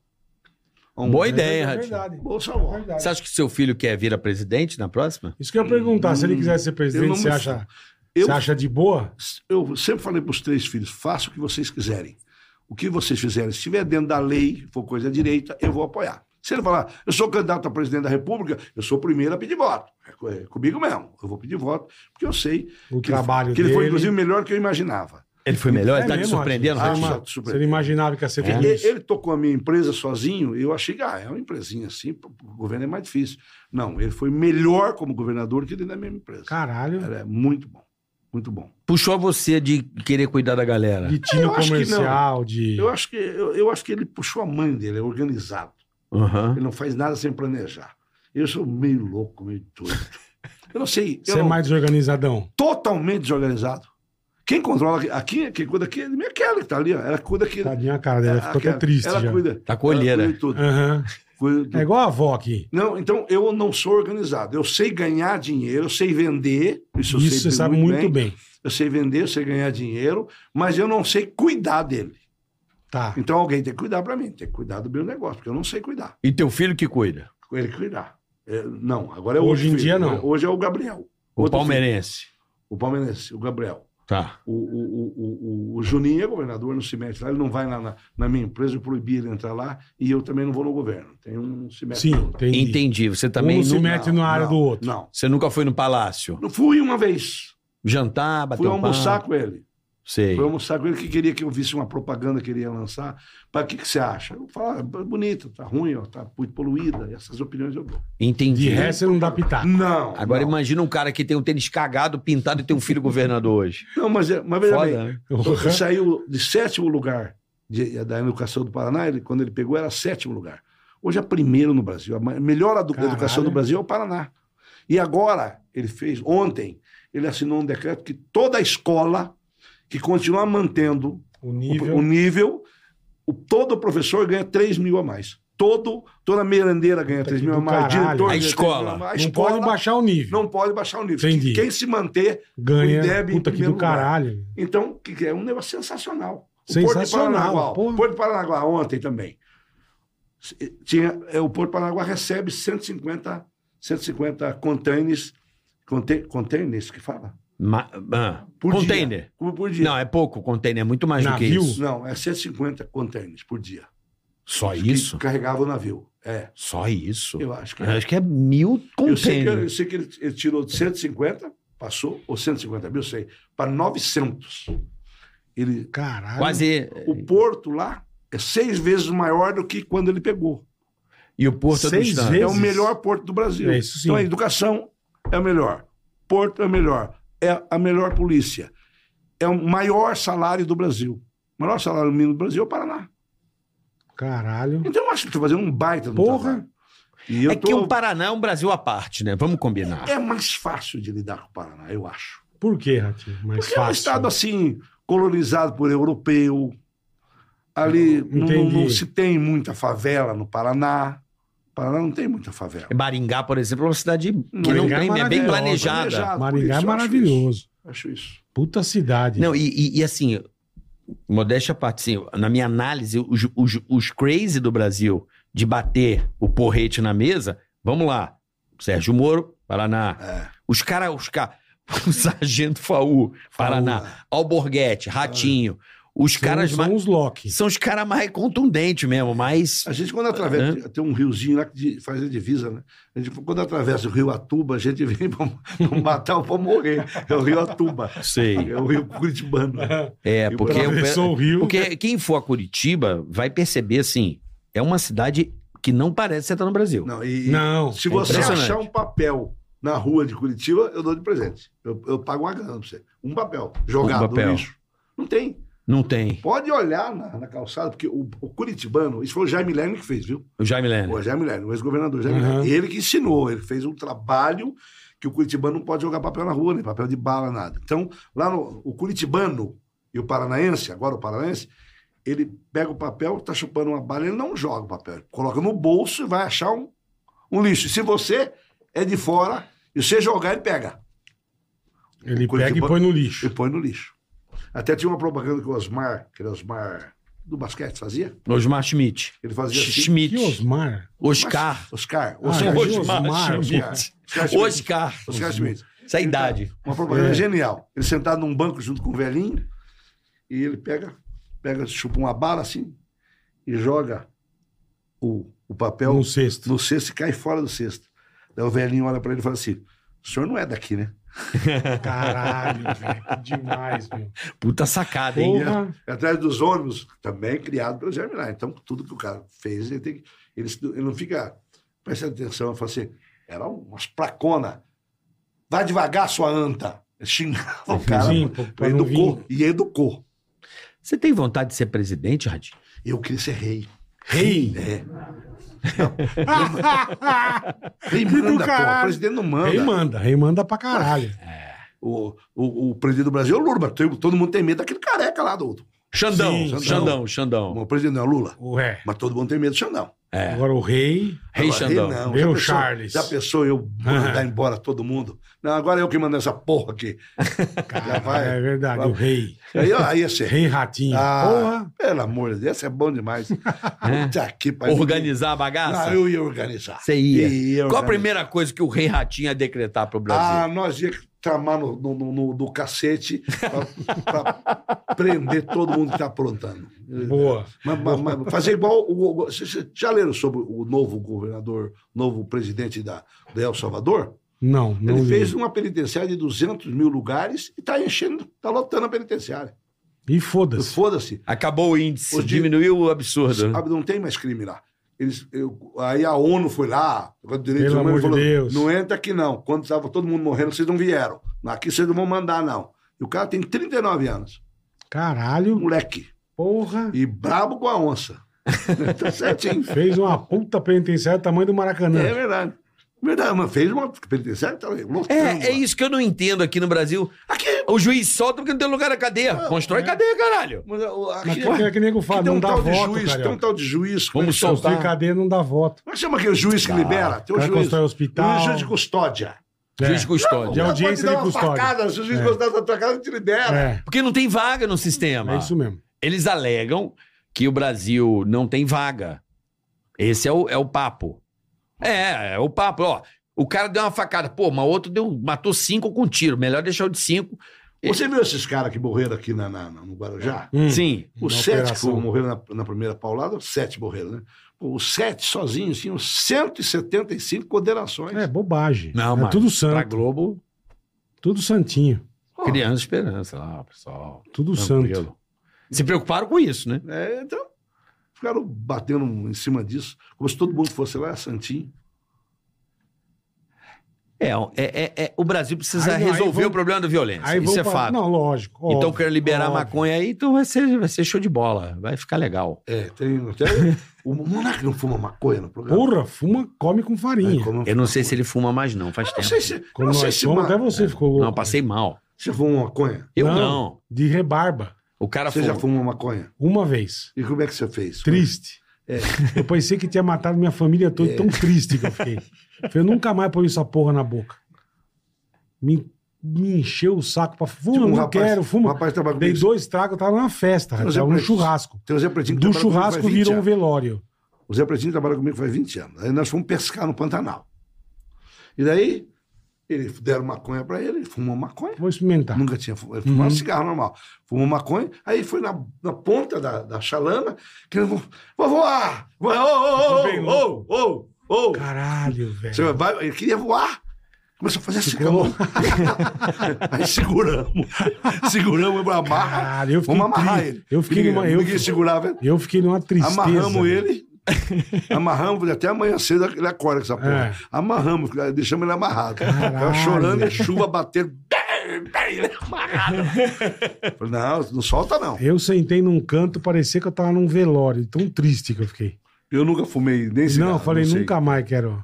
[SPEAKER 4] Boa
[SPEAKER 3] É
[SPEAKER 4] ideia, Ratinho.
[SPEAKER 3] verdade.
[SPEAKER 5] Bolsa
[SPEAKER 3] É
[SPEAKER 5] avó.
[SPEAKER 3] verdade.
[SPEAKER 4] Você acha que seu filho quer virar presidente na próxima?
[SPEAKER 3] Isso que eu ia perguntar. Se ele quiser ser
[SPEAKER 5] Hum, Eu
[SPEAKER 3] presidente,
[SPEAKER 5] não
[SPEAKER 3] você
[SPEAKER 5] me-
[SPEAKER 3] acha,
[SPEAKER 5] Eu
[SPEAKER 3] você acha de boa?
[SPEAKER 5] eu sempre falei para os três filhos: façam o que vocês quiserem. O que vocês fizerem, se estiver dentro da lei, for coisa direita, eu vou apoiar. Se ele falar, eu sou candidato a presidente da República, eu sou o primeiro a pedir voto. É co- é comigo mesmo. Eu vou pedir voto, porque eu sei
[SPEAKER 3] O
[SPEAKER 5] que,
[SPEAKER 3] trabalho
[SPEAKER 5] ele, que ele foi,
[SPEAKER 3] dele.
[SPEAKER 5] inclusive, melhor que eu imaginava.
[SPEAKER 4] Ele foi melhor?
[SPEAKER 3] É
[SPEAKER 4] ele tá te
[SPEAKER 3] mesmo,
[SPEAKER 4] surpreendendo,
[SPEAKER 3] Ratinho?
[SPEAKER 5] acho.
[SPEAKER 3] Você
[SPEAKER 4] Ratinho?
[SPEAKER 5] Ah,
[SPEAKER 3] ima-
[SPEAKER 5] Ratinho?
[SPEAKER 3] Você não imaginava que ia ser
[SPEAKER 4] É.
[SPEAKER 3] tudo
[SPEAKER 5] Ele,
[SPEAKER 3] isso.
[SPEAKER 5] ele tocou a minha empresa sozinho, e eu achei que ah, é uma empresinha assim, pô, o governo é mais difícil. Não, ele foi melhor como governador que ele na minha empresa.
[SPEAKER 3] Caralho.
[SPEAKER 5] Era muito bom, muito bom.
[SPEAKER 4] Puxou você de querer cuidar da galera.
[SPEAKER 3] De tino
[SPEAKER 5] Eu acho que não.
[SPEAKER 3] comercial, de...
[SPEAKER 5] Eu acho que, eu, eu acho que ele puxou a mãe dele, é organizado.
[SPEAKER 4] Aham.
[SPEAKER 5] Ele não faz nada sem planejar. Eu sou meio louco, meio doido. Eu não sei.
[SPEAKER 3] Você é
[SPEAKER 5] eu-
[SPEAKER 3] mais desorganizadão.
[SPEAKER 5] Totalmente desorganizado. Quem controla aqui- aqui, quem cuida aqui, é a Kelly que tá ali, ó. Ela cuida aqui. Ah,
[SPEAKER 3] Tadinha a cara dela, ficou até
[SPEAKER 5] Kelly,
[SPEAKER 3] triste
[SPEAKER 5] É, ela
[SPEAKER 3] já.
[SPEAKER 5] Cuida,
[SPEAKER 4] Tá com olheira.
[SPEAKER 5] Ela cuida de tudo.
[SPEAKER 3] Aham.
[SPEAKER 5] Cuida de tudo.
[SPEAKER 3] É igual a avó aqui.
[SPEAKER 5] Não, então eu não sou organizado. Eu sei ganhar dinheiro, eu sei vender. Isso, eu
[SPEAKER 3] Isso
[SPEAKER 5] sei
[SPEAKER 3] você sabe muito bem.
[SPEAKER 5] Eu sei vender, eu sei ganhar dinheiro, mas eu não sei cuidar dele.
[SPEAKER 3] Tá.
[SPEAKER 5] Então alguém tem que cuidar para mim, tem que cuidar do meu negócio, porque eu não sei cuidar.
[SPEAKER 4] E teu filho que cuida?
[SPEAKER 5] Ele que cuidar. É, não, agora é
[SPEAKER 3] Hoje em
[SPEAKER 5] outro
[SPEAKER 3] dia,
[SPEAKER 5] filho.
[SPEAKER 3] não.
[SPEAKER 5] Hoje é o Gabriel,
[SPEAKER 4] O
[SPEAKER 5] Outro
[SPEAKER 4] palmeirense.
[SPEAKER 5] o palmeirense, o Gabriel.
[SPEAKER 4] Tá.
[SPEAKER 5] O, o, o, o, o Juninho é governador, não se mete lá, ele não vai lá na, na minha empresa, eu proibi ele entrar lá e eu também não vou no governo. Tem um não se mete.
[SPEAKER 3] Sim,
[SPEAKER 5] no outro.
[SPEAKER 3] entendi.
[SPEAKER 4] Entendi. Você também
[SPEAKER 3] Um se
[SPEAKER 4] nu-
[SPEAKER 3] mete- na área
[SPEAKER 5] não,
[SPEAKER 3] do outro.
[SPEAKER 5] Não.
[SPEAKER 4] Você nunca foi no palácio?
[SPEAKER 5] Não fui uma vez.
[SPEAKER 4] Jantar, bater
[SPEAKER 5] Fui
[SPEAKER 4] um
[SPEAKER 5] almoçar
[SPEAKER 4] papo?
[SPEAKER 5] com ele.
[SPEAKER 4] Sei.
[SPEAKER 5] Fui almoçar com ele que queria que eu visse uma propaganda que ele ia lançar. Para que, que você acha? Eu falo, ah, bonito, tá ruim, ó, tá muito poluída. Essas opiniões eu dou.
[SPEAKER 3] De
[SPEAKER 4] Entendi.
[SPEAKER 3] resto, você não dá
[SPEAKER 5] <laughs>
[SPEAKER 3] pitaco.
[SPEAKER 5] Não.
[SPEAKER 4] Agora
[SPEAKER 3] é
[SPEAKER 5] não.
[SPEAKER 4] imagina um cara que tem um tênis cagado, pintado e tem um filho governador hoje.
[SPEAKER 5] Não, mas, é- mas veja bem,
[SPEAKER 4] Foda, né?
[SPEAKER 5] ele saiu de sétimo lugar de- da educação do Paraná, ele, quando ele pegou era sétimo lugar. Hoje é primeiro no Brasil. A ma- melhor edu-
[SPEAKER 3] Caralho.
[SPEAKER 5] educação do Brasil é o Paraná. E agora, ele fez, ontem, ele assinou um decreto que toda escola que continuar mantendo
[SPEAKER 3] O
[SPEAKER 5] O-
[SPEAKER 3] nível.
[SPEAKER 5] O, nível, o- todo professor ganha 3 mil a mais. Todo, toda merendeira ganha
[SPEAKER 3] Puta
[SPEAKER 5] 3
[SPEAKER 3] que
[SPEAKER 5] mil a
[SPEAKER 3] do
[SPEAKER 5] mais.
[SPEAKER 3] caralho.
[SPEAKER 5] Diretor
[SPEAKER 4] A
[SPEAKER 5] ganha 3
[SPEAKER 4] escola.
[SPEAKER 5] mil a mais. A
[SPEAKER 3] Não
[SPEAKER 5] escola
[SPEAKER 3] pode baixar o nível.
[SPEAKER 5] não pode baixar o nível.
[SPEAKER 3] Entendi.
[SPEAKER 5] Quem se manter.
[SPEAKER 3] Ganha.
[SPEAKER 5] O IDEB em
[SPEAKER 3] Puta que do
[SPEAKER 5] primeiro lugar.
[SPEAKER 3] caralho.
[SPEAKER 5] Então, que- que é um negócio sensacional. O Porto de
[SPEAKER 3] Sensacional,
[SPEAKER 5] Paranaguá.
[SPEAKER 3] porra.
[SPEAKER 5] O Porto de Paranaguá ontem também. S- eh, Tinha, é, o Porto de Paranaguá recebe 150, 150 containers. conte- Containers que fala?
[SPEAKER 4] Ma- ah,
[SPEAKER 5] Por dia.
[SPEAKER 4] container.
[SPEAKER 5] Por, por dia.
[SPEAKER 4] Não, é pouco container, é muito mais
[SPEAKER 3] Navio?
[SPEAKER 4] do que isso.
[SPEAKER 5] Não, é 150 containers por dia.
[SPEAKER 4] Só
[SPEAKER 5] que
[SPEAKER 4] isso?
[SPEAKER 5] Carregava o navio. É,
[SPEAKER 4] Só isso?
[SPEAKER 5] eu acho que
[SPEAKER 4] Eu
[SPEAKER 5] é.
[SPEAKER 4] Acho que é mil
[SPEAKER 5] Eu sei que, eu
[SPEAKER 4] containers.
[SPEAKER 5] sei que ele, ele tirou de 150, passou, ou 150 mil, sei, para 900. Ele,
[SPEAKER 3] Caralho.
[SPEAKER 4] Quase.
[SPEAKER 5] o porto lá é seis vezes maior do que quando ele pegou.
[SPEAKER 4] E o Porto
[SPEAKER 3] Seis
[SPEAKER 4] do
[SPEAKER 3] vezes?
[SPEAKER 5] É o melhor porto do Brasil.
[SPEAKER 3] É isso sim.
[SPEAKER 5] Então a educação é o melhor, porto é o melhor, é a melhor polícia, é o maior salário do Brasil. O maior salário mínimo do Brasil é o Paraná.
[SPEAKER 3] Caralho.
[SPEAKER 5] Então eu acho que estou fazendo um baita do
[SPEAKER 3] Porra.
[SPEAKER 5] trabalho. E eu
[SPEAKER 4] É
[SPEAKER 5] tô-
[SPEAKER 4] que o Paraná é um Brasil à parte, né? Vamos combinar.
[SPEAKER 5] é mais fácil de lidar com o Paraná, eu acho.
[SPEAKER 3] Por que, Ratinho? Mais
[SPEAKER 5] Porque é
[SPEAKER 3] fácil.
[SPEAKER 5] um
[SPEAKER 3] né?
[SPEAKER 5] estado assim, colonizado por europeu. Ali não, não-
[SPEAKER 3] Entendi.
[SPEAKER 5] não se tem muita favela no Paraná. Paraná não tem muita favela.
[SPEAKER 4] Maringá, por exemplo, é uma cidade que não
[SPEAKER 3] Maringá é
[SPEAKER 4] tem, é bem
[SPEAKER 3] maravilhosa.
[SPEAKER 4] planejada.
[SPEAKER 5] Planejado, por
[SPEAKER 3] Maringá
[SPEAKER 5] isso,
[SPEAKER 3] é
[SPEAKER 5] eu acho
[SPEAKER 3] maravilhoso.
[SPEAKER 5] isso, Acho isso.
[SPEAKER 3] Puta cidade.
[SPEAKER 4] Não, e, e- e assim, modéstia à parte, assim, na minha análise, os, os, os crazy do Brasil de bater o porrete na mesa, vamos lá. Sérgio Moro, Paraná.
[SPEAKER 5] É.
[SPEAKER 4] Os caras, <laughs> os caras. O Sargento Faú, Paraná. Alborguete, Ratinho. Os
[SPEAKER 3] São-
[SPEAKER 4] caras
[SPEAKER 3] São
[SPEAKER 4] mais.
[SPEAKER 3] os Loki.
[SPEAKER 4] São os caras mais contundentes mesmo, mas.
[SPEAKER 5] A gente, quando atravessa, tem um riozinho lá que di- faz a divisa, né? A gente, quando atravessa o rio Atuba, a gente vem <laughs> pra, pra matar ou pra morrer. É o rio Atuba.
[SPEAKER 3] <laughs>
[SPEAKER 4] Sei.
[SPEAKER 5] É o rio Curitibano.
[SPEAKER 4] É,
[SPEAKER 5] Eu
[SPEAKER 4] porque.
[SPEAKER 3] Atravessou o rio.
[SPEAKER 4] Porque quem for a Curitiba vai perceber, assim, é uma cidade que não parece estar no Brasil.
[SPEAKER 5] Não, e,
[SPEAKER 3] Não.
[SPEAKER 5] Se
[SPEAKER 4] É
[SPEAKER 5] você
[SPEAKER 4] impressionante.
[SPEAKER 5] achar um papel na rua de Curitiba, eu dou de presente. Eu, eu pago uma grana pra você. Um papel jogado
[SPEAKER 4] Um papel.
[SPEAKER 5] no lixo. Não tem.
[SPEAKER 4] Não tem.
[SPEAKER 5] Pode olhar na, na calçada, porque o, o curitibano, isso foi o Jaime Lerner que fez, viu?
[SPEAKER 4] O Jaime Lerner.
[SPEAKER 5] O Jaime Lerner, o ex-governador Jaime
[SPEAKER 3] Uhum.
[SPEAKER 5] Lerner. Ele que ensinou, ele fez um trabalho que o curitibano não pode jogar papel na rua, nem papel de bala, nada. Então, lá no o curitibano e o paranaense, agora o paranaense, ele pega o papel, tá chupando uma bala, ele não joga o papel. Ele coloca no bolso e vai achar um, um lixo. E se você é de fora e você jogar, ele pega.
[SPEAKER 3] Ele
[SPEAKER 5] Curitiba-
[SPEAKER 3] pega e põe no
[SPEAKER 5] E
[SPEAKER 3] lixo.
[SPEAKER 5] põe no lixo. Até tinha uma propaganda que o Osmar, que era Osmar do basquete, fazia.
[SPEAKER 4] Osmar Schmidt.
[SPEAKER 5] Ele fazia assim.
[SPEAKER 3] Que
[SPEAKER 4] Schmidt.
[SPEAKER 3] Osmar?
[SPEAKER 4] Oscar.
[SPEAKER 5] Oscar.
[SPEAKER 3] Ah,
[SPEAKER 5] Oscar.
[SPEAKER 3] imagina
[SPEAKER 5] Osmar.
[SPEAKER 3] Osmar,
[SPEAKER 4] Schmidt.
[SPEAKER 5] Oscar Schmidt.
[SPEAKER 4] Oscar.
[SPEAKER 5] Oscar Schmidt. Então,
[SPEAKER 4] Essa é a idade.
[SPEAKER 5] Uma propaganda
[SPEAKER 3] É.
[SPEAKER 5] genial. Ele sentado num banco junto com o velhinho e ele pega, pega chupa uma bala assim e joga o, o papel
[SPEAKER 3] No sexto.
[SPEAKER 5] no cesto e cai fora do cesto. Daí o velhinho olha pra ele e fala assim, o senhor não é daqui, né?
[SPEAKER 3] Caralho, velho. Que demais, meu.
[SPEAKER 4] Puta sacada, hein?
[SPEAKER 3] Porra.
[SPEAKER 5] É atrás dos ônibus, também criado pelo Jaime Lerner. Então, tudo que o cara fez, ele, tem que- ele, se- ele não fica prestando atenção. Ele fala assim, era umas placona. Vai devagar, sua anta. Xingava o cara.
[SPEAKER 3] Sim,
[SPEAKER 5] pô.
[SPEAKER 3] pra- pra não
[SPEAKER 5] educou,
[SPEAKER 3] vir.
[SPEAKER 5] e educou.
[SPEAKER 4] Você tem vontade de ser presidente, Radinho?
[SPEAKER 5] Eu queria ser rei.
[SPEAKER 3] Rei.
[SPEAKER 5] É.
[SPEAKER 3] Que
[SPEAKER 5] Quem
[SPEAKER 3] do
[SPEAKER 5] manda, pô. O
[SPEAKER 3] caralho.
[SPEAKER 5] presidente não
[SPEAKER 3] <laughs> Rei
[SPEAKER 5] manda.
[SPEAKER 3] manda, rei manda pra caralho.
[SPEAKER 5] O, o, o presidente do Brasil é o Lula, mas tem- todo mundo tem medo daquele careca lá do outro.
[SPEAKER 4] Xandão,
[SPEAKER 3] Sim,
[SPEAKER 4] Xandão, Xandão,
[SPEAKER 5] Xandão. O presidente não é o Lula,
[SPEAKER 3] O ré.
[SPEAKER 5] mas todo mundo tem medo do Xandão.
[SPEAKER 4] É.
[SPEAKER 3] Agora o rei.
[SPEAKER 4] Rei
[SPEAKER 5] Agora,
[SPEAKER 4] Xandão.
[SPEAKER 5] não.
[SPEAKER 3] Meu
[SPEAKER 5] Já pensou-
[SPEAKER 3] Charles.
[SPEAKER 5] Já
[SPEAKER 3] <laughs>
[SPEAKER 5] pensou eu mandar embora todo mundo? Não, agora é eu que mando essa porra aqui.
[SPEAKER 3] <laughs>
[SPEAKER 5] Já vai.
[SPEAKER 3] É verdade,
[SPEAKER 5] Vai.
[SPEAKER 3] o rei.
[SPEAKER 5] Aí, ó, aí assim.
[SPEAKER 3] Rei ratinho.
[SPEAKER 5] Ah,
[SPEAKER 3] Porra.
[SPEAKER 5] pelo amor de Deus, essa é bom
[SPEAKER 3] <laughs>
[SPEAKER 5] demais. Puta que pariu.
[SPEAKER 4] Organizar a bagaça?
[SPEAKER 5] Não, eu ia organizar.
[SPEAKER 4] Você ia. Qual a
[SPEAKER 5] organizar.
[SPEAKER 4] primeira coisa que o Rei Ratinho ia decretar pro Brasil?
[SPEAKER 5] Ah, nós ia tramar no, no, no- no- do cacete pra,
[SPEAKER 4] <laughs>
[SPEAKER 5] pra prender todo mundo que tá aprontando.
[SPEAKER 3] Boa.
[SPEAKER 5] Mas, mas- mas fazer igual. O, o- cê- cê já leram sobre o novo governador, novo presidente da, da El Salvador?
[SPEAKER 3] Não, não.
[SPEAKER 5] Ele
[SPEAKER 3] li.
[SPEAKER 5] fez um uma penitenciária de 200 mil lugares e tá enchendo, tá lotando a penitenciária.
[SPEAKER 3] E foda-se.
[SPEAKER 5] Foda-se.
[SPEAKER 4] Acabou o índice,
[SPEAKER 5] Os di-
[SPEAKER 4] diminuiu o absurdo. né?
[SPEAKER 5] Sabe, não tem mais crime lá. Eles, eu- aí a ONU foi lá, o direito
[SPEAKER 3] Pelo amor de
[SPEAKER 5] falou,
[SPEAKER 3] Deus.
[SPEAKER 5] não entra aqui não. Quando estava todo mundo morrendo, vocês não vieram. Aqui vocês não vão mandar, não. E o cara tem 39 anos,
[SPEAKER 3] Caralho.
[SPEAKER 5] moleque,
[SPEAKER 3] Porra.
[SPEAKER 5] e brabo com a onça. <laughs> tá certinho.
[SPEAKER 3] Fez uma puta penitenciária do tamanho do Maracanã.
[SPEAKER 5] É verdade. Verdade, mas fez uma penitenciária, tá lotando
[SPEAKER 4] É, é
[SPEAKER 5] lá.
[SPEAKER 4] isso que eu não entendo aqui no Brasil.
[SPEAKER 5] Aqui,
[SPEAKER 4] O juiz solta porque não tem lugar na cadeia. Constrói
[SPEAKER 3] é.
[SPEAKER 4] cadeia, caralho.
[SPEAKER 5] mas, ó,
[SPEAKER 3] Mas
[SPEAKER 5] aqui,
[SPEAKER 3] que, é que, que nego fala,
[SPEAKER 5] tem
[SPEAKER 3] não
[SPEAKER 5] um
[SPEAKER 3] dá
[SPEAKER 5] tal de
[SPEAKER 3] voto,
[SPEAKER 5] juiz, tem um
[SPEAKER 3] cara.
[SPEAKER 5] tal de juiz. como
[SPEAKER 4] Vamos
[SPEAKER 5] é que chama?
[SPEAKER 4] soltar.
[SPEAKER 3] Construir cadeia não dá voto.
[SPEAKER 5] Como é que chama aquele juiz que libera? Tem
[SPEAKER 3] O Tá.
[SPEAKER 5] um
[SPEAKER 3] cara
[SPEAKER 5] juiz.
[SPEAKER 3] constrói hospital.
[SPEAKER 5] Juiz de custódia.
[SPEAKER 3] É.
[SPEAKER 4] Juiz
[SPEAKER 3] De
[SPEAKER 4] custódia.
[SPEAKER 5] Ela
[SPEAKER 3] audiência
[SPEAKER 5] pode dar
[SPEAKER 3] de
[SPEAKER 5] uma
[SPEAKER 3] custódia.
[SPEAKER 5] facada, se o juiz
[SPEAKER 3] É.
[SPEAKER 5] gostar da tua casa, ele te libera.
[SPEAKER 3] É,
[SPEAKER 4] Porque não tem vaga no sistema.
[SPEAKER 3] é isso mesmo.
[SPEAKER 4] Eles alegam que o Brasil não tem vaga. Esse é o, é o papo. É, é o papo. Ó, o cara deu uma facada. Pô, mas outro deu, matou cinco com tiro. Melhor deixar o de cinco.
[SPEAKER 3] É.
[SPEAKER 5] Você viu esses caras que morreram aqui na, na- no Guarujá?
[SPEAKER 3] Hum.
[SPEAKER 4] Sim.
[SPEAKER 3] Uma
[SPEAKER 5] Os sete
[SPEAKER 3] operação.
[SPEAKER 5] que morreram na, na primeira paulada, os sete morreram, né? Pô, os sete sozinhos tinham 175 condenações.
[SPEAKER 3] É bobagem.
[SPEAKER 4] Não,
[SPEAKER 3] é
[SPEAKER 4] mano.
[SPEAKER 3] tudo santo.
[SPEAKER 4] Pra Globo,
[SPEAKER 3] Tudo santinho.
[SPEAKER 5] Pô,
[SPEAKER 4] criança esperança lá, pessoal.
[SPEAKER 3] Tudo
[SPEAKER 4] Tranquilo.
[SPEAKER 3] santo.
[SPEAKER 4] Se preocuparam com isso, né?
[SPEAKER 5] é, então, ficaram batendo em cima disso, como se todo mundo fosse lá, Santinho.
[SPEAKER 4] É, é, é, é, o Brasil precisa
[SPEAKER 3] Aí não, aí
[SPEAKER 4] resolver
[SPEAKER 3] vão-
[SPEAKER 4] o problema da violência.
[SPEAKER 3] Aí
[SPEAKER 4] isso
[SPEAKER 3] vão
[SPEAKER 4] é
[SPEAKER 3] pra-
[SPEAKER 4] fato.
[SPEAKER 3] Não, lógico.
[SPEAKER 4] então
[SPEAKER 3] óbvio,
[SPEAKER 4] eu quero liberar
[SPEAKER 3] óbvio.
[SPEAKER 4] a maconha aí, então vai ser, vai ser show de bola. Vai ficar legal.
[SPEAKER 5] É, tem até.
[SPEAKER 3] <laughs>
[SPEAKER 5] o Monark não fuma maconha no programa.
[SPEAKER 3] Porra, fuma, come com farinha.
[SPEAKER 5] Aí, como
[SPEAKER 4] Eu não sei se ele fuma mais, não, faz
[SPEAKER 5] Não
[SPEAKER 4] tempo.
[SPEAKER 5] sei se.
[SPEAKER 3] Como
[SPEAKER 5] não sei
[SPEAKER 3] nós
[SPEAKER 5] se,
[SPEAKER 3] somos,
[SPEAKER 5] ma- é.
[SPEAKER 3] até você ficou louco.
[SPEAKER 4] Não, passei mal.
[SPEAKER 5] Você fuma maconha?
[SPEAKER 4] Eu
[SPEAKER 3] Não.
[SPEAKER 4] não.
[SPEAKER 3] De rebarba.
[SPEAKER 4] O cara
[SPEAKER 5] Você
[SPEAKER 4] fuma.
[SPEAKER 5] já fumou maconha?
[SPEAKER 3] Uma vez.
[SPEAKER 5] E como é que você fez?
[SPEAKER 3] Triste.
[SPEAKER 5] É.
[SPEAKER 3] Eu pensei que tinha matado minha família toda, tão triste que eu
[SPEAKER 5] <laughs>
[SPEAKER 3] fiquei. Falei, eu nunca mais ponho essa porra na boca. Me, me encheu o saco pra fumar.
[SPEAKER 5] Tipo,
[SPEAKER 3] não quero,
[SPEAKER 5] Um
[SPEAKER 3] fuma.
[SPEAKER 5] rapaz trabalha
[SPEAKER 3] Dei
[SPEAKER 5] comigo.
[SPEAKER 3] dois tragos, eu tava numa festa,
[SPEAKER 5] Mas
[SPEAKER 3] rapaz,
[SPEAKER 5] é
[SPEAKER 3] tava
[SPEAKER 5] pra
[SPEAKER 3] num
[SPEAKER 5] isso.
[SPEAKER 3] churrasco.
[SPEAKER 5] Tem o Zé Pretinho que
[SPEAKER 3] Do
[SPEAKER 5] trabalha comigo faz
[SPEAKER 3] churrasco
[SPEAKER 5] 20
[SPEAKER 3] virou um
[SPEAKER 5] anos.
[SPEAKER 3] velório.
[SPEAKER 5] O Zé Pretinho trabalha comigo faz 20 anos. Aí nós fomos pescar no Pantanal. E daí, eles deram maconha pra ele, ele fumou maconha.
[SPEAKER 3] Vou experimentar.
[SPEAKER 5] Nunca tinha fumado. Ele fumava cigarro normal. Fumou maconha, aí foi na, na ponta da, da chalana, que ele falou, vou voar! Vai,
[SPEAKER 3] bem
[SPEAKER 5] ô, ô, ô, ô, ô, ô!
[SPEAKER 3] Caralho, velho.
[SPEAKER 5] Você vai, ele queria voar! Começou a fazer assim com
[SPEAKER 3] Ficou-
[SPEAKER 5] a mão. <laughs> aí seguramos. Seguramos, amarra.
[SPEAKER 3] Caralho, eu fiquei
[SPEAKER 5] Vamos amarrar
[SPEAKER 3] tri-
[SPEAKER 5] ele.
[SPEAKER 3] eu fiquei
[SPEAKER 5] Ninguém-
[SPEAKER 3] numa- eu-
[SPEAKER 5] Ninguém segurava ele.
[SPEAKER 3] Eu fiquei numa tristeza.
[SPEAKER 5] Amarramos
[SPEAKER 3] velho. <laughs>
[SPEAKER 5] ele. Amarramos, falei, até amanhã cedo ele acorda com essa porra.
[SPEAKER 3] É.
[SPEAKER 5] Amarramos, cara, deixamos ele amarrado.
[SPEAKER 3] Caralho.
[SPEAKER 5] Tava chorando, e a chuva batendo. Ele é
[SPEAKER 3] <laughs>
[SPEAKER 5] amarrado. Falei, não, não solta não.
[SPEAKER 3] Eu sentei num canto, parecia que eu tava num velório, tão triste que eu fiquei.
[SPEAKER 5] Eu nunca fumei nem cigarro.
[SPEAKER 3] não, eu falei,
[SPEAKER 5] sei.
[SPEAKER 3] nunca mais quero.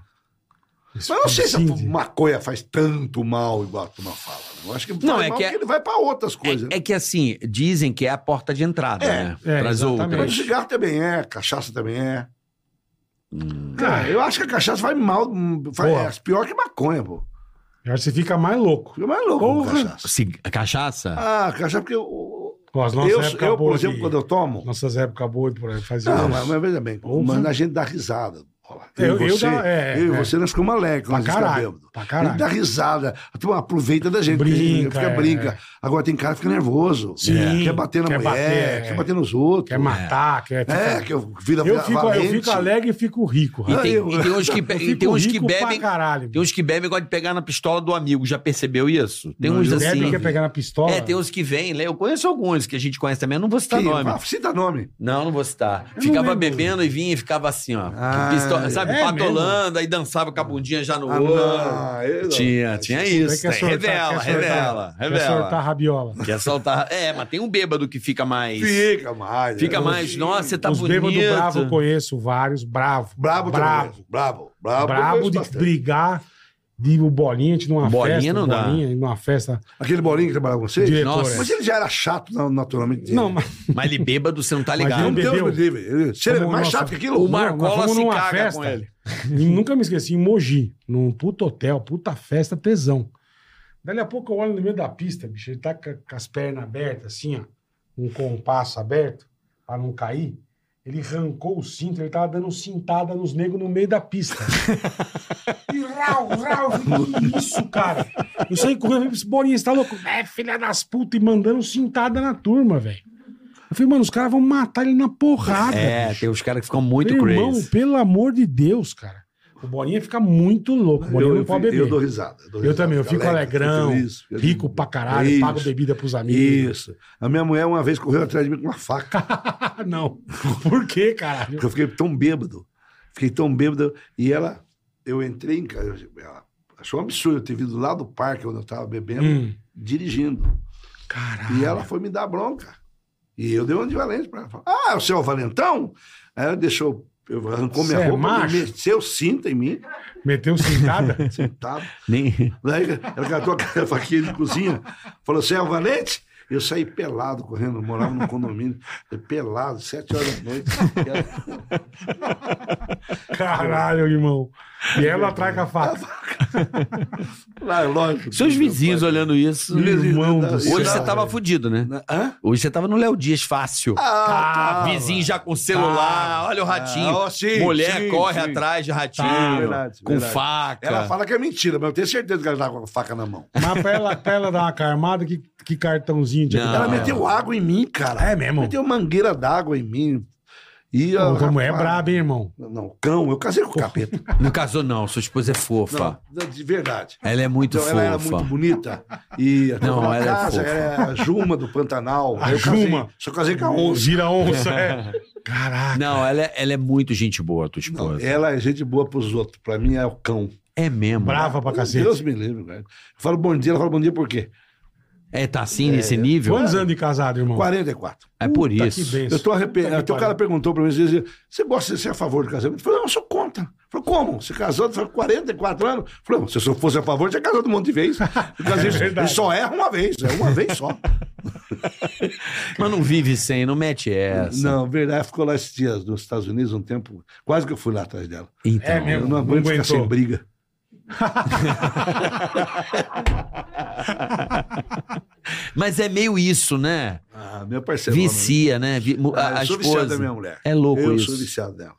[SPEAKER 5] Mas eu não sei se
[SPEAKER 3] Escondite.
[SPEAKER 5] a maconha faz tanto mal, igual a turma fala. né? Eu acho que
[SPEAKER 4] Não,
[SPEAKER 5] faz
[SPEAKER 4] é
[SPEAKER 5] mal
[SPEAKER 4] que é-
[SPEAKER 5] porque ele vai pra outras coisas. né?
[SPEAKER 4] É, é que assim, dizem que é a porta de entrada,
[SPEAKER 5] É,
[SPEAKER 4] né?
[SPEAKER 3] é,
[SPEAKER 4] Para as
[SPEAKER 3] exatamente.
[SPEAKER 5] Mas
[SPEAKER 4] outras.
[SPEAKER 5] o cigarro também é, cachaça também é.
[SPEAKER 4] Hum,
[SPEAKER 5] Cara, eu acho que a cachaça vai mal, faz,
[SPEAKER 3] Hum. Boa.
[SPEAKER 5] é pior que maconha, pô.
[SPEAKER 3] Eu acho que você fica mais louco.
[SPEAKER 5] Fica mais louco com
[SPEAKER 3] Porra.
[SPEAKER 5] cachaça.
[SPEAKER 4] Cig- Cachaça?
[SPEAKER 5] Ah, cachaça porque eu,
[SPEAKER 3] Com as nossas
[SPEAKER 5] eu,
[SPEAKER 3] épocas
[SPEAKER 5] eu, por
[SPEAKER 3] boas.
[SPEAKER 5] exemplo,
[SPEAKER 3] é de-
[SPEAKER 5] quando eu tomo...
[SPEAKER 3] Nossas épocas boas, por aí, fazia.
[SPEAKER 5] Não,
[SPEAKER 3] isso.
[SPEAKER 5] mas, mas veja bem,
[SPEAKER 3] Porra.
[SPEAKER 5] mas a gente dá risada. bola.
[SPEAKER 3] Eu-
[SPEAKER 5] e
[SPEAKER 3] eu
[SPEAKER 5] você,
[SPEAKER 3] dá- é,
[SPEAKER 5] eu e
[SPEAKER 3] é.
[SPEAKER 5] você, nós ficamos alegres quando
[SPEAKER 3] Pra
[SPEAKER 5] a gente tá
[SPEAKER 3] caralho,
[SPEAKER 5] bêbado.
[SPEAKER 3] pra
[SPEAKER 5] A gente dá
[SPEAKER 3] caralho.
[SPEAKER 5] risada, a turma aproveita da gente,
[SPEAKER 3] Brinca,
[SPEAKER 5] fica
[SPEAKER 3] é.
[SPEAKER 5] brinca. Agora tem cara que fica nervoso,
[SPEAKER 3] Sim,
[SPEAKER 5] quer bater na
[SPEAKER 3] quer
[SPEAKER 5] mulher,
[SPEAKER 3] bater, é.
[SPEAKER 5] quer bater nos outros.
[SPEAKER 3] Quer matar, quer.
[SPEAKER 5] É,
[SPEAKER 3] fica-
[SPEAKER 5] que eu vira
[SPEAKER 3] eu, fico, eu
[SPEAKER 5] valente.
[SPEAKER 3] fico alegre e fico rico.
[SPEAKER 4] E
[SPEAKER 3] rapaz.
[SPEAKER 4] tem,
[SPEAKER 5] eu-
[SPEAKER 4] e tem uns que, pe-
[SPEAKER 3] Ah, <laughs> Eu
[SPEAKER 4] e
[SPEAKER 3] fico
[SPEAKER 4] tem uns que
[SPEAKER 3] rico pra
[SPEAKER 4] bebem.
[SPEAKER 3] Caralho,
[SPEAKER 4] Tem uns que bebem e gostam de pegar na pistola do amigo. Já percebeu isso? Tem uns
[SPEAKER 3] Não,
[SPEAKER 4] assim.
[SPEAKER 3] Bebe quer pegar na pistola.
[SPEAKER 4] É, tem uns que vêm, né? Eu conheço alguns que a gente conhece também, eu não vou citar
[SPEAKER 5] Sim,
[SPEAKER 4] nome.
[SPEAKER 5] ah, Cita nome.
[SPEAKER 4] Não, não vou citar.
[SPEAKER 3] não
[SPEAKER 4] Ficava
[SPEAKER 3] lembro.
[SPEAKER 4] bebendo e vinha e ficava assim, ó.
[SPEAKER 5] Ah,
[SPEAKER 4] pistola,
[SPEAKER 5] eu
[SPEAKER 4] sabe?
[SPEAKER 3] É
[SPEAKER 4] patolando, aí dançava com a bundinha já no
[SPEAKER 5] Ah,
[SPEAKER 4] olho.
[SPEAKER 5] não, eu não.
[SPEAKER 4] Tinha, tinha
[SPEAKER 3] Daí
[SPEAKER 4] isso.
[SPEAKER 3] tá- quer
[SPEAKER 4] né?
[SPEAKER 3] soltar, quer
[SPEAKER 4] revela,
[SPEAKER 3] soltar,
[SPEAKER 4] revela,
[SPEAKER 3] Quer
[SPEAKER 4] revela.
[SPEAKER 3] soltar a tá rabiola.
[SPEAKER 4] Quer soltar. É, mas tem um bêbado que fica mais.
[SPEAKER 5] Fica mais. né?
[SPEAKER 4] Fica
[SPEAKER 5] Os-
[SPEAKER 4] mais. Nossa, você tá
[SPEAKER 3] Os bêbados
[SPEAKER 4] bonito.
[SPEAKER 3] bravo eu conheço vários, bravo.
[SPEAKER 5] Brabo,
[SPEAKER 3] bravo.
[SPEAKER 5] brabo, brabo, brabo. eu
[SPEAKER 3] brabo
[SPEAKER 5] gosto
[SPEAKER 3] de
[SPEAKER 5] bastante.
[SPEAKER 3] brigar, de ir o bolinha, de ir numa
[SPEAKER 4] Bolinha
[SPEAKER 3] festa.
[SPEAKER 4] não dá.
[SPEAKER 3] bolinha, ir numa festa.
[SPEAKER 5] Aquele bolinho que trabalhava com vocês?
[SPEAKER 3] Diretor,
[SPEAKER 4] Nossa,
[SPEAKER 3] é.
[SPEAKER 5] Mas ele já era chato na- naturalmente. dele.
[SPEAKER 3] Não, mas
[SPEAKER 4] Mas ele bêbado, você não tá
[SPEAKER 3] Mas
[SPEAKER 4] ligado.
[SPEAKER 3] ele
[SPEAKER 5] Não tem
[SPEAKER 3] bebeu.
[SPEAKER 5] outro livre. Ele- Se ele é
[SPEAKER 3] Como,
[SPEAKER 5] mais
[SPEAKER 3] nossa,
[SPEAKER 5] chato que aquilo,
[SPEAKER 4] O
[SPEAKER 3] Não, nós
[SPEAKER 4] Marcola
[SPEAKER 3] fomos
[SPEAKER 4] se
[SPEAKER 3] numa
[SPEAKER 4] caga com
[SPEAKER 3] festa.
[SPEAKER 4] ele.
[SPEAKER 3] <laughs> E nunca me esqueci, em Mogi, num puto hotel, puta festa, tesão. Dali a pouco eu olho no meio da pista, bicho, ele tá ca- com, as pernas abertas, assim, ó, um compasso aberto, pra não cair. Ele arrancou o cinto, ele tava dando cintada nos negros no meio da pista. <laughs> e rau, rau, eu falei, que isso, cara? Eu saí correndo, falei, esse bolinha, você tá louco? É, filha das putas, e mandando cintada na turma, velho. Eu falei, mano, os caras vão matar ele na porrada.
[SPEAKER 4] É,
[SPEAKER 3] bicho.
[SPEAKER 4] tem uns caras que ficam muito
[SPEAKER 3] Meu
[SPEAKER 4] crazy.
[SPEAKER 3] Irmão, pelo amor de Deus, cara. O Bolinha fica muito louco. O
[SPEAKER 5] eu,
[SPEAKER 3] Bolinha
[SPEAKER 5] eu,
[SPEAKER 3] não pode
[SPEAKER 5] eu
[SPEAKER 3] beber.
[SPEAKER 5] dou risada. dou
[SPEAKER 3] Eu
[SPEAKER 5] risada,
[SPEAKER 3] também, eu fico alegrão,
[SPEAKER 5] feliz, fico-
[SPEAKER 3] Rico pra caralho,
[SPEAKER 5] Isso,
[SPEAKER 3] pago bebida pros amigos.
[SPEAKER 5] Isso. A minha mulher uma vez correu atrás de mim com uma faca,
[SPEAKER 3] <laughs> Ah, não. Por quê, caralho?
[SPEAKER 5] porque eu fiquei tão bêbado. Fiquei tão bêbado. E ela, eu entrei em casa. Ela achou um absurdo eu ter vindo lá do parque onde eu tava bebendo,
[SPEAKER 3] Hum, Ah.
[SPEAKER 5] dirigindo.
[SPEAKER 3] caralho.
[SPEAKER 5] E ela foi me dar bronca. E eu dei um de valente pra ela. Falei, Ah, o seu Valentão? Aí ela deixou, eu- arrancou minha
[SPEAKER 3] Cê é
[SPEAKER 5] roupa,
[SPEAKER 3] macho?
[SPEAKER 5] me meteu cinta
[SPEAKER 3] <laughs>
[SPEAKER 5] em mim, tá
[SPEAKER 3] Meteu <laughs> cintada?
[SPEAKER 5] sentado.
[SPEAKER 4] Nem...
[SPEAKER 5] Daí Né? ela catou a <laughs> faquinha de cozinha, falou, você é o valente? Eu saí pelado, correndo, eu morava num condomínio, eu pelado, sete horas da noite.
[SPEAKER 3] <laughs> caralho, irmão. E ela traga a faca.
[SPEAKER 5] Lá, lógico.
[SPEAKER 4] Seus vizinhos olhando isso.
[SPEAKER 5] Meu
[SPEAKER 3] Irmão do céu. tá-
[SPEAKER 4] Hoje você
[SPEAKER 3] Caralho.
[SPEAKER 4] tava fudido, né?
[SPEAKER 5] Hã?
[SPEAKER 4] Hoje você tava no Léo Dias fácil.
[SPEAKER 5] Ah,
[SPEAKER 3] Ah,
[SPEAKER 5] tá.
[SPEAKER 4] Vizinho já com celular, olha o ratinho.
[SPEAKER 5] Ah, ó, sim,
[SPEAKER 4] Mulher
[SPEAKER 5] sim,
[SPEAKER 4] corre
[SPEAKER 5] sim.
[SPEAKER 4] atrás de ratinho,
[SPEAKER 5] Tá, verdade,
[SPEAKER 4] com
[SPEAKER 5] verdade.
[SPEAKER 4] faca.
[SPEAKER 5] Ela fala que é mentira, mas eu tenho certeza que ela estava com a faca na mão.
[SPEAKER 3] Mas pra ela, pra ela dar uma carmada, que, que cartãozinho de
[SPEAKER 4] Não.
[SPEAKER 5] Ela
[SPEAKER 4] Ah.
[SPEAKER 5] meteu água em mim, cara.
[SPEAKER 3] É mesmo?
[SPEAKER 5] Meteu mangueira d'água em mim. E
[SPEAKER 3] Pô,
[SPEAKER 5] a-
[SPEAKER 3] Como é
[SPEAKER 5] rapaz,
[SPEAKER 3] brabo, hein, irmão?
[SPEAKER 5] Não, cão. Eu casei com o capeta.
[SPEAKER 4] Não casou, não. Sua esposa é fofa.
[SPEAKER 5] Não, de verdade.
[SPEAKER 4] Ela é muito
[SPEAKER 5] Então, ela era
[SPEAKER 4] fofa.
[SPEAKER 5] muito bonita. E até
[SPEAKER 4] Não,
[SPEAKER 5] uma
[SPEAKER 4] ela é
[SPEAKER 5] casa
[SPEAKER 4] fofa.
[SPEAKER 5] era a Juma do Pantanal.
[SPEAKER 3] A
[SPEAKER 5] Eu casei-
[SPEAKER 3] Juma.
[SPEAKER 5] Só casei com a Onze.
[SPEAKER 3] Vira onça, é. Caraca.
[SPEAKER 4] Não, ela é, ela é muito gente boa, tua
[SPEAKER 5] Não,
[SPEAKER 4] esposa.
[SPEAKER 5] ela é gente boa pros outros. Pra mim é o cão.
[SPEAKER 4] é... mesmo.
[SPEAKER 3] Brava pra
[SPEAKER 5] Meu
[SPEAKER 3] cacete.
[SPEAKER 5] Deus me livre, velho. Eu falo bom dia, ela fala bom dia por quê?
[SPEAKER 4] É, tá assim nesse nível?
[SPEAKER 3] Quantos anos de casado, irmão?
[SPEAKER 5] 44.
[SPEAKER 4] É por
[SPEAKER 3] Puta,
[SPEAKER 4] isso.
[SPEAKER 3] que bem.
[SPEAKER 5] Eu tô arrependido.
[SPEAKER 3] Hum. Puta que
[SPEAKER 5] Até o cara perguntou pra mim, esses dias, você gosta de ser a favor do casamento? Eu falei, não, eu sou contra. Eu falei, como? Você casou? Eu falei, 44 anos? Eu falei, não, se eu fosse a favor, eu tinha casado um monte de vez.
[SPEAKER 3] <laughs>
[SPEAKER 5] Eu casei,
[SPEAKER 3] É verdade.
[SPEAKER 5] e só erra uma vez, é uma vez só.
[SPEAKER 4] Mas não vive sem, não mete essa.
[SPEAKER 5] Não, verdade, ficou lá esses dias nos Estados Unidos um tempo, quase que eu fui lá atrás dela.
[SPEAKER 4] Então,
[SPEAKER 3] É mesmo.
[SPEAKER 5] Eu não
[SPEAKER 3] Não
[SPEAKER 5] aguento ficar
[SPEAKER 3] aguentou.
[SPEAKER 5] sem briga.
[SPEAKER 4] Mas é meio isso, né?
[SPEAKER 5] Ah, meu parceiro.
[SPEAKER 4] Vicia, né? Vi- mu-
[SPEAKER 5] Ah,
[SPEAKER 4] a, a
[SPEAKER 5] eu sou viciado da
[SPEAKER 4] esposa.
[SPEAKER 5] minha mulher.
[SPEAKER 4] É louco
[SPEAKER 5] eu
[SPEAKER 4] isso.
[SPEAKER 5] sou viciado dela.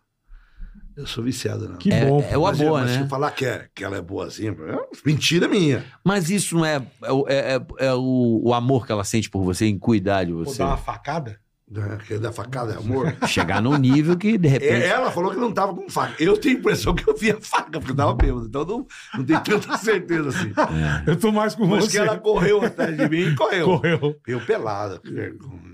[SPEAKER 5] Eu sou viciado nela.
[SPEAKER 3] Que
[SPEAKER 4] É,
[SPEAKER 3] bom.
[SPEAKER 4] é uma
[SPEAKER 5] Mas,
[SPEAKER 4] boa,
[SPEAKER 5] mas
[SPEAKER 4] né?
[SPEAKER 5] se falar que, é, que ela é boazinha, é mentira minha.
[SPEAKER 4] Mas isso não é, é, o- é- é- é o, o amor que ela sente por você, em cuidar de
[SPEAKER 3] Vou
[SPEAKER 4] você.
[SPEAKER 3] dar uma facada?
[SPEAKER 5] Né, Que dá facada,
[SPEAKER 4] <laughs>
[SPEAKER 5] é amor.
[SPEAKER 4] Chegar num nível que, de repente.
[SPEAKER 5] É, Ela falou que não tava com faca. Eu tenho a impressão que eu vi a faca, porque eu tava bêbado. Então não, não tenho tanta certeza assim.
[SPEAKER 4] <laughs>
[SPEAKER 3] Eu tô mais com
[SPEAKER 5] Mas
[SPEAKER 3] você.
[SPEAKER 5] que ela correu atrás de mim e correu.
[SPEAKER 3] Correu.
[SPEAKER 5] Eu pelada. que vergonha.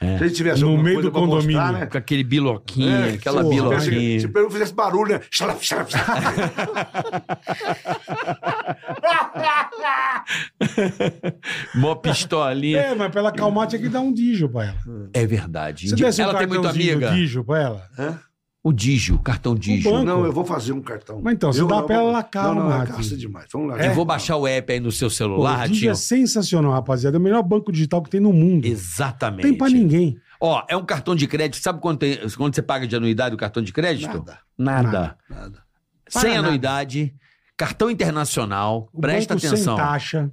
[SPEAKER 4] É.
[SPEAKER 5] Se a gente tivesse
[SPEAKER 3] No
[SPEAKER 5] alguma
[SPEAKER 3] meio
[SPEAKER 5] coisa
[SPEAKER 3] do
[SPEAKER 5] pra mostrar,
[SPEAKER 3] condomínio.
[SPEAKER 5] né?
[SPEAKER 4] Com aquele biloquinho,
[SPEAKER 5] É,
[SPEAKER 4] aquela
[SPEAKER 3] porra,
[SPEAKER 4] biloquinha.
[SPEAKER 5] Se
[SPEAKER 3] tipo,
[SPEAKER 5] o não fizesse barulho, né? Xalap,
[SPEAKER 4] <laughs>
[SPEAKER 5] xalap, xalap.
[SPEAKER 4] Mó pistolinha.
[SPEAKER 3] tipo, É, mas pra ela acalmar tinha que dar um dígito pra ela.
[SPEAKER 4] É verdade.
[SPEAKER 3] Se desse um
[SPEAKER 4] ela tem muita
[SPEAKER 3] cartãozinho
[SPEAKER 4] amiga.
[SPEAKER 3] do dígito pra ela.
[SPEAKER 5] Hã?
[SPEAKER 4] O Digio, cartão Digio.
[SPEAKER 3] banco.
[SPEAKER 5] Não, eu vou fazer um cartão.
[SPEAKER 3] Mas então, se
[SPEAKER 5] eu,
[SPEAKER 3] dá
[SPEAKER 5] não,
[SPEAKER 3] pra ela, ela
[SPEAKER 5] Não, não,
[SPEAKER 3] calma,
[SPEAKER 5] ela
[SPEAKER 3] Ratinho.
[SPEAKER 5] gasta demais. Vamos lá. É,
[SPEAKER 4] Eu vou baixar o app aí no seu
[SPEAKER 3] é. Pô,
[SPEAKER 4] celular,
[SPEAKER 3] o dígito
[SPEAKER 4] Ratinho.
[SPEAKER 3] é sensacional, rapaziada. É o melhor banco digital que tem no mundo. Não
[SPEAKER 4] Exatamente.
[SPEAKER 3] tem pra ninguém.
[SPEAKER 4] Ó, é um cartão de crédito. Sabe quanto, tem- quanto você paga de anuidade o cartão de crédito?
[SPEAKER 5] Nada,
[SPEAKER 4] Nada.
[SPEAKER 5] nada.
[SPEAKER 4] Sem
[SPEAKER 3] Para nada.
[SPEAKER 4] anuidade, cartão internacional.
[SPEAKER 3] O
[SPEAKER 4] presta
[SPEAKER 3] banco
[SPEAKER 4] atenção.
[SPEAKER 3] Sem taxa.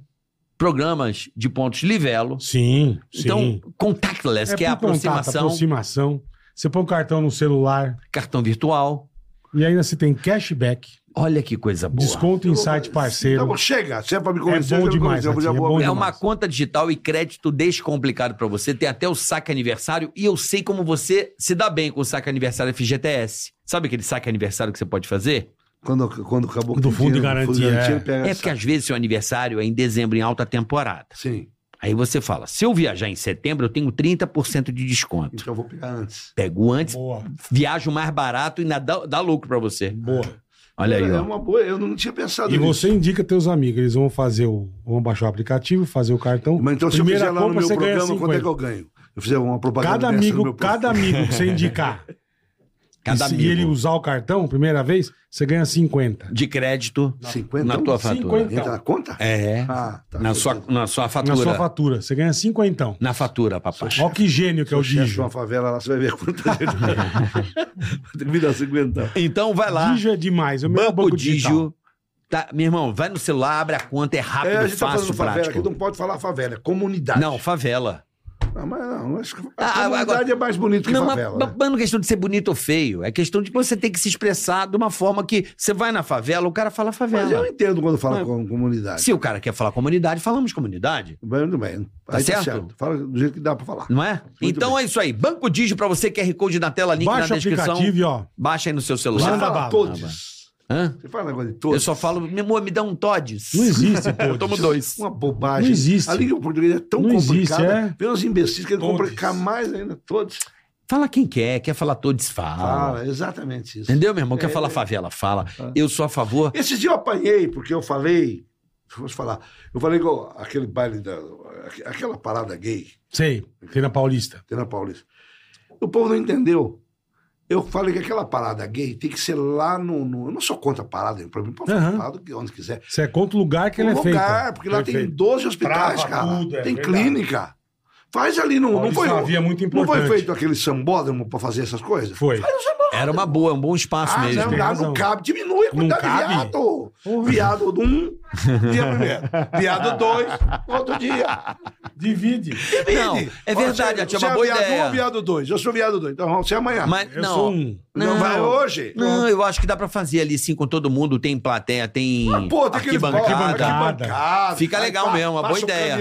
[SPEAKER 4] Programas de pontos Livelo.
[SPEAKER 3] Sim, sim.
[SPEAKER 4] Então, contactless, que é a
[SPEAKER 3] por contato,
[SPEAKER 4] aproximação,
[SPEAKER 3] aproximação. Você põe o cartão no celular
[SPEAKER 4] cartão virtual.
[SPEAKER 3] e ainda se tem cashback,
[SPEAKER 4] Olha que coisa boa.
[SPEAKER 3] desconto em site parceiro.
[SPEAKER 5] Então, chega. Se é pra me convencer,
[SPEAKER 3] bom
[SPEAKER 5] eu já me
[SPEAKER 3] demais,
[SPEAKER 5] convenci, eu já
[SPEAKER 3] Ratinho,
[SPEAKER 5] vou
[SPEAKER 3] é bom
[SPEAKER 5] abrir.
[SPEAKER 4] É
[SPEAKER 3] demais.
[SPEAKER 4] uma conta digital e crédito descomplicado pra você. Tem até o saque aniversário. E eu sei como você se dá bem com o saque aniversário FGTS. Sabe aquele saque aniversário que você pode fazer?
[SPEAKER 5] Quando, quando acabou
[SPEAKER 3] Do fundo de garantia, é.
[SPEAKER 5] pega
[SPEAKER 4] É porque às vezes seu aniversário é em dezembro, em alta temporada.
[SPEAKER 5] Sim.
[SPEAKER 4] Aí você fala, se eu viajar em setembro, eu tenho 30% de desconto.
[SPEAKER 5] Então eu vou pegar antes.
[SPEAKER 4] Pego antes,
[SPEAKER 3] Boa,
[SPEAKER 4] viajo mais barato e ainda dá, dá lucro pra você.
[SPEAKER 3] boa.
[SPEAKER 4] Olha aí,
[SPEAKER 5] é
[SPEAKER 4] ó.
[SPEAKER 5] uma boa, eu não tinha pensado
[SPEAKER 3] E
[SPEAKER 5] nisso.
[SPEAKER 3] você indica teus amigos, eles vão fazer o. vão baixar o aplicativo, fazer o cartão.
[SPEAKER 5] Mas então se eu
[SPEAKER 3] Primeira
[SPEAKER 5] fizer lá no
[SPEAKER 3] compra,
[SPEAKER 5] meu
[SPEAKER 3] você ganha
[SPEAKER 5] programa, quanto é que
[SPEAKER 3] 50.
[SPEAKER 5] eu ganho? Eu fizer uma propaganda
[SPEAKER 3] Cada
[SPEAKER 5] dessa no
[SPEAKER 3] amigo,
[SPEAKER 5] meu
[SPEAKER 3] cada amigo que
[SPEAKER 5] <laughs>
[SPEAKER 3] você indicar.
[SPEAKER 4] Cada
[SPEAKER 3] e se
[SPEAKER 4] amigo.
[SPEAKER 3] ele usar o cartão, primeira vez, você ganha 50.
[SPEAKER 4] De crédito
[SPEAKER 5] 50
[SPEAKER 4] na tua fatura.
[SPEAKER 3] 50.
[SPEAKER 5] Entra na conta?
[SPEAKER 4] É.
[SPEAKER 5] Ah, tá.
[SPEAKER 4] Na sua, na sua fatura.
[SPEAKER 3] Na sua fatura. Você ganha 50. então.
[SPEAKER 4] Na fatura, papai.
[SPEAKER 3] Olha que gênio que é o
[SPEAKER 5] Chefe de
[SPEAKER 3] Dijo.
[SPEAKER 5] uma favela lá, você vai ver quanta gente.
[SPEAKER 4] <laughs>
[SPEAKER 5] Tem que Me dá 50.
[SPEAKER 4] Então vai lá,
[SPEAKER 3] Dijo é demais. É o melhor
[SPEAKER 4] Banco,
[SPEAKER 3] banco digital.
[SPEAKER 4] Digio. Tá, meu irmão, vai no celular, abre a conta, é rápido,
[SPEAKER 5] É, a gente tá
[SPEAKER 4] fácil,
[SPEAKER 5] falando favela
[SPEAKER 4] prático.
[SPEAKER 5] aqui, não pode falar favela, é comunidade.
[SPEAKER 4] Não, favela.
[SPEAKER 5] Ah, mas não, acho que a
[SPEAKER 4] Ah,
[SPEAKER 5] comunidade
[SPEAKER 4] agora-
[SPEAKER 5] é mais bonito que
[SPEAKER 4] Não, mas,
[SPEAKER 5] favela.
[SPEAKER 4] mas
[SPEAKER 5] né?
[SPEAKER 4] não é questão de ser bonito ou feio. É questão de que você tem que se expressar de uma forma que você vai na favela, o cara fala
[SPEAKER 5] Mas é eu
[SPEAKER 4] favela.
[SPEAKER 5] entendo quando fala
[SPEAKER 4] Mas-
[SPEAKER 5] com comunidade.
[SPEAKER 4] Se o cara quer falar comunidade, falamos comunidade.
[SPEAKER 5] Mas Muito bem.
[SPEAKER 4] Tá
[SPEAKER 5] Aí
[SPEAKER 4] certo?
[SPEAKER 5] Fala do jeito que dá pra falar.
[SPEAKER 4] Não é?
[SPEAKER 5] Muito
[SPEAKER 4] então é isso aí. Banco Digio pra você, QR Code na tela, link
[SPEAKER 3] Baixa
[SPEAKER 4] na
[SPEAKER 3] o
[SPEAKER 4] descrição.
[SPEAKER 3] aplicativo e ó.
[SPEAKER 4] Baixa aí no seu
[SPEAKER 5] Você
[SPEAKER 4] celular.
[SPEAKER 3] Manda
[SPEAKER 5] fala
[SPEAKER 3] bala.
[SPEAKER 5] todos.
[SPEAKER 4] Hã?
[SPEAKER 5] Você fala um negócio de
[SPEAKER 4] Eu
[SPEAKER 5] todos. é
[SPEAKER 4] só falo, meu amor, me dá um Todes.
[SPEAKER 3] Não existe, pô.
[SPEAKER 4] <laughs> Eu tomo dois.
[SPEAKER 5] Uma bobagem.
[SPEAKER 3] Não existe.
[SPEAKER 5] A língua portuguesa é tão
[SPEAKER 3] Não existe,
[SPEAKER 5] complicada.
[SPEAKER 3] é?
[SPEAKER 5] Vê uns imbecis querendo
[SPEAKER 3] Todos.
[SPEAKER 5] complicar mais ainda. Todos.
[SPEAKER 4] Fala quem quer, quer falar Todes, fala.
[SPEAKER 5] Fala, exatamente isso.
[SPEAKER 4] Entendeu, meu irmão? Quer
[SPEAKER 5] É,
[SPEAKER 4] falar
[SPEAKER 5] é.
[SPEAKER 4] favela, fala.
[SPEAKER 5] Ah.
[SPEAKER 4] Eu sou a favor.
[SPEAKER 5] Esse dia eu apanhei, porque eu falei. Deixa eu falar. Eu falei igual aquele baile da. Aquela parada gay.
[SPEAKER 3] Sei, tem na Paulista.
[SPEAKER 5] Tem na Paulista. O povo não entendeu. Eu falei que aquela parada gay tem que ser lá no. no- eu não sou contra a parada, hein, pra mim, pode
[SPEAKER 3] Aham.
[SPEAKER 5] falar do que- onde quiser.
[SPEAKER 3] Você é contra o lugar que ele é
[SPEAKER 5] lugar,
[SPEAKER 3] feito.
[SPEAKER 5] porque lá tem
[SPEAKER 3] Perfeito.
[SPEAKER 5] 12 hospitais,
[SPEAKER 3] Trava
[SPEAKER 5] cara.
[SPEAKER 3] tudo, é
[SPEAKER 5] tem
[SPEAKER 3] verdade.
[SPEAKER 5] clínica. Faz ali no. Não
[SPEAKER 3] Paulista
[SPEAKER 5] foi, um,
[SPEAKER 3] é uma via muito
[SPEAKER 5] não
[SPEAKER 3] importante.
[SPEAKER 5] foi feito aquele sambódromo pra fazer essas coisas?
[SPEAKER 3] Foi.
[SPEAKER 4] Era uma boa, um bom espaço
[SPEAKER 5] Ah,
[SPEAKER 4] mesmo.
[SPEAKER 5] não,
[SPEAKER 3] tem
[SPEAKER 5] lá
[SPEAKER 3] razão.
[SPEAKER 5] não cabe, diminui a
[SPEAKER 3] Não
[SPEAKER 5] quantidade de
[SPEAKER 3] cabe?
[SPEAKER 5] viado.
[SPEAKER 3] Porra.
[SPEAKER 5] Viado de um, dia
[SPEAKER 3] <laughs>
[SPEAKER 5] primeiro. Viado dois, outro dia.
[SPEAKER 3] Divide.
[SPEAKER 5] Divide.
[SPEAKER 4] Não, é verdade,
[SPEAKER 5] Você-
[SPEAKER 4] é uma
[SPEAKER 5] você
[SPEAKER 4] boa
[SPEAKER 5] viado um
[SPEAKER 4] ideia.
[SPEAKER 5] ou viado dois? Eu sou viado dois. Então você é amanhã.
[SPEAKER 4] Mas,
[SPEAKER 3] Eu
[SPEAKER 4] não,
[SPEAKER 3] sou um.
[SPEAKER 5] não,
[SPEAKER 4] não.
[SPEAKER 5] vai hoje.
[SPEAKER 4] não, eu acho que dá pra fazer ali sim com todo mundo. Tem plateia, tem
[SPEAKER 5] Ah, Pô,
[SPEAKER 3] Ah,
[SPEAKER 5] tem né? aquele
[SPEAKER 4] arquibancada.
[SPEAKER 3] arquibancada.
[SPEAKER 4] Fica legal mesmo, uma
[SPEAKER 5] um
[SPEAKER 4] boa ideia.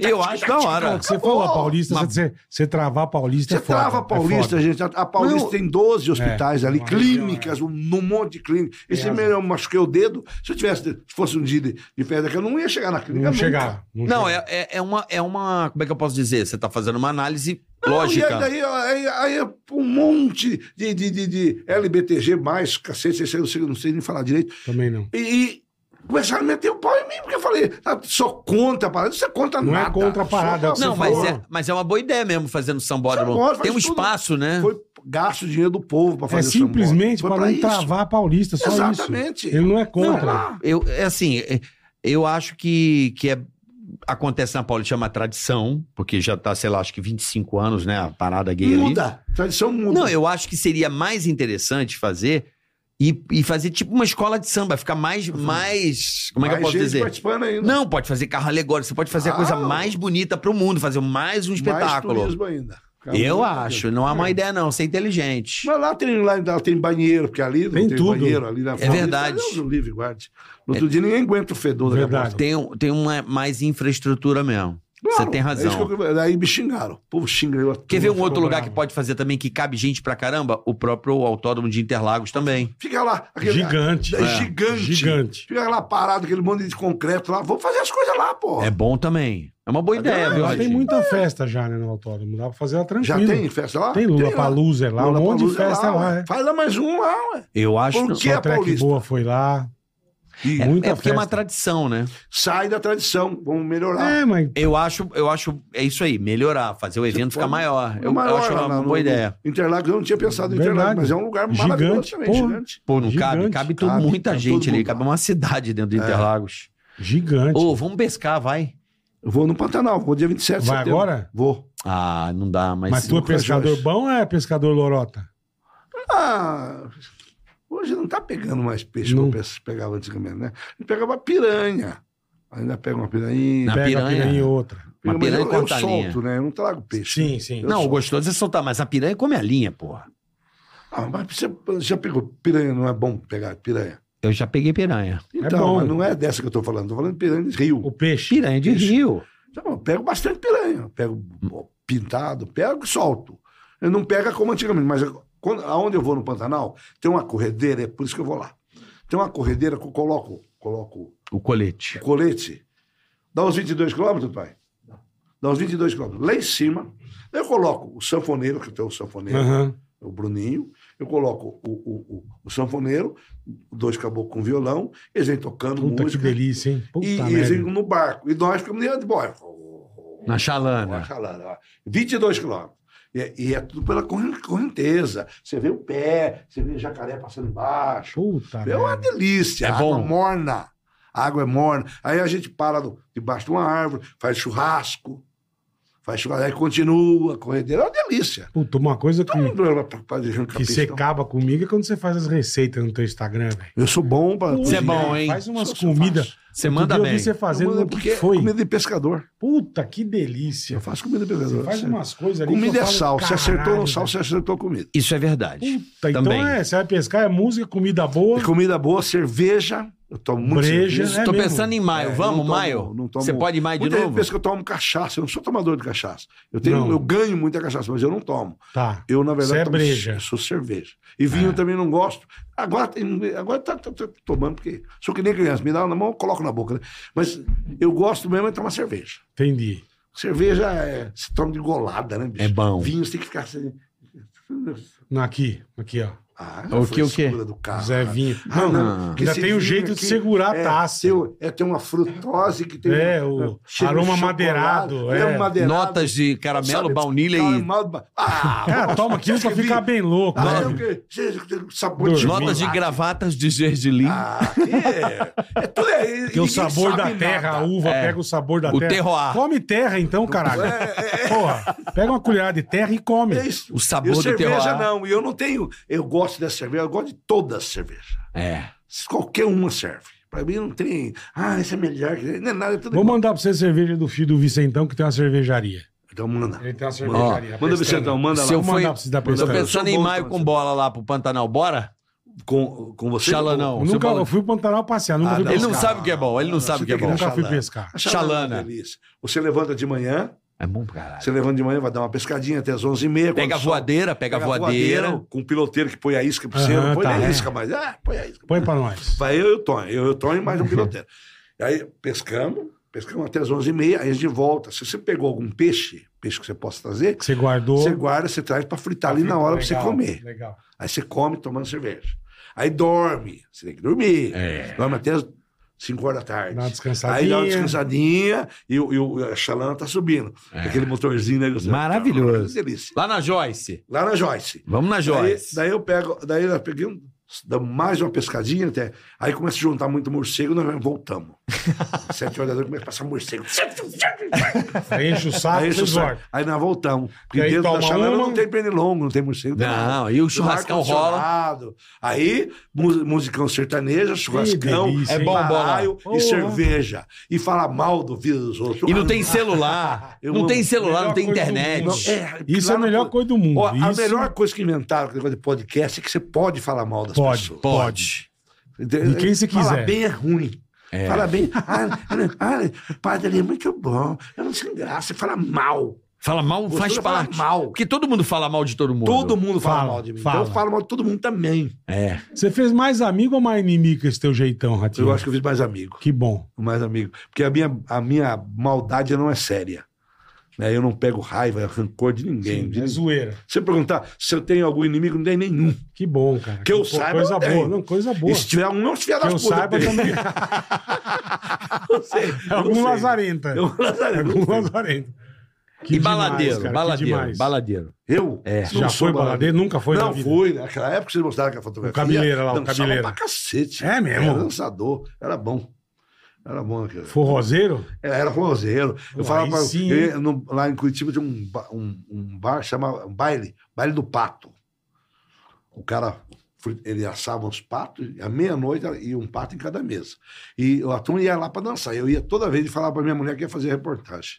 [SPEAKER 4] Eu acho da hora.
[SPEAKER 3] Cara, que você falou a Paulista,
[SPEAKER 4] Uma-
[SPEAKER 3] você, você travar a Paulista é
[SPEAKER 5] Você
[SPEAKER 3] foda.
[SPEAKER 5] trava a Paulista,
[SPEAKER 3] é foda.
[SPEAKER 5] gente. A- A Paulista
[SPEAKER 4] Não.
[SPEAKER 5] tem 12 hospitais ali,
[SPEAKER 3] uma
[SPEAKER 5] clínicas,
[SPEAKER 3] região,
[SPEAKER 5] um, um monte de clínicas. Esse
[SPEAKER 3] é. Tem
[SPEAKER 5] mesmo eu machuquei o dedo. Se eu tivesse, se fosse um dia de, de pedra, que eu não ia chegar na clínica.
[SPEAKER 3] Não
[SPEAKER 5] nunca.
[SPEAKER 3] chegar.
[SPEAKER 4] Não,
[SPEAKER 3] chegar.
[SPEAKER 4] é, é, é uma, é uma. Como é que eu posso dizer? Você tá fazendo uma análise
[SPEAKER 5] Não,
[SPEAKER 4] lógica.
[SPEAKER 5] E aí, daí, aí, aí é um monte de, de, de, de LBTG mais, cacete, eu não sei, não sei nem falar direito.
[SPEAKER 4] é-
[SPEAKER 3] Também não.
[SPEAKER 5] E, e começaram a meter o pau em mim, porque eu falei, ah, sou contra a parada. Isso é contra
[SPEAKER 3] Não é
[SPEAKER 5] nada.
[SPEAKER 3] contra a
[SPEAKER 5] Sou
[SPEAKER 3] parada, é o que
[SPEAKER 5] contra-
[SPEAKER 4] Não,
[SPEAKER 3] Você
[SPEAKER 4] mas
[SPEAKER 3] falou.
[SPEAKER 4] é, mas é uma boa ideia mesmo fazer no sambódromo.
[SPEAKER 5] Sambódromo, faz
[SPEAKER 4] Tem um
[SPEAKER 5] tudo.
[SPEAKER 4] espaço, né?
[SPEAKER 5] Foi gasto o dinheiro do povo para
[SPEAKER 3] É
[SPEAKER 5] fazer o sambódromo.
[SPEAKER 3] simplesmente
[SPEAKER 5] Foi
[SPEAKER 3] para
[SPEAKER 5] pra
[SPEAKER 3] não
[SPEAKER 5] isso.
[SPEAKER 3] travar a Paulista, só
[SPEAKER 5] Exatamente.
[SPEAKER 3] isso. Ele não é
[SPEAKER 4] Não,
[SPEAKER 3] contra.
[SPEAKER 4] eu, é assim, é- eu acho que, que é, acontece na Paulista, chama tradição, porque já tá, sei lá, acho que 25 anos, né? A parada gay ali.
[SPEAKER 5] Muda. Tradição muda.
[SPEAKER 4] Não, eu acho que seria mais interessante fazer e, e fazer tipo uma escola de samba, ficar mais. mais como é que eu
[SPEAKER 5] Mais
[SPEAKER 4] posso
[SPEAKER 5] gente
[SPEAKER 4] dizer?
[SPEAKER 5] participando ainda.
[SPEAKER 4] Não, um pode fazer carro alegórico, você pode fazer a coisa
[SPEAKER 5] Ah.
[SPEAKER 4] mais bonita pro mundo, fazer mais um
[SPEAKER 5] Mais
[SPEAKER 4] espetáculo.
[SPEAKER 5] turismo ainda.
[SPEAKER 4] eu
[SPEAKER 5] Caramba,
[SPEAKER 4] acho, não é uma ideia não, ser inteligente.
[SPEAKER 5] Mas lá tem, lá, lá tem banheiro, porque ali não
[SPEAKER 3] Tem
[SPEAKER 5] tem,
[SPEAKER 3] tudo.
[SPEAKER 5] banheiro. Ali na Paulista,
[SPEAKER 4] É verdade. É
[SPEAKER 5] Deus o livre, guarde. No outro dia ninguém aguenta o fedor da
[SPEAKER 3] Verdade.
[SPEAKER 4] Tem, um- tem uma mais infraestrutura mesmo. você
[SPEAKER 5] é
[SPEAKER 4] tem razão.
[SPEAKER 5] Aí me xingaram. O povo xinga eu.
[SPEAKER 4] Quer ver um
[SPEAKER 3] Ficou
[SPEAKER 4] outro lugar
[SPEAKER 3] bravo.
[SPEAKER 4] que pode fazer também, que cabe gente pra caramba? O próprio Autódromo de Interlagos também.
[SPEAKER 5] Fica lá. aquele-
[SPEAKER 3] Gigante.
[SPEAKER 5] É, gigante.
[SPEAKER 3] Gigante.
[SPEAKER 5] Fica lá parado, aquele monte de concreto lá. Vamos fazer as coisas lá, pô.
[SPEAKER 4] É bom também. É uma boa
[SPEAKER 5] Tá
[SPEAKER 4] ideia,
[SPEAKER 5] vendo?
[SPEAKER 4] viu,
[SPEAKER 3] Lá Ah, tem
[SPEAKER 4] Radinho?
[SPEAKER 3] muita festa já, né, no autódromo. Dá pra fazer ela
[SPEAKER 5] Já
[SPEAKER 3] tranquilo.
[SPEAKER 5] Ah, tem festa lá?
[SPEAKER 3] Tem Lula Palusa é lá, um monte de
[SPEAKER 5] Lollapalooza
[SPEAKER 3] festa é lá,
[SPEAKER 5] ué.
[SPEAKER 3] é.
[SPEAKER 5] Faz lá mais um lá, ué.
[SPEAKER 4] Eu acho.
[SPEAKER 5] Por
[SPEAKER 4] não-
[SPEAKER 5] que
[SPEAKER 3] Só
[SPEAKER 5] é
[SPEAKER 3] a track
[SPEAKER 5] paulista?
[SPEAKER 3] boa foi lá.
[SPEAKER 4] É,
[SPEAKER 3] muita
[SPEAKER 4] é porque é uma
[SPEAKER 3] festa.
[SPEAKER 4] tradição, né?
[SPEAKER 5] Sai da tradição, vamos melhorar.
[SPEAKER 3] É, mas
[SPEAKER 4] Eu acho, eu acho, é isso aí, melhorar, fazer o evento ficar
[SPEAKER 5] pode-
[SPEAKER 4] maior. Eu, eu
[SPEAKER 5] maior
[SPEAKER 4] acho
[SPEAKER 5] lá
[SPEAKER 4] É uma
[SPEAKER 5] no-
[SPEAKER 4] boa ideia.
[SPEAKER 5] Interlagos, eu não tinha pensado em Interlagos,
[SPEAKER 3] Verdade.
[SPEAKER 5] mas é um lugar
[SPEAKER 3] Gigante,
[SPEAKER 5] maravilhoso também,
[SPEAKER 3] porra.
[SPEAKER 5] gigante.
[SPEAKER 4] Pô, não cabe?
[SPEAKER 3] Gigante.
[SPEAKER 4] Cabe, tudo,
[SPEAKER 5] Cabe,
[SPEAKER 4] muita
[SPEAKER 5] cabe
[SPEAKER 4] gente
[SPEAKER 5] todo
[SPEAKER 4] ali,
[SPEAKER 5] mundo.
[SPEAKER 4] cabe uma cidade dentro
[SPEAKER 5] É.
[SPEAKER 4] de Interlagos.
[SPEAKER 3] gigante.
[SPEAKER 4] Ô, vamos pescar, vai.
[SPEAKER 5] Eu vou no Pantanal, vou dia 27 de
[SPEAKER 3] Vai
[SPEAKER 5] setembro.
[SPEAKER 3] agora?
[SPEAKER 5] Vou.
[SPEAKER 4] Ah, não dá, mas.
[SPEAKER 3] Mas tu é
[SPEAKER 5] nunca
[SPEAKER 3] pescador
[SPEAKER 5] Jorge.
[SPEAKER 3] bom ou é pescador lorota?
[SPEAKER 5] Ah, hoje não tá pegando mais peixe
[SPEAKER 3] Não.
[SPEAKER 5] como pe- pegava antigamente, né? A gente pegava piranha. Ainda pega uma
[SPEAKER 4] Na
[SPEAKER 5] piranha.
[SPEAKER 3] Pega
[SPEAKER 4] piranha.
[SPEAKER 3] a piranha e outra.
[SPEAKER 4] Uma
[SPEAKER 5] Mas
[SPEAKER 4] piranha
[SPEAKER 5] eu, eu
[SPEAKER 4] corta a linha.
[SPEAKER 5] solto, né? Eu não trago peixe. né?
[SPEAKER 3] Sim, sim.
[SPEAKER 5] Eu
[SPEAKER 4] Não, o
[SPEAKER 5] sou-
[SPEAKER 4] gostoso é soltar, mas a piranha come a linha, porra.
[SPEAKER 5] Ah, mas você você já pegou piranha, não é bom pegar piranha.
[SPEAKER 4] Eu já peguei piranha.
[SPEAKER 5] Então,
[SPEAKER 3] bom.
[SPEAKER 5] mas não é dessa que eu tô falando, tô falando de piranha de rio.
[SPEAKER 3] O peixe.
[SPEAKER 4] Piranha de rio.
[SPEAKER 5] Então, eu pego bastante piranha. Eu Pego
[SPEAKER 3] Hum.
[SPEAKER 5] pintado, pego e solto. Eu não pega como antigamente, mas eu- quando, aonde eu vou no Pantanal, tem uma corredeira, é por isso que eu vou lá. Tem uma corredeira que eu coloco, coloco
[SPEAKER 4] O colete.
[SPEAKER 5] o colete. Dá uns 22 quilômetros, pai. dá uns 22 quilômetros. Lá em cima, eu coloco o sanfoneiro, que tem o sanfoneiro,
[SPEAKER 3] Aham.
[SPEAKER 5] o Bruninho, eu coloco o, o, o, o sanfoneiro, dois caboclos com violão, eles vêm tocando
[SPEAKER 3] Puta que
[SPEAKER 5] música.
[SPEAKER 3] delícia, hein? Puta
[SPEAKER 5] e e eles
[SPEAKER 3] merda.
[SPEAKER 5] iam no barco. E nós ficamos de boia.
[SPEAKER 4] Na
[SPEAKER 5] é
[SPEAKER 4] Xalana.
[SPEAKER 5] 22 quilômetros. E, e é tudo pela corren- correnteza. Você vê o pé, você vê jacaré passando embaixo.
[SPEAKER 3] Puta
[SPEAKER 5] É uma
[SPEAKER 3] merda.
[SPEAKER 5] delícia.
[SPEAKER 4] É
[SPEAKER 5] a água
[SPEAKER 4] bom.
[SPEAKER 5] morna. A água é morna. Aí a gente para do- debaixo de uma árvore, faz churrasco, faz churrasco, aí continua a corredeira. É uma delícia.
[SPEAKER 3] Puta, uma coisa que,
[SPEAKER 4] Hum.
[SPEAKER 5] Todo mundo era pra- pra deixar um
[SPEAKER 3] que você
[SPEAKER 5] capistão.
[SPEAKER 3] acaba comigo é quando você faz as receitas no teu Instagram, velho.
[SPEAKER 5] Eu sou bom pra.
[SPEAKER 4] Você é bom, hein?
[SPEAKER 3] Faz umas
[SPEAKER 5] Sou- sou
[SPEAKER 3] comidas.
[SPEAKER 5] fácil.
[SPEAKER 4] Você manda
[SPEAKER 3] Outro dia
[SPEAKER 4] bem.
[SPEAKER 3] Eu vi você
[SPEAKER 5] Eu
[SPEAKER 3] fazendo
[SPEAKER 5] mando
[SPEAKER 3] o que
[SPEAKER 5] porque é
[SPEAKER 3] foi.
[SPEAKER 5] Comida de pescador.
[SPEAKER 3] Puta, que
[SPEAKER 5] Eu
[SPEAKER 3] delícia.
[SPEAKER 5] faço comida de pescador.
[SPEAKER 3] Você faz
[SPEAKER 5] Você-
[SPEAKER 3] umas coisas ali. que
[SPEAKER 5] Comida
[SPEAKER 3] eu
[SPEAKER 5] é
[SPEAKER 3] falo,
[SPEAKER 5] sal. Você acertou
[SPEAKER 3] caralho,
[SPEAKER 5] no sal, você acertou a comida.
[SPEAKER 4] Isso é verdade.
[SPEAKER 3] Puta, então
[SPEAKER 4] Também.
[SPEAKER 3] é, você vai pescar, é música, comida boa.
[SPEAKER 5] E comida boa, cerveja. Eu tomo muito
[SPEAKER 3] Breja,
[SPEAKER 5] cerveja.
[SPEAKER 3] É
[SPEAKER 4] Tô
[SPEAKER 3] mesmo.
[SPEAKER 4] pensando em maio.
[SPEAKER 5] É,
[SPEAKER 4] Vamos,
[SPEAKER 5] não tomo-
[SPEAKER 4] maio.
[SPEAKER 5] não tomo-
[SPEAKER 4] Você pode ir em maio de
[SPEAKER 5] Muita gente
[SPEAKER 4] novo?
[SPEAKER 5] pensa que eu tomo cachaça. Eu não sou tomador de cachaça. Eu, tenho,
[SPEAKER 3] Não.
[SPEAKER 5] eu ganho muita cachaça, mas eu não tomo.
[SPEAKER 3] Tá.
[SPEAKER 5] Eu, na
[SPEAKER 3] Você
[SPEAKER 5] verdade,
[SPEAKER 3] é
[SPEAKER 5] tomo-
[SPEAKER 3] breja. É.
[SPEAKER 5] eu sou cerveja. E vinho eu também não gosto. Agora, tem- agora tá, tá- tá tomando, porque sou que nem criança. Me dá na mão, eu coloco na boca. Né? Mas eu gosto mesmo é tomar cerveja.
[SPEAKER 3] Entendi.
[SPEAKER 5] Cerveja é, se toma de golada, né, bicho?
[SPEAKER 4] É bom.
[SPEAKER 5] Vinho você tem que ficar assim.
[SPEAKER 3] Não, Aqui, aqui, ó.
[SPEAKER 5] Ah,
[SPEAKER 4] O que, o que?
[SPEAKER 5] frescura do carro.
[SPEAKER 3] Zé Vinho.
[SPEAKER 5] Ah,
[SPEAKER 3] Não,
[SPEAKER 5] não.
[SPEAKER 6] Ah.
[SPEAKER 5] Porque
[SPEAKER 3] Ainda
[SPEAKER 5] esse
[SPEAKER 3] tem o
[SPEAKER 5] vinho
[SPEAKER 3] jeito de
[SPEAKER 5] aqui
[SPEAKER 3] segurar a
[SPEAKER 5] é,
[SPEAKER 3] taça.
[SPEAKER 5] tem o- é, tem uma frutose que tem. um,
[SPEAKER 3] É, o
[SPEAKER 5] cheiro
[SPEAKER 3] aroma
[SPEAKER 5] de chocolate,
[SPEAKER 3] madeirado, é.
[SPEAKER 5] aroma madeirado.
[SPEAKER 4] Notas de caramelo,
[SPEAKER 5] Sabe,
[SPEAKER 4] baunilha
[SPEAKER 5] cara,
[SPEAKER 4] e.
[SPEAKER 5] mal- Ah,
[SPEAKER 3] Cara,
[SPEAKER 5] nossa,
[SPEAKER 3] É, toma aquilo
[SPEAKER 5] você
[SPEAKER 3] pra
[SPEAKER 5] acha que
[SPEAKER 3] ficar
[SPEAKER 5] vinho-
[SPEAKER 3] bem louco.
[SPEAKER 5] Ah,
[SPEAKER 3] né?
[SPEAKER 5] é o quê? Você- tem sabor de
[SPEAKER 3] Dormir.
[SPEAKER 5] chocolate.
[SPEAKER 4] Notas de gravatas de gergelim.
[SPEAKER 5] Ah, que é. É tudo aí.
[SPEAKER 3] Porque o sabor da terra, a uva
[SPEAKER 4] É.
[SPEAKER 3] pega o sabor da
[SPEAKER 4] O
[SPEAKER 3] terra.
[SPEAKER 4] terroir.
[SPEAKER 3] Come terra então, caralho. Porra, pega uma colherada de terra e come.
[SPEAKER 5] É isso.
[SPEAKER 4] O sabor
[SPEAKER 5] E
[SPEAKER 4] do
[SPEAKER 5] cerveja
[SPEAKER 4] terroir.
[SPEAKER 5] não. E eu não tenho. Eu gosto dessa cerveja, eu gosto de toda a cerveja.
[SPEAKER 4] É.
[SPEAKER 5] Qualquer uma serve. Pra mim não tem. Ah, essa é melhor. que- Não é nada, é tudo
[SPEAKER 3] Vou
[SPEAKER 5] igual.
[SPEAKER 3] mandar pra você a cerveja do filho do Vicentão, que tem uma cervejaria.
[SPEAKER 5] Então manda.
[SPEAKER 3] Ele tem uma
[SPEAKER 4] cervejaria,
[SPEAKER 5] Manda, Vicentão, manda lá.
[SPEAKER 4] Se eu
[SPEAKER 3] Vou
[SPEAKER 4] fui-
[SPEAKER 3] mandar pra você dar pra
[SPEAKER 4] Eu
[SPEAKER 5] Eu
[SPEAKER 4] tô
[SPEAKER 5] também, eu
[SPEAKER 3] ele.
[SPEAKER 5] sou
[SPEAKER 4] pensando em
[SPEAKER 5] bom
[SPEAKER 4] maio
[SPEAKER 5] com
[SPEAKER 4] com bola lá pro Pantanal. Bora?
[SPEAKER 5] Com, com você?
[SPEAKER 4] Xalanão.
[SPEAKER 3] Eu
[SPEAKER 4] Seu
[SPEAKER 3] nunca
[SPEAKER 4] balão.
[SPEAKER 3] eu fui pro Pantanal passear, nunca
[SPEAKER 5] Ah,
[SPEAKER 3] fui
[SPEAKER 5] não.
[SPEAKER 4] Ele não
[SPEAKER 3] pescar.
[SPEAKER 4] sabe o que é bom, ele não
[SPEAKER 5] Não,
[SPEAKER 4] sabe o que é
[SPEAKER 5] você tem
[SPEAKER 4] bom.
[SPEAKER 5] que
[SPEAKER 3] Nunca fui
[SPEAKER 5] Xalana.
[SPEAKER 3] pescar.
[SPEAKER 5] A Xalana.
[SPEAKER 4] Xalana.
[SPEAKER 5] é uma delícia. Você levanta de manhã,
[SPEAKER 4] É bom pra caralho.
[SPEAKER 5] você é levanta de manhã, vai dar uma pescadinha até as 11h30.
[SPEAKER 4] Pega a voadeira, pega a voadeira.
[SPEAKER 5] Com o piloteiro que põe a isca pra você.
[SPEAKER 3] Aham,
[SPEAKER 5] não põe
[SPEAKER 3] tá,
[SPEAKER 5] nem
[SPEAKER 3] é.
[SPEAKER 5] a isca mais. Ah, põe a isca.
[SPEAKER 3] Põe pra nós.
[SPEAKER 5] Vai eu e o Tonho. Eu e o Tonho e mais um piloteiro. Aí pescamos, pescamos até as 11h30, aí a gente volta. Se você pegou algum peixe, peixe que você possa trazer,
[SPEAKER 3] Que você guardou.
[SPEAKER 5] você guarda, você traz pra fritar ali na hora pra você
[SPEAKER 3] Tá Legal,
[SPEAKER 5] comer.
[SPEAKER 3] Legal.
[SPEAKER 5] Aí você come tomando cerveja. Aí dorme. Você tem que dormir.
[SPEAKER 4] É.
[SPEAKER 5] Dorme até as 5 horas da tarde.
[SPEAKER 3] Dá uma descansadinha.
[SPEAKER 5] Aí dá uma descansadinha e, o- e o- a chalana tá subindo. Aquele motorzinho, né? Gustavo?
[SPEAKER 4] É. Maravilhoso.
[SPEAKER 5] Que delícia.
[SPEAKER 4] Lá na Joyce.
[SPEAKER 5] Lá na Joyce.
[SPEAKER 4] Vamos na Joyce.
[SPEAKER 5] Daí, daí eu pego, daí eu peguei um- dá mais uma pescadinha até. Aí começa a juntar muito morcego, nós
[SPEAKER 4] <laughs>
[SPEAKER 5] voltamos. Sete horas da noite começa a passar morcego.
[SPEAKER 3] Aí enche o saco
[SPEAKER 5] Aí,
[SPEAKER 3] e
[SPEAKER 5] isso sai.
[SPEAKER 3] sorte.
[SPEAKER 5] Aí nós voltamos. Porque
[SPEAKER 3] E aí
[SPEAKER 5] dentro
[SPEAKER 3] toma
[SPEAKER 5] da chalana
[SPEAKER 3] uma.
[SPEAKER 5] não tem pernilongo, não tem morcego. tem nada.
[SPEAKER 4] Não, e o churrascão
[SPEAKER 5] Tudo
[SPEAKER 4] rola.
[SPEAKER 5] ar-condicionado. Aí, mu- musicão sertanejo, churrascão,
[SPEAKER 3] delícia,
[SPEAKER 4] hein? É bom, bola.
[SPEAKER 5] baralho
[SPEAKER 3] Porra.
[SPEAKER 5] e cerveja. E falar mal do vida dos outros.
[SPEAKER 4] E não tem
[SPEAKER 5] Ah,
[SPEAKER 4] celular.
[SPEAKER 5] Eu
[SPEAKER 4] Não
[SPEAKER 5] amo.
[SPEAKER 4] tem celular,
[SPEAKER 3] Melhor
[SPEAKER 4] não tem
[SPEAKER 3] coisa do
[SPEAKER 4] internet.
[SPEAKER 3] mundo.
[SPEAKER 5] Não, é,
[SPEAKER 3] Isso é
[SPEAKER 5] lá
[SPEAKER 3] a
[SPEAKER 5] no
[SPEAKER 3] melhor
[SPEAKER 5] pod-
[SPEAKER 3] coisa do mundo.
[SPEAKER 5] Ó, a
[SPEAKER 3] Isso-
[SPEAKER 5] melhor coisa que inventaram com o negócio de podcast é que você pode falar mal das
[SPEAKER 3] Pode,
[SPEAKER 5] pessoas.
[SPEAKER 3] pode.
[SPEAKER 5] Entendeu?
[SPEAKER 3] De quem você quiser.
[SPEAKER 5] Falar bem é ruim. Fala bem. Ah, ah, ah, padre, é muito bom. Eu não sei graça. Fala mal.
[SPEAKER 4] Fala mal,
[SPEAKER 5] Você
[SPEAKER 4] faz
[SPEAKER 5] vai falar
[SPEAKER 4] parte.
[SPEAKER 5] mal.
[SPEAKER 4] Porque todo mundo fala mal de todo mundo.
[SPEAKER 5] Todo mundo fala,
[SPEAKER 3] Fala,
[SPEAKER 5] mal de mim.
[SPEAKER 3] fala.
[SPEAKER 5] Então eu falo mal de todo mundo também.
[SPEAKER 4] É.
[SPEAKER 3] Você fez mais amigo ou mais inimigo com esse teu jeitão, Ratinho?
[SPEAKER 5] Eu acho que eu fiz mais amigo.
[SPEAKER 3] Que bom.
[SPEAKER 5] Mais amigo. Porque a minha, a minha maldade não é séria. né? Eu não pego raiva, rancor de
[SPEAKER 3] Sim,
[SPEAKER 5] ninguém. de
[SPEAKER 3] é
[SPEAKER 5] ninguém.
[SPEAKER 3] zoeira.
[SPEAKER 5] Se você perguntar se eu tenho algum inimigo, não tem nenhum.
[SPEAKER 3] Que bom, cara.
[SPEAKER 5] Que eu
[SPEAKER 3] pô,
[SPEAKER 5] saiba,
[SPEAKER 3] Coisa
[SPEAKER 5] eu
[SPEAKER 3] boa.
[SPEAKER 5] tenho.
[SPEAKER 3] Não, coisa boa.
[SPEAKER 5] E se tiver um, não se tiver
[SPEAKER 3] Que
[SPEAKER 5] das
[SPEAKER 3] eu
[SPEAKER 5] putas,
[SPEAKER 3] saiba
[SPEAKER 5] tem. <laughs>
[SPEAKER 3] também.
[SPEAKER 5] Não sei,
[SPEAKER 3] <laughs> É algum
[SPEAKER 5] não sei.
[SPEAKER 3] lazarenta.
[SPEAKER 5] É um
[SPEAKER 3] É
[SPEAKER 5] lazarento.
[SPEAKER 3] algum lazarento. Que
[SPEAKER 4] e
[SPEAKER 3] demais,
[SPEAKER 4] baladeiro,
[SPEAKER 3] cara, que
[SPEAKER 4] baladeiro,
[SPEAKER 3] demais.
[SPEAKER 4] baladeiro.
[SPEAKER 5] Eu?
[SPEAKER 4] É.
[SPEAKER 5] Não
[SPEAKER 3] Já
[SPEAKER 5] sou
[SPEAKER 3] foi
[SPEAKER 5] um
[SPEAKER 3] baladeiro? Nunca foi na
[SPEAKER 5] Não,
[SPEAKER 3] vida?
[SPEAKER 5] fui. Naquela época que vocês mostraram aquela fotografia.
[SPEAKER 3] O Cabileira lá, o
[SPEAKER 5] dançava
[SPEAKER 3] Cabileira.
[SPEAKER 5] pra cacete.
[SPEAKER 3] É mesmo?
[SPEAKER 5] Era dançador. Era bom. Era bom aquilo.
[SPEAKER 3] Forrozeiro?
[SPEAKER 5] Era, era forrozeiro.
[SPEAKER 3] Aí
[SPEAKER 5] Eu falava pra,
[SPEAKER 3] sim.
[SPEAKER 5] eu ia no- lá em Curitiba tinha um, ba- um, um bar, chamava um baile, baile do pato. O cara, fri- ele assava uns patos, e à meia-noite ia um pato em cada mesa. E a turma ia lá pra dançar. Eu ia toda vez e falava pra minha mulher que ia fazer reportagem.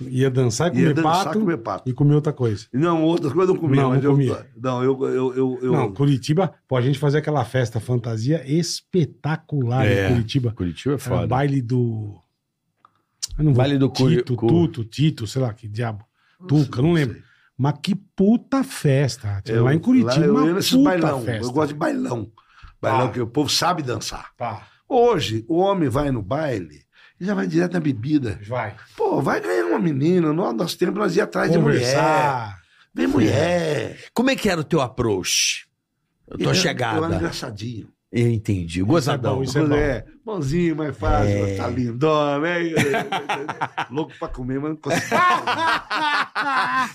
[SPEAKER 3] Ia dançar e comer
[SPEAKER 5] Ia dançar
[SPEAKER 3] pato
[SPEAKER 5] comer pato.
[SPEAKER 3] e comer outra coisa.
[SPEAKER 5] Não, outras coisas eu não comia.
[SPEAKER 3] Não,
[SPEAKER 5] mas
[SPEAKER 3] não
[SPEAKER 5] eu,
[SPEAKER 3] comia.
[SPEAKER 5] Não, eu... eu, eu, eu-
[SPEAKER 3] Não, Curitiba, pô, a gente fazia aquela festa fantasia espetacular
[SPEAKER 4] É.
[SPEAKER 3] em Curitiba.
[SPEAKER 6] Curitiba é
[SPEAKER 3] Era o baile do. Eu não vou-
[SPEAKER 4] Baile do Curi-
[SPEAKER 3] Tito,
[SPEAKER 4] Cu-
[SPEAKER 3] Tuto, Tito, sei lá que diabo.
[SPEAKER 5] Nossa,
[SPEAKER 3] Tuca, não lembro.
[SPEAKER 5] sei.
[SPEAKER 3] Mas que puta festa. tinha lá em Curitiba,
[SPEAKER 5] lá eu
[SPEAKER 3] uma
[SPEAKER 5] ia nesses
[SPEAKER 3] puta
[SPEAKER 5] bailão.
[SPEAKER 3] festa.
[SPEAKER 5] Eu gosto de bailão. Bailão
[SPEAKER 3] Ah.
[SPEAKER 5] que o povo sabe dançar.
[SPEAKER 3] Pá.
[SPEAKER 5] Hoje, o homem vai no baile, e já vai direto na bebida.
[SPEAKER 3] Vai.
[SPEAKER 5] Pô, vai ganhar uma menina. No nosso tempo nós ia atrás
[SPEAKER 3] Conversar.
[SPEAKER 5] de mulher. Vem mulher.
[SPEAKER 4] Como é que era o teu approach? A tua
[SPEAKER 5] Eu- Eu era
[SPEAKER 4] chegada?
[SPEAKER 5] engraçadinho.
[SPEAKER 4] Eu entendi. Gozadão.
[SPEAKER 3] Isso é bom.
[SPEAKER 5] Mulher, bonzinho, mais fácil,
[SPEAKER 4] É.
[SPEAKER 5] tá lindona, hein? <laughs> Louco pra comer, mas não
[SPEAKER 3] <laughs>
[SPEAKER 5] consigo.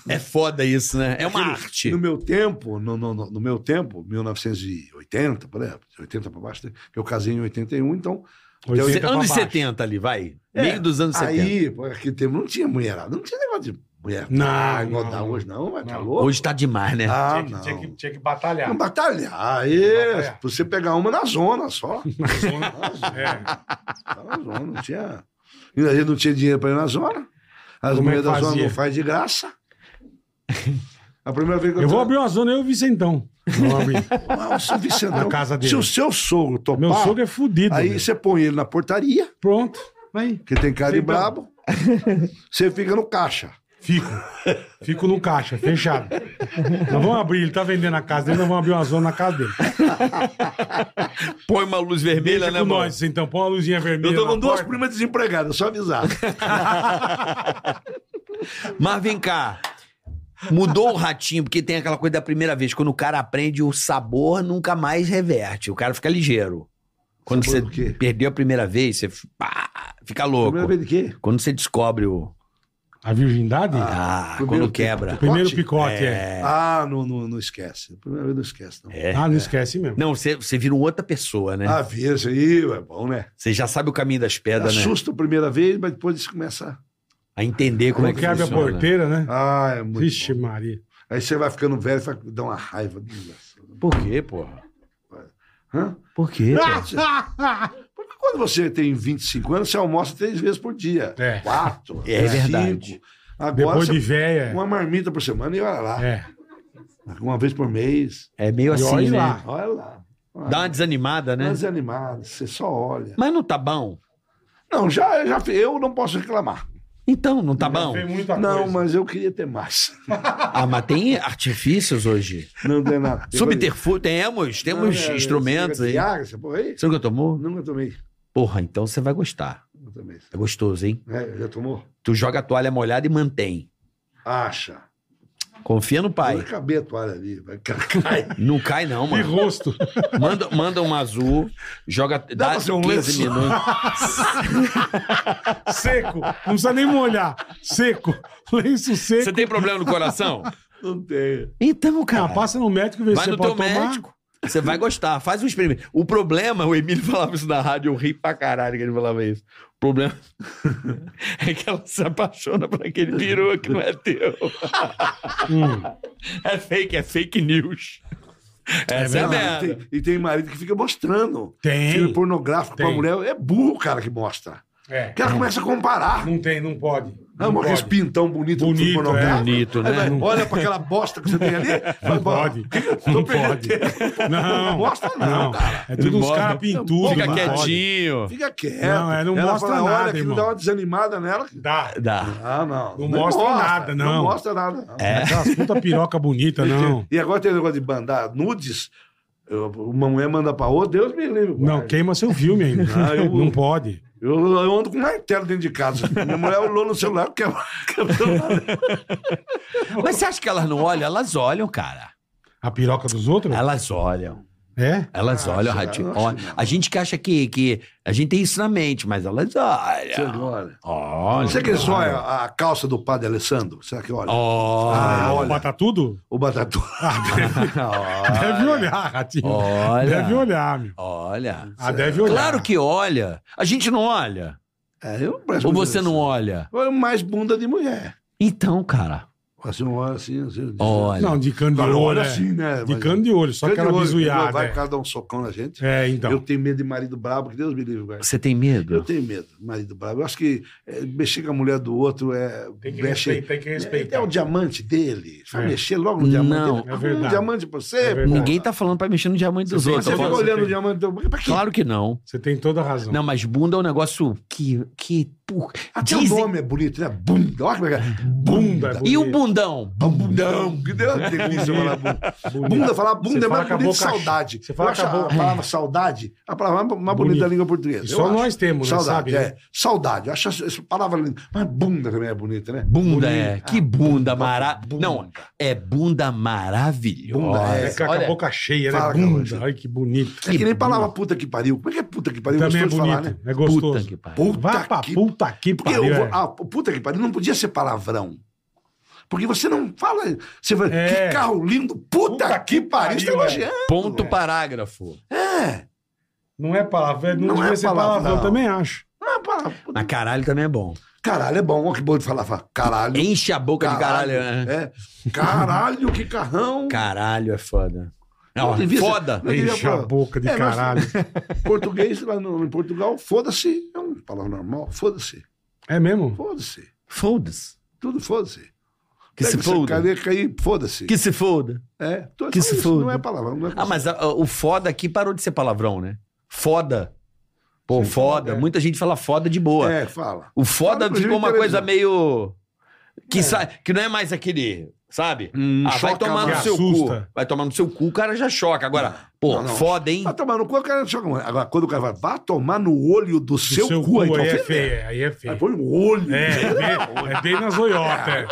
[SPEAKER 4] É foda isso, né? É uma arte.
[SPEAKER 5] No meu tempo, no, no, no- no meu tempo, 1980, por exemplo, de 80 pra baixo, né? eu casei em 81, então.
[SPEAKER 3] Oitenta
[SPEAKER 5] Então,
[SPEAKER 4] Cê-
[SPEAKER 3] pra
[SPEAKER 4] anos
[SPEAKER 3] baixo.
[SPEAKER 4] 70 ali, vai.
[SPEAKER 5] É,
[SPEAKER 4] Meio dos anos 70.
[SPEAKER 5] Aí, pô, naquele tempo não tinha mulherada, não tinha negócio de mulher.
[SPEAKER 3] Não,
[SPEAKER 5] Ah, igual
[SPEAKER 3] não,
[SPEAKER 5] tá
[SPEAKER 3] não.
[SPEAKER 5] hoje, não, mas tá
[SPEAKER 3] Não. é.
[SPEAKER 5] louco.
[SPEAKER 4] Hoje tá demais, né?
[SPEAKER 5] Ah,
[SPEAKER 3] Tinha que,
[SPEAKER 5] não.
[SPEAKER 3] tinha que- tinha que batalhar.
[SPEAKER 5] Não batalhar. Aí,
[SPEAKER 3] Batalhar.
[SPEAKER 5] você pegar uma na zona só. Na zona.
[SPEAKER 3] É.
[SPEAKER 5] Tá na zona, não tinha. E a gente não tinha dinheiro pra ir na zona. As
[SPEAKER 3] Como é
[SPEAKER 5] mulheres
[SPEAKER 3] que
[SPEAKER 5] da zona
[SPEAKER 3] fazia?
[SPEAKER 5] não faz de graça. A primeira vez que eu,
[SPEAKER 3] Eu vou
[SPEAKER 5] tra-
[SPEAKER 3] abrir uma zona, eu e o Vicentão. Vamos abrir.
[SPEAKER 5] Ah, se o Vicentão-
[SPEAKER 3] Na casa dele.
[SPEAKER 5] Se o seu sogro topar,
[SPEAKER 3] Meu sogro é fudido.
[SPEAKER 5] aí
[SPEAKER 3] velho.
[SPEAKER 5] você põe ele na portaria,
[SPEAKER 3] Pronto. Aí.
[SPEAKER 5] que tem cara de
[SPEAKER 3] Sim, então.
[SPEAKER 5] brabo. Você fica no caixa.
[SPEAKER 3] Fico. Fico no caixa, fechado. Nós vamos abrir, ele tá vendendo a casa dele, nós vamos abrir uma zona na casa dele.
[SPEAKER 4] Põe uma luz vermelha,
[SPEAKER 3] Deixa
[SPEAKER 4] né,
[SPEAKER 3] com
[SPEAKER 4] mano?
[SPEAKER 3] nós, então. Põe uma luzinha vermelha.
[SPEAKER 5] Eu tô
[SPEAKER 3] na
[SPEAKER 5] com duas
[SPEAKER 3] porta.
[SPEAKER 5] primas desempregadas, só avisar. <laughs>
[SPEAKER 4] Mas vem cá. Mudou o ratinho, porque tem aquela coisa da primeira vez. Quando o cara aprende, o sabor nunca mais reverte. O cara fica ligeiro. Quando
[SPEAKER 5] Sabor do
[SPEAKER 4] você
[SPEAKER 5] quê?
[SPEAKER 4] perdeu a primeira vez, você f- pá, fica
[SPEAKER 5] Primeira
[SPEAKER 4] louco.
[SPEAKER 5] vez de quê?
[SPEAKER 4] Quando você descobre o.
[SPEAKER 3] A virgindade?
[SPEAKER 4] Ah,
[SPEAKER 5] primeiro
[SPEAKER 4] quando
[SPEAKER 5] que-
[SPEAKER 4] quebra.
[SPEAKER 3] Primeiro
[SPEAKER 5] Picote?
[SPEAKER 3] picote, é.
[SPEAKER 5] Ah, não, não, não esquece. Primeira vez não esquece, não.
[SPEAKER 4] É.
[SPEAKER 3] Ah, não esquece mesmo.
[SPEAKER 4] Não, você, você vira outra pessoa, né?
[SPEAKER 5] Ah, vê, isso aí é bom, né?
[SPEAKER 4] Você já sabe o caminho das pedras, né?
[SPEAKER 5] Assusta a primeira vez, mas depois você começa.
[SPEAKER 4] A entender como
[SPEAKER 3] Não
[SPEAKER 4] é que
[SPEAKER 3] quebra a
[SPEAKER 4] funciona.
[SPEAKER 3] porteira, né?
[SPEAKER 5] Ah, é muito.
[SPEAKER 3] Vixe,
[SPEAKER 5] bom.
[SPEAKER 3] Maria.
[SPEAKER 5] Aí você vai ficando velho e vai dar uma raiva. desgraçado.
[SPEAKER 4] Por quê, porra?
[SPEAKER 5] Hã?
[SPEAKER 4] Por quê?
[SPEAKER 5] Porque quando você tem 25 anos, você almoça três vezes por dia.
[SPEAKER 3] É.
[SPEAKER 5] Quatro.
[SPEAKER 4] É verdade.
[SPEAKER 5] Agora
[SPEAKER 3] Depois
[SPEAKER 5] você
[SPEAKER 3] de véia.
[SPEAKER 5] uma marmita por semana e olha lá.
[SPEAKER 3] É.
[SPEAKER 5] Uma vez por mês.
[SPEAKER 4] É meio
[SPEAKER 3] E
[SPEAKER 4] assim,
[SPEAKER 3] olha
[SPEAKER 4] né?
[SPEAKER 3] lá.
[SPEAKER 5] Olha lá. Olha
[SPEAKER 4] Dá
[SPEAKER 5] lá.
[SPEAKER 4] uma desanimada, né?
[SPEAKER 5] Mas é animado, você só olha.
[SPEAKER 4] Mas não tá bom.
[SPEAKER 5] Não, já, já eu não posso reclamar.
[SPEAKER 4] Então, não tá bom.
[SPEAKER 3] Fez muita
[SPEAKER 5] não,
[SPEAKER 3] coisa.
[SPEAKER 5] mas eu queria ter mais. <laughs>
[SPEAKER 4] Ah, mas tem artifícios hoje.
[SPEAKER 5] Não
[SPEAKER 4] <laughs>
[SPEAKER 5] tem nada.
[SPEAKER 4] Subterfúgio, temos, temos
[SPEAKER 5] Não, é,
[SPEAKER 4] instrumentos
[SPEAKER 5] você
[SPEAKER 4] aí.
[SPEAKER 5] fica Viagra, essa porra aí?
[SPEAKER 4] Você nunca tomou?
[SPEAKER 5] Nunca tomei.
[SPEAKER 4] Porra, então você vai gostar.
[SPEAKER 5] Nunca tomei.
[SPEAKER 4] É gostoso, hein?
[SPEAKER 5] É, já tomou?
[SPEAKER 4] Tu joga a toalha molhada e mantém.
[SPEAKER 5] Acha.
[SPEAKER 4] Confia no
[SPEAKER 5] Vai
[SPEAKER 4] pai.
[SPEAKER 5] caber a toalha ali. Vai ca- <laughs> cair.
[SPEAKER 4] Não cai, não,
[SPEAKER 3] Que
[SPEAKER 4] mano.
[SPEAKER 3] rosto. <laughs>
[SPEAKER 4] Manda, manda um azul, joga. Dá,
[SPEAKER 5] pra ser um
[SPEAKER 4] 15
[SPEAKER 5] lenço?
[SPEAKER 4] minutos.
[SPEAKER 3] Seco. Não precisa nem molhar. Seco. <laughs> Lenço seco.
[SPEAKER 4] Você tem problema no coração?
[SPEAKER 5] Não tem.
[SPEAKER 4] Então,
[SPEAKER 3] Ah,
[SPEAKER 4] cara.
[SPEAKER 3] passa no médico e vê
[SPEAKER 4] Vai
[SPEAKER 3] se você
[SPEAKER 4] no teu
[SPEAKER 3] pode tomar.
[SPEAKER 4] médico. Você vai gostar, faz um experimento. O problema, o Emílio falava isso na rádio, eu ri pra caralho que ele falava isso. O problema <laughs> é que ela se apaixona por aquele peru que não é teu.
[SPEAKER 3] Hum.
[SPEAKER 4] É fake, é fake news. Essa é, a
[SPEAKER 5] Não,
[SPEAKER 4] merda.
[SPEAKER 5] e, tem, e tem marido que fica mostrando. Filme
[SPEAKER 3] Tem.
[SPEAKER 5] pornográfico pra
[SPEAKER 3] Tem.
[SPEAKER 5] mulher. É burro o cara que mostra.
[SPEAKER 3] É.
[SPEAKER 5] Porque ela começa a comparar.
[SPEAKER 3] Não tem, não pode.
[SPEAKER 5] Ah, mas aqueles pintão bonito, do filme
[SPEAKER 3] Bonito,
[SPEAKER 5] pornográfico.
[SPEAKER 4] Bonito,
[SPEAKER 5] Aí vai,
[SPEAKER 4] né?
[SPEAKER 5] olha pra aquela bosta que você
[SPEAKER 3] <laughs>
[SPEAKER 5] tem ali.
[SPEAKER 3] Não
[SPEAKER 5] vai, fala,
[SPEAKER 3] pode.
[SPEAKER 5] Tô
[SPEAKER 3] Não
[SPEAKER 5] perdendo
[SPEAKER 3] pode.
[SPEAKER 5] tempo.
[SPEAKER 3] Não.
[SPEAKER 5] mostra não, cara.
[SPEAKER 3] É tudo
[SPEAKER 4] Ele
[SPEAKER 3] uns
[SPEAKER 4] mostra.
[SPEAKER 3] caras pintudos.
[SPEAKER 4] Fica
[SPEAKER 3] não pode.
[SPEAKER 4] quietinho.
[SPEAKER 5] Fica quieto.
[SPEAKER 3] Não, é, não
[SPEAKER 5] Ela
[SPEAKER 3] mostra
[SPEAKER 5] fala,
[SPEAKER 3] nada,
[SPEAKER 5] Olha, aquilo
[SPEAKER 3] irmão.
[SPEAKER 5] dá uma desanimada nela.
[SPEAKER 3] Dá.
[SPEAKER 4] Dá.
[SPEAKER 5] Ah, não.
[SPEAKER 3] Não mostra nada, não. É.
[SPEAKER 5] Não mostra nada. não.
[SPEAKER 3] Aquelas puta piroca bonita,
[SPEAKER 5] <laughs>
[SPEAKER 3] não.
[SPEAKER 5] E agora tem negócio de mandar nudes. eu- Uma mulher manda pra outra, Deus me livre.
[SPEAKER 3] Não,
[SPEAKER 5] guarda.
[SPEAKER 3] queima seu filme ainda.
[SPEAKER 5] <laughs> Ah, eu-
[SPEAKER 3] Não pode.
[SPEAKER 5] Eu, eu ando com um martelo dentro de casa. Minha mulher olhou no celular, <laughs> quebra, quebra o celular.
[SPEAKER 4] Mas você acha que elas não olham? Elas olham, cara.
[SPEAKER 3] A piroca dos outros?
[SPEAKER 4] Elas olham.
[SPEAKER 3] É?
[SPEAKER 4] Elas
[SPEAKER 5] Ah,
[SPEAKER 4] olham,
[SPEAKER 5] já, eu
[SPEAKER 4] Ratinho.
[SPEAKER 5] acho
[SPEAKER 4] olha.
[SPEAKER 5] que não.
[SPEAKER 4] A gente que acha que, que. A gente tem isso na mente, mas elas
[SPEAKER 5] Você
[SPEAKER 4] olham.
[SPEAKER 5] olha.
[SPEAKER 4] É, Olha.
[SPEAKER 5] Você que só é a, a calça do padre Alessandro? Será que olha?
[SPEAKER 4] Olha.
[SPEAKER 5] Ah,
[SPEAKER 3] Ah,
[SPEAKER 5] olha.
[SPEAKER 3] Bata tudo?
[SPEAKER 5] O Batatu.
[SPEAKER 3] Ah, deve,
[SPEAKER 5] Ah,
[SPEAKER 3] deve olhar, Ratinho.
[SPEAKER 4] Olha.
[SPEAKER 3] Deve olhar, meu.
[SPEAKER 4] Olha.
[SPEAKER 3] Ah, deve olhar.
[SPEAKER 4] Claro que olha. A gente não olha.
[SPEAKER 5] É, eu não presto
[SPEAKER 4] Ou
[SPEAKER 5] muita
[SPEAKER 4] você não
[SPEAKER 5] atenção.
[SPEAKER 4] olha?
[SPEAKER 5] Eu olho mais bunda de mulher.
[SPEAKER 4] Então, cara.
[SPEAKER 5] Assim, eu olho assim, assim.
[SPEAKER 4] Olha.
[SPEAKER 3] Não, de cano de
[SPEAKER 5] Agora
[SPEAKER 3] olho.
[SPEAKER 5] olha
[SPEAKER 3] é.
[SPEAKER 5] assim, né?
[SPEAKER 3] De
[SPEAKER 5] Mas-
[SPEAKER 3] cano de olho, só
[SPEAKER 5] Cano de
[SPEAKER 3] aquela
[SPEAKER 5] olho,
[SPEAKER 3] bizuiada.
[SPEAKER 5] Vai
[SPEAKER 3] é.
[SPEAKER 5] o cara dar um socão na gente.
[SPEAKER 3] É, então.
[SPEAKER 5] Eu tenho medo de marido brabo, que Deus me livre, velho.
[SPEAKER 4] Você tem
[SPEAKER 5] Eu
[SPEAKER 4] medo?
[SPEAKER 5] tenho medo, de marido brabo. Eu acho que é, mexer com a mulher do outro é.
[SPEAKER 3] Tem que
[SPEAKER 5] mexe-
[SPEAKER 3] respeitar, tem que um respeitar.
[SPEAKER 5] É, o diamante dele. Vai
[SPEAKER 3] É.
[SPEAKER 5] mexer logo
[SPEAKER 4] Não,
[SPEAKER 5] no diamante.
[SPEAKER 3] é
[SPEAKER 5] dele. Arruma Um
[SPEAKER 3] verdade.
[SPEAKER 5] diamante pra você.
[SPEAKER 3] É verdade.
[SPEAKER 5] pô.
[SPEAKER 4] Ninguém tá falando pra mexer no diamante dos
[SPEAKER 3] Você
[SPEAKER 5] Você
[SPEAKER 4] outros.
[SPEAKER 3] tem-
[SPEAKER 4] Eu
[SPEAKER 5] fica
[SPEAKER 3] falo-
[SPEAKER 4] falo-
[SPEAKER 5] olhando
[SPEAKER 3] tem-
[SPEAKER 5] o diamante. Pra quê?
[SPEAKER 4] Claro que não.
[SPEAKER 3] Você tem toda a razão.
[SPEAKER 4] Não, mas bunda é um negócio que. que por-
[SPEAKER 5] Até o
[SPEAKER 4] Dizem-
[SPEAKER 5] nome é bonito, né? Bunda. Olha como é que é.
[SPEAKER 3] Bunda.
[SPEAKER 5] Bunda.
[SPEAKER 3] é
[SPEAKER 4] E o
[SPEAKER 3] bonito.
[SPEAKER 4] bundão?
[SPEAKER 5] Bundão. Que deu uma delícia falar bunda. Bunda, falar
[SPEAKER 3] Você
[SPEAKER 5] bunda é
[SPEAKER 3] fala
[SPEAKER 5] mais
[SPEAKER 3] com a
[SPEAKER 5] bonito que
[SPEAKER 3] boca-
[SPEAKER 5] saudade.
[SPEAKER 3] você fala
[SPEAKER 5] Eu acho
[SPEAKER 3] com a
[SPEAKER 5] a,
[SPEAKER 3] boca-
[SPEAKER 5] palavra saudade a palavra mais mais bonita
[SPEAKER 3] Bonito.
[SPEAKER 5] da língua portuguesa.
[SPEAKER 3] E
[SPEAKER 5] eu
[SPEAKER 3] só
[SPEAKER 5] acho.
[SPEAKER 3] nós temos, né?
[SPEAKER 5] Saudade,
[SPEAKER 3] Sabe,
[SPEAKER 5] é.
[SPEAKER 3] né?
[SPEAKER 5] Saudade. Eu acho essa- essa palavra linda. Mas bunda também é bonita, né?
[SPEAKER 4] Bunda, é. Que bunda maravilhosa.
[SPEAKER 5] Bunda.
[SPEAKER 4] Não, é bunda maravilhosa.
[SPEAKER 5] Bunda,
[SPEAKER 3] É com a
[SPEAKER 4] Olha,
[SPEAKER 3] boca cheia, né?
[SPEAKER 5] Fala,
[SPEAKER 3] Bunda.
[SPEAKER 5] cara.
[SPEAKER 3] Ai, que bonito.
[SPEAKER 5] É que nem palavra puta que pariu. Como é que é puta que pariu?
[SPEAKER 3] Também é
[SPEAKER 5] Gostoso
[SPEAKER 3] bonito.
[SPEAKER 5] de falar, né?
[SPEAKER 3] É
[SPEAKER 4] puta
[SPEAKER 3] gostoso.
[SPEAKER 4] que pariu.
[SPEAKER 5] Puta
[SPEAKER 3] Vá pra
[SPEAKER 5] que-
[SPEAKER 3] puta que
[SPEAKER 5] Porque
[SPEAKER 3] pariu.
[SPEAKER 5] eu vou-
[SPEAKER 3] é.
[SPEAKER 5] ah, puta que pariu, não podia ser palavrão. Porque você não fala. Você fala,
[SPEAKER 3] É.
[SPEAKER 5] que carro lindo, puta,
[SPEAKER 3] Puta
[SPEAKER 5] que
[SPEAKER 3] que
[SPEAKER 5] pariu, você tá
[SPEAKER 3] pariu, é.
[SPEAKER 5] elogiando.
[SPEAKER 4] Ponto parágrafo.
[SPEAKER 5] É.
[SPEAKER 3] Não é palavra, não,
[SPEAKER 5] Não
[SPEAKER 3] devia
[SPEAKER 5] é
[SPEAKER 3] ser
[SPEAKER 5] palavra,
[SPEAKER 3] palavrão,
[SPEAKER 5] não.
[SPEAKER 3] também acho.
[SPEAKER 5] Não é palavra.
[SPEAKER 4] Mas caralho também é bom.
[SPEAKER 5] Caralho, é bom, olha que bom de falar. fala, Caralho.
[SPEAKER 4] Enche a boca de caralho, né?
[SPEAKER 5] É. Caralho, que carrão.
[SPEAKER 4] Caralho é foda. Não,
[SPEAKER 5] Não devia ser-
[SPEAKER 4] foda.
[SPEAKER 5] Eu queria
[SPEAKER 3] Enche a
[SPEAKER 5] falar-
[SPEAKER 3] boca de
[SPEAKER 5] É, nós-
[SPEAKER 3] caralho.
[SPEAKER 5] <laughs> Português lá no, em Portugal, foda-se. É uma palavra normal. Foda-se.
[SPEAKER 3] É mesmo?
[SPEAKER 5] Foda-se.
[SPEAKER 4] Foda-se.
[SPEAKER 5] Tudo foda-se.
[SPEAKER 4] Que se
[SPEAKER 5] Pega essa
[SPEAKER 4] foda.
[SPEAKER 5] Careca aí, foda-se.
[SPEAKER 4] Que se foda.
[SPEAKER 5] É. Então,
[SPEAKER 4] que
[SPEAKER 5] só
[SPEAKER 4] se
[SPEAKER 5] isso,
[SPEAKER 4] foda.
[SPEAKER 5] Não é palavra. Não é
[SPEAKER 4] Ah, mas a- a- o foda aqui parou de ser palavrão, né? Foda. Pô,
[SPEAKER 3] Sim,
[SPEAKER 4] foda.
[SPEAKER 3] é.
[SPEAKER 4] Muita gente fala foda de boa.
[SPEAKER 5] É, fala.
[SPEAKER 4] O foda
[SPEAKER 5] Foda, inclusive,
[SPEAKER 4] ficou uma coisa
[SPEAKER 5] interessante.
[SPEAKER 4] meio. Que, sa- que não é mais aquele. Sabe? ah, vai
[SPEAKER 5] choca
[SPEAKER 4] tomar no
[SPEAKER 3] mais.
[SPEAKER 4] seu
[SPEAKER 3] Assusta.
[SPEAKER 4] cu. Vai tomar no seu cu, o cara já choca. Agora, pô,
[SPEAKER 5] Não, não.
[SPEAKER 4] foda, hein?
[SPEAKER 5] Vai tomar no cu, o cara não choca muito. um- Agora, quando o cara fala, vá tomar no olho do,
[SPEAKER 3] Do
[SPEAKER 5] seu, cu, então, aí, tu
[SPEAKER 3] aí é
[SPEAKER 5] ofende.
[SPEAKER 3] feio, aí é feio.
[SPEAKER 5] Aí põe o olho. Ah,
[SPEAKER 3] É,
[SPEAKER 5] <laughs>
[SPEAKER 3] é bem, é bem nas zoiotas. É.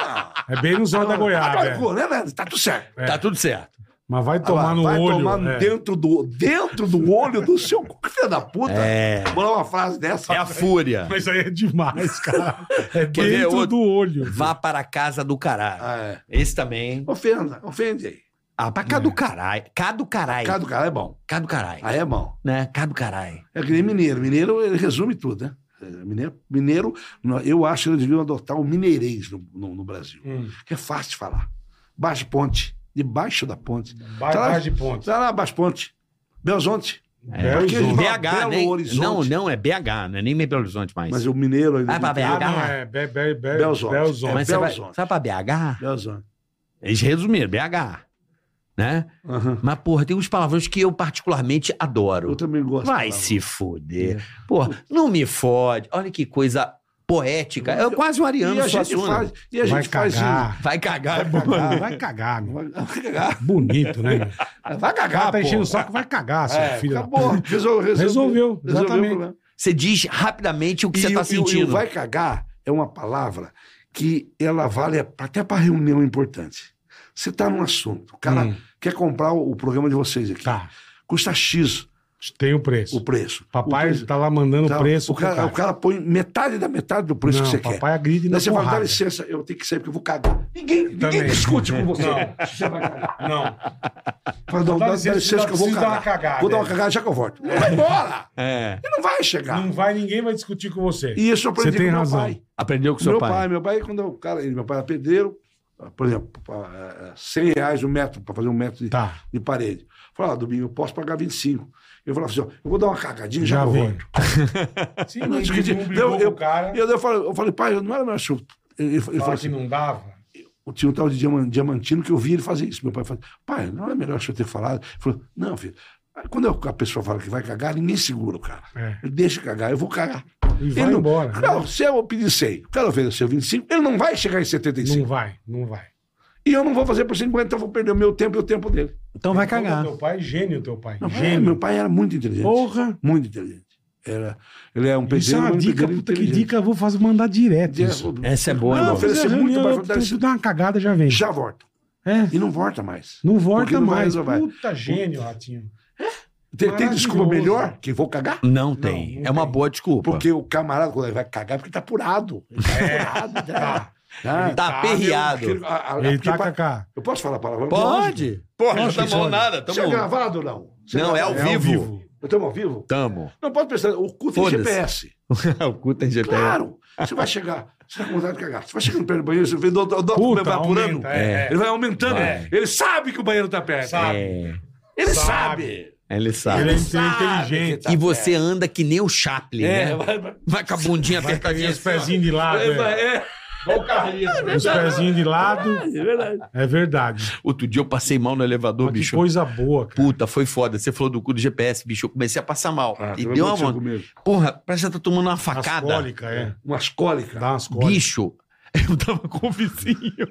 [SPEAKER 3] É bem no zóio
[SPEAKER 5] tá
[SPEAKER 3] da goiaba.
[SPEAKER 5] Agora,
[SPEAKER 3] é.
[SPEAKER 5] cu, né, né? Tá tudo certo.
[SPEAKER 4] Tá tudo certo.
[SPEAKER 3] Mas vai tomar
[SPEAKER 5] Agora,
[SPEAKER 3] no
[SPEAKER 5] vai
[SPEAKER 3] olho.
[SPEAKER 5] tomar
[SPEAKER 3] é.
[SPEAKER 5] dentro, do, dentro do olho do seu cu. Que filha da puta.
[SPEAKER 4] É.
[SPEAKER 5] Mandar uma frase dessa.
[SPEAKER 4] É a fúria.
[SPEAKER 3] Mas aí é demais,
[SPEAKER 5] <laughs>
[SPEAKER 3] cara. É
[SPEAKER 4] Quer ver
[SPEAKER 3] dentro
[SPEAKER 4] outro?
[SPEAKER 3] do olho.
[SPEAKER 4] Vá para a casa do caralho.
[SPEAKER 5] Ah, é.
[SPEAKER 4] Esse também.
[SPEAKER 5] Ofenda, ofende aí.
[SPEAKER 4] Ah, pra cá do caralho. Cá do caralho.
[SPEAKER 5] Cada cara é bom.
[SPEAKER 4] Cá do caralho.
[SPEAKER 5] Aí é bom.
[SPEAKER 4] Né? Cá do caralho.
[SPEAKER 5] É que nem mineiro. Mineiro, ele resume tudo, né? É, Mineiro, mineiro nó- eu acho que eles deviam adotar o mineirês no, no- no Brasil.
[SPEAKER 3] Hum.
[SPEAKER 5] Que é fácil de falar. Baixa ponte. Debaixo da ponte.
[SPEAKER 3] Vai
[SPEAKER 5] Tá lá-
[SPEAKER 3] atrás de ponto.
[SPEAKER 5] Tá lá, Baixa ponte. Belzonte.
[SPEAKER 4] É.
[SPEAKER 3] Belo
[SPEAKER 5] porque
[SPEAKER 3] Horizonte.
[SPEAKER 4] BH,
[SPEAKER 5] eles- É. Belo
[SPEAKER 4] né?
[SPEAKER 5] Horizonte.
[SPEAKER 4] Não, não, é BH, não é nem Belo Horizonte mais.
[SPEAKER 5] Mas o mineiro... ele-
[SPEAKER 4] Ah, pra
[SPEAKER 3] Ah,
[SPEAKER 4] BH.
[SPEAKER 3] não, é Be- Be- Be-
[SPEAKER 5] tá Belzonte.
[SPEAKER 3] Belzonte.
[SPEAKER 4] Mas
[SPEAKER 5] é
[SPEAKER 4] você vai,
[SPEAKER 5] Belo Horizonte.
[SPEAKER 4] sabe pra BH?
[SPEAKER 5] Belzonte.
[SPEAKER 4] Eles resumiram, BH. Né?
[SPEAKER 5] Aham.
[SPEAKER 4] Mas, porra, tem uns palavrões que eu particularmente adoro.
[SPEAKER 5] Eu também gosto.
[SPEAKER 4] Vai
[SPEAKER 5] da
[SPEAKER 4] se fuder.
[SPEAKER 5] É.
[SPEAKER 4] Porra, não me fode. Olha que coisa poética. É quase um
[SPEAKER 5] palavra.
[SPEAKER 4] ariano
[SPEAKER 5] E a gente
[SPEAKER 4] Suassuna.
[SPEAKER 5] faz... E a
[SPEAKER 3] Vai
[SPEAKER 5] gente faz... isso.
[SPEAKER 3] cagar.
[SPEAKER 4] Vai cagar.
[SPEAKER 3] Vai cagar, vai cagar, meu.
[SPEAKER 5] Vai vai cagar.
[SPEAKER 3] Bonito, né?
[SPEAKER 5] <laughs>
[SPEAKER 3] meu?
[SPEAKER 5] Vai
[SPEAKER 3] O cara
[SPEAKER 5] cagar,
[SPEAKER 3] tá enchendo
[SPEAKER 5] pô.
[SPEAKER 3] o saco, vai cagar, seu
[SPEAKER 5] É,
[SPEAKER 3] filho. da
[SPEAKER 5] acabou.
[SPEAKER 3] puta.
[SPEAKER 5] Resol- Resolveu.
[SPEAKER 3] Resolveu,
[SPEAKER 5] Resolveu o
[SPEAKER 3] exatamente.
[SPEAKER 5] problema.
[SPEAKER 4] Você diz rapidamente o que
[SPEAKER 5] E
[SPEAKER 4] você
[SPEAKER 5] o-
[SPEAKER 4] tá
[SPEAKER 5] e o- E o
[SPEAKER 4] sentindo.
[SPEAKER 5] vai cagar é uma palavra que ela vale até para reunião importante. Você está num assunto, o cara
[SPEAKER 3] Hum.
[SPEAKER 5] quer comprar o, o programa de vocês aqui.
[SPEAKER 3] Tá,
[SPEAKER 5] Custa X
[SPEAKER 3] tem o preço.
[SPEAKER 5] o preço.
[SPEAKER 3] Papai
[SPEAKER 5] o preço-
[SPEAKER 3] tá lá mandando
[SPEAKER 5] tá,
[SPEAKER 3] preço.
[SPEAKER 5] o cara,
[SPEAKER 3] pro
[SPEAKER 5] o cara põe metade da metade do preço
[SPEAKER 3] não,
[SPEAKER 5] que você quer.
[SPEAKER 3] papai agride na
[SPEAKER 5] Daí você fala, dá
[SPEAKER 3] porrada.
[SPEAKER 5] licença, eu tenho que sair porque eu vou cagar. Ninguém, ninguém
[SPEAKER 3] Também.
[SPEAKER 5] discute com você.
[SPEAKER 3] Não.
[SPEAKER 5] Você vai cagar.
[SPEAKER 3] Não,
[SPEAKER 5] Fala, não,
[SPEAKER 3] Dá
[SPEAKER 5] dá, dá
[SPEAKER 3] licença,
[SPEAKER 5] licença que eu vou
[SPEAKER 3] preciso dar uma
[SPEAKER 5] cagar.
[SPEAKER 3] cagada. é.
[SPEAKER 5] Vou dar uma cagada já que eu volto. Não vai embora.
[SPEAKER 4] É.
[SPEAKER 5] E não vai chegar.
[SPEAKER 3] não vai, ninguém vai discutir com você.
[SPEAKER 5] E isso eu aprendi
[SPEAKER 3] Você tem
[SPEAKER 5] com meu
[SPEAKER 3] razão.
[SPEAKER 5] pai.
[SPEAKER 4] Aprendeu com
[SPEAKER 5] meu
[SPEAKER 4] seu
[SPEAKER 5] pai.
[SPEAKER 4] pai.
[SPEAKER 5] meu pai, quando o cara, ele- meu pai era pedreiro, ah, por exemplo, ah, ah, 100 reais o metro, para fazer um metro de,
[SPEAKER 3] Tá.
[SPEAKER 5] de parede. Falava, ah, Domingo, eu posso pagar 25. Eu falava assim, ó, eu vou um dar uma cagadinha e já,
[SPEAKER 3] Já
[SPEAKER 5] eu
[SPEAKER 3] vem.
[SPEAKER 5] volto.
[SPEAKER 3] Sim,
[SPEAKER 5] Eu
[SPEAKER 3] não
[SPEAKER 5] não discuti. Então,
[SPEAKER 3] brigou
[SPEAKER 5] Eu,
[SPEAKER 3] com
[SPEAKER 5] eu,
[SPEAKER 3] o cara,
[SPEAKER 5] e eu, eu, falei, eu falei, pai, não era meu assunto. Ele, ele falou
[SPEAKER 3] fala que
[SPEAKER 5] assim,
[SPEAKER 3] não dava.
[SPEAKER 5] tinha um tal de Diaman- diamantino que eu vi ele fazer isso. Meu pai falou, pai, não era melhor eu ter falado? Ele falou, não, filho. Quando a pessoa fala que vai cagar, ninguém segura o cara.
[SPEAKER 3] É.
[SPEAKER 5] Ele Deixa cagar, eu vou cagar.
[SPEAKER 3] E vai
[SPEAKER 5] não-
[SPEAKER 3] embora. né?
[SPEAKER 5] Não, se eu pedir 100, o cara ofereceu 25, ele não vai chegar em 75.
[SPEAKER 3] Não vai, não vai.
[SPEAKER 5] E eu não vou fazer por 50, então eu vou perder o meu tempo e o tempo dele.
[SPEAKER 4] Então vai
[SPEAKER 3] Como
[SPEAKER 4] cagar.
[SPEAKER 3] Teu pai, é gênio teu pai.
[SPEAKER 5] Não, é,
[SPEAKER 3] gênio.
[SPEAKER 5] meu pai era muito inteligente.
[SPEAKER 3] Porra.
[SPEAKER 5] Muito inteligente. Era, ele é um
[SPEAKER 3] Isso é
[SPEAKER 5] pedreiro,
[SPEAKER 3] uma
[SPEAKER 5] mas um
[SPEAKER 3] dica,
[SPEAKER 5] pedreiro
[SPEAKER 3] puta que
[SPEAKER 5] inteligente.
[SPEAKER 3] dica, eu vou fazer, mandar direto.
[SPEAKER 5] Dia-
[SPEAKER 3] Isso.
[SPEAKER 4] Essa é boa,
[SPEAKER 5] Não,
[SPEAKER 4] irmão.
[SPEAKER 5] eu falei, oferecer
[SPEAKER 3] Fazer
[SPEAKER 5] muito,
[SPEAKER 3] reunião,
[SPEAKER 5] vai
[SPEAKER 3] eu
[SPEAKER 5] dar esse-
[SPEAKER 3] tu dá uma cagada já vem.
[SPEAKER 5] Já volta.
[SPEAKER 3] É.
[SPEAKER 5] E não volta mais.
[SPEAKER 3] Não
[SPEAKER 5] Porque
[SPEAKER 3] volta
[SPEAKER 5] não vai
[SPEAKER 3] mais.
[SPEAKER 5] resolver.
[SPEAKER 3] Puta gênio, Ratinho.
[SPEAKER 5] Tem, tem desculpa
[SPEAKER 3] Maravilhoso.
[SPEAKER 5] melhor que vou cagar?
[SPEAKER 4] Não tem.
[SPEAKER 3] não
[SPEAKER 4] é uma
[SPEAKER 3] tem.
[SPEAKER 4] boa desculpa.
[SPEAKER 5] Porque o camarada, quando ele vai cagar, porque tá apurado. Ele tá apurado. Tá.
[SPEAKER 4] É. tá,
[SPEAKER 3] tá,
[SPEAKER 4] aperreado.
[SPEAKER 5] Aquele- a- a-
[SPEAKER 3] Ele
[SPEAKER 5] aquele
[SPEAKER 3] tá
[SPEAKER 5] pa-
[SPEAKER 3] cacá.
[SPEAKER 5] Eu posso falar a palavra?
[SPEAKER 4] Pode.
[SPEAKER 2] Porra,
[SPEAKER 3] Nossa,
[SPEAKER 2] não tá mal
[SPEAKER 3] olha.
[SPEAKER 2] nada.
[SPEAKER 5] Você é
[SPEAKER 2] Tamo...
[SPEAKER 5] gravado ou não? Você
[SPEAKER 4] Não, é
[SPEAKER 5] gravado?
[SPEAKER 4] ao vivo.
[SPEAKER 5] Eu Estamos ao vivo?
[SPEAKER 4] Tamo.
[SPEAKER 5] Não pode pensar, o cu tem
[SPEAKER 4] Foda-se.
[SPEAKER 5] GPS.
[SPEAKER 4] <laughs> o tá- cu tem GPS.
[SPEAKER 5] Claro! Você vai chegar, você tá com vontade de cagar. Você vai chegando perto do banheiro, você vê o doutor
[SPEAKER 3] Puta,
[SPEAKER 5] vai apurando.
[SPEAKER 3] aumenta, é,
[SPEAKER 5] Ele vai aumentando. Ele sabe que o banheiro tá perto.
[SPEAKER 3] Sabe.
[SPEAKER 4] É,
[SPEAKER 5] Ele
[SPEAKER 3] Sabe.
[SPEAKER 5] sabe.
[SPEAKER 4] ele
[SPEAKER 3] Ele
[SPEAKER 4] sabe.
[SPEAKER 5] tá
[SPEAKER 3] é
[SPEAKER 5] sabe
[SPEAKER 3] inteligente.
[SPEAKER 5] que tá
[SPEAKER 4] E você anda que nem o Chaplin,
[SPEAKER 5] É,
[SPEAKER 4] né?
[SPEAKER 5] vai, vai,
[SPEAKER 4] Vai com a bundinha
[SPEAKER 3] Vai Tá com
[SPEAKER 4] apertadinha.
[SPEAKER 3] os
[SPEAKER 4] assim, ó.
[SPEAKER 3] pezinhos de lado.
[SPEAKER 5] vai,
[SPEAKER 3] é.
[SPEAKER 5] vai, é.
[SPEAKER 2] Olha o Carlinhos.
[SPEAKER 3] Os pezinhos de lado.
[SPEAKER 4] É verdade.
[SPEAKER 3] É verdade.
[SPEAKER 4] Outro dia eu passei mal no elevador,
[SPEAKER 3] Mas que
[SPEAKER 4] bicho.
[SPEAKER 3] coisa boa, cara.
[SPEAKER 4] Puta, foi foda. Você falou do cu do GPS, bicho. Eu comecei a passar mal.
[SPEAKER 5] Ah,
[SPEAKER 4] e
[SPEAKER 5] também
[SPEAKER 4] deu uma.
[SPEAKER 5] aconteceu
[SPEAKER 4] vontade.
[SPEAKER 5] comigo.
[SPEAKER 4] Porra, parece que tá tomando uma
[SPEAKER 3] As
[SPEAKER 4] facada.
[SPEAKER 3] cólica, é.
[SPEAKER 5] Umas cólicas.
[SPEAKER 3] Dá umas cólicas.
[SPEAKER 4] Bicho, <laughs> eu tava com o vizinho.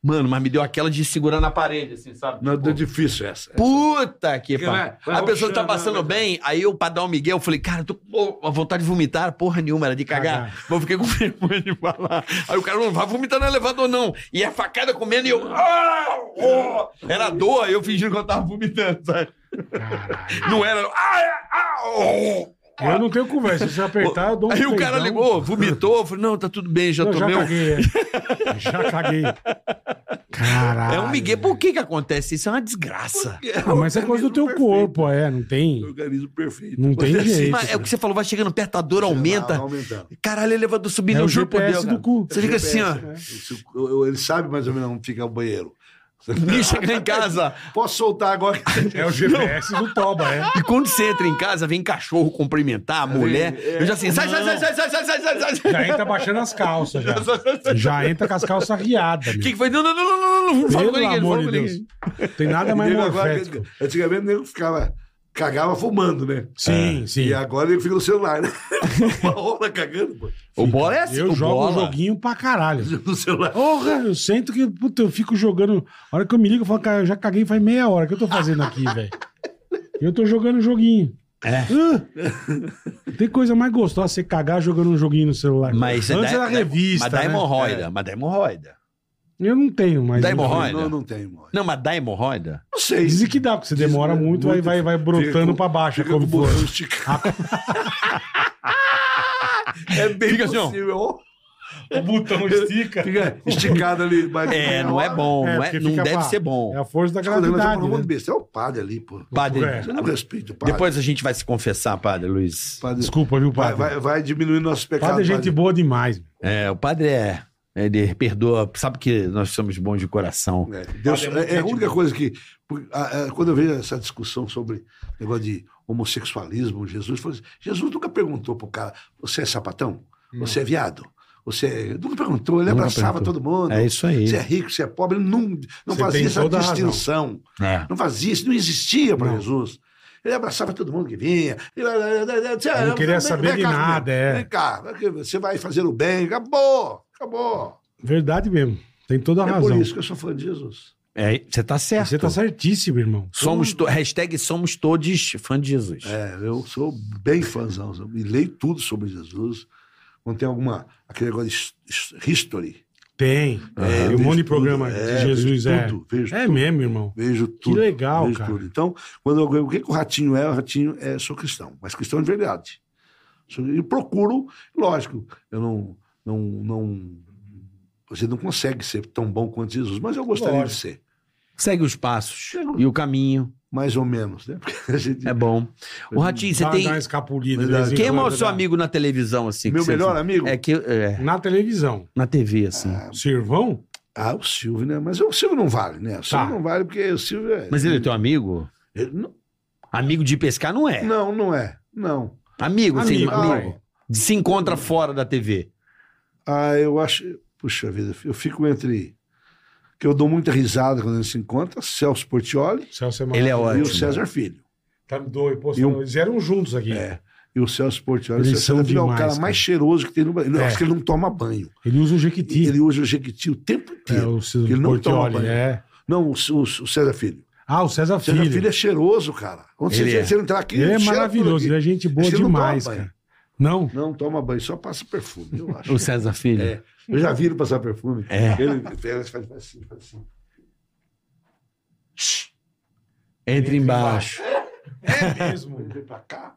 [SPEAKER 4] Mano, mas me deu aquela de segurar na parede, assim, sabe?
[SPEAKER 5] Não,
[SPEAKER 4] Tipo,
[SPEAKER 5] é difícil essa.
[SPEAKER 4] Puta que
[SPEAKER 5] Que
[SPEAKER 4] pariu.
[SPEAKER 5] vai- vai
[SPEAKER 4] A pessoa tá
[SPEAKER 5] roxando,
[SPEAKER 4] passando
[SPEAKER 5] vai-
[SPEAKER 4] bem, aí eu, pra dar um migué, eu falei, cara, eu tô com uma vontade de vomitar, porra nenhuma, era de cagar.
[SPEAKER 3] Cagar.
[SPEAKER 4] Mas eu fiquei com <laughs> vergonha de falar. Aí o cara não vai vomitar no elevador, não. E a facada comendo e eu. "Ah, oh!" Era dor, aí eu fingindo que eu tava vomitando, sabe?
[SPEAKER 3] Caralho.
[SPEAKER 4] Não era. "Ah, ah, oh!"
[SPEAKER 3] Eu não tenho conversa. Se você apertar, eu dou um
[SPEAKER 4] Aí o cara
[SPEAKER 3] peidão.
[SPEAKER 4] ligou, vomitou, eu falei, não, tá tudo bem, já
[SPEAKER 3] Eu já
[SPEAKER 4] tomei um
[SPEAKER 3] caguei. é. Já caguei. Caralho.
[SPEAKER 4] É um migué. Por que que acontece isso? É uma desgraça.
[SPEAKER 3] Ah, mas é coisa do teu corpo, é. Não tem.
[SPEAKER 5] um Organismo perfeito.
[SPEAKER 3] Não tem jeito.
[SPEAKER 4] Mas é o que você falou, vai chegando perto, a dor aumenta.
[SPEAKER 5] Aumentando.
[SPEAKER 4] Caralho, elevador
[SPEAKER 3] É
[SPEAKER 4] subindo, eu
[SPEAKER 3] o
[SPEAKER 4] juro por
[SPEAKER 3] GPS
[SPEAKER 4] Deus.
[SPEAKER 3] do
[SPEAKER 4] cara.
[SPEAKER 3] cu.
[SPEAKER 4] Você fica assim,
[SPEAKER 3] É.
[SPEAKER 4] ó.
[SPEAKER 5] Ele sabe mais ou menos onde fica o banheiro.
[SPEAKER 3] né?
[SPEAKER 4] Me chegar em casa.
[SPEAKER 5] Posso soltar agora?
[SPEAKER 3] <laughs> É o GPS do Toba, é.
[SPEAKER 4] E quando você entra em casa, vem cachorro cumprimentar, mulher.
[SPEAKER 3] é.
[SPEAKER 4] Eu já assim, sai, sai, sai, sai, sai, sai, sai, sai, sai, sai.
[SPEAKER 3] Já entra baixando as calças, já. Já entra com as calças riadas,
[SPEAKER 4] O
[SPEAKER 3] meu.
[SPEAKER 4] que, que foi? Não, não, não, não, não, não, não fala
[SPEAKER 3] Pelo
[SPEAKER 4] com ninguém, não
[SPEAKER 3] amor
[SPEAKER 4] fala com
[SPEAKER 3] de Deus.
[SPEAKER 4] ninguém.
[SPEAKER 3] Tem nada mais
[SPEAKER 5] Nego agora-
[SPEAKER 3] morfético.
[SPEAKER 5] antigamente o nego ficava, cagava fumando, né?
[SPEAKER 4] É.
[SPEAKER 3] Sim, sim.
[SPEAKER 5] E agora o nego fica no
[SPEAKER 3] <laughs>
[SPEAKER 5] celular, né? Uma hora cagando, pô.
[SPEAKER 4] O bola é assim,
[SPEAKER 3] Eu
[SPEAKER 4] o
[SPEAKER 3] jogo o
[SPEAKER 4] bola.
[SPEAKER 3] joguinho pra caralho.
[SPEAKER 5] No celular.
[SPEAKER 3] Porra, eu sento que, puta, eu fico jogando. A hora que eu me ligo, eu falo, cara, eu já caguei faz meia hora. O que eu tô fazendo aqui, velho? Eu tô jogando um joguinho.
[SPEAKER 4] É.
[SPEAKER 3] Ah, tem coisa mais gostosa você cagar jogando um joguinho no celular.
[SPEAKER 4] Mas é-
[SPEAKER 3] Antes
[SPEAKER 4] dá-
[SPEAKER 3] era
[SPEAKER 4] dá-
[SPEAKER 3] revista.
[SPEAKER 4] Mas dá
[SPEAKER 3] né?
[SPEAKER 4] hemorroida, mas dá hemorroida.
[SPEAKER 3] É. Eu não tenho, mas.
[SPEAKER 4] Dá hemorroida?
[SPEAKER 5] Não, não tem, mano.
[SPEAKER 4] Não, mas dá hemorroida?
[SPEAKER 5] Não sei.
[SPEAKER 3] Dizem que dá, porque você demora
[SPEAKER 5] Diz-
[SPEAKER 3] muito, aí vai, vai brotando
[SPEAKER 5] Fica com-
[SPEAKER 3] pra baixo.
[SPEAKER 5] Fica com o
[SPEAKER 3] Como for.
[SPEAKER 5] borrão
[SPEAKER 3] <laughs>
[SPEAKER 5] esticado. é bem
[SPEAKER 4] Fica assim, ó.
[SPEAKER 5] possível.
[SPEAKER 3] O botão estica.
[SPEAKER 5] Fica esticado ali. mais
[SPEAKER 4] É,
[SPEAKER 5] meia
[SPEAKER 4] não é
[SPEAKER 5] hora.
[SPEAKER 4] bom,
[SPEAKER 3] É,
[SPEAKER 4] não, é-
[SPEAKER 3] porque
[SPEAKER 4] não
[SPEAKER 3] fica
[SPEAKER 4] deve
[SPEAKER 3] pra-
[SPEAKER 4] ser bom.
[SPEAKER 3] É a força da
[SPEAKER 5] Quando nós
[SPEAKER 3] gravidade.
[SPEAKER 5] falamos um monte de
[SPEAKER 3] né?
[SPEAKER 5] besta, é o padre ali, pô.
[SPEAKER 4] Padre,
[SPEAKER 3] É.
[SPEAKER 5] Você não respeita o padre.
[SPEAKER 4] depois a gente vai se confessar, padre Luiz.
[SPEAKER 5] Padre-
[SPEAKER 3] Desculpa, viu,
[SPEAKER 5] Vai,
[SPEAKER 3] padre?
[SPEAKER 5] vai, vai diminuir nossos pecados.
[SPEAKER 3] Padre é gente boa demais.
[SPEAKER 4] É, o padre é. Ele perdoa, sabe que nós somos bons de coração.
[SPEAKER 5] É, Deus-
[SPEAKER 3] Padre é muito
[SPEAKER 5] é, é a
[SPEAKER 3] gente
[SPEAKER 5] única coisa que. por- a- a- quando eu vejo essa discussão sobre negócio de homossexualismo, Jesus, eu falo assim, Jesus nunca perguntou pro cara: você é sapatão?
[SPEAKER 3] Hum.
[SPEAKER 5] Você é viado? Você é-" Nunca perguntou, ele
[SPEAKER 4] Nunca
[SPEAKER 5] abraçava
[SPEAKER 4] perguntou.
[SPEAKER 5] todo mundo.
[SPEAKER 4] É isso aí.
[SPEAKER 5] Você é rico, você é pobre, ele não, não
[SPEAKER 3] Você
[SPEAKER 5] fazia
[SPEAKER 3] tem
[SPEAKER 5] essa
[SPEAKER 3] toda a razão.
[SPEAKER 5] distinção.
[SPEAKER 4] É.
[SPEAKER 5] Não fazia isso, não existia para
[SPEAKER 3] Não.
[SPEAKER 5] Jesus. Ele abraçava todo mundo que vinha. Ele,
[SPEAKER 3] não queria saber de nada, é.
[SPEAKER 5] Vem cá, você vai fazer o bem, acabou, acabou.
[SPEAKER 3] Verdade mesmo. Tem toda a
[SPEAKER 5] é
[SPEAKER 3] razão.
[SPEAKER 5] por isso que eu sou fã de Jesus.
[SPEAKER 4] É, Você tá certo.
[SPEAKER 3] Você tá certíssimo, irmão.
[SPEAKER 4] Somos to... Hashtag somos todos fãs de Jesus.
[SPEAKER 5] É, eu sou bem fãzão. eu me leio tudo sobre Jesus. Quando tem alguma. aquele negócio de his- his- history.
[SPEAKER 3] Tem.
[SPEAKER 5] É,
[SPEAKER 3] Tem
[SPEAKER 5] eu
[SPEAKER 3] um
[SPEAKER 5] vejo
[SPEAKER 3] monte de
[SPEAKER 5] tudo,
[SPEAKER 3] programa
[SPEAKER 5] é,
[SPEAKER 3] de Jesus,
[SPEAKER 5] vejo
[SPEAKER 3] é.
[SPEAKER 5] tudo, vejo
[SPEAKER 3] é
[SPEAKER 5] tudo.
[SPEAKER 3] mesmo, irmão.
[SPEAKER 5] Vejo tudo.
[SPEAKER 3] legal,
[SPEAKER 5] vejo
[SPEAKER 3] cara.
[SPEAKER 5] tudo. Então, quando eu, o que, que o ratinho é? O ratinho é sou cristão, mas cristão de verdade. Sou- E procuro, lógico, eu não, não, não. Você não consegue ser tão bom quanto Jesus, mas eu gostaria de
[SPEAKER 3] Lógico.
[SPEAKER 5] ser.
[SPEAKER 4] Segue os passos e o caminho.
[SPEAKER 5] Mais ou menos, né? <laughs> Porque a gente-
[SPEAKER 4] É bom. O Ratinho, você
[SPEAKER 3] Dá,
[SPEAKER 4] tem.
[SPEAKER 3] dá uma escapulida. de
[SPEAKER 5] Verdade.
[SPEAKER 3] vez em
[SPEAKER 4] Quem é o
[SPEAKER 3] quando,
[SPEAKER 4] maior seu
[SPEAKER 3] dá.
[SPEAKER 4] amigo na televisão, assim? que
[SPEAKER 5] Meu
[SPEAKER 4] você-
[SPEAKER 5] melhor amigo?
[SPEAKER 4] É que. é,
[SPEAKER 3] Na televisão.
[SPEAKER 4] na TV, assim.
[SPEAKER 3] Sirvão?
[SPEAKER 5] Ah, o Silvio, né? Mas o Silvio não vale, né? O Silvio
[SPEAKER 3] Tá.
[SPEAKER 5] não vale porque o Silvio é.
[SPEAKER 4] Mas ele é teu amigo?
[SPEAKER 5] Ele não,
[SPEAKER 4] Amigo de pescar não é.
[SPEAKER 5] não, não é. Não.
[SPEAKER 4] Amigo, assim,
[SPEAKER 3] Amigo,
[SPEAKER 4] amigo.
[SPEAKER 3] vai.
[SPEAKER 4] Se encontra fora da TV.
[SPEAKER 5] Ah, eu acho. Puxa vida, eu fico entre. Que eu dou muita risada quando a gente se encontra, Celso Portioli
[SPEAKER 3] Celso é
[SPEAKER 4] Ele é
[SPEAKER 3] maravilhoso.
[SPEAKER 5] e
[SPEAKER 4] ótimo.
[SPEAKER 5] o César Filho.
[SPEAKER 3] Tá doido. Pô,
[SPEAKER 5] Eu-
[SPEAKER 3] Eles eram juntos aqui.
[SPEAKER 5] um É. E o Celso Portioli,
[SPEAKER 3] Eles
[SPEAKER 5] o César
[SPEAKER 3] são
[SPEAKER 5] Filho é o
[SPEAKER 3] demais,
[SPEAKER 5] cara
[SPEAKER 3] cara.
[SPEAKER 5] mais cheiroso que tem no Brasil. Eu
[SPEAKER 3] É.
[SPEAKER 5] acho que ele não toma banho.
[SPEAKER 3] Ele usa o Jequiti.
[SPEAKER 5] Ele usa o Jequiti o tempo
[SPEAKER 3] É,
[SPEAKER 5] inteiro.
[SPEAKER 3] o
[SPEAKER 5] Ele
[SPEAKER 3] César
[SPEAKER 5] não toma
[SPEAKER 3] Portioli.
[SPEAKER 5] banho.
[SPEAKER 3] É.
[SPEAKER 5] Não, o, o- o César Filho.
[SPEAKER 3] Ah, o César
[SPEAKER 5] O César
[SPEAKER 3] Filho.
[SPEAKER 5] Filho, é cheiroso, cara. Onde
[SPEAKER 4] Ele
[SPEAKER 5] você,
[SPEAKER 4] é.
[SPEAKER 5] você entrar aqui,
[SPEAKER 3] Ele é
[SPEAKER 5] cheira
[SPEAKER 3] maravilhoso.
[SPEAKER 5] tudo
[SPEAKER 3] Ele é
[SPEAKER 5] aqui.
[SPEAKER 3] gente boa
[SPEAKER 5] Acho que ele não
[SPEAKER 3] demais,
[SPEAKER 5] toma banho.
[SPEAKER 3] cara. Não?
[SPEAKER 5] Não toma banho, só passa perfume, eu
[SPEAKER 3] <laughs>
[SPEAKER 5] acho.
[SPEAKER 4] O César Filho.
[SPEAKER 5] É. Eu já vi ele passar perfume.
[SPEAKER 4] É.
[SPEAKER 5] Ele, ele faz assim, faz assim.
[SPEAKER 4] Entre embaixo.
[SPEAKER 3] É
[SPEAKER 5] <laughs>
[SPEAKER 3] mesmo.
[SPEAKER 5] Ele um vem pra cá.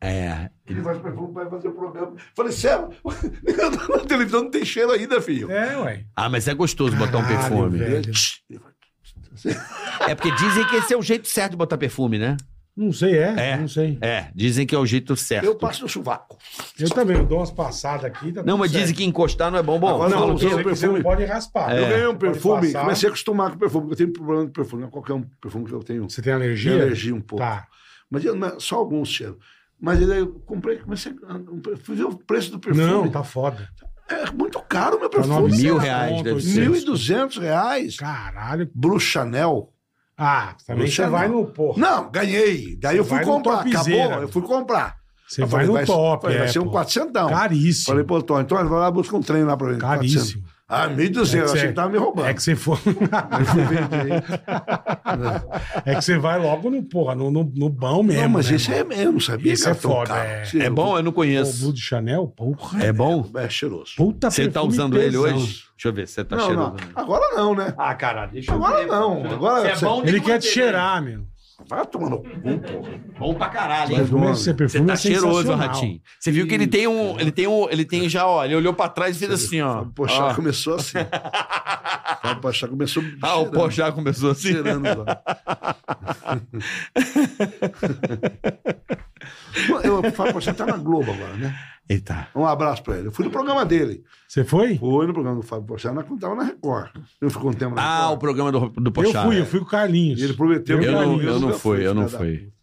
[SPEAKER 4] É.
[SPEAKER 5] Ele vai pra vai fazer o programa. Falei, Céu, <laughs> na televisão não tem cheiro ainda, filho.
[SPEAKER 3] É, ué.
[SPEAKER 4] Ah, mas é gostoso botar um
[SPEAKER 3] Caralho,
[SPEAKER 4] perfume.
[SPEAKER 3] velho.
[SPEAKER 5] Ele vai-
[SPEAKER 4] É porque dizem que esse é o jeito certo de botar perfume, né?
[SPEAKER 3] Não sei, é.
[SPEAKER 4] É.
[SPEAKER 3] Não sei.
[SPEAKER 4] É, dizem que é o jeito certo.
[SPEAKER 5] Eu passo no sovaco.
[SPEAKER 3] Eu também eu dou umas passadas aqui. Tá
[SPEAKER 4] Não,
[SPEAKER 3] tudo
[SPEAKER 4] mas
[SPEAKER 3] certo.
[SPEAKER 4] dizem que encostar não é bom. Bom,
[SPEAKER 5] Agora
[SPEAKER 3] Não,
[SPEAKER 5] Não,
[SPEAKER 3] não,
[SPEAKER 5] usou
[SPEAKER 3] você,
[SPEAKER 5] perfume.
[SPEAKER 3] você não pode raspar.
[SPEAKER 5] Eu ganhei um
[SPEAKER 3] É, Pode
[SPEAKER 5] perfume,
[SPEAKER 3] passar.
[SPEAKER 5] comecei a acostumar com o perfume, porque eu tenho problema de perfume. Não é qualquer um perfume que eu tenho.
[SPEAKER 3] Você tem
[SPEAKER 5] Tem
[SPEAKER 3] alergia?
[SPEAKER 5] alergia um pouco.
[SPEAKER 3] Tá.
[SPEAKER 5] Mas eu- mas só alguns cheiros. Mas ele, eu comprei, comecei, a- um fui ver o preço do perfume.
[SPEAKER 3] Não, tá foda.
[SPEAKER 5] É muito caro meu
[SPEAKER 3] Tá
[SPEAKER 5] perfume. é
[SPEAKER 3] 900
[SPEAKER 4] Mil reais,
[SPEAKER 3] conto,
[SPEAKER 4] deve ser.
[SPEAKER 3] 800.
[SPEAKER 5] 1.200 reais.
[SPEAKER 3] Caralho.
[SPEAKER 5] Bruxanel.
[SPEAKER 3] Ah, também
[SPEAKER 5] Bruxa
[SPEAKER 3] você vai
[SPEAKER 5] não.
[SPEAKER 3] no porra.
[SPEAKER 5] é Não, ganhei. Daí eu
[SPEAKER 3] Você
[SPEAKER 5] fui
[SPEAKER 3] vai no
[SPEAKER 5] comprar.
[SPEAKER 3] topzera.
[SPEAKER 5] Acabou, eu fui comprar.
[SPEAKER 3] Você
[SPEAKER 5] Eu
[SPEAKER 3] vai
[SPEAKER 5] falei,
[SPEAKER 3] no top,
[SPEAKER 5] falei, Vai
[SPEAKER 3] é,
[SPEAKER 5] ser um
[SPEAKER 3] pô.
[SPEAKER 5] 400.
[SPEAKER 3] Caríssimo.
[SPEAKER 5] Falei, pô, Tom, então vai lá busca um trem lá pra mim. 400.
[SPEAKER 3] Caríssimo.
[SPEAKER 5] Ah, 1.200.
[SPEAKER 3] É
[SPEAKER 5] eu
[SPEAKER 3] que
[SPEAKER 5] achei
[SPEAKER 3] você-
[SPEAKER 5] que tava me roubando.
[SPEAKER 3] É que você for. <laughs> é que você vai logo no porra, no, no, no bom mesmo.
[SPEAKER 5] Não, mas
[SPEAKER 3] né,
[SPEAKER 5] esse
[SPEAKER 3] mano?
[SPEAKER 5] é mesmo, sabia?
[SPEAKER 3] Esse
[SPEAKER 5] que era
[SPEAKER 3] é
[SPEAKER 5] tão
[SPEAKER 3] foda,
[SPEAKER 5] caro?
[SPEAKER 3] é.
[SPEAKER 5] Sim,
[SPEAKER 4] É bom? Eu não
[SPEAKER 3] O Blue
[SPEAKER 4] conheço.
[SPEAKER 3] de Chanel, porra.
[SPEAKER 4] É bom?
[SPEAKER 5] É cheiroso.
[SPEAKER 3] Puta
[SPEAKER 4] Você tá
[SPEAKER 3] perfume
[SPEAKER 4] usando ele
[SPEAKER 3] tesão.
[SPEAKER 4] hoje? Deixa eu ver, você tá
[SPEAKER 5] não, não.
[SPEAKER 4] cheirando. né?
[SPEAKER 5] Agora não, né?
[SPEAKER 4] Ah, cara, deixa
[SPEAKER 5] Agora
[SPEAKER 4] ver.
[SPEAKER 5] não,
[SPEAKER 4] Deixa eu ver.
[SPEAKER 5] agora
[SPEAKER 4] Se é
[SPEAKER 5] você-
[SPEAKER 4] tem
[SPEAKER 3] Ele
[SPEAKER 4] que
[SPEAKER 3] quer te
[SPEAKER 4] manter,
[SPEAKER 3] cheirar, meu.
[SPEAKER 5] Vai tomar no cu, porra.
[SPEAKER 4] né? Bom pra caralho,
[SPEAKER 5] Mas
[SPEAKER 4] hein?
[SPEAKER 5] não-
[SPEAKER 3] Perfume, esse
[SPEAKER 4] Você
[SPEAKER 3] perfume
[SPEAKER 4] tá
[SPEAKER 3] é
[SPEAKER 4] cheiroso,
[SPEAKER 3] sensacional.
[SPEAKER 4] Ratinho. Você viu que ele tem um. Ele tem um. Ele tem já, ó. Ele olhou pra trás e fez assim, ó.
[SPEAKER 5] O Pochá
[SPEAKER 4] Ó.
[SPEAKER 5] começou
[SPEAKER 4] <laughs>
[SPEAKER 5] assim. o Pochá começou.
[SPEAKER 4] Ah, o pó já começou assim. <laughs>
[SPEAKER 5] cheirando agora. Eu, o Fábio Pochá tá na Globo agora, né?
[SPEAKER 4] Eita.
[SPEAKER 5] Um abraço pra ele. Eu fui no programa dele.
[SPEAKER 3] Você foi?
[SPEAKER 5] Foi no programa do Fábio Pochá, nós contava na Record. Eu fico um tempo na
[SPEAKER 4] Ah, o
[SPEAKER 5] Record.
[SPEAKER 4] programa do, do
[SPEAKER 3] Eu
[SPEAKER 4] Pochá. é.
[SPEAKER 3] fui, eu fui com o Carlinhos.
[SPEAKER 5] é. E ele prometeu
[SPEAKER 3] Eu
[SPEAKER 5] que
[SPEAKER 3] não-
[SPEAKER 5] ia.
[SPEAKER 3] eu
[SPEAKER 4] não
[SPEAKER 5] Nunca
[SPEAKER 4] fui, eu não
[SPEAKER 5] filha da
[SPEAKER 4] fui.
[SPEAKER 5] puta.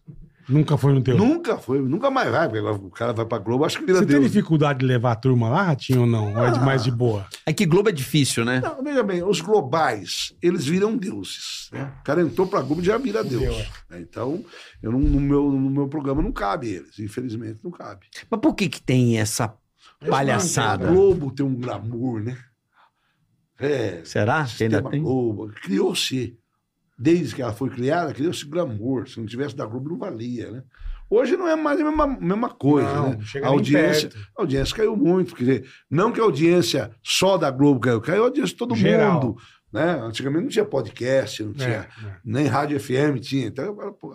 [SPEAKER 3] Nunca foi no teu.
[SPEAKER 5] Nunca foi, nunca mais vai, porque agora o cara vai pra Globo, acho que vira
[SPEAKER 3] Você tem
[SPEAKER 5] Deus.
[SPEAKER 3] dificuldade de levar a turma lá, Ratinho, ou não? Ou é de mais de boa?
[SPEAKER 4] É que Globo é difícil, né?
[SPEAKER 5] Não, veja bem, os globais, eles viram deuses. Né? O cara entrou pra Globo e já vira Deus.
[SPEAKER 3] é.
[SPEAKER 5] né? Então, eu não- no, meu, no meu programa não cabe eles, infelizmente não cabe.
[SPEAKER 4] Mas por que que tem essa
[SPEAKER 5] A
[SPEAKER 4] palhaçada?
[SPEAKER 5] Globo tem um glamour, né? É,
[SPEAKER 4] Será? Que ainda
[SPEAKER 5] Sistema
[SPEAKER 4] tem?
[SPEAKER 5] Globo. Criou-se, desde que ela foi criada, criou-se glamour. Se não tivesse da Globo, não valia, né? Hoje não é mais a mesma, mesma coisa,
[SPEAKER 3] Não,
[SPEAKER 5] né?
[SPEAKER 3] não chega
[SPEAKER 5] a
[SPEAKER 3] nem
[SPEAKER 5] audiência,
[SPEAKER 3] perto.
[SPEAKER 5] a audiência caiu muito. Quer dizer, não que a audiência só da Globo caiu, caiu a audiência de todo
[SPEAKER 3] Geral.
[SPEAKER 5] mundo. Né? Antigamente não tinha podcast, não
[SPEAKER 3] É,
[SPEAKER 5] tinha.
[SPEAKER 3] é.
[SPEAKER 5] Nem rádio FM tinha, então era pou-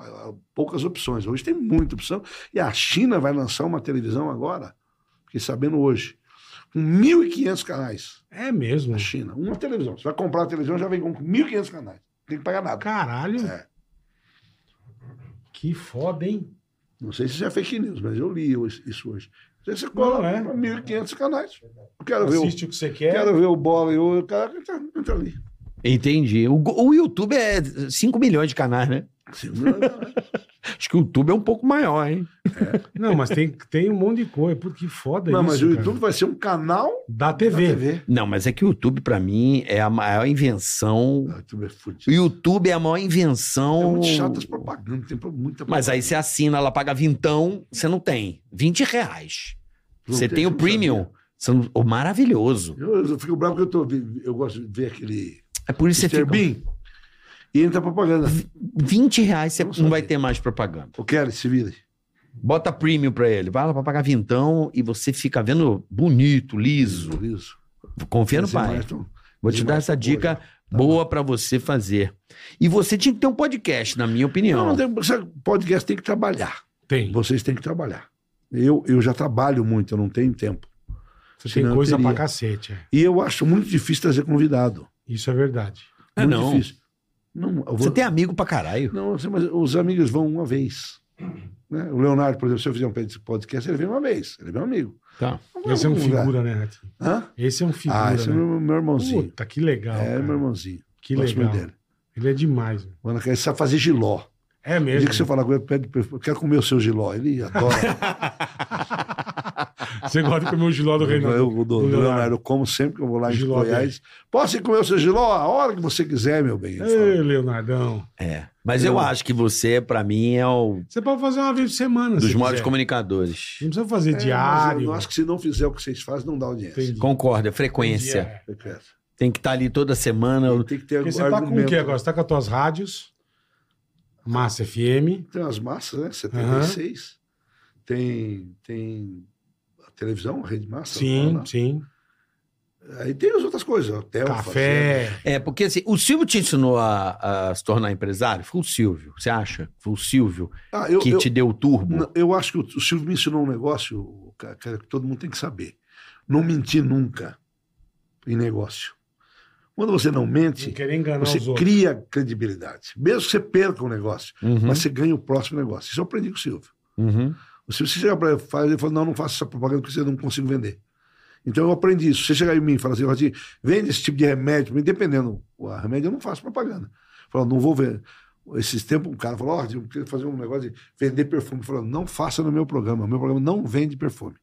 [SPEAKER 5] poucas opções. Hoje tem muita opção. E a China vai lançar uma televisão agora, fiquei sabendo hoje, com 1.500 canais
[SPEAKER 3] É mesmo.
[SPEAKER 5] na China. Uma televisão. Você vai comprar a televisão, já vem com 1.500 canais. Não tem que pagar nada.
[SPEAKER 3] Caralho.
[SPEAKER 5] É.
[SPEAKER 3] Que foda, hein?
[SPEAKER 5] Não sei se isso é fake news, mas eu li hoje- isso hoje. Aí Você cola
[SPEAKER 3] Não, é.
[SPEAKER 5] pra 1.500 canais. Eu quero ver o,
[SPEAKER 3] Assiste o que você quer.
[SPEAKER 5] quero ver o bola e o cara entra, entra ali.
[SPEAKER 4] Entendi. O, Go- o YouTube é 5 milhões de canais, né?
[SPEAKER 5] Assim, não, não,
[SPEAKER 4] Acho que o YouTube é um pouco maior, hein?
[SPEAKER 3] Não, mas tem, tem um monte de coisa. Puta, <laughs> que foda
[SPEAKER 5] Não,
[SPEAKER 3] isso,
[SPEAKER 5] mas o
[SPEAKER 3] cara.
[SPEAKER 5] YouTube vai ser um canal
[SPEAKER 3] Da
[SPEAKER 5] da
[SPEAKER 3] TV.
[SPEAKER 5] TV.
[SPEAKER 4] Não, mas é que o YouTube, pra mim, é a maior invenção.
[SPEAKER 5] O YouTube é
[SPEAKER 4] O
[SPEAKER 5] fudido.
[SPEAKER 4] YouTube é a maior
[SPEAKER 5] É
[SPEAKER 4] invenção.
[SPEAKER 3] Então-
[SPEAKER 5] muito chato as propagandas, tem pro- muita
[SPEAKER 4] Mas aí você assina, ela paga vintão, você não tem. 20 reais.
[SPEAKER 5] Não
[SPEAKER 4] você
[SPEAKER 5] tem,
[SPEAKER 4] tem
[SPEAKER 5] você
[SPEAKER 4] o
[SPEAKER 5] não
[SPEAKER 4] premium.
[SPEAKER 5] é.
[SPEAKER 4] Você não- oh, maravilhoso.
[SPEAKER 5] Eu, eu fico bravo porque eu, tô, vi- eu gosto de ver aquele
[SPEAKER 4] É por isso que você
[SPEAKER 5] Mr.
[SPEAKER 4] fica...
[SPEAKER 5] Bean e entra propaganda.
[SPEAKER 4] 20 reais você
[SPEAKER 5] Eu
[SPEAKER 4] não,
[SPEAKER 5] não sabia.
[SPEAKER 4] vai ter mais propaganda.
[SPEAKER 5] O Kelly, se vira.
[SPEAKER 4] Bota premium pra ele. Vai lá pra pagar vintão e você fica vendo bonito, liso.
[SPEAKER 5] Isso.
[SPEAKER 4] Confia no
[SPEAKER 5] As
[SPEAKER 4] pai.
[SPEAKER 5] imagens tão-
[SPEAKER 4] Vou te
[SPEAKER 5] as
[SPEAKER 4] dar
[SPEAKER 5] imagens
[SPEAKER 4] essa
[SPEAKER 5] tão boas,
[SPEAKER 4] dica
[SPEAKER 5] né? Tá
[SPEAKER 4] boa pra você fazer. E você tinha que ter um podcast, na minha
[SPEAKER 5] Não,
[SPEAKER 4] opinião.
[SPEAKER 5] não tem, você- podcast tem que trabalhar.
[SPEAKER 3] Tem.
[SPEAKER 5] Vocês têm que trabalhar. Eu, eu já trabalho muito, eu não tenho tempo.
[SPEAKER 3] Você tem
[SPEAKER 5] Senão eu
[SPEAKER 3] coisa
[SPEAKER 5] teria.
[SPEAKER 3] pra cacete. é.
[SPEAKER 5] E eu acho muito difícil trazer convidado.
[SPEAKER 3] Isso é verdade.
[SPEAKER 4] É,
[SPEAKER 5] muito
[SPEAKER 4] não.
[SPEAKER 5] difícil. Não, eu vou-
[SPEAKER 4] Você tem amigo pra caralho.
[SPEAKER 5] Não, eu sei, mas os amigos vão uma vez. né? O Leonardo, por exemplo, se eu fizer um podcast, ele vem uma vez. Ele é meu amigo.
[SPEAKER 4] Tá.
[SPEAKER 5] Não
[SPEAKER 3] Esse é um
[SPEAKER 5] vamos lá.
[SPEAKER 3] figura, né, Ratinho?
[SPEAKER 5] Hã?
[SPEAKER 3] Esse é um figura,
[SPEAKER 5] Ah, esse é
[SPEAKER 3] né?
[SPEAKER 5] meu, meu irmãozinho.
[SPEAKER 3] Puta, que legal,
[SPEAKER 5] é,
[SPEAKER 3] cara.
[SPEAKER 5] meu irmãozinho.
[SPEAKER 3] Que
[SPEAKER 5] Gosto
[SPEAKER 3] legal.
[SPEAKER 5] muito dele.
[SPEAKER 3] Ele é demais. Né?
[SPEAKER 5] Mano, ele sabe fazer giló.
[SPEAKER 3] É
[SPEAKER 5] O dia
[SPEAKER 3] mesmo.
[SPEAKER 5] que você falar com ele, pede, pra ele, eu quero comer o seu giló. Ele adora.
[SPEAKER 3] Você gosta de comer o giló do
[SPEAKER 5] eu,
[SPEAKER 3] Reinaldo.
[SPEAKER 5] do, do
[SPEAKER 3] Leonardo.
[SPEAKER 5] Leonardo, eu como sempre que eu vou lá em
[SPEAKER 3] Giló
[SPEAKER 5] Goiás. Posso ir comer o seu giló a hora que você quiser, meu bem. ele fala.
[SPEAKER 3] Ei, Leonardão.
[SPEAKER 4] É. Mas eu
[SPEAKER 5] Não.
[SPEAKER 4] acho que você, pra mim, é o
[SPEAKER 3] Você pode fazer uma vez por semana.
[SPEAKER 4] dos
[SPEAKER 3] se
[SPEAKER 4] maiores
[SPEAKER 3] quiser.
[SPEAKER 4] comunicadores.
[SPEAKER 3] Não precisa fazer
[SPEAKER 5] É, mas
[SPEAKER 3] diário.
[SPEAKER 5] Eu acho que se não fizer o que vocês fazem, não dá audiência.
[SPEAKER 3] Entendi.
[SPEAKER 4] Concordo, é frequência.
[SPEAKER 3] Entendi, é.
[SPEAKER 5] Eu quero.
[SPEAKER 4] Tem que estar ali toda semana.
[SPEAKER 5] Tem que ter
[SPEAKER 3] Porque
[SPEAKER 5] algum
[SPEAKER 3] você tá com o
[SPEAKER 5] argumento.
[SPEAKER 3] quê agora? Você tá com as tuas rádios, Massa FM,
[SPEAKER 5] Tem as massas, né? 76. Tem, tem a televisão, a Rede Massa.
[SPEAKER 3] sim,
[SPEAKER 5] lá.
[SPEAKER 3] sim,
[SPEAKER 5] Aí tem as outras coisas, hotel,
[SPEAKER 3] café,
[SPEAKER 4] É, porque assim, o Silvio te ensinou a, a se tornar empresário? Foi o Silvio, você acha? Foi o Silvio
[SPEAKER 5] fazenda. Ah, eu,
[SPEAKER 4] que
[SPEAKER 5] eu,
[SPEAKER 4] te deu o turbo?
[SPEAKER 3] Né?
[SPEAKER 5] não, eu acho que o Silvio me ensinou um negócio, cara, cara, que todo mundo tem que saber.
[SPEAKER 3] É.
[SPEAKER 5] Não mentir nunca em negócio. Quando você não
[SPEAKER 3] não
[SPEAKER 5] mente,
[SPEAKER 3] querer enganar
[SPEAKER 5] você
[SPEAKER 3] os outros.
[SPEAKER 5] cria credibilidade. Mesmo que você perca o negócio,
[SPEAKER 4] Uhum,
[SPEAKER 5] mas você ganha o próximo negócio. Isso eu aprendi com o Silvio.
[SPEAKER 4] uhum.
[SPEAKER 5] Se você chegar para ele e falar, ele fala, não, não faça essa propaganda porque você não consigo vender. Então eu aprendi isso. Se você chegar em mim e falar assim, Rodinho, vende esse tipo de remédio, mas dependendo, o remédio eu não faço propaganda. Fala, não vou ver. Esses tempos, um cara falou: Ó, eu queria fazer um negócio de vender perfume. Eu falei: não faça no meu programa. O meu programa não vende perfume.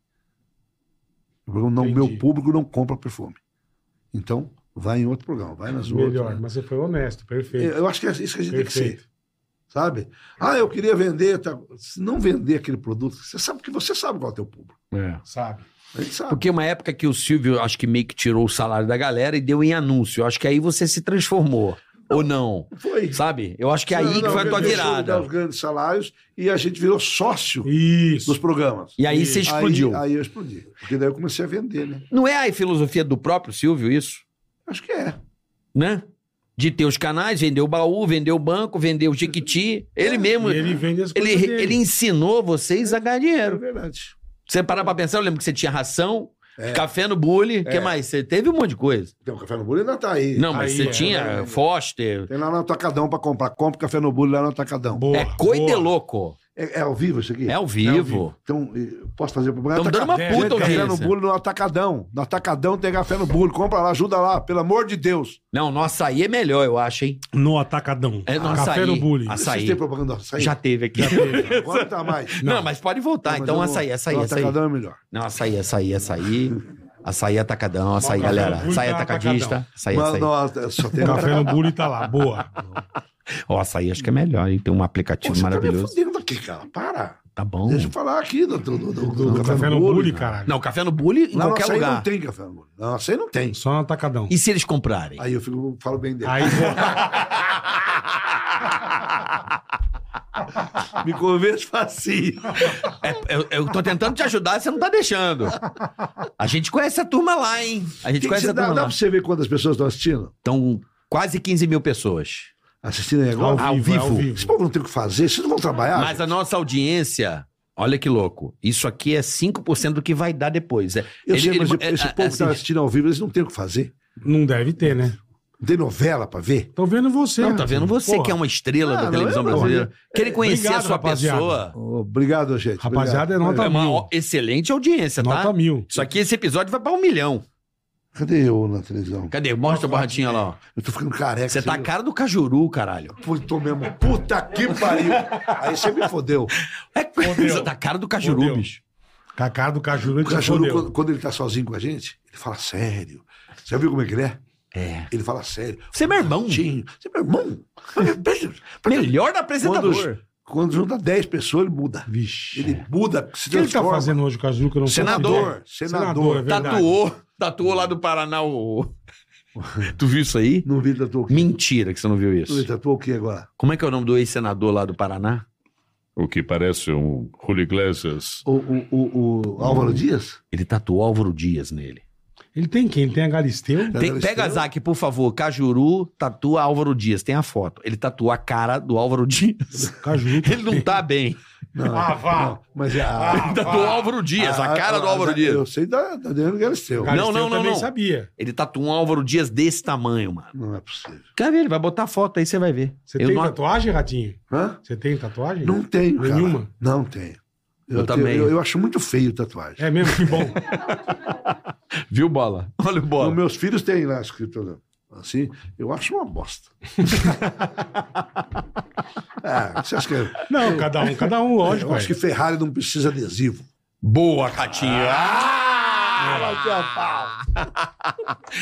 [SPEAKER 5] O programa não,
[SPEAKER 3] Entendi.
[SPEAKER 5] meu público não compra perfume. Então, vai em outro programa, vai nas
[SPEAKER 3] Melhor,
[SPEAKER 5] outras. né?
[SPEAKER 3] mas você foi honesto, perfeito.
[SPEAKER 5] Eu eu acho que é isso que a gente tem que ser
[SPEAKER 3] Perfeito.
[SPEAKER 5] sabe? Ah, eu queria vender. Tá. Se não vender aquele produto, você sabe que você sabe qual é o teu público.
[SPEAKER 6] É.
[SPEAKER 3] Sabe?
[SPEAKER 5] A gente sabe.
[SPEAKER 4] Porque uma época que o Silvio, acho que meio que tirou o salário da galera e deu em anúncio. Eu acho que aí você se transformou. Ou não.
[SPEAKER 5] Foi.
[SPEAKER 4] Sabe? Eu acho que é aí que foi a tua
[SPEAKER 5] Os
[SPEAKER 4] virada.
[SPEAKER 5] grandes salários e a gente virou sócio
[SPEAKER 3] Isso.
[SPEAKER 5] dos programas.
[SPEAKER 4] E aí você
[SPEAKER 5] Aí-
[SPEAKER 4] explodiu.
[SPEAKER 5] Aí, eu explodi. Porque daí eu comecei a vender, né?
[SPEAKER 4] Não é a filosofia do próprio Silvio isso?
[SPEAKER 5] Acho que é.
[SPEAKER 4] Né? De ter os canais, vender o baú, vender o banco, vender o Jequiti. Ele mesmo.
[SPEAKER 3] É, E ele vende as
[SPEAKER 4] Ele,
[SPEAKER 3] coisas dele.
[SPEAKER 4] ele ensinou vocês a ganhar
[SPEAKER 5] É
[SPEAKER 4] dinheiro.
[SPEAKER 5] verdade.
[SPEAKER 4] Você parar pra pensar, eu lembro que você tinha ração,
[SPEAKER 5] É.
[SPEAKER 4] café no bule, o que mais? Você teve um monte de coisa.
[SPEAKER 5] Então, o Café no Bule ainda tá aí.
[SPEAKER 4] Não, mas
[SPEAKER 3] aí,
[SPEAKER 4] você
[SPEAKER 3] é,
[SPEAKER 4] tinha
[SPEAKER 5] é.
[SPEAKER 4] Foster.
[SPEAKER 5] Tem lá no Atacadão pra comprar. Compre Café no Bule lá no Atacadão.
[SPEAKER 3] Boa,
[SPEAKER 4] é coide
[SPEAKER 3] boa.
[SPEAKER 4] louco.
[SPEAKER 5] É, é ao vivo isso aqui?
[SPEAKER 4] É ao vivo.
[SPEAKER 5] Então, eh, posso fazer o programa?
[SPEAKER 4] Estamos dando uma
[SPEAKER 5] Atacadão.
[SPEAKER 4] puta
[SPEAKER 5] Gente, Café no
[SPEAKER 4] audiência.
[SPEAKER 5] Bule no Atacadão. No Atacadão tem Café no Bule. Compra lá, ajuda lá. Pelo amor de Deus.
[SPEAKER 4] Não, no açaí é melhor, eu acho, hein?
[SPEAKER 3] No atacadão.
[SPEAKER 4] É no açaí.
[SPEAKER 3] Café no bullying.
[SPEAKER 5] Vocês
[SPEAKER 4] Açaí.
[SPEAKER 5] têm propaganda do açaí?
[SPEAKER 4] Já teve aqui.
[SPEAKER 5] Agora tá mais.
[SPEAKER 4] <laughs> Não, mas pode voltar. então, açaí, açaí,
[SPEAKER 5] O
[SPEAKER 4] açaí.
[SPEAKER 5] atacadão é melhor.
[SPEAKER 4] Não, açaí, açaí, açaí. Açaí é atacadão, açaí,
[SPEAKER 3] Bom,
[SPEAKER 4] galera.
[SPEAKER 3] café no tá
[SPEAKER 4] Açaí é
[SPEAKER 3] bullying,
[SPEAKER 4] atacadista. Açaí,
[SPEAKER 5] Mas,
[SPEAKER 4] açaí.
[SPEAKER 5] não, só tem
[SPEAKER 4] <laughs>
[SPEAKER 3] Café no bullying tá lá, boa.
[SPEAKER 4] Ó, açaí acho que é melhor, hein? Tem um aplicativo
[SPEAKER 5] Pô, você
[SPEAKER 4] maravilhoso.
[SPEAKER 5] tá me fudendo aqui, cara. Para.
[SPEAKER 4] Tá bom.
[SPEAKER 5] Deixa eu falar aqui do, do, do, do- do
[SPEAKER 3] Do café no
[SPEAKER 5] Bule.
[SPEAKER 3] bullying, caralho.
[SPEAKER 4] Não, café no bullying em
[SPEAKER 5] Lá no
[SPEAKER 4] qualquer
[SPEAKER 5] açaí
[SPEAKER 4] lugar.
[SPEAKER 5] não tem café no bule. Lá no açaí não tem.
[SPEAKER 3] Só no atacadão.
[SPEAKER 4] E se eles comprarem?
[SPEAKER 5] Aí eu fico, falo bem
[SPEAKER 4] <laughs>
[SPEAKER 5] dele.
[SPEAKER 3] Aí, boa.
[SPEAKER 5] <laughs> Me convenço facinho.
[SPEAKER 4] É, eu, eu tô tentando te ajudar, você não tá deixando. A gente conhece a turma lá, hein? A gente
[SPEAKER 5] Que que
[SPEAKER 4] conhece
[SPEAKER 5] você
[SPEAKER 4] a
[SPEAKER 5] dá,
[SPEAKER 4] turma
[SPEAKER 5] dá
[SPEAKER 4] lá.
[SPEAKER 5] pra você ver quantas pessoas estão assistindo?
[SPEAKER 4] Então, quase 15 mil pessoas.
[SPEAKER 5] Assistindo aí agora?
[SPEAKER 3] Ao vivo, é ao vivo.
[SPEAKER 5] Esse povo não tem o que fazer, vocês não vão trabalhar?
[SPEAKER 4] Mas a nossa audiência, olha que louco. Isso aqui é 5% do que vai dar depois. É,
[SPEAKER 5] eu
[SPEAKER 4] ele-
[SPEAKER 5] sei,
[SPEAKER 4] ele-
[SPEAKER 5] mas
[SPEAKER 4] é,
[SPEAKER 5] esse
[SPEAKER 4] é,
[SPEAKER 5] povo que tá
[SPEAKER 4] assim,
[SPEAKER 5] assistindo ao vivo, eles não têm o que fazer.
[SPEAKER 3] Não deve ter, né?
[SPEAKER 5] Não tem novela pra ver.
[SPEAKER 3] Tô vendo você.
[SPEAKER 4] Não, tá vendo você
[SPEAKER 3] Porra.
[SPEAKER 4] que é uma estrela
[SPEAKER 5] Ah,
[SPEAKER 4] da
[SPEAKER 5] não,
[SPEAKER 4] televisão
[SPEAKER 5] eu não,
[SPEAKER 4] brasileira. Querer conhecer
[SPEAKER 3] Obrigado,
[SPEAKER 4] a sua
[SPEAKER 3] rapaziada.
[SPEAKER 4] pessoa.
[SPEAKER 5] Obrigado, gente.
[SPEAKER 3] Rapaziada, é
[SPEAKER 5] Obrigado.
[SPEAKER 3] nota
[SPEAKER 4] É uma
[SPEAKER 3] mil.
[SPEAKER 4] ó- excelente audiência,
[SPEAKER 3] Nota
[SPEAKER 4] tá?
[SPEAKER 3] mil.
[SPEAKER 4] Isso aqui, esse episódio vai pra um milhão.
[SPEAKER 5] É. Cadê eu na televisão?
[SPEAKER 4] Cadê? Mostra a borratinha lá, ó.
[SPEAKER 5] Eu tô ficando careca.
[SPEAKER 4] Você tá a
[SPEAKER 5] viu?
[SPEAKER 4] cara do Cajuru, caralho.
[SPEAKER 5] Pô, tô mesmo. Puta que pariu. Aí você me fodeu.
[SPEAKER 4] É,
[SPEAKER 3] Deus.
[SPEAKER 4] <laughs> você tá a cara do Cajuru,
[SPEAKER 3] Fodeu.
[SPEAKER 4] bicho.
[SPEAKER 3] Com a cara do Cajuru,
[SPEAKER 5] O
[SPEAKER 3] ele já
[SPEAKER 5] cachorro,
[SPEAKER 3] fodeu.
[SPEAKER 5] quando, quando ele tá sozinho com a gente, ele fala sério. Você já viu como é que ele é?
[SPEAKER 4] É.
[SPEAKER 5] Ele fala sério.
[SPEAKER 4] Você é meu irmão.
[SPEAKER 5] Tinho, você é meu irmão.
[SPEAKER 4] Melhor
[SPEAKER 5] Quando,
[SPEAKER 4] apresentador.
[SPEAKER 5] quando junta 10 pessoas, ele muda.
[SPEAKER 3] Vixe.
[SPEAKER 5] Ele
[SPEAKER 4] É.
[SPEAKER 5] muda, se
[SPEAKER 3] O que ele tá
[SPEAKER 5] transforma.
[SPEAKER 3] fazendo hoje, Cajuru, que eu não faço
[SPEAKER 5] Senador,
[SPEAKER 3] ideia?
[SPEAKER 5] senador.
[SPEAKER 3] é verdade.
[SPEAKER 4] Tatuou. Tatuou lá do Paraná o... <laughs> Tu viu isso aí?
[SPEAKER 5] Não vi tatu aqui.
[SPEAKER 4] Mentira que você não viu
[SPEAKER 5] Não vi
[SPEAKER 4] isso.
[SPEAKER 5] tatu aqui agora.
[SPEAKER 4] Como é que é o nome do ex-senador lá do Paraná?
[SPEAKER 6] O que parece um Julio Iglesias.
[SPEAKER 5] O, o, o, o Álvaro Dias?
[SPEAKER 4] Ele tatuou Álvaro Dias nele.
[SPEAKER 3] Ele tem quem? Ele tem a
[SPEAKER 5] <laughs>
[SPEAKER 3] Galisteu?
[SPEAKER 4] Tem,
[SPEAKER 5] Estrela?
[SPEAKER 4] pega, Zac, por favor. Cajuru tatua Álvaro Dias. Tem a foto. Ele tatuou a cara do Álvaro Dias. <laughs>
[SPEAKER 3] Cajuru.
[SPEAKER 4] Ele não tá bem.
[SPEAKER 5] Não,
[SPEAKER 3] Ah, vá. Ah,
[SPEAKER 5] não, mas é a,
[SPEAKER 4] Ele tatuou Álvaro Dias.
[SPEAKER 5] Ah,
[SPEAKER 4] A cara do Álvaro
[SPEAKER 5] Eu
[SPEAKER 4] Dias.
[SPEAKER 5] sei da, da Adriana Galisteu.
[SPEAKER 3] Galisteu
[SPEAKER 4] Não, não, não,
[SPEAKER 3] também
[SPEAKER 4] não.
[SPEAKER 3] sabia.
[SPEAKER 4] Ele tatuou um Álvaro Dias desse tamanho, mano.
[SPEAKER 5] Não é possível.
[SPEAKER 4] Quer ver? Ele vai botar a foto aí, você vai ver.
[SPEAKER 3] Você
[SPEAKER 4] Eu
[SPEAKER 3] tem
[SPEAKER 4] não-
[SPEAKER 3] tatuagem, Ratinho?
[SPEAKER 5] Hã?
[SPEAKER 3] Você tem tatuagem?
[SPEAKER 5] Não tenho, cara.
[SPEAKER 3] Nenhuma?
[SPEAKER 5] Não tenho.
[SPEAKER 4] Eu também.
[SPEAKER 5] Eu, eu acho muito feio tatuagem.
[SPEAKER 3] É mesmo? Que
[SPEAKER 5] <laughs>
[SPEAKER 3] bom.
[SPEAKER 4] Viu, Bola? Olha o
[SPEAKER 5] Os
[SPEAKER 4] Bola.
[SPEAKER 5] meus filhos têm lá escrito assim, eu acho uma bosta.
[SPEAKER 3] <laughs>
[SPEAKER 5] Ah, você acha que é-
[SPEAKER 3] Não, cada um, cada um, lógico.
[SPEAKER 5] eu acho que
[SPEAKER 3] é.
[SPEAKER 5] Ferrari não precisa adesivo.
[SPEAKER 4] Boa, Catinha.
[SPEAKER 5] Ah,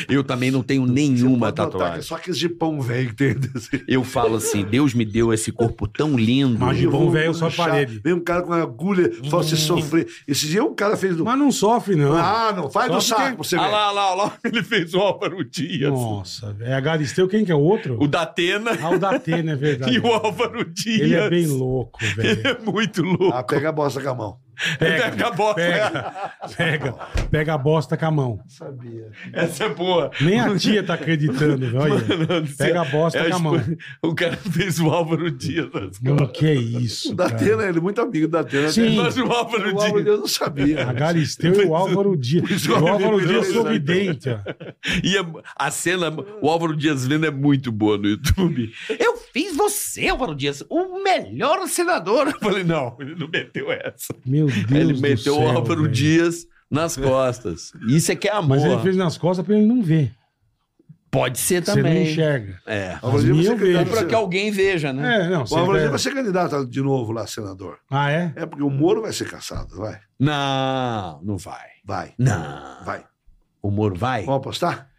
[SPEAKER 4] Eu também não tenho nenhuma tatuagem.
[SPEAKER 5] Só que esse pão velho que tem adesivo.
[SPEAKER 4] Eu falo assim, Deus me deu esse corpo tão lindo.
[SPEAKER 3] Imagina. Ah, pão
[SPEAKER 5] Eu vou
[SPEAKER 3] velho só
[SPEAKER 5] puxar,
[SPEAKER 3] parede. Hum.
[SPEAKER 5] Vem um cara com uma agulha, só se sofrer. Esse dia um cara fez do.
[SPEAKER 3] Mas não sofre, não.
[SPEAKER 5] Ah, não, faz
[SPEAKER 3] Só
[SPEAKER 5] do
[SPEAKER 3] que
[SPEAKER 5] saco
[SPEAKER 3] tem-
[SPEAKER 5] pra você
[SPEAKER 4] Ah
[SPEAKER 5] ver.
[SPEAKER 4] lá, ah lá, ah lá, <laughs> ele fez o Álvaro Dias.
[SPEAKER 3] Nossa, é a Galisteu, quem que é o outro?
[SPEAKER 4] O da Atena
[SPEAKER 3] Ah, o da T, né,
[SPEAKER 5] <laughs>
[SPEAKER 3] verdade?
[SPEAKER 4] e o Álvaro Dias.
[SPEAKER 3] Ele é bem louco, velho.
[SPEAKER 4] Ele é muito louco.
[SPEAKER 5] Ah, pega a bosta com a mão.
[SPEAKER 4] Ah, Pega a bola.
[SPEAKER 3] Pega, pega, pega a bosta com a mão.
[SPEAKER 5] Sabia.
[SPEAKER 4] Essa é boa.
[SPEAKER 3] Nem a tia tá
[SPEAKER 4] <laughs>
[SPEAKER 3] acreditando, velho. Olha.
[SPEAKER 4] Mano do céu.
[SPEAKER 3] Pega a bosta
[SPEAKER 4] É
[SPEAKER 3] com a mão.
[SPEAKER 4] espo- <laughs> O cara fez o Álvaro Dias. nas
[SPEAKER 3] Mano,
[SPEAKER 4] costas.
[SPEAKER 3] que é isso,
[SPEAKER 5] O
[SPEAKER 3] cara.
[SPEAKER 5] Datena, ele é muito amigo do Datena.
[SPEAKER 3] Sim.
[SPEAKER 4] Mas o Álvaro
[SPEAKER 5] O
[SPEAKER 4] Dias.
[SPEAKER 5] Álvaro Deus não <laughs> sabia.
[SPEAKER 3] A Galisteu e o Álvaro
[SPEAKER 4] <laughs>
[SPEAKER 3] Dias. O Álvaro Dias
[SPEAKER 4] é
[SPEAKER 3] sob dente, ó.
[SPEAKER 4] E é a, a cena, o Álvaro Dias Lenda é muito boa no YouTube. Eu fiz você, Álvaro Dias, o melhor senador. Eu falei, não, ele não meteu essa.
[SPEAKER 3] Meu Deus
[SPEAKER 4] ele
[SPEAKER 3] do
[SPEAKER 4] meteu
[SPEAKER 3] céu,
[SPEAKER 4] o Álvaro
[SPEAKER 3] velho.
[SPEAKER 4] Dias nas costas. Isso é que é amor.
[SPEAKER 3] Mas ele fez nas costas pra ele não ver.
[SPEAKER 4] Pode ser
[SPEAKER 3] Você não
[SPEAKER 4] também.
[SPEAKER 3] enxerga.
[SPEAKER 4] é.
[SPEAKER 5] O Álvaro Dias
[SPEAKER 3] mil
[SPEAKER 5] vai ser
[SPEAKER 4] É
[SPEAKER 3] vezes.
[SPEAKER 5] candidato.
[SPEAKER 4] pra que alguém veja, né?
[SPEAKER 3] É, não.
[SPEAKER 5] O
[SPEAKER 3] Você
[SPEAKER 5] Álvaro Dias
[SPEAKER 3] vê-
[SPEAKER 5] vai ser candidato de novo lá, senador.
[SPEAKER 3] Ah, é?
[SPEAKER 5] É porque o Moro vai ser caçado. Vai.
[SPEAKER 4] Não, não vai.
[SPEAKER 5] Vai.
[SPEAKER 4] Não.
[SPEAKER 5] Vai.
[SPEAKER 4] O Moro vai?
[SPEAKER 5] Vamos apostar?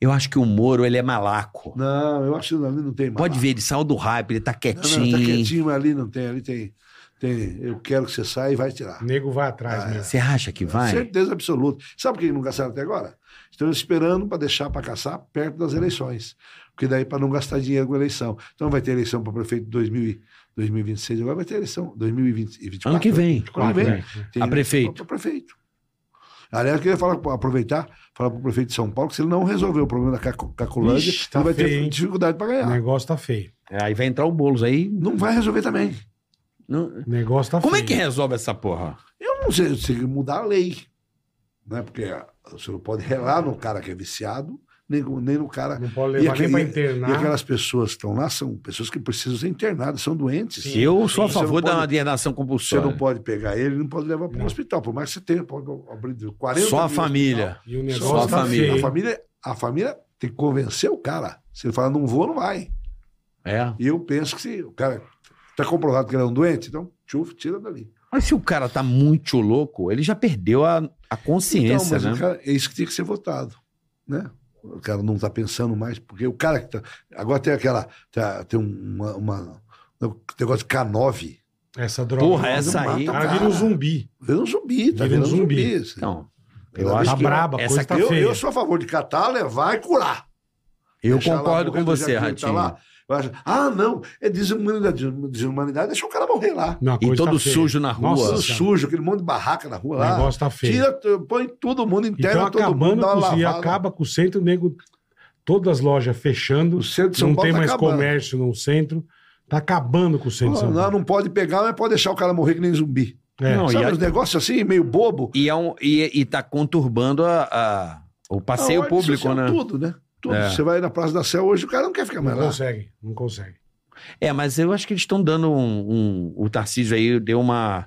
[SPEAKER 4] Eu acho que o Moro, ele é malaco.
[SPEAKER 5] Não, eu acho que ali não tem mais.
[SPEAKER 4] Pode ver, ele saiu do hype, ele tá
[SPEAKER 5] Não,
[SPEAKER 4] quietinho.
[SPEAKER 5] não, tá quietinho, mas ali não tem. Ali tem. tem eu quero que você saia e vai tirar.
[SPEAKER 3] O nego vai atrás
[SPEAKER 5] Ah,
[SPEAKER 3] mesmo.
[SPEAKER 4] Você acha que vai?
[SPEAKER 5] Certeza absoluta. Sabe por que não caçaram até agora? Estão esperando para deixar para caçar perto das eleições. Porque daí para não gastar dinheiro com a eleição. Então vai ter eleição para prefeito em 2000 e- 2026, agora vai ter eleição 2024.
[SPEAKER 4] Ano que vem. né?
[SPEAKER 5] Ano que vem.
[SPEAKER 3] Né?
[SPEAKER 5] Tem-
[SPEAKER 4] A prefeito.
[SPEAKER 5] Pra prefeito. Aliás, eu queria falar, aproveitar, falar para o prefeito de São Paulo que se ele não resolver o problema da Caco- Cacolândia,
[SPEAKER 3] Ixi, tá
[SPEAKER 5] ele vai
[SPEAKER 3] feio, hein?
[SPEAKER 5] ter dificuldade para
[SPEAKER 3] O
[SPEAKER 5] ganhar.
[SPEAKER 3] negócio tá feio.
[SPEAKER 4] É, Aí vai entrar o Boulos aí.
[SPEAKER 5] Não vai resolver também.
[SPEAKER 4] não-
[SPEAKER 3] O negócio tá
[SPEAKER 4] Como é
[SPEAKER 3] feio.
[SPEAKER 4] que resolve essa porra?
[SPEAKER 5] Eu não sei, você tem que mudar a lei. Né? Porque você não pode relar no cara que é viciado, nem, nem no
[SPEAKER 4] é?
[SPEAKER 5] cara.
[SPEAKER 3] Não pode
[SPEAKER 5] E
[SPEAKER 3] levar
[SPEAKER 5] aquele-
[SPEAKER 3] nem pra
[SPEAKER 5] E
[SPEAKER 3] internar.
[SPEAKER 5] aquelas pessoas que estão lá são pessoas que precisam ser internadas, são doentes.
[SPEAKER 3] Sim.
[SPEAKER 4] eu sou a
[SPEAKER 5] Você não
[SPEAKER 4] favor da
[SPEAKER 5] pode-
[SPEAKER 4] alienação
[SPEAKER 5] Você
[SPEAKER 4] compulsória.
[SPEAKER 5] não pode pegar ele, não pode levar para
[SPEAKER 3] Não.
[SPEAKER 5] o hospital, por mais que você tenha, pode abrir de 40
[SPEAKER 4] Só a
[SPEAKER 5] mil
[SPEAKER 4] família.
[SPEAKER 3] E o
[SPEAKER 4] Só
[SPEAKER 3] negócio
[SPEAKER 4] a
[SPEAKER 3] tá
[SPEAKER 4] família.
[SPEAKER 5] hospital.
[SPEAKER 3] feio.
[SPEAKER 5] A família, a família tem que convencer o cara. Se ele falar não vou, não vai.
[SPEAKER 4] É.
[SPEAKER 5] E eu penso que se o cara está comprovado que ele é um doente, então tchuf, tira dali.
[SPEAKER 4] Mas se o cara tá muito louco, ele já perdeu a, a consciência,
[SPEAKER 5] então, mas o
[SPEAKER 4] né?
[SPEAKER 5] cara- é isso que tinha que ser votado, né? O cara não está pensando mais, porque o cara que tá... Agora tem aquela... tá- tem uma... uma um negócio de K9.
[SPEAKER 3] Essa droga.
[SPEAKER 4] Porra,
[SPEAKER 5] é-
[SPEAKER 4] essa aí. tá
[SPEAKER 3] O cara vira um zumbi.
[SPEAKER 5] Vira um zumbi,
[SPEAKER 3] Vira
[SPEAKER 5] tá
[SPEAKER 3] um
[SPEAKER 5] virando um zumbi.
[SPEAKER 3] zumbi.
[SPEAKER 5] assim.
[SPEAKER 4] Então,
[SPEAKER 5] Tá
[SPEAKER 4] eu acho
[SPEAKER 3] Tá
[SPEAKER 4] que
[SPEAKER 3] braba, a
[SPEAKER 4] essa
[SPEAKER 3] coisa tá
[SPEAKER 5] eu,
[SPEAKER 3] feia.
[SPEAKER 5] eu sou a favor de catar, levar e curar.
[SPEAKER 4] eu
[SPEAKER 5] Deixar lá
[SPEAKER 4] concordo com
[SPEAKER 5] morrendo, já
[SPEAKER 4] você,
[SPEAKER 5] que ele tá
[SPEAKER 4] Ratinho.
[SPEAKER 5] lá. Eu acho, ah, não, é desumanidade, desumanidade, deixa o cara morrer lá.
[SPEAKER 3] Não, a
[SPEAKER 4] E
[SPEAKER 3] coisa
[SPEAKER 4] todo
[SPEAKER 3] tá feia.
[SPEAKER 4] sujo na rua.
[SPEAKER 3] Nossa,
[SPEAKER 5] Tudo
[SPEAKER 3] cara,
[SPEAKER 5] sujo, aquele monte de barraca na rua
[SPEAKER 3] O
[SPEAKER 5] lá.
[SPEAKER 3] negócio tá feio.
[SPEAKER 5] Tira, t- põe todo mundo, interna
[SPEAKER 3] Então,
[SPEAKER 5] todo mundo,
[SPEAKER 3] acabando
[SPEAKER 5] dá
[SPEAKER 3] com
[SPEAKER 5] uma
[SPEAKER 3] o- e
[SPEAKER 5] lavada.
[SPEAKER 3] acaba com o centro, o nego, todas as lojas fechando,
[SPEAKER 5] O centro de São
[SPEAKER 3] não
[SPEAKER 5] Paulo
[SPEAKER 3] tem
[SPEAKER 5] tá
[SPEAKER 3] mais
[SPEAKER 5] acabando.
[SPEAKER 3] comércio no centro, tá acabando com o centro de
[SPEAKER 5] Não,
[SPEAKER 3] São
[SPEAKER 5] não,
[SPEAKER 3] Paulo.
[SPEAKER 5] não pode pegar, mas pode deixar o cara morrer que nem zumbi.
[SPEAKER 3] É.
[SPEAKER 4] Não,
[SPEAKER 5] Sabe
[SPEAKER 4] e a-
[SPEAKER 5] uns negócios assim, meio bobo?
[SPEAKER 4] E, é um, e, e tá conturbando a, a- o passeio
[SPEAKER 5] Ah, olha,
[SPEAKER 4] público,
[SPEAKER 5] social,
[SPEAKER 4] né?
[SPEAKER 5] Tudo, né? Tudo.
[SPEAKER 4] É.
[SPEAKER 5] Você vai na Praça da Sé hoje, o cara não quer ficar
[SPEAKER 3] Não
[SPEAKER 5] mais lá.
[SPEAKER 3] consegue, não consegue.
[SPEAKER 4] É, mas eu acho que eles estão dando um, um- O Tarcísio aí deu uma.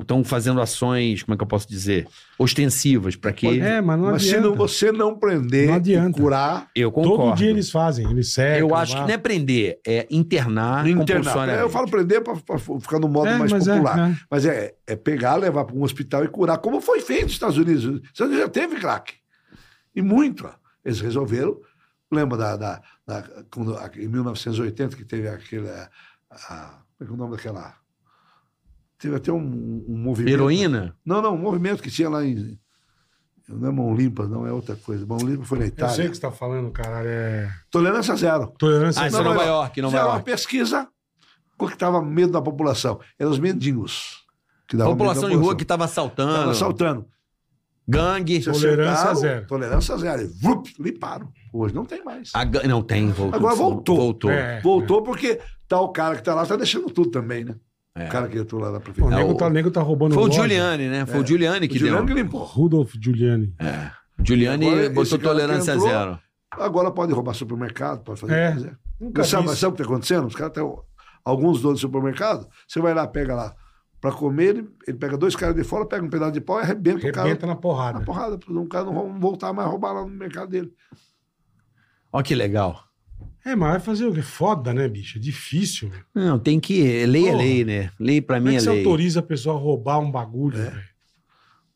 [SPEAKER 4] Estão fazendo ações, como é que eu posso dizer? Ostensivas, para que.
[SPEAKER 3] É, mas não
[SPEAKER 5] Mas se
[SPEAKER 3] adianta.
[SPEAKER 5] não, você não prender
[SPEAKER 3] Não
[SPEAKER 5] e
[SPEAKER 3] adianta.
[SPEAKER 5] curar,
[SPEAKER 4] Eu
[SPEAKER 3] Todo
[SPEAKER 4] concordo.
[SPEAKER 3] dia eles fazem, eles cercam.
[SPEAKER 4] Eu acho que
[SPEAKER 3] lá.
[SPEAKER 4] não é prender, é
[SPEAKER 3] Ah,
[SPEAKER 4] internar.
[SPEAKER 5] não internar. É,
[SPEAKER 4] compulsoriamente.
[SPEAKER 5] Eu falo prender para ficar no modo
[SPEAKER 3] É,
[SPEAKER 5] mais
[SPEAKER 3] mas é,
[SPEAKER 5] popular.
[SPEAKER 3] é.
[SPEAKER 5] Mas é, é pegar, levar para um hospital e curar, como foi feito nos Estados Unidos. Os Estados Unidos já teve crack. E muito. ó. Eles resolveram. Lembra da, da- da- quando, a- em 1980 que teve aquele. A, a- como é que é o nome daquela? Teve até um, um movimento.
[SPEAKER 4] Heroína?
[SPEAKER 5] Não, não, um movimento que tinha lá em. Não é mão limpa, não, é outra coisa. Mão limpa foi na
[SPEAKER 3] Eu sei o
[SPEAKER 5] Itália.
[SPEAKER 3] que você tá falando, caralho. É...
[SPEAKER 5] Tolerância zero.
[SPEAKER 3] Tolerância.
[SPEAKER 4] Ah, isso é
[SPEAKER 5] Nova
[SPEAKER 4] Nova York, Nova
[SPEAKER 5] Fizeram uma
[SPEAKER 4] York.
[SPEAKER 5] pesquisa. Qual que estava medo da população? Eram os mendigos. que davam medo da
[SPEAKER 4] População de rua que
[SPEAKER 5] população.
[SPEAKER 4] tava
[SPEAKER 5] Estavam
[SPEAKER 4] assaltando,
[SPEAKER 5] assaltando.
[SPEAKER 4] gangue.
[SPEAKER 5] Se
[SPEAKER 3] Tolerância
[SPEAKER 5] é acertaram,
[SPEAKER 3] zero. Ah,
[SPEAKER 5] Tolerância zero. E vup, limparam. Hoje não tem mais.
[SPEAKER 4] A ga- Não, tem, voltou.
[SPEAKER 5] Agora voltou.
[SPEAKER 4] Voltou.
[SPEAKER 3] É,
[SPEAKER 5] Voltou porque tá o cara que tá lá, tá deixando tudo também, né?
[SPEAKER 4] É.
[SPEAKER 5] O cara que entrou lá na
[SPEAKER 3] Pô, o
[SPEAKER 5] prefeitura.
[SPEAKER 3] nego
[SPEAKER 4] Não,
[SPEAKER 3] tá, o nego tá roubando
[SPEAKER 4] Foi o
[SPEAKER 3] loja.
[SPEAKER 4] Giuliani, né? Foi o Giuliani
[SPEAKER 5] O
[SPEAKER 4] que
[SPEAKER 5] Juliano
[SPEAKER 4] deu. É.
[SPEAKER 5] que limpou.
[SPEAKER 3] Rudolf Giuliani.
[SPEAKER 4] Giuliani
[SPEAKER 5] Agora, esse
[SPEAKER 4] botou
[SPEAKER 5] cara que
[SPEAKER 4] tolerância
[SPEAKER 5] entrou-
[SPEAKER 4] zero.
[SPEAKER 5] Agora pode roubar supermercado, pode fazer
[SPEAKER 3] É.
[SPEAKER 5] o que quiser.
[SPEAKER 3] Nunca
[SPEAKER 5] Mas sabe,
[SPEAKER 3] vi isso.
[SPEAKER 5] sabe o que tá acontecendo? Os caras têm alguns donos de supermercado, você vai lá, pega lá pra comer, ele, ele pega dois caras de fora, pega um pedaço de pau e arrebenta, o
[SPEAKER 3] Arrebenta
[SPEAKER 5] cara.
[SPEAKER 3] na porrada.
[SPEAKER 5] Na porrada, pra um cara não rou- voltar mais a roubar lá no mercado dele.
[SPEAKER 4] Olha que legal.
[SPEAKER 3] É, mas vai fazer o quê? Foda, né, bicho? É difícil. velho.
[SPEAKER 4] Não, tem que. Lei é
[SPEAKER 3] Porra.
[SPEAKER 4] lei, né? Lei pra
[SPEAKER 3] Como
[SPEAKER 4] mim
[SPEAKER 3] é
[SPEAKER 4] é
[SPEAKER 3] que você
[SPEAKER 4] lei. É,
[SPEAKER 3] autoriza a pessoa a roubar um bagulho, velho?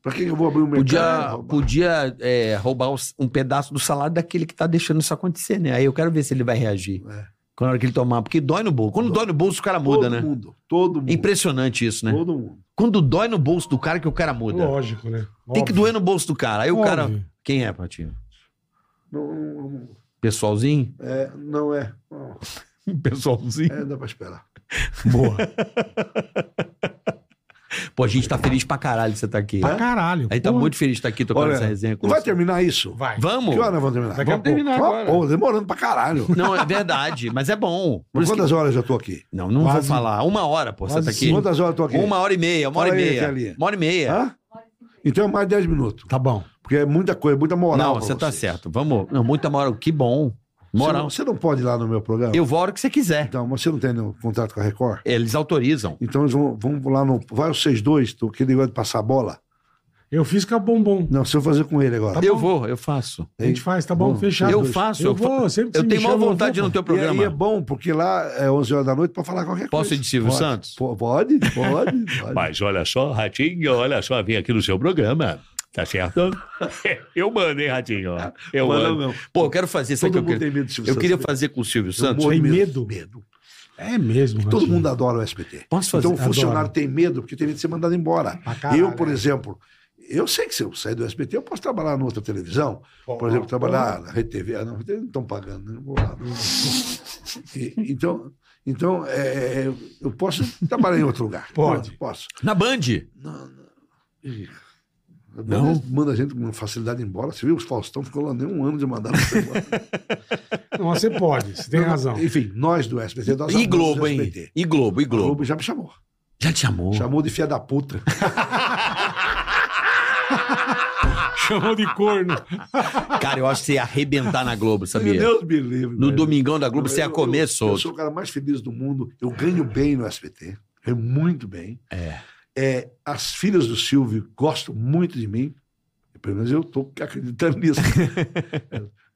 [SPEAKER 5] Pra que que eu vou abrir um mercado? e
[SPEAKER 4] Podia,
[SPEAKER 5] roubar?
[SPEAKER 4] podia é, roubar os- um pedaço do salário daquele que tá deixando isso acontecer, né? Aí eu quero ver se ele vai reagir.
[SPEAKER 5] É.
[SPEAKER 4] Quando a hora que ele tomar. Porque dói no bolso. Quando dói no bolso, o cara muda,
[SPEAKER 5] todo
[SPEAKER 4] né?
[SPEAKER 5] mundo, todo mundo.
[SPEAKER 4] É Impressionante isso, né?
[SPEAKER 5] Todo mundo.
[SPEAKER 4] Quando dói no bolso do cara, que o cara muda.
[SPEAKER 3] Lógico, né?
[SPEAKER 4] Tem que
[SPEAKER 3] Óbvio.
[SPEAKER 4] doer no bolso do cara. Aí o cara.
[SPEAKER 3] Óbvio.
[SPEAKER 4] Quem é, Patinho?
[SPEAKER 5] Não, não- não-
[SPEAKER 4] Pessoalzinho?
[SPEAKER 5] é, não é. Não,
[SPEAKER 4] <laughs> Pessoalzinho. Tá
[SPEAKER 5] é, dá pra esperar.
[SPEAKER 3] É, Boa.
[SPEAKER 4] Pô, a gente tá feliz pra caralho de você estar aqui.
[SPEAKER 3] pra caralho.
[SPEAKER 4] A gente tá
[SPEAKER 3] porra.
[SPEAKER 4] muito feliz de estar aqui tocando
[SPEAKER 5] Olha,
[SPEAKER 4] essa resenha com
[SPEAKER 5] Não vai
[SPEAKER 4] você.
[SPEAKER 5] terminar isso?
[SPEAKER 3] Vai.
[SPEAKER 4] Vamos?
[SPEAKER 5] Que hora nós vamos terminar?
[SPEAKER 3] Daqui a pouco.
[SPEAKER 5] Ó, pô, demorando pra caralho.
[SPEAKER 4] Não, é verdade, mas é bom. <laughs> Por
[SPEAKER 5] Mas
[SPEAKER 4] isso que-
[SPEAKER 5] quantas horas eu tô aqui?
[SPEAKER 4] Não, não
[SPEAKER 3] Quase-
[SPEAKER 4] vou falar. Uma hora, pô, você
[SPEAKER 3] quase
[SPEAKER 4] tá aqui.
[SPEAKER 5] Quantas horas eu tô aqui?
[SPEAKER 4] Uma hora e meia, uma hora
[SPEAKER 5] Fala
[SPEAKER 4] e
[SPEAKER 5] aí,
[SPEAKER 4] meia.
[SPEAKER 5] Thalia.
[SPEAKER 4] uma hora e meia.
[SPEAKER 5] Hã? Então é mais 10 minutos.
[SPEAKER 3] Tá bom.
[SPEAKER 5] Porque é muita coisa, muita moral.
[SPEAKER 4] não,
[SPEAKER 5] pra
[SPEAKER 4] você tá
[SPEAKER 5] vocês.
[SPEAKER 4] certo. Vamos. Não, muita moral. Que bom. Moral.
[SPEAKER 5] Você não, você não pode ir lá no meu programa?
[SPEAKER 4] Eu vou a hora que você quiser.
[SPEAKER 5] Então, mas você não tem nenhum contrato com a Record?
[SPEAKER 4] Eles autorizam.
[SPEAKER 5] Então eles vão, vão lá no. Vai os 6-2, tô- aquele negócio de passar a bola.
[SPEAKER 3] Eu fiz com a bombom.
[SPEAKER 5] Não, se eu fazer com ele agora.
[SPEAKER 3] Tá
[SPEAKER 4] eu
[SPEAKER 3] bom.
[SPEAKER 4] vou, eu faço.
[SPEAKER 3] A gente faz, tá bom,
[SPEAKER 5] Bom,
[SPEAKER 3] fechado.
[SPEAKER 4] eu
[SPEAKER 3] hoje.
[SPEAKER 4] faço,
[SPEAKER 3] Eu
[SPEAKER 4] eu
[SPEAKER 3] vou,
[SPEAKER 4] fa-
[SPEAKER 3] sempre que
[SPEAKER 4] Eu
[SPEAKER 3] você
[SPEAKER 4] tenho
[SPEAKER 3] me chama,
[SPEAKER 4] maior
[SPEAKER 3] eu vou,
[SPEAKER 4] vontade
[SPEAKER 3] pô.
[SPEAKER 4] no teu
[SPEAKER 5] E aí é
[SPEAKER 4] programa.
[SPEAKER 5] bom, porque lá é 11 horas da noite pra falar qualquer
[SPEAKER 4] Posso ir
[SPEAKER 5] coisa.
[SPEAKER 4] de Silvio
[SPEAKER 5] Pode.
[SPEAKER 4] Santos?
[SPEAKER 5] Po- Pode,
[SPEAKER 4] <laughs>
[SPEAKER 5] pode. pode.
[SPEAKER 2] Mas olha só, Ratinho, olha só, vim aqui no seu programa. Tá certo? Eu mando, hein, Ratinho? Eu
[SPEAKER 5] Mas
[SPEAKER 2] mando.
[SPEAKER 5] não, não.
[SPEAKER 4] Pô, eu quero fazer isso aqui.
[SPEAKER 5] Todo
[SPEAKER 4] Eu,
[SPEAKER 5] mundo
[SPEAKER 4] queria,
[SPEAKER 5] tem medo do Silvio
[SPEAKER 4] eu
[SPEAKER 5] Santos.
[SPEAKER 4] queria fazer com o Silvio
[SPEAKER 5] Eu
[SPEAKER 4] Santos.
[SPEAKER 5] morro de
[SPEAKER 3] Tem medo?
[SPEAKER 5] medo. medo.
[SPEAKER 4] um
[SPEAKER 3] É mesmo.
[SPEAKER 5] Todo
[SPEAKER 3] Ratinho.
[SPEAKER 5] mundo adora o SBT.
[SPEAKER 4] Posso fazer?
[SPEAKER 5] Então o funcionário
[SPEAKER 3] Adoro.
[SPEAKER 5] tem medo porque tem medo de ser mandado embora.
[SPEAKER 3] Pra caralho,
[SPEAKER 5] eu, por
[SPEAKER 3] é.
[SPEAKER 5] exemplo, eu sei que se eu sair do SBT, eu posso trabalhar na outra televisão. Por exemplo, trabalhar na RTV. Ah, não, RTV não estão pagando, né? Não vou lá. E- então, então é, eu posso trabalhar em outro lugar.
[SPEAKER 3] Pode.
[SPEAKER 5] Eu Posso.
[SPEAKER 4] Na Band.
[SPEAKER 5] Ih,
[SPEAKER 4] Não?
[SPEAKER 5] Manda a gente com facilidade embora. Você viu? Os Faustão ficou lá nem um ano de mandar.
[SPEAKER 3] Não, você pode, você tem
[SPEAKER 4] <laughs>
[SPEAKER 3] razão.
[SPEAKER 5] Enfim, nós do SBT, nós
[SPEAKER 4] E
[SPEAKER 5] amamos
[SPEAKER 4] Globo,
[SPEAKER 5] o
[SPEAKER 4] hein?
[SPEAKER 5] SBT.
[SPEAKER 4] E Globo, e
[SPEAKER 5] A
[SPEAKER 4] Globo.
[SPEAKER 5] Globo já me chamou.
[SPEAKER 4] Já te chamou.
[SPEAKER 5] Chamou de filha da puta.
[SPEAKER 3] Chamou de corno.
[SPEAKER 4] Cara, eu acho que você ia arrebentar na Globo,
[SPEAKER 5] Meu
[SPEAKER 4] sabia?
[SPEAKER 5] Deus me livre.
[SPEAKER 4] No
[SPEAKER 5] velho.
[SPEAKER 4] Domingão da Globo
[SPEAKER 5] Eu-
[SPEAKER 4] você
[SPEAKER 2] é
[SPEAKER 4] ia
[SPEAKER 5] eu-
[SPEAKER 4] comer
[SPEAKER 5] eu- Eu
[SPEAKER 4] solto.
[SPEAKER 5] sou o cara mais feliz do mundo. Eu ganho bem no SBT. Ganho muito bem.
[SPEAKER 4] É.
[SPEAKER 5] É, as filhas do Silvio gostam muito de mim. Pelo menos eu estou acreditando
[SPEAKER 2] <laughs>
[SPEAKER 5] nisso.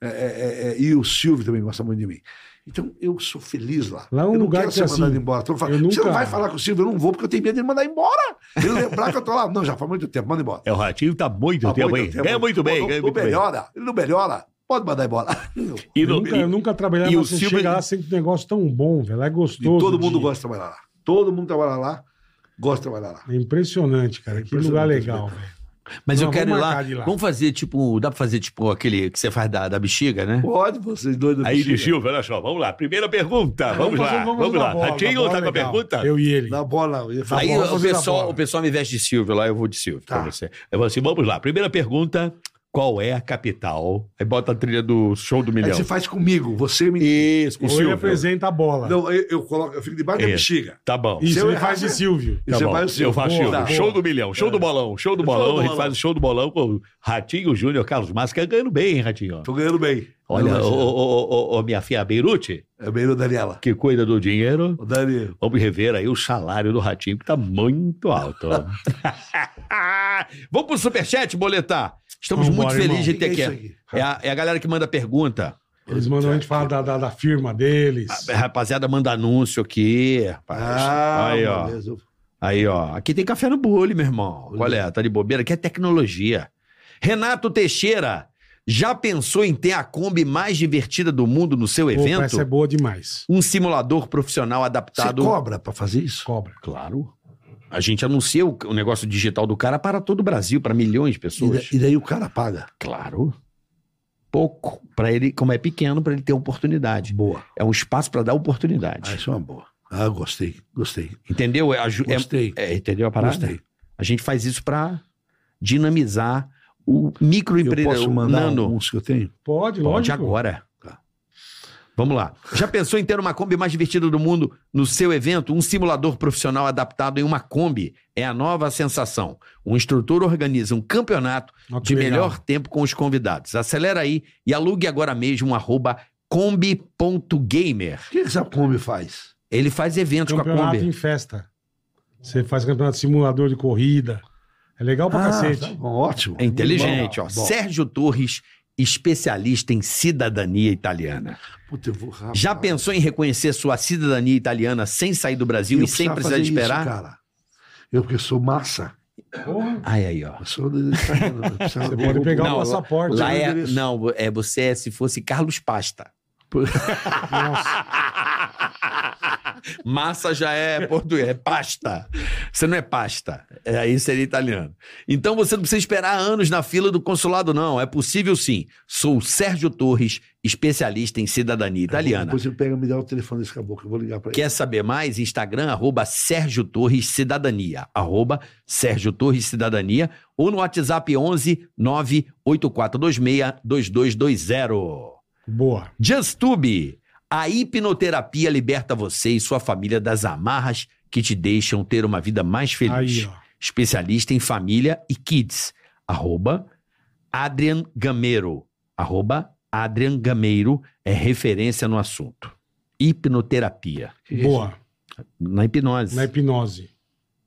[SPEAKER 5] É, é, é, é, e o Silvio também gosta muito de mim. Então eu sou feliz lá.
[SPEAKER 3] Lá é um
[SPEAKER 5] eu não
[SPEAKER 3] lugar
[SPEAKER 5] quero
[SPEAKER 3] que,
[SPEAKER 5] ser
[SPEAKER 3] assim,
[SPEAKER 5] mandado embora. Todo mundo fala,
[SPEAKER 3] eu
[SPEAKER 5] Você não
[SPEAKER 3] nunca-
[SPEAKER 5] vai falar com o Silvio, eu não vou, porque eu tenho medo de ele mandar embora. Ele lembrar que eu tô lá. Não, já faz muito tempo, manda embora.
[SPEAKER 2] É, o Ratinho tá muito
[SPEAKER 5] Há
[SPEAKER 2] tempo,
[SPEAKER 5] muito
[SPEAKER 2] hein?
[SPEAKER 5] tempo.
[SPEAKER 2] Ganha muito
[SPEAKER 5] Pô,
[SPEAKER 2] bem,
[SPEAKER 5] não-
[SPEAKER 2] ganha
[SPEAKER 5] não
[SPEAKER 2] muito bem.
[SPEAKER 5] melhora, ele não melhora. Pode mandar embora.
[SPEAKER 2] <laughs> E
[SPEAKER 3] Eu
[SPEAKER 2] no-
[SPEAKER 3] nunca,
[SPEAKER 2] e-
[SPEAKER 3] eu nunca trabalhei
[SPEAKER 2] e
[SPEAKER 3] lá,
[SPEAKER 2] o
[SPEAKER 3] você
[SPEAKER 2] Silvio-
[SPEAKER 3] chega
[SPEAKER 4] é
[SPEAKER 3] lá, sempre um negócio tão bom, velho. É
[SPEAKER 5] E
[SPEAKER 3] gostoso.
[SPEAKER 5] todo mundo
[SPEAKER 3] de-
[SPEAKER 5] gosta de trabalhar lá. Todo mundo trabalha lá, gosta de trabalhar lá.
[SPEAKER 3] É impressionante, cara. Que
[SPEAKER 5] Impressionante,
[SPEAKER 4] né?
[SPEAKER 3] lugar legal, velho.
[SPEAKER 4] Mas
[SPEAKER 3] Não,
[SPEAKER 4] eu quero ir
[SPEAKER 3] vamos
[SPEAKER 4] lá.
[SPEAKER 3] marcar de ir lá.
[SPEAKER 4] Vamos fazer tipo. Dá pra fazer tipo aquele que você faz da, da bexiga, né?
[SPEAKER 5] Pode, vocês dois do
[SPEAKER 2] Aí de
[SPEAKER 5] Bexiga.
[SPEAKER 2] Silvio, olha só, vamos lá. Primeira pergunta, vamos
[SPEAKER 3] fazer-
[SPEAKER 2] lá, vamos
[SPEAKER 3] fazer
[SPEAKER 2] lá.
[SPEAKER 3] na bola, na
[SPEAKER 2] Ratinho,
[SPEAKER 3] bola
[SPEAKER 2] tá com a
[SPEAKER 3] legal.
[SPEAKER 2] pergunta?
[SPEAKER 3] Eu e ele.
[SPEAKER 5] Na bola. eu ia falar,
[SPEAKER 4] Aí
[SPEAKER 3] bom,
[SPEAKER 4] o
[SPEAKER 3] vamos fazer na
[SPEAKER 4] pessoal,
[SPEAKER 3] bola.
[SPEAKER 4] o pessoal me veste de Silvio lá, eu vou de Silvio
[SPEAKER 5] Tá.
[SPEAKER 4] pra você.
[SPEAKER 2] Eu falo assim, vamos lá. Primeira pergunta, qual é a capital?
[SPEAKER 4] Aí bota a trilha do show do
[SPEAKER 5] Aí
[SPEAKER 4] milhão.
[SPEAKER 5] você faz comigo, você me.
[SPEAKER 4] Isso, com o
[SPEAKER 3] Ou ele
[SPEAKER 4] Silvio.
[SPEAKER 3] apresenta a bola.
[SPEAKER 5] Não, eu, eu coloco, eu fico debaixo da
[SPEAKER 2] Isso.
[SPEAKER 5] bexiga.
[SPEAKER 2] Tá bom. tá
[SPEAKER 3] Isso,
[SPEAKER 5] Se eu
[SPEAKER 3] ele
[SPEAKER 5] errar,
[SPEAKER 3] faz
[SPEAKER 4] é.
[SPEAKER 3] de
[SPEAKER 5] né?
[SPEAKER 3] Silvio.
[SPEAKER 5] E você
[SPEAKER 2] bom,
[SPEAKER 5] faz o seu.
[SPEAKER 2] Eu faço Silvio.
[SPEAKER 5] Tá.
[SPEAKER 2] Show do milhão, show do bolão,
[SPEAKER 5] Show
[SPEAKER 2] show do
[SPEAKER 5] do
[SPEAKER 2] bolão. A gente
[SPEAKER 5] bolão.
[SPEAKER 2] faz o show do bolão com o Ratinho Júnior, Carlos Massa, que é ganhando bem, hein, Ratinho?
[SPEAKER 5] tá. Tô ganhando bem.
[SPEAKER 2] Olha, ô,
[SPEAKER 5] Não,
[SPEAKER 2] ô, ô, ô, ô, minha filha Beirute,
[SPEAKER 5] É bem do Daniela.
[SPEAKER 2] que cuida do dinheiro,
[SPEAKER 5] O Dani.
[SPEAKER 2] vamos rever aí o salário do Ratinho, que tá muito alto.
[SPEAKER 4] <laughs> Vamos pro superchat, boletar. Estamos
[SPEAKER 3] Vambora,
[SPEAKER 4] muito felizes
[SPEAKER 3] irmão.
[SPEAKER 4] de
[SPEAKER 5] Que que
[SPEAKER 4] ter
[SPEAKER 5] é
[SPEAKER 4] aqui.
[SPEAKER 5] isso aqui?
[SPEAKER 4] É a, é a galera que manda pergunta.
[SPEAKER 3] Eles mandam a gente falar da, da, da firma deles.
[SPEAKER 4] A rapaziada manda anúncio aqui. rapaz.
[SPEAKER 5] Ah,
[SPEAKER 4] aí, ó.
[SPEAKER 5] beleza.
[SPEAKER 4] Aí, ó. Aqui tem café no bule, meu irmão. Qual é? Tá de bobeira? Aqui é tecnologia. Renato Teixeira, já pensou em ter a Kombi mais divertida do mundo no seu
[SPEAKER 3] Opa,
[SPEAKER 4] evento?
[SPEAKER 3] essa é boa demais.
[SPEAKER 4] Um simulador profissional
[SPEAKER 5] Você
[SPEAKER 4] adaptado.
[SPEAKER 5] cobra pra fazer isso?
[SPEAKER 3] Cobra.
[SPEAKER 4] Claro. A gente anuncia o, o negócio digital do cara para todo o Brasil, para milhões de
[SPEAKER 5] E, da-
[SPEAKER 4] pessoas.
[SPEAKER 5] e daí o cara paga.
[SPEAKER 4] Claro. Pouco. Para ele, como é pequeno, para ele ter oportunidade.
[SPEAKER 5] Boa.
[SPEAKER 4] É um espaço para dar
[SPEAKER 5] Ah,
[SPEAKER 4] oportunidade.
[SPEAKER 5] isso é uma boa. Ah, gostei, gostei.
[SPEAKER 4] Entendeu? É, aju- é-
[SPEAKER 5] Gostei.
[SPEAKER 4] é, entendeu a parada?
[SPEAKER 5] Gostei.
[SPEAKER 4] A gente faz isso para dinamizar o
[SPEAKER 5] Eu
[SPEAKER 4] microempreendedor.
[SPEAKER 5] posso
[SPEAKER 4] o
[SPEAKER 5] mandar um
[SPEAKER 4] nano.
[SPEAKER 5] alguns que eu tenho?
[SPEAKER 3] Pode,
[SPEAKER 4] Pode
[SPEAKER 3] lógico.
[SPEAKER 4] agora.
[SPEAKER 5] Tá.
[SPEAKER 4] Vamos lá. Já pensou em ter uma Kombi mais divertida do mundo no seu evento? Um simulador profissional adaptado em uma Kombi é a nova sensação. Um instrutor organiza um campeonato
[SPEAKER 3] Ó, que
[SPEAKER 4] de
[SPEAKER 3] legal.
[SPEAKER 4] melhor tempo com os convidados. Acelera aí e alugue agora mesmo um arroba combi.gamer.
[SPEAKER 5] O que essa Kombi faz?
[SPEAKER 4] Ele faz eventos com a
[SPEAKER 3] Campeonato
[SPEAKER 4] Kombi.
[SPEAKER 3] em festa. Você faz campeonato de simulador de corrida. É legal pra
[SPEAKER 5] Ah,
[SPEAKER 3] cacete.
[SPEAKER 5] tá bom, ótimo.
[SPEAKER 4] É inteligente, ó.
[SPEAKER 5] Bom.
[SPEAKER 4] Sérgio Torres, especialista em cidadania italiana.
[SPEAKER 5] Puta, eu vou rápido.
[SPEAKER 4] Já pensou em reconhecer sua cidadania italiana sem sair do Brasil e sem precisar de esperar?
[SPEAKER 5] cara. Eu porque sou massa.
[SPEAKER 3] Porra,
[SPEAKER 4] Ai, aí, ó.
[SPEAKER 5] Eu sou do- eu precisava-
[SPEAKER 3] Você pode pegar
[SPEAKER 4] Não,
[SPEAKER 3] o passaporte.
[SPEAKER 4] Lá
[SPEAKER 5] Lá
[SPEAKER 4] é,
[SPEAKER 5] é-
[SPEAKER 4] não, é você é se fosse Carlos Pasta. <laughs>
[SPEAKER 3] Nossa,
[SPEAKER 4] Massa já é português, é pasta. Você não é pasta. É, aí seria italiano. Então você não precisa esperar anos na fila do consulado, não. É possível sim. Sou o Sérgio Torres, especialista em cidadania italiana.
[SPEAKER 5] Depois você pega me dá o telefone desse caboclo, eu vou ligar pra ele.
[SPEAKER 4] Quer saber mais? Instagram, arroba Sérgio Torres Cidadania, arroba Sérgio Torres Cidadania, ou no WhatsApp 11 98426 2220.
[SPEAKER 3] boa.
[SPEAKER 4] JustTube, a hipnoterapia liberta você e sua família das amarras que te deixam ter uma vida mais feliz.
[SPEAKER 3] Aí, ó.
[SPEAKER 4] Especialista em família e kids, arroba Adrian Gameiro, arroba Adrian Gameiro é referência no assunto. Hipnoterapia
[SPEAKER 5] Que que é isso?
[SPEAKER 3] Boa.
[SPEAKER 4] na hipnose.
[SPEAKER 3] Na hipnose.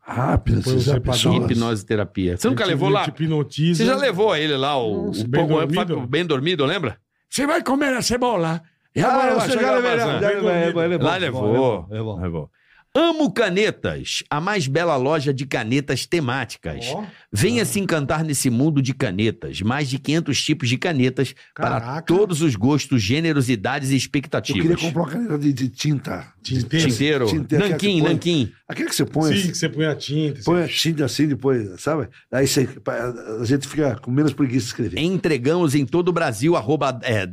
[SPEAKER 5] Rápido,
[SPEAKER 3] Põe o
[SPEAKER 5] essas
[SPEAKER 3] Zé Padilha.
[SPEAKER 5] pessoas.
[SPEAKER 4] Hipnose Tipo, terapia. Você nunca
[SPEAKER 3] Ele te-
[SPEAKER 4] Então, levou
[SPEAKER 3] ele
[SPEAKER 4] lá?
[SPEAKER 3] te hipnotiza.
[SPEAKER 4] Você já levou ele lá, o, é,
[SPEAKER 3] Nossa,
[SPEAKER 4] o
[SPEAKER 3] Bem
[SPEAKER 4] Pogo-
[SPEAKER 3] Dormido?
[SPEAKER 4] Fábio Hum. bem dormido, lembra? Você vai comer a cebola. E
[SPEAKER 5] Ah,
[SPEAKER 4] agora vai
[SPEAKER 5] você
[SPEAKER 4] chegar
[SPEAKER 5] já
[SPEAKER 4] a
[SPEAKER 5] levei,
[SPEAKER 4] maçã.
[SPEAKER 5] já levei, já levei.
[SPEAKER 4] Lá É levou. Levou. Amo Canetas, a mais bela loja de canetas temáticas.
[SPEAKER 3] Ó,
[SPEAKER 4] Venha se encantar nesse mundo de canetas. Mais de 500 tipos de canetas para
[SPEAKER 3] Caraca.
[SPEAKER 4] todos os gostos, gêneros, idades e
[SPEAKER 5] Eu queria
[SPEAKER 4] expectativas.
[SPEAKER 5] comprar uma caneta de, de tinta.
[SPEAKER 3] Tinteiro.
[SPEAKER 4] Tinteiro,
[SPEAKER 5] Tinteiro, aquela
[SPEAKER 4] nanquim,
[SPEAKER 5] que põe.
[SPEAKER 4] nanquim.
[SPEAKER 5] Aquela que você põe,
[SPEAKER 3] Sim, que você põe a tinta.
[SPEAKER 5] põe a tinta assim depois, sabe? Aí você- a gente fica com menos preguiça de escrever.
[SPEAKER 4] Entregamos em todo o Brasil, arroba é,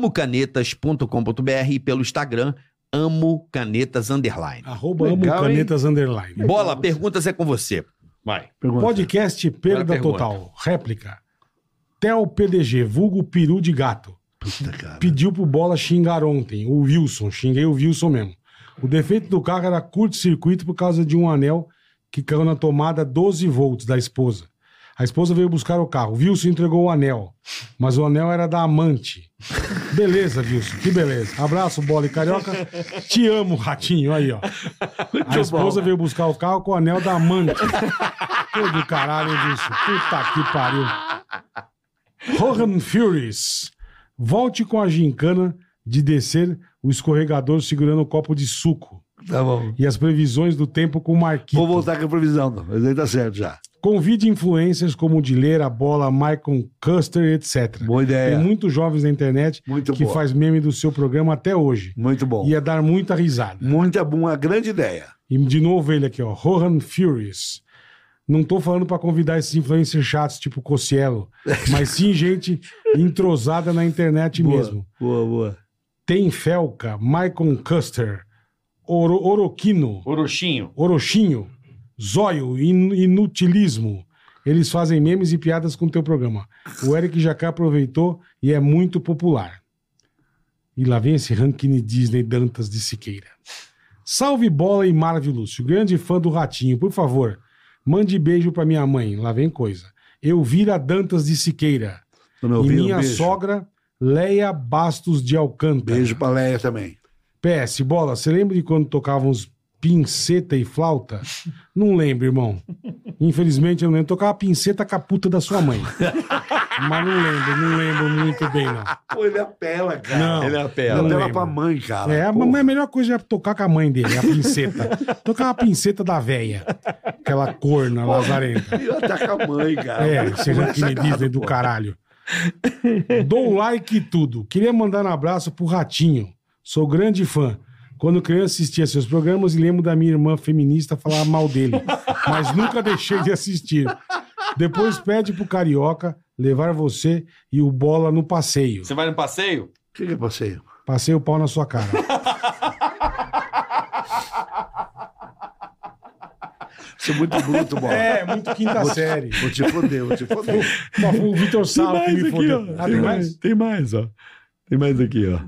[SPEAKER 4] www.amocanetas.com.br e pelo Instagram, Amo Canetas Underline.
[SPEAKER 3] Arroba
[SPEAKER 5] Legal,
[SPEAKER 3] amo canetas underline.
[SPEAKER 4] Bola, perguntas é com você.
[SPEAKER 2] Vai.
[SPEAKER 5] Pergunta.
[SPEAKER 3] Podcast Perda
[SPEAKER 4] pergunta.
[SPEAKER 3] Total. Réplica. Theo PDG, vulgo peru de gato.
[SPEAKER 5] Puta, cara.
[SPEAKER 3] Pediu pro Bola xingar ontem. O Wilson. Xinguei o Wilson mesmo. O defeito do carro era curto-circuito por causa de um anel que caiu na tomada 12 volts da esposa. A esposa veio buscar o carro. Wilson entregou o anel. Mas o anel era da amante. Beleza, Wilson. Que beleza. Abraço, bola e carioca. Te amo, ratinho. Aí, ó. A esposa veio buscar o carro com o anel da amante. Pô do caralho, hein, Wilson. Puta que pariu. Rohan Furies. Volte com a gincana de descer o escorregador segurando o copo de suco.
[SPEAKER 5] Tá bom.
[SPEAKER 3] E as previsões do tempo com o Marquinhos.
[SPEAKER 5] Vou voltar com a previsão, não. mas aí tá certo já.
[SPEAKER 3] Convide influencers como o Dileira, Bola, Michael Custer, etc.
[SPEAKER 5] Boa
[SPEAKER 3] Tem
[SPEAKER 5] ideia.
[SPEAKER 3] muitos jovens na internet
[SPEAKER 5] É. Muito
[SPEAKER 3] que
[SPEAKER 5] boa.
[SPEAKER 3] faz meme do seu programa até hoje.
[SPEAKER 5] Muito bom.
[SPEAKER 3] Ia dar muita risada.
[SPEAKER 5] Muita boa, uma grande ideia.
[SPEAKER 3] E de novo ele aqui, ó. Rohan Furious. Não tô falando pra convidar esses influencers chatos tipo
[SPEAKER 5] <laughs>
[SPEAKER 3] Cocielo, mas sim gente entrosada na internet
[SPEAKER 5] Boa.
[SPEAKER 3] mesmo.
[SPEAKER 5] Boa, boa.
[SPEAKER 3] Tem Felca, Michael Custer, Oro- Oroquino,
[SPEAKER 4] Orochinho.
[SPEAKER 3] Orochinho, Zóio, in- Inutilismo. Eles fazem memes e piadas com o teu programa. O Eric Jacá aproveitou e é muito popular. E lá vem esse ranking Disney Dantas de Siqueira. Salve bola e Marvel Lúcio, grande fã do Ratinho. Por favor, mande beijo pra minha mãe. Lá vem coisa. Eu vira Dantas de Siqueira.
[SPEAKER 5] Tô me
[SPEAKER 3] e
[SPEAKER 5] ouvindo?
[SPEAKER 3] minha
[SPEAKER 5] Beijo.
[SPEAKER 3] sogra, Leia Bastos de Alcântara.
[SPEAKER 5] Beijo pra Leia também.
[SPEAKER 3] PS, bola, você lembra de quando tocavam uns pinceta e flauta? Não lembro, irmão. Infelizmente eu não lembro. Tocava pinceta com a puta da sua mãe. Mas não lembro, não lembro muito bem, não.
[SPEAKER 5] Pô, ele apela, cara.
[SPEAKER 3] Não,
[SPEAKER 5] ele
[SPEAKER 3] ele
[SPEAKER 5] apela.
[SPEAKER 3] não
[SPEAKER 5] Ele apela
[SPEAKER 3] lembro.
[SPEAKER 5] pra mãe, cara.
[SPEAKER 3] É, a,
[SPEAKER 5] Pô.
[SPEAKER 3] mamãe- a melhor coisa é tocar com a mãe dele, a pinceta. tocar a pinceta da véia. Aquela corna lazarenta.
[SPEAKER 5] Eu atacar tá a mãe, cara.
[SPEAKER 3] É,
[SPEAKER 5] <laughs> Mas
[SPEAKER 3] esse
[SPEAKER 5] não
[SPEAKER 3] ranking
[SPEAKER 5] sacado,
[SPEAKER 3] Disney do
[SPEAKER 5] pô.
[SPEAKER 3] caralho. Dou like e tudo. Queria mandar um abraço pro Ratinho. Sou grande fã. Quando criança assistia seus programas e lembro da minha irmã feminista falar mal dele. Mas nunca deixei de assistir. Depois pede pro Carioca levar você e o Bola no passeio.
[SPEAKER 4] Você vai no passeio?
[SPEAKER 5] O <laughs> que é que eu passei?
[SPEAKER 3] Passei o pau na sua cara.
[SPEAKER 5] Você é muito bruto, bola.
[SPEAKER 3] É, muito quinta série.
[SPEAKER 5] Vou te foder, vou te foder.
[SPEAKER 3] Só foi o Vitor
[SPEAKER 2] Tem
[SPEAKER 3] Salo que
[SPEAKER 2] mais
[SPEAKER 3] me
[SPEAKER 2] aqui, ó.
[SPEAKER 3] fodeu. Ah, tem mais?
[SPEAKER 2] Tem mais, ó. Tem mais aqui, ó.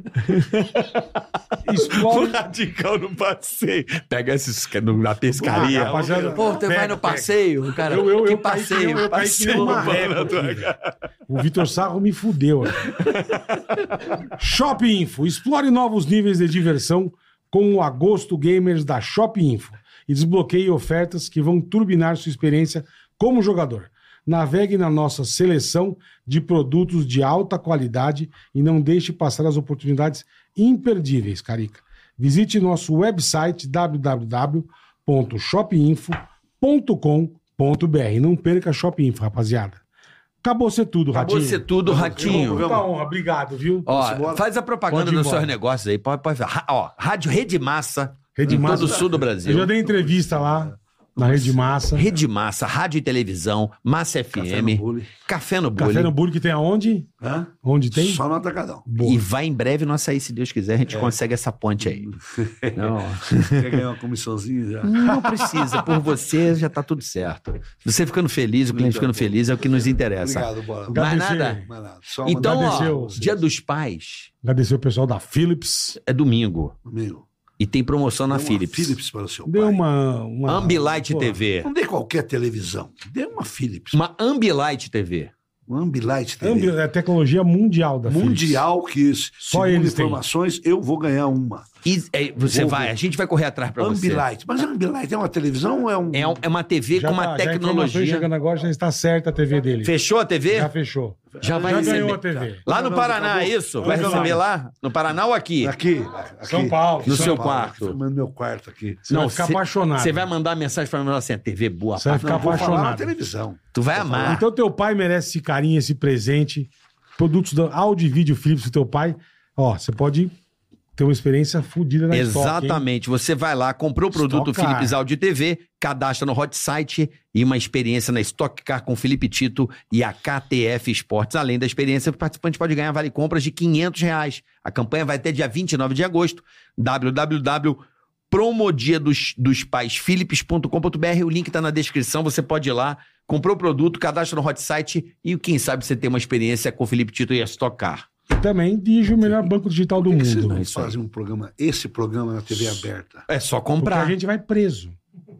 [SPEAKER 2] O
[SPEAKER 3] Explode.
[SPEAKER 2] radical no passeio. Pega esses que- no- na pescaria.
[SPEAKER 3] Ah, rapaziada,
[SPEAKER 4] Pô, você vai
[SPEAKER 3] pega,
[SPEAKER 4] no
[SPEAKER 3] pega.
[SPEAKER 4] passeio, cara.
[SPEAKER 3] Eu- eu-
[SPEAKER 4] que
[SPEAKER 3] eu caí que nem-
[SPEAKER 4] passeio?
[SPEAKER 3] eu caí que nem
[SPEAKER 4] passeio.
[SPEAKER 3] uma
[SPEAKER 2] Pô,
[SPEAKER 3] régua.
[SPEAKER 2] na tua cara.
[SPEAKER 3] O Vitor Sarro me fudeu. cara. Shop Info. Explore novos níveis de diversão com o Agosto Gamers da Shop Info e desbloqueie ofertas que vão turbinar sua experiência como jogador. Navegue na nossa seleção de produtos de alta qualidade e não deixe passar as oportunidades imperdíveis, Carica. Visite nosso website www.shopinfo.com.br. Não perca a Shop Info, rapaziada. Acabou ser tudo,
[SPEAKER 4] Acabou
[SPEAKER 3] Ratinho.
[SPEAKER 4] ser tudo,
[SPEAKER 5] Irmão,
[SPEAKER 4] ratinho.
[SPEAKER 5] vamos.
[SPEAKER 3] Puta honra, obrigado, viu?
[SPEAKER 4] Ó, faz a propaganda
[SPEAKER 3] Pode ir
[SPEAKER 4] dos seus
[SPEAKER 3] embora.
[SPEAKER 4] negócios aí. Pode, pode. Ra- Ó, Rádio Rede Massa,
[SPEAKER 3] Rede
[SPEAKER 4] em
[SPEAKER 3] Massa.
[SPEAKER 4] todo o sul do
[SPEAKER 3] Eu já
[SPEAKER 4] Brasil.
[SPEAKER 3] dei entrevista lá na Rede Massa.
[SPEAKER 4] Rede Massa, Rádio e Televisão, Massa
[SPEAKER 5] Café no
[SPEAKER 4] FM,
[SPEAKER 5] bule.
[SPEAKER 4] Café no Bullying.
[SPEAKER 3] Café no Burgo que tem aonde?
[SPEAKER 5] Hã?
[SPEAKER 3] Onde tem?
[SPEAKER 5] Só um. no atacadão.
[SPEAKER 3] Boa.
[SPEAKER 4] E vai em breve nós sair, se Deus quiser, a gente consegue essa ponte aí. Não,
[SPEAKER 5] Quer ganhar uma comissãozinha já?
[SPEAKER 4] não precisa, por você já tá tudo certo. Você ficando feliz, o cliente ficando feliz é o que nos interessa.
[SPEAKER 5] Obrigado, bola.
[SPEAKER 3] Obrigado.
[SPEAKER 4] Mais
[SPEAKER 3] Agradecer.
[SPEAKER 4] nada?
[SPEAKER 5] Mais nada. Só
[SPEAKER 4] Então,
[SPEAKER 5] mandar
[SPEAKER 3] agradecer
[SPEAKER 4] ó,
[SPEAKER 3] o-
[SPEAKER 4] Dia dos Pais
[SPEAKER 3] Agradecer o pessoal da Philips.
[SPEAKER 4] é domingo
[SPEAKER 5] Amigo,
[SPEAKER 4] e tem promoção na
[SPEAKER 5] dê uma
[SPEAKER 4] Philips.
[SPEAKER 5] Philips para o seu
[SPEAKER 3] Deu
[SPEAKER 5] pai.
[SPEAKER 3] uma. uma
[SPEAKER 4] Ambilight
[SPEAKER 3] pô,
[SPEAKER 4] TV.
[SPEAKER 5] Não dê qualquer televisão. Dê uma Philips.
[SPEAKER 4] Uma Ambilight TV.
[SPEAKER 5] Uma Ambilight TV.
[SPEAKER 3] Ambi, é a tecnologia mundial da Philips.
[SPEAKER 5] mundial que,
[SPEAKER 3] Só
[SPEAKER 5] segundo
[SPEAKER 3] eles têm.
[SPEAKER 5] informações, eu vou ganhar uma.
[SPEAKER 4] E, é, você
[SPEAKER 5] Vou
[SPEAKER 4] vai,
[SPEAKER 5] ver.
[SPEAKER 4] a gente vai correr atrás pra você.
[SPEAKER 5] Ambilight. Mas Ambilight é uma televisão ou é um.
[SPEAKER 4] É, um- é uma TV
[SPEAKER 3] Já
[SPEAKER 4] com uma
[SPEAKER 3] tá- já a informação
[SPEAKER 4] tecnologia.
[SPEAKER 3] chegando agora, já está certa a TV dele.
[SPEAKER 4] Fechou a TV?
[SPEAKER 3] Já
[SPEAKER 4] Já,
[SPEAKER 3] fechou.
[SPEAKER 4] vai
[SPEAKER 3] já ganhou a
[SPEAKER 4] receber.
[SPEAKER 3] TV.
[SPEAKER 4] Lá no
[SPEAKER 5] Não,
[SPEAKER 4] Paraná, é
[SPEAKER 5] acabou.
[SPEAKER 4] isso?
[SPEAKER 5] Não,
[SPEAKER 4] Vai
[SPEAKER 5] não,
[SPEAKER 4] receber
[SPEAKER 5] não.
[SPEAKER 4] lá? No Paraná ou aqui?
[SPEAKER 5] Aqui, aqui.
[SPEAKER 3] São Paulo.
[SPEAKER 4] No
[SPEAKER 5] São
[SPEAKER 4] seu
[SPEAKER 5] Paulo,
[SPEAKER 4] quarto.
[SPEAKER 5] aqui, No meu quarto aqui.
[SPEAKER 3] Você vai ficar
[SPEAKER 4] cê-
[SPEAKER 3] apaixonado.
[SPEAKER 4] Você vai mandar mensagem pra mim falar assim: a TV boa,
[SPEAKER 3] Você vai
[SPEAKER 4] pá.
[SPEAKER 3] ficar
[SPEAKER 5] Vou falar na
[SPEAKER 3] apaixonado.
[SPEAKER 5] televisão.
[SPEAKER 4] Tu vai amar.
[SPEAKER 3] Então teu pai merece esse carinho, esse presente. Produtos da áudio e vídeo Philips do teu pai. Ó, você pode ter uma experiência fodida na Stock, é hein?
[SPEAKER 4] Exatamente. você vai lá, comprou o produto
[SPEAKER 3] Stock Car.
[SPEAKER 4] Philips Audio TV, cadastra no Hot Site e uma experiência na Stock Car com Felipe Tito e a KTF Esportes. Além da experiência, o participante pode ganhar vale compras de R$ 500 reais. A campanha vai até dia 29 de agosto. www.promodia dos, dos pais O link está na descrição, você pode ir lá. Comprou o produto, cadastra no Hot Site e quem sabe você tem uma experiência com o Felipe Tito e a Stock Car.
[SPEAKER 3] E também dirige o melhor banco digital do
[SPEAKER 4] Hum,
[SPEAKER 5] Por que que vocês
[SPEAKER 3] mundo.
[SPEAKER 5] não fazem um programa, esse programa na TV aberta?
[SPEAKER 4] É só
[SPEAKER 3] Porque a
[SPEAKER 4] comprar.
[SPEAKER 3] gente vai preso.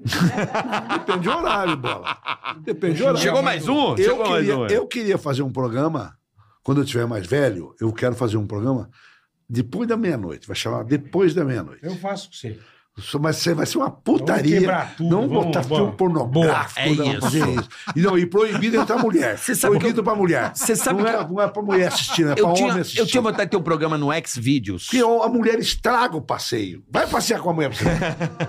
[SPEAKER 5] Depende do horário, bola. Depende do horário.
[SPEAKER 4] Chegou mais um?
[SPEAKER 5] Eu
[SPEAKER 4] Chegou mais
[SPEAKER 5] queria,
[SPEAKER 4] um, é.
[SPEAKER 5] eu queria fazer um programa, quando eu estiver mais velho, eu quero fazer um programa depois da meia-noite. Vai chamar Depois da Meia-Noite.
[SPEAKER 3] Eu faço com você.
[SPEAKER 5] Só- Mas você vai ser uma
[SPEAKER 3] Vamos
[SPEAKER 5] putaria.
[SPEAKER 3] quebrar tudo,
[SPEAKER 5] não
[SPEAKER 3] vamos-
[SPEAKER 5] botar
[SPEAKER 3] vamos.
[SPEAKER 5] filme pornográfico.
[SPEAKER 4] Boa, é
[SPEAKER 5] não,
[SPEAKER 4] isso.
[SPEAKER 5] fazer E, não, e proibido entrar mulher.
[SPEAKER 4] Você sabe que
[SPEAKER 5] proibido pra mulher.
[SPEAKER 4] Você sabe
[SPEAKER 5] não,
[SPEAKER 4] que
[SPEAKER 5] é,
[SPEAKER 4] eu-
[SPEAKER 5] não é pra mulher assistir, é pra
[SPEAKER 4] Eu
[SPEAKER 5] homem
[SPEAKER 4] tinha,
[SPEAKER 5] assistir.
[SPEAKER 4] eu tinha vontade de ter um programa no Xvideos.
[SPEAKER 5] Porque a mulher estraga o passeio. Vai passear com a mulher pra você.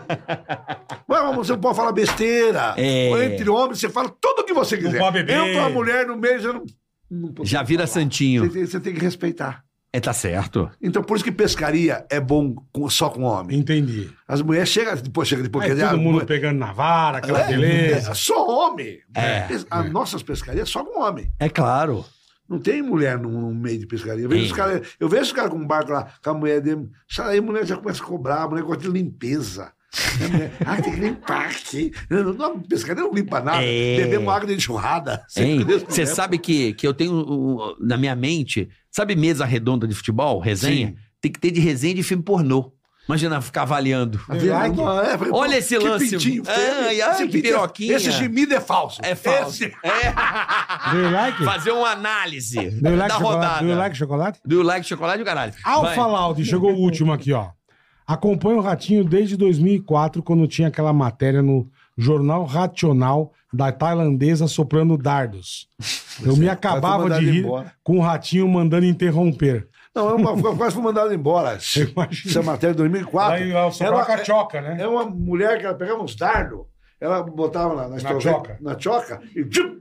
[SPEAKER 4] <laughs>
[SPEAKER 5] Vai, mas você não pode falar besteira.
[SPEAKER 4] É.
[SPEAKER 5] Entre homens, você fala tudo o que você quiser.
[SPEAKER 3] pode beber.
[SPEAKER 5] Entra uma mulher no meio, já não. não pode
[SPEAKER 4] Já vira
[SPEAKER 5] falar. Você
[SPEAKER 4] Santinho.
[SPEAKER 5] tem, você tem que respeitar.
[SPEAKER 4] É, tá certo.
[SPEAKER 5] Então, por isso que pescaria é bom com- só com homem.
[SPEAKER 3] Entendi.
[SPEAKER 5] As mulheres chegam, depois chega depois.
[SPEAKER 3] Aí
[SPEAKER 4] É,
[SPEAKER 5] quer dizer,
[SPEAKER 3] todo
[SPEAKER 5] a-
[SPEAKER 3] mundo pegando na vara, aquela
[SPEAKER 5] um- é,
[SPEAKER 3] beleza.
[SPEAKER 5] <laughs> é, só homem.
[SPEAKER 4] É.
[SPEAKER 5] Pes- As nossas pescarias só com homem.
[SPEAKER 4] É claro.
[SPEAKER 5] Não tem mulher no, no meio de pescaria. Eu vejo,
[SPEAKER 4] Tem.
[SPEAKER 5] os caras, eu vejo os caras com um barco lá, com a mulher dele. Sai aí, a mulher já começa a cobrar, a mulher gosta de limpeza.
[SPEAKER 4] <laughs>
[SPEAKER 5] A mulher, ah, tem que limpar aqui. Não, não, pescaria não limpa nada.
[SPEAKER 4] É.
[SPEAKER 5] Beber uma água de enxurrada.
[SPEAKER 4] Hein?
[SPEAKER 5] entendeu?
[SPEAKER 4] Você sabe que, que eu tenho uh, na minha mente, sabe mesa redonda de futebol, resenha? Tem que ter de resenha de filme pornô. Imagina ficar avaliando.
[SPEAKER 5] A vida-
[SPEAKER 3] Like.
[SPEAKER 5] não, é, falei,
[SPEAKER 4] Olha
[SPEAKER 5] pô,
[SPEAKER 4] esse
[SPEAKER 5] que
[SPEAKER 4] lance.
[SPEAKER 5] pintinho feio.
[SPEAKER 4] Ai, ai,
[SPEAKER 5] Esse
[SPEAKER 4] que
[SPEAKER 5] pintinho-
[SPEAKER 4] piroquinha.
[SPEAKER 5] Esse gemido é falso.
[SPEAKER 4] É falso.
[SPEAKER 5] Esse-
[SPEAKER 4] É.
[SPEAKER 3] <laughs> Deu like?
[SPEAKER 4] Fazer uma análise
[SPEAKER 3] Deu like
[SPEAKER 4] da
[SPEAKER 3] chocolate?
[SPEAKER 4] rodada.
[SPEAKER 3] Deu like chocolate?
[SPEAKER 4] Do like chocolate e o caralho. Vai.
[SPEAKER 3] Alfa Laude, chegou o último aqui, ó. Acompanho o Ratinho desde 2004, quando tinha aquela matéria no Jornal Racional da tailandesa soprando dardos. Eu
[SPEAKER 5] é.
[SPEAKER 3] me acabava
[SPEAKER 5] mandado
[SPEAKER 3] de rir
[SPEAKER 5] embora.
[SPEAKER 3] com o Ratinho mandando interromper.
[SPEAKER 5] Não, eu, uma- eu quase fui
[SPEAKER 3] <laughs>
[SPEAKER 5] mandado embora.
[SPEAKER 3] Eu imagino.
[SPEAKER 5] Essa matéria é de 2004.
[SPEAKER 3] Aí, ó, soprava
[SPEAKER 5] Era-
[SPEAKER 3] com a choca, né?
[SPEAKER 5] É uma mulher que ela pegava uns dardos, ela botava na, na, estroveta-
[SPEAKER 3] choca.
[SPEAKER 5] na choca e, tchum,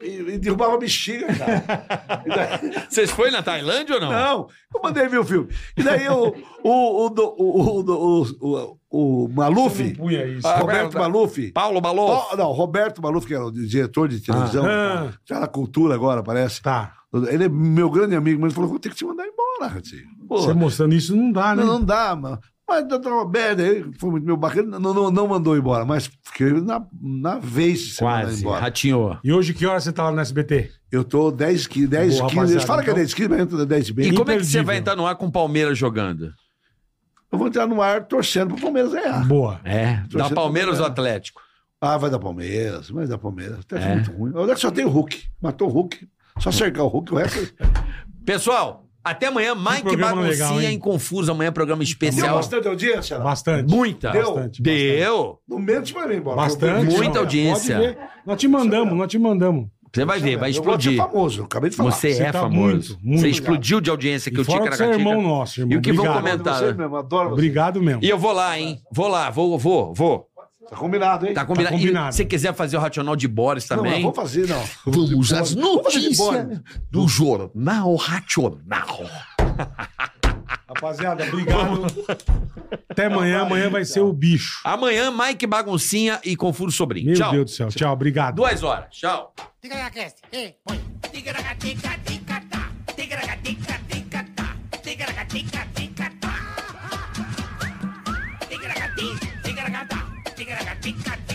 [SPEAKER 5] e- e- e derrubava a bexiga,
[SPEAKER 4] <laughs>
[SPEAKER 5] cara. E daí-
[SPEAKER 4] Vocês foram na Tailândia ou não?
[SPEAKER 5] não, eu mandei ver o filme. E daí o, o, o, do- o, o, do- o, o, o Maluf,
[SPEAKER 3] Não punha isso.
[SPEAKER 5] ah, Roberto Maluf,
[SPEAKER 4] Paulo Balô?
[SPEAKER 5] Ó, não, Roberto Maluf, que era o diretor de televisão,
[SPEAKER 3] Ah.
[SPEAKER 5] tá na cultura agora, parece.
[SPEAKER 3] Tá.
[SPEAKER 5] Ele é meu grande amigo, mas ele falou: vou ter que te mandar embora, Ratinho. Pô,
[SPEAKER 3] Você mostrando isso não dá, né?
[SPEAKER 5] não, não dá, mano. Mas doutor Roberto, ele foi muito meu bacana, não, não, não mandou embora, mas fiquei na, na vez de ser mandado
[SPEAKER 4] Quase.
[SPEAKER 5] embora.
[SPEAKER 4] Ratinho.
[SPEAKER 3] E hoje que hora você tá lá no SBT?
[SPEAKER 5] Eu tô 10, 15, 10,
[SPEAKER 3] Boa,
[SPEAKER 5] 15. Eles
[SPEAKER 3] rapaziada,
[SPEAKER 5] falam que é
[SPEAKER 3] então-
[SPEAKER 5] 10, 15, mas entra 10 e
[SPEAKER 4] E
[SPEAKER 5] meia.
[SPEAKER 4] como é que você
[SPEAKER 3] Imperdível.
[SPEAKER 4] vai entrar no ar com o Palmeiras jogando?
[SPEAKER 5] Eu vou entrar no ar torcendo pro Palmeiras ganhar.
[SPEAKER 3] Boa.
[SPEAKER 4] É. Da
[SPEAKER 5] Torcendo
[SPEAKER 4] Palmeiras
[SPEAKER 5] pro
[SPEAKER 4] ou Atlético?
[SPEAKER 5] Ah, vai dar Palmeiras, vai dar Palmeiras. Até
[SPEAKER 4] É.
[SPEAKER 5] muito ruim. Olha que só tem o Hulk. Matou o Hulk. Só cercar o Hulk, o resto.
[SPEAKER 4] Pessoal, até amanhã. Mike
[SPEAKER 3] programa
[SPEAKER 4] Baguncinha
[SPEAKER 3] legal, hein?
[SPEAKER 4] em Confuso. Amanhã é programa
[SPEAKER 5] Deu
[SPEAKER 4] especial.
[SPEAKER 5] bastante audiência? né? Lá.
[SPEAKER 3] Bastante.
[SPEAKER 4] Muita.
[SPEAKER 5] Deu.
[SPEAKER 3] Bastante.
[SPEAKER 4] Deu.
[SPEAKER 5] No menos pra mim, embora.
[SPEAKER 3] Bastante.
[SPEAKER 5] Eu- eu-
[SPEAKER 4] Muita
[SPEAKER 3] Pode
[SPEAKER 4] audiência.
[SPEAKER 3] ver. Nós te mandamos, nós te mandamos.
[SPEAKER 4] Você vai ver, vai
[SPEAKER 5] Eu vou ser
[SPEAKER 4] explodir.
[SPEAKER 5] famoso, eu acabei de falar.
[SPEAKER 4] Você
[SPEAKER 3] Você
[SPEAKER 4] é
[SPEAKER 3] tá
[SPEAKER 4] famoso.
[SPEAKER 3] muito, muito
[SPEAKER 4] Você
[SPEAKER 3] legal.
[SPEAKER 4] explodiu de audiência que
[SPEAKER 3] E
[SPEAKER 4] o
[SPEAKER 3] fora
[SPEAKER 4] Tica
[SPEAKER 3] que você é irmão nosso, irmão.
[SPEAKER 4] E o que vão
[SPEAKER 3] Obrigado.
[SPEAKER 5] Adoro
[SPEAKER 4] comentar?
[SPEAKER 5] Você mesmo, adoro você.
[SPEAKER 3] Obrigado mesmo.
[SPEAKER 4] E eu vou lá, hein? Vou lá, vou, vou, vou.
[SPEAKER 5] Tá combinado, hein?
[SPEAKER 4] Tá combinado?
[SPEAKER 3] Tá combinado.
[SPEAKER 4] E se quiser fazer o Racional de Boris
[SPEAKER 5] Não, mas
[SPEAKER 4] também.
[SPEAKER 5] vamos fazer, não.
[SPEAKER 7] Vamos às
[SPEAKER 5] Vamos fazer de né? bola.
[SPEAKER 7] notícias do Jornal Racional.
[SPEAKER 3] Rapaziada, obrigado. Até amanhã. Amanhã vai ser o bicho.
[SPEAKER 4] Amanhã, Mike Baguncinha e Confuso Sobrinho.
[SPEAKER 3] Meu
[SPEAKER 4] Tchau.
[SPEAKER 3] Deus do céu. Tchau, obrigado.
[SPEAKER 4] Duas horas. Tchau.
[SPEAKER 8] Tigra-ga-tica-tica-ta. Tigra-ga-tica-tica-ta.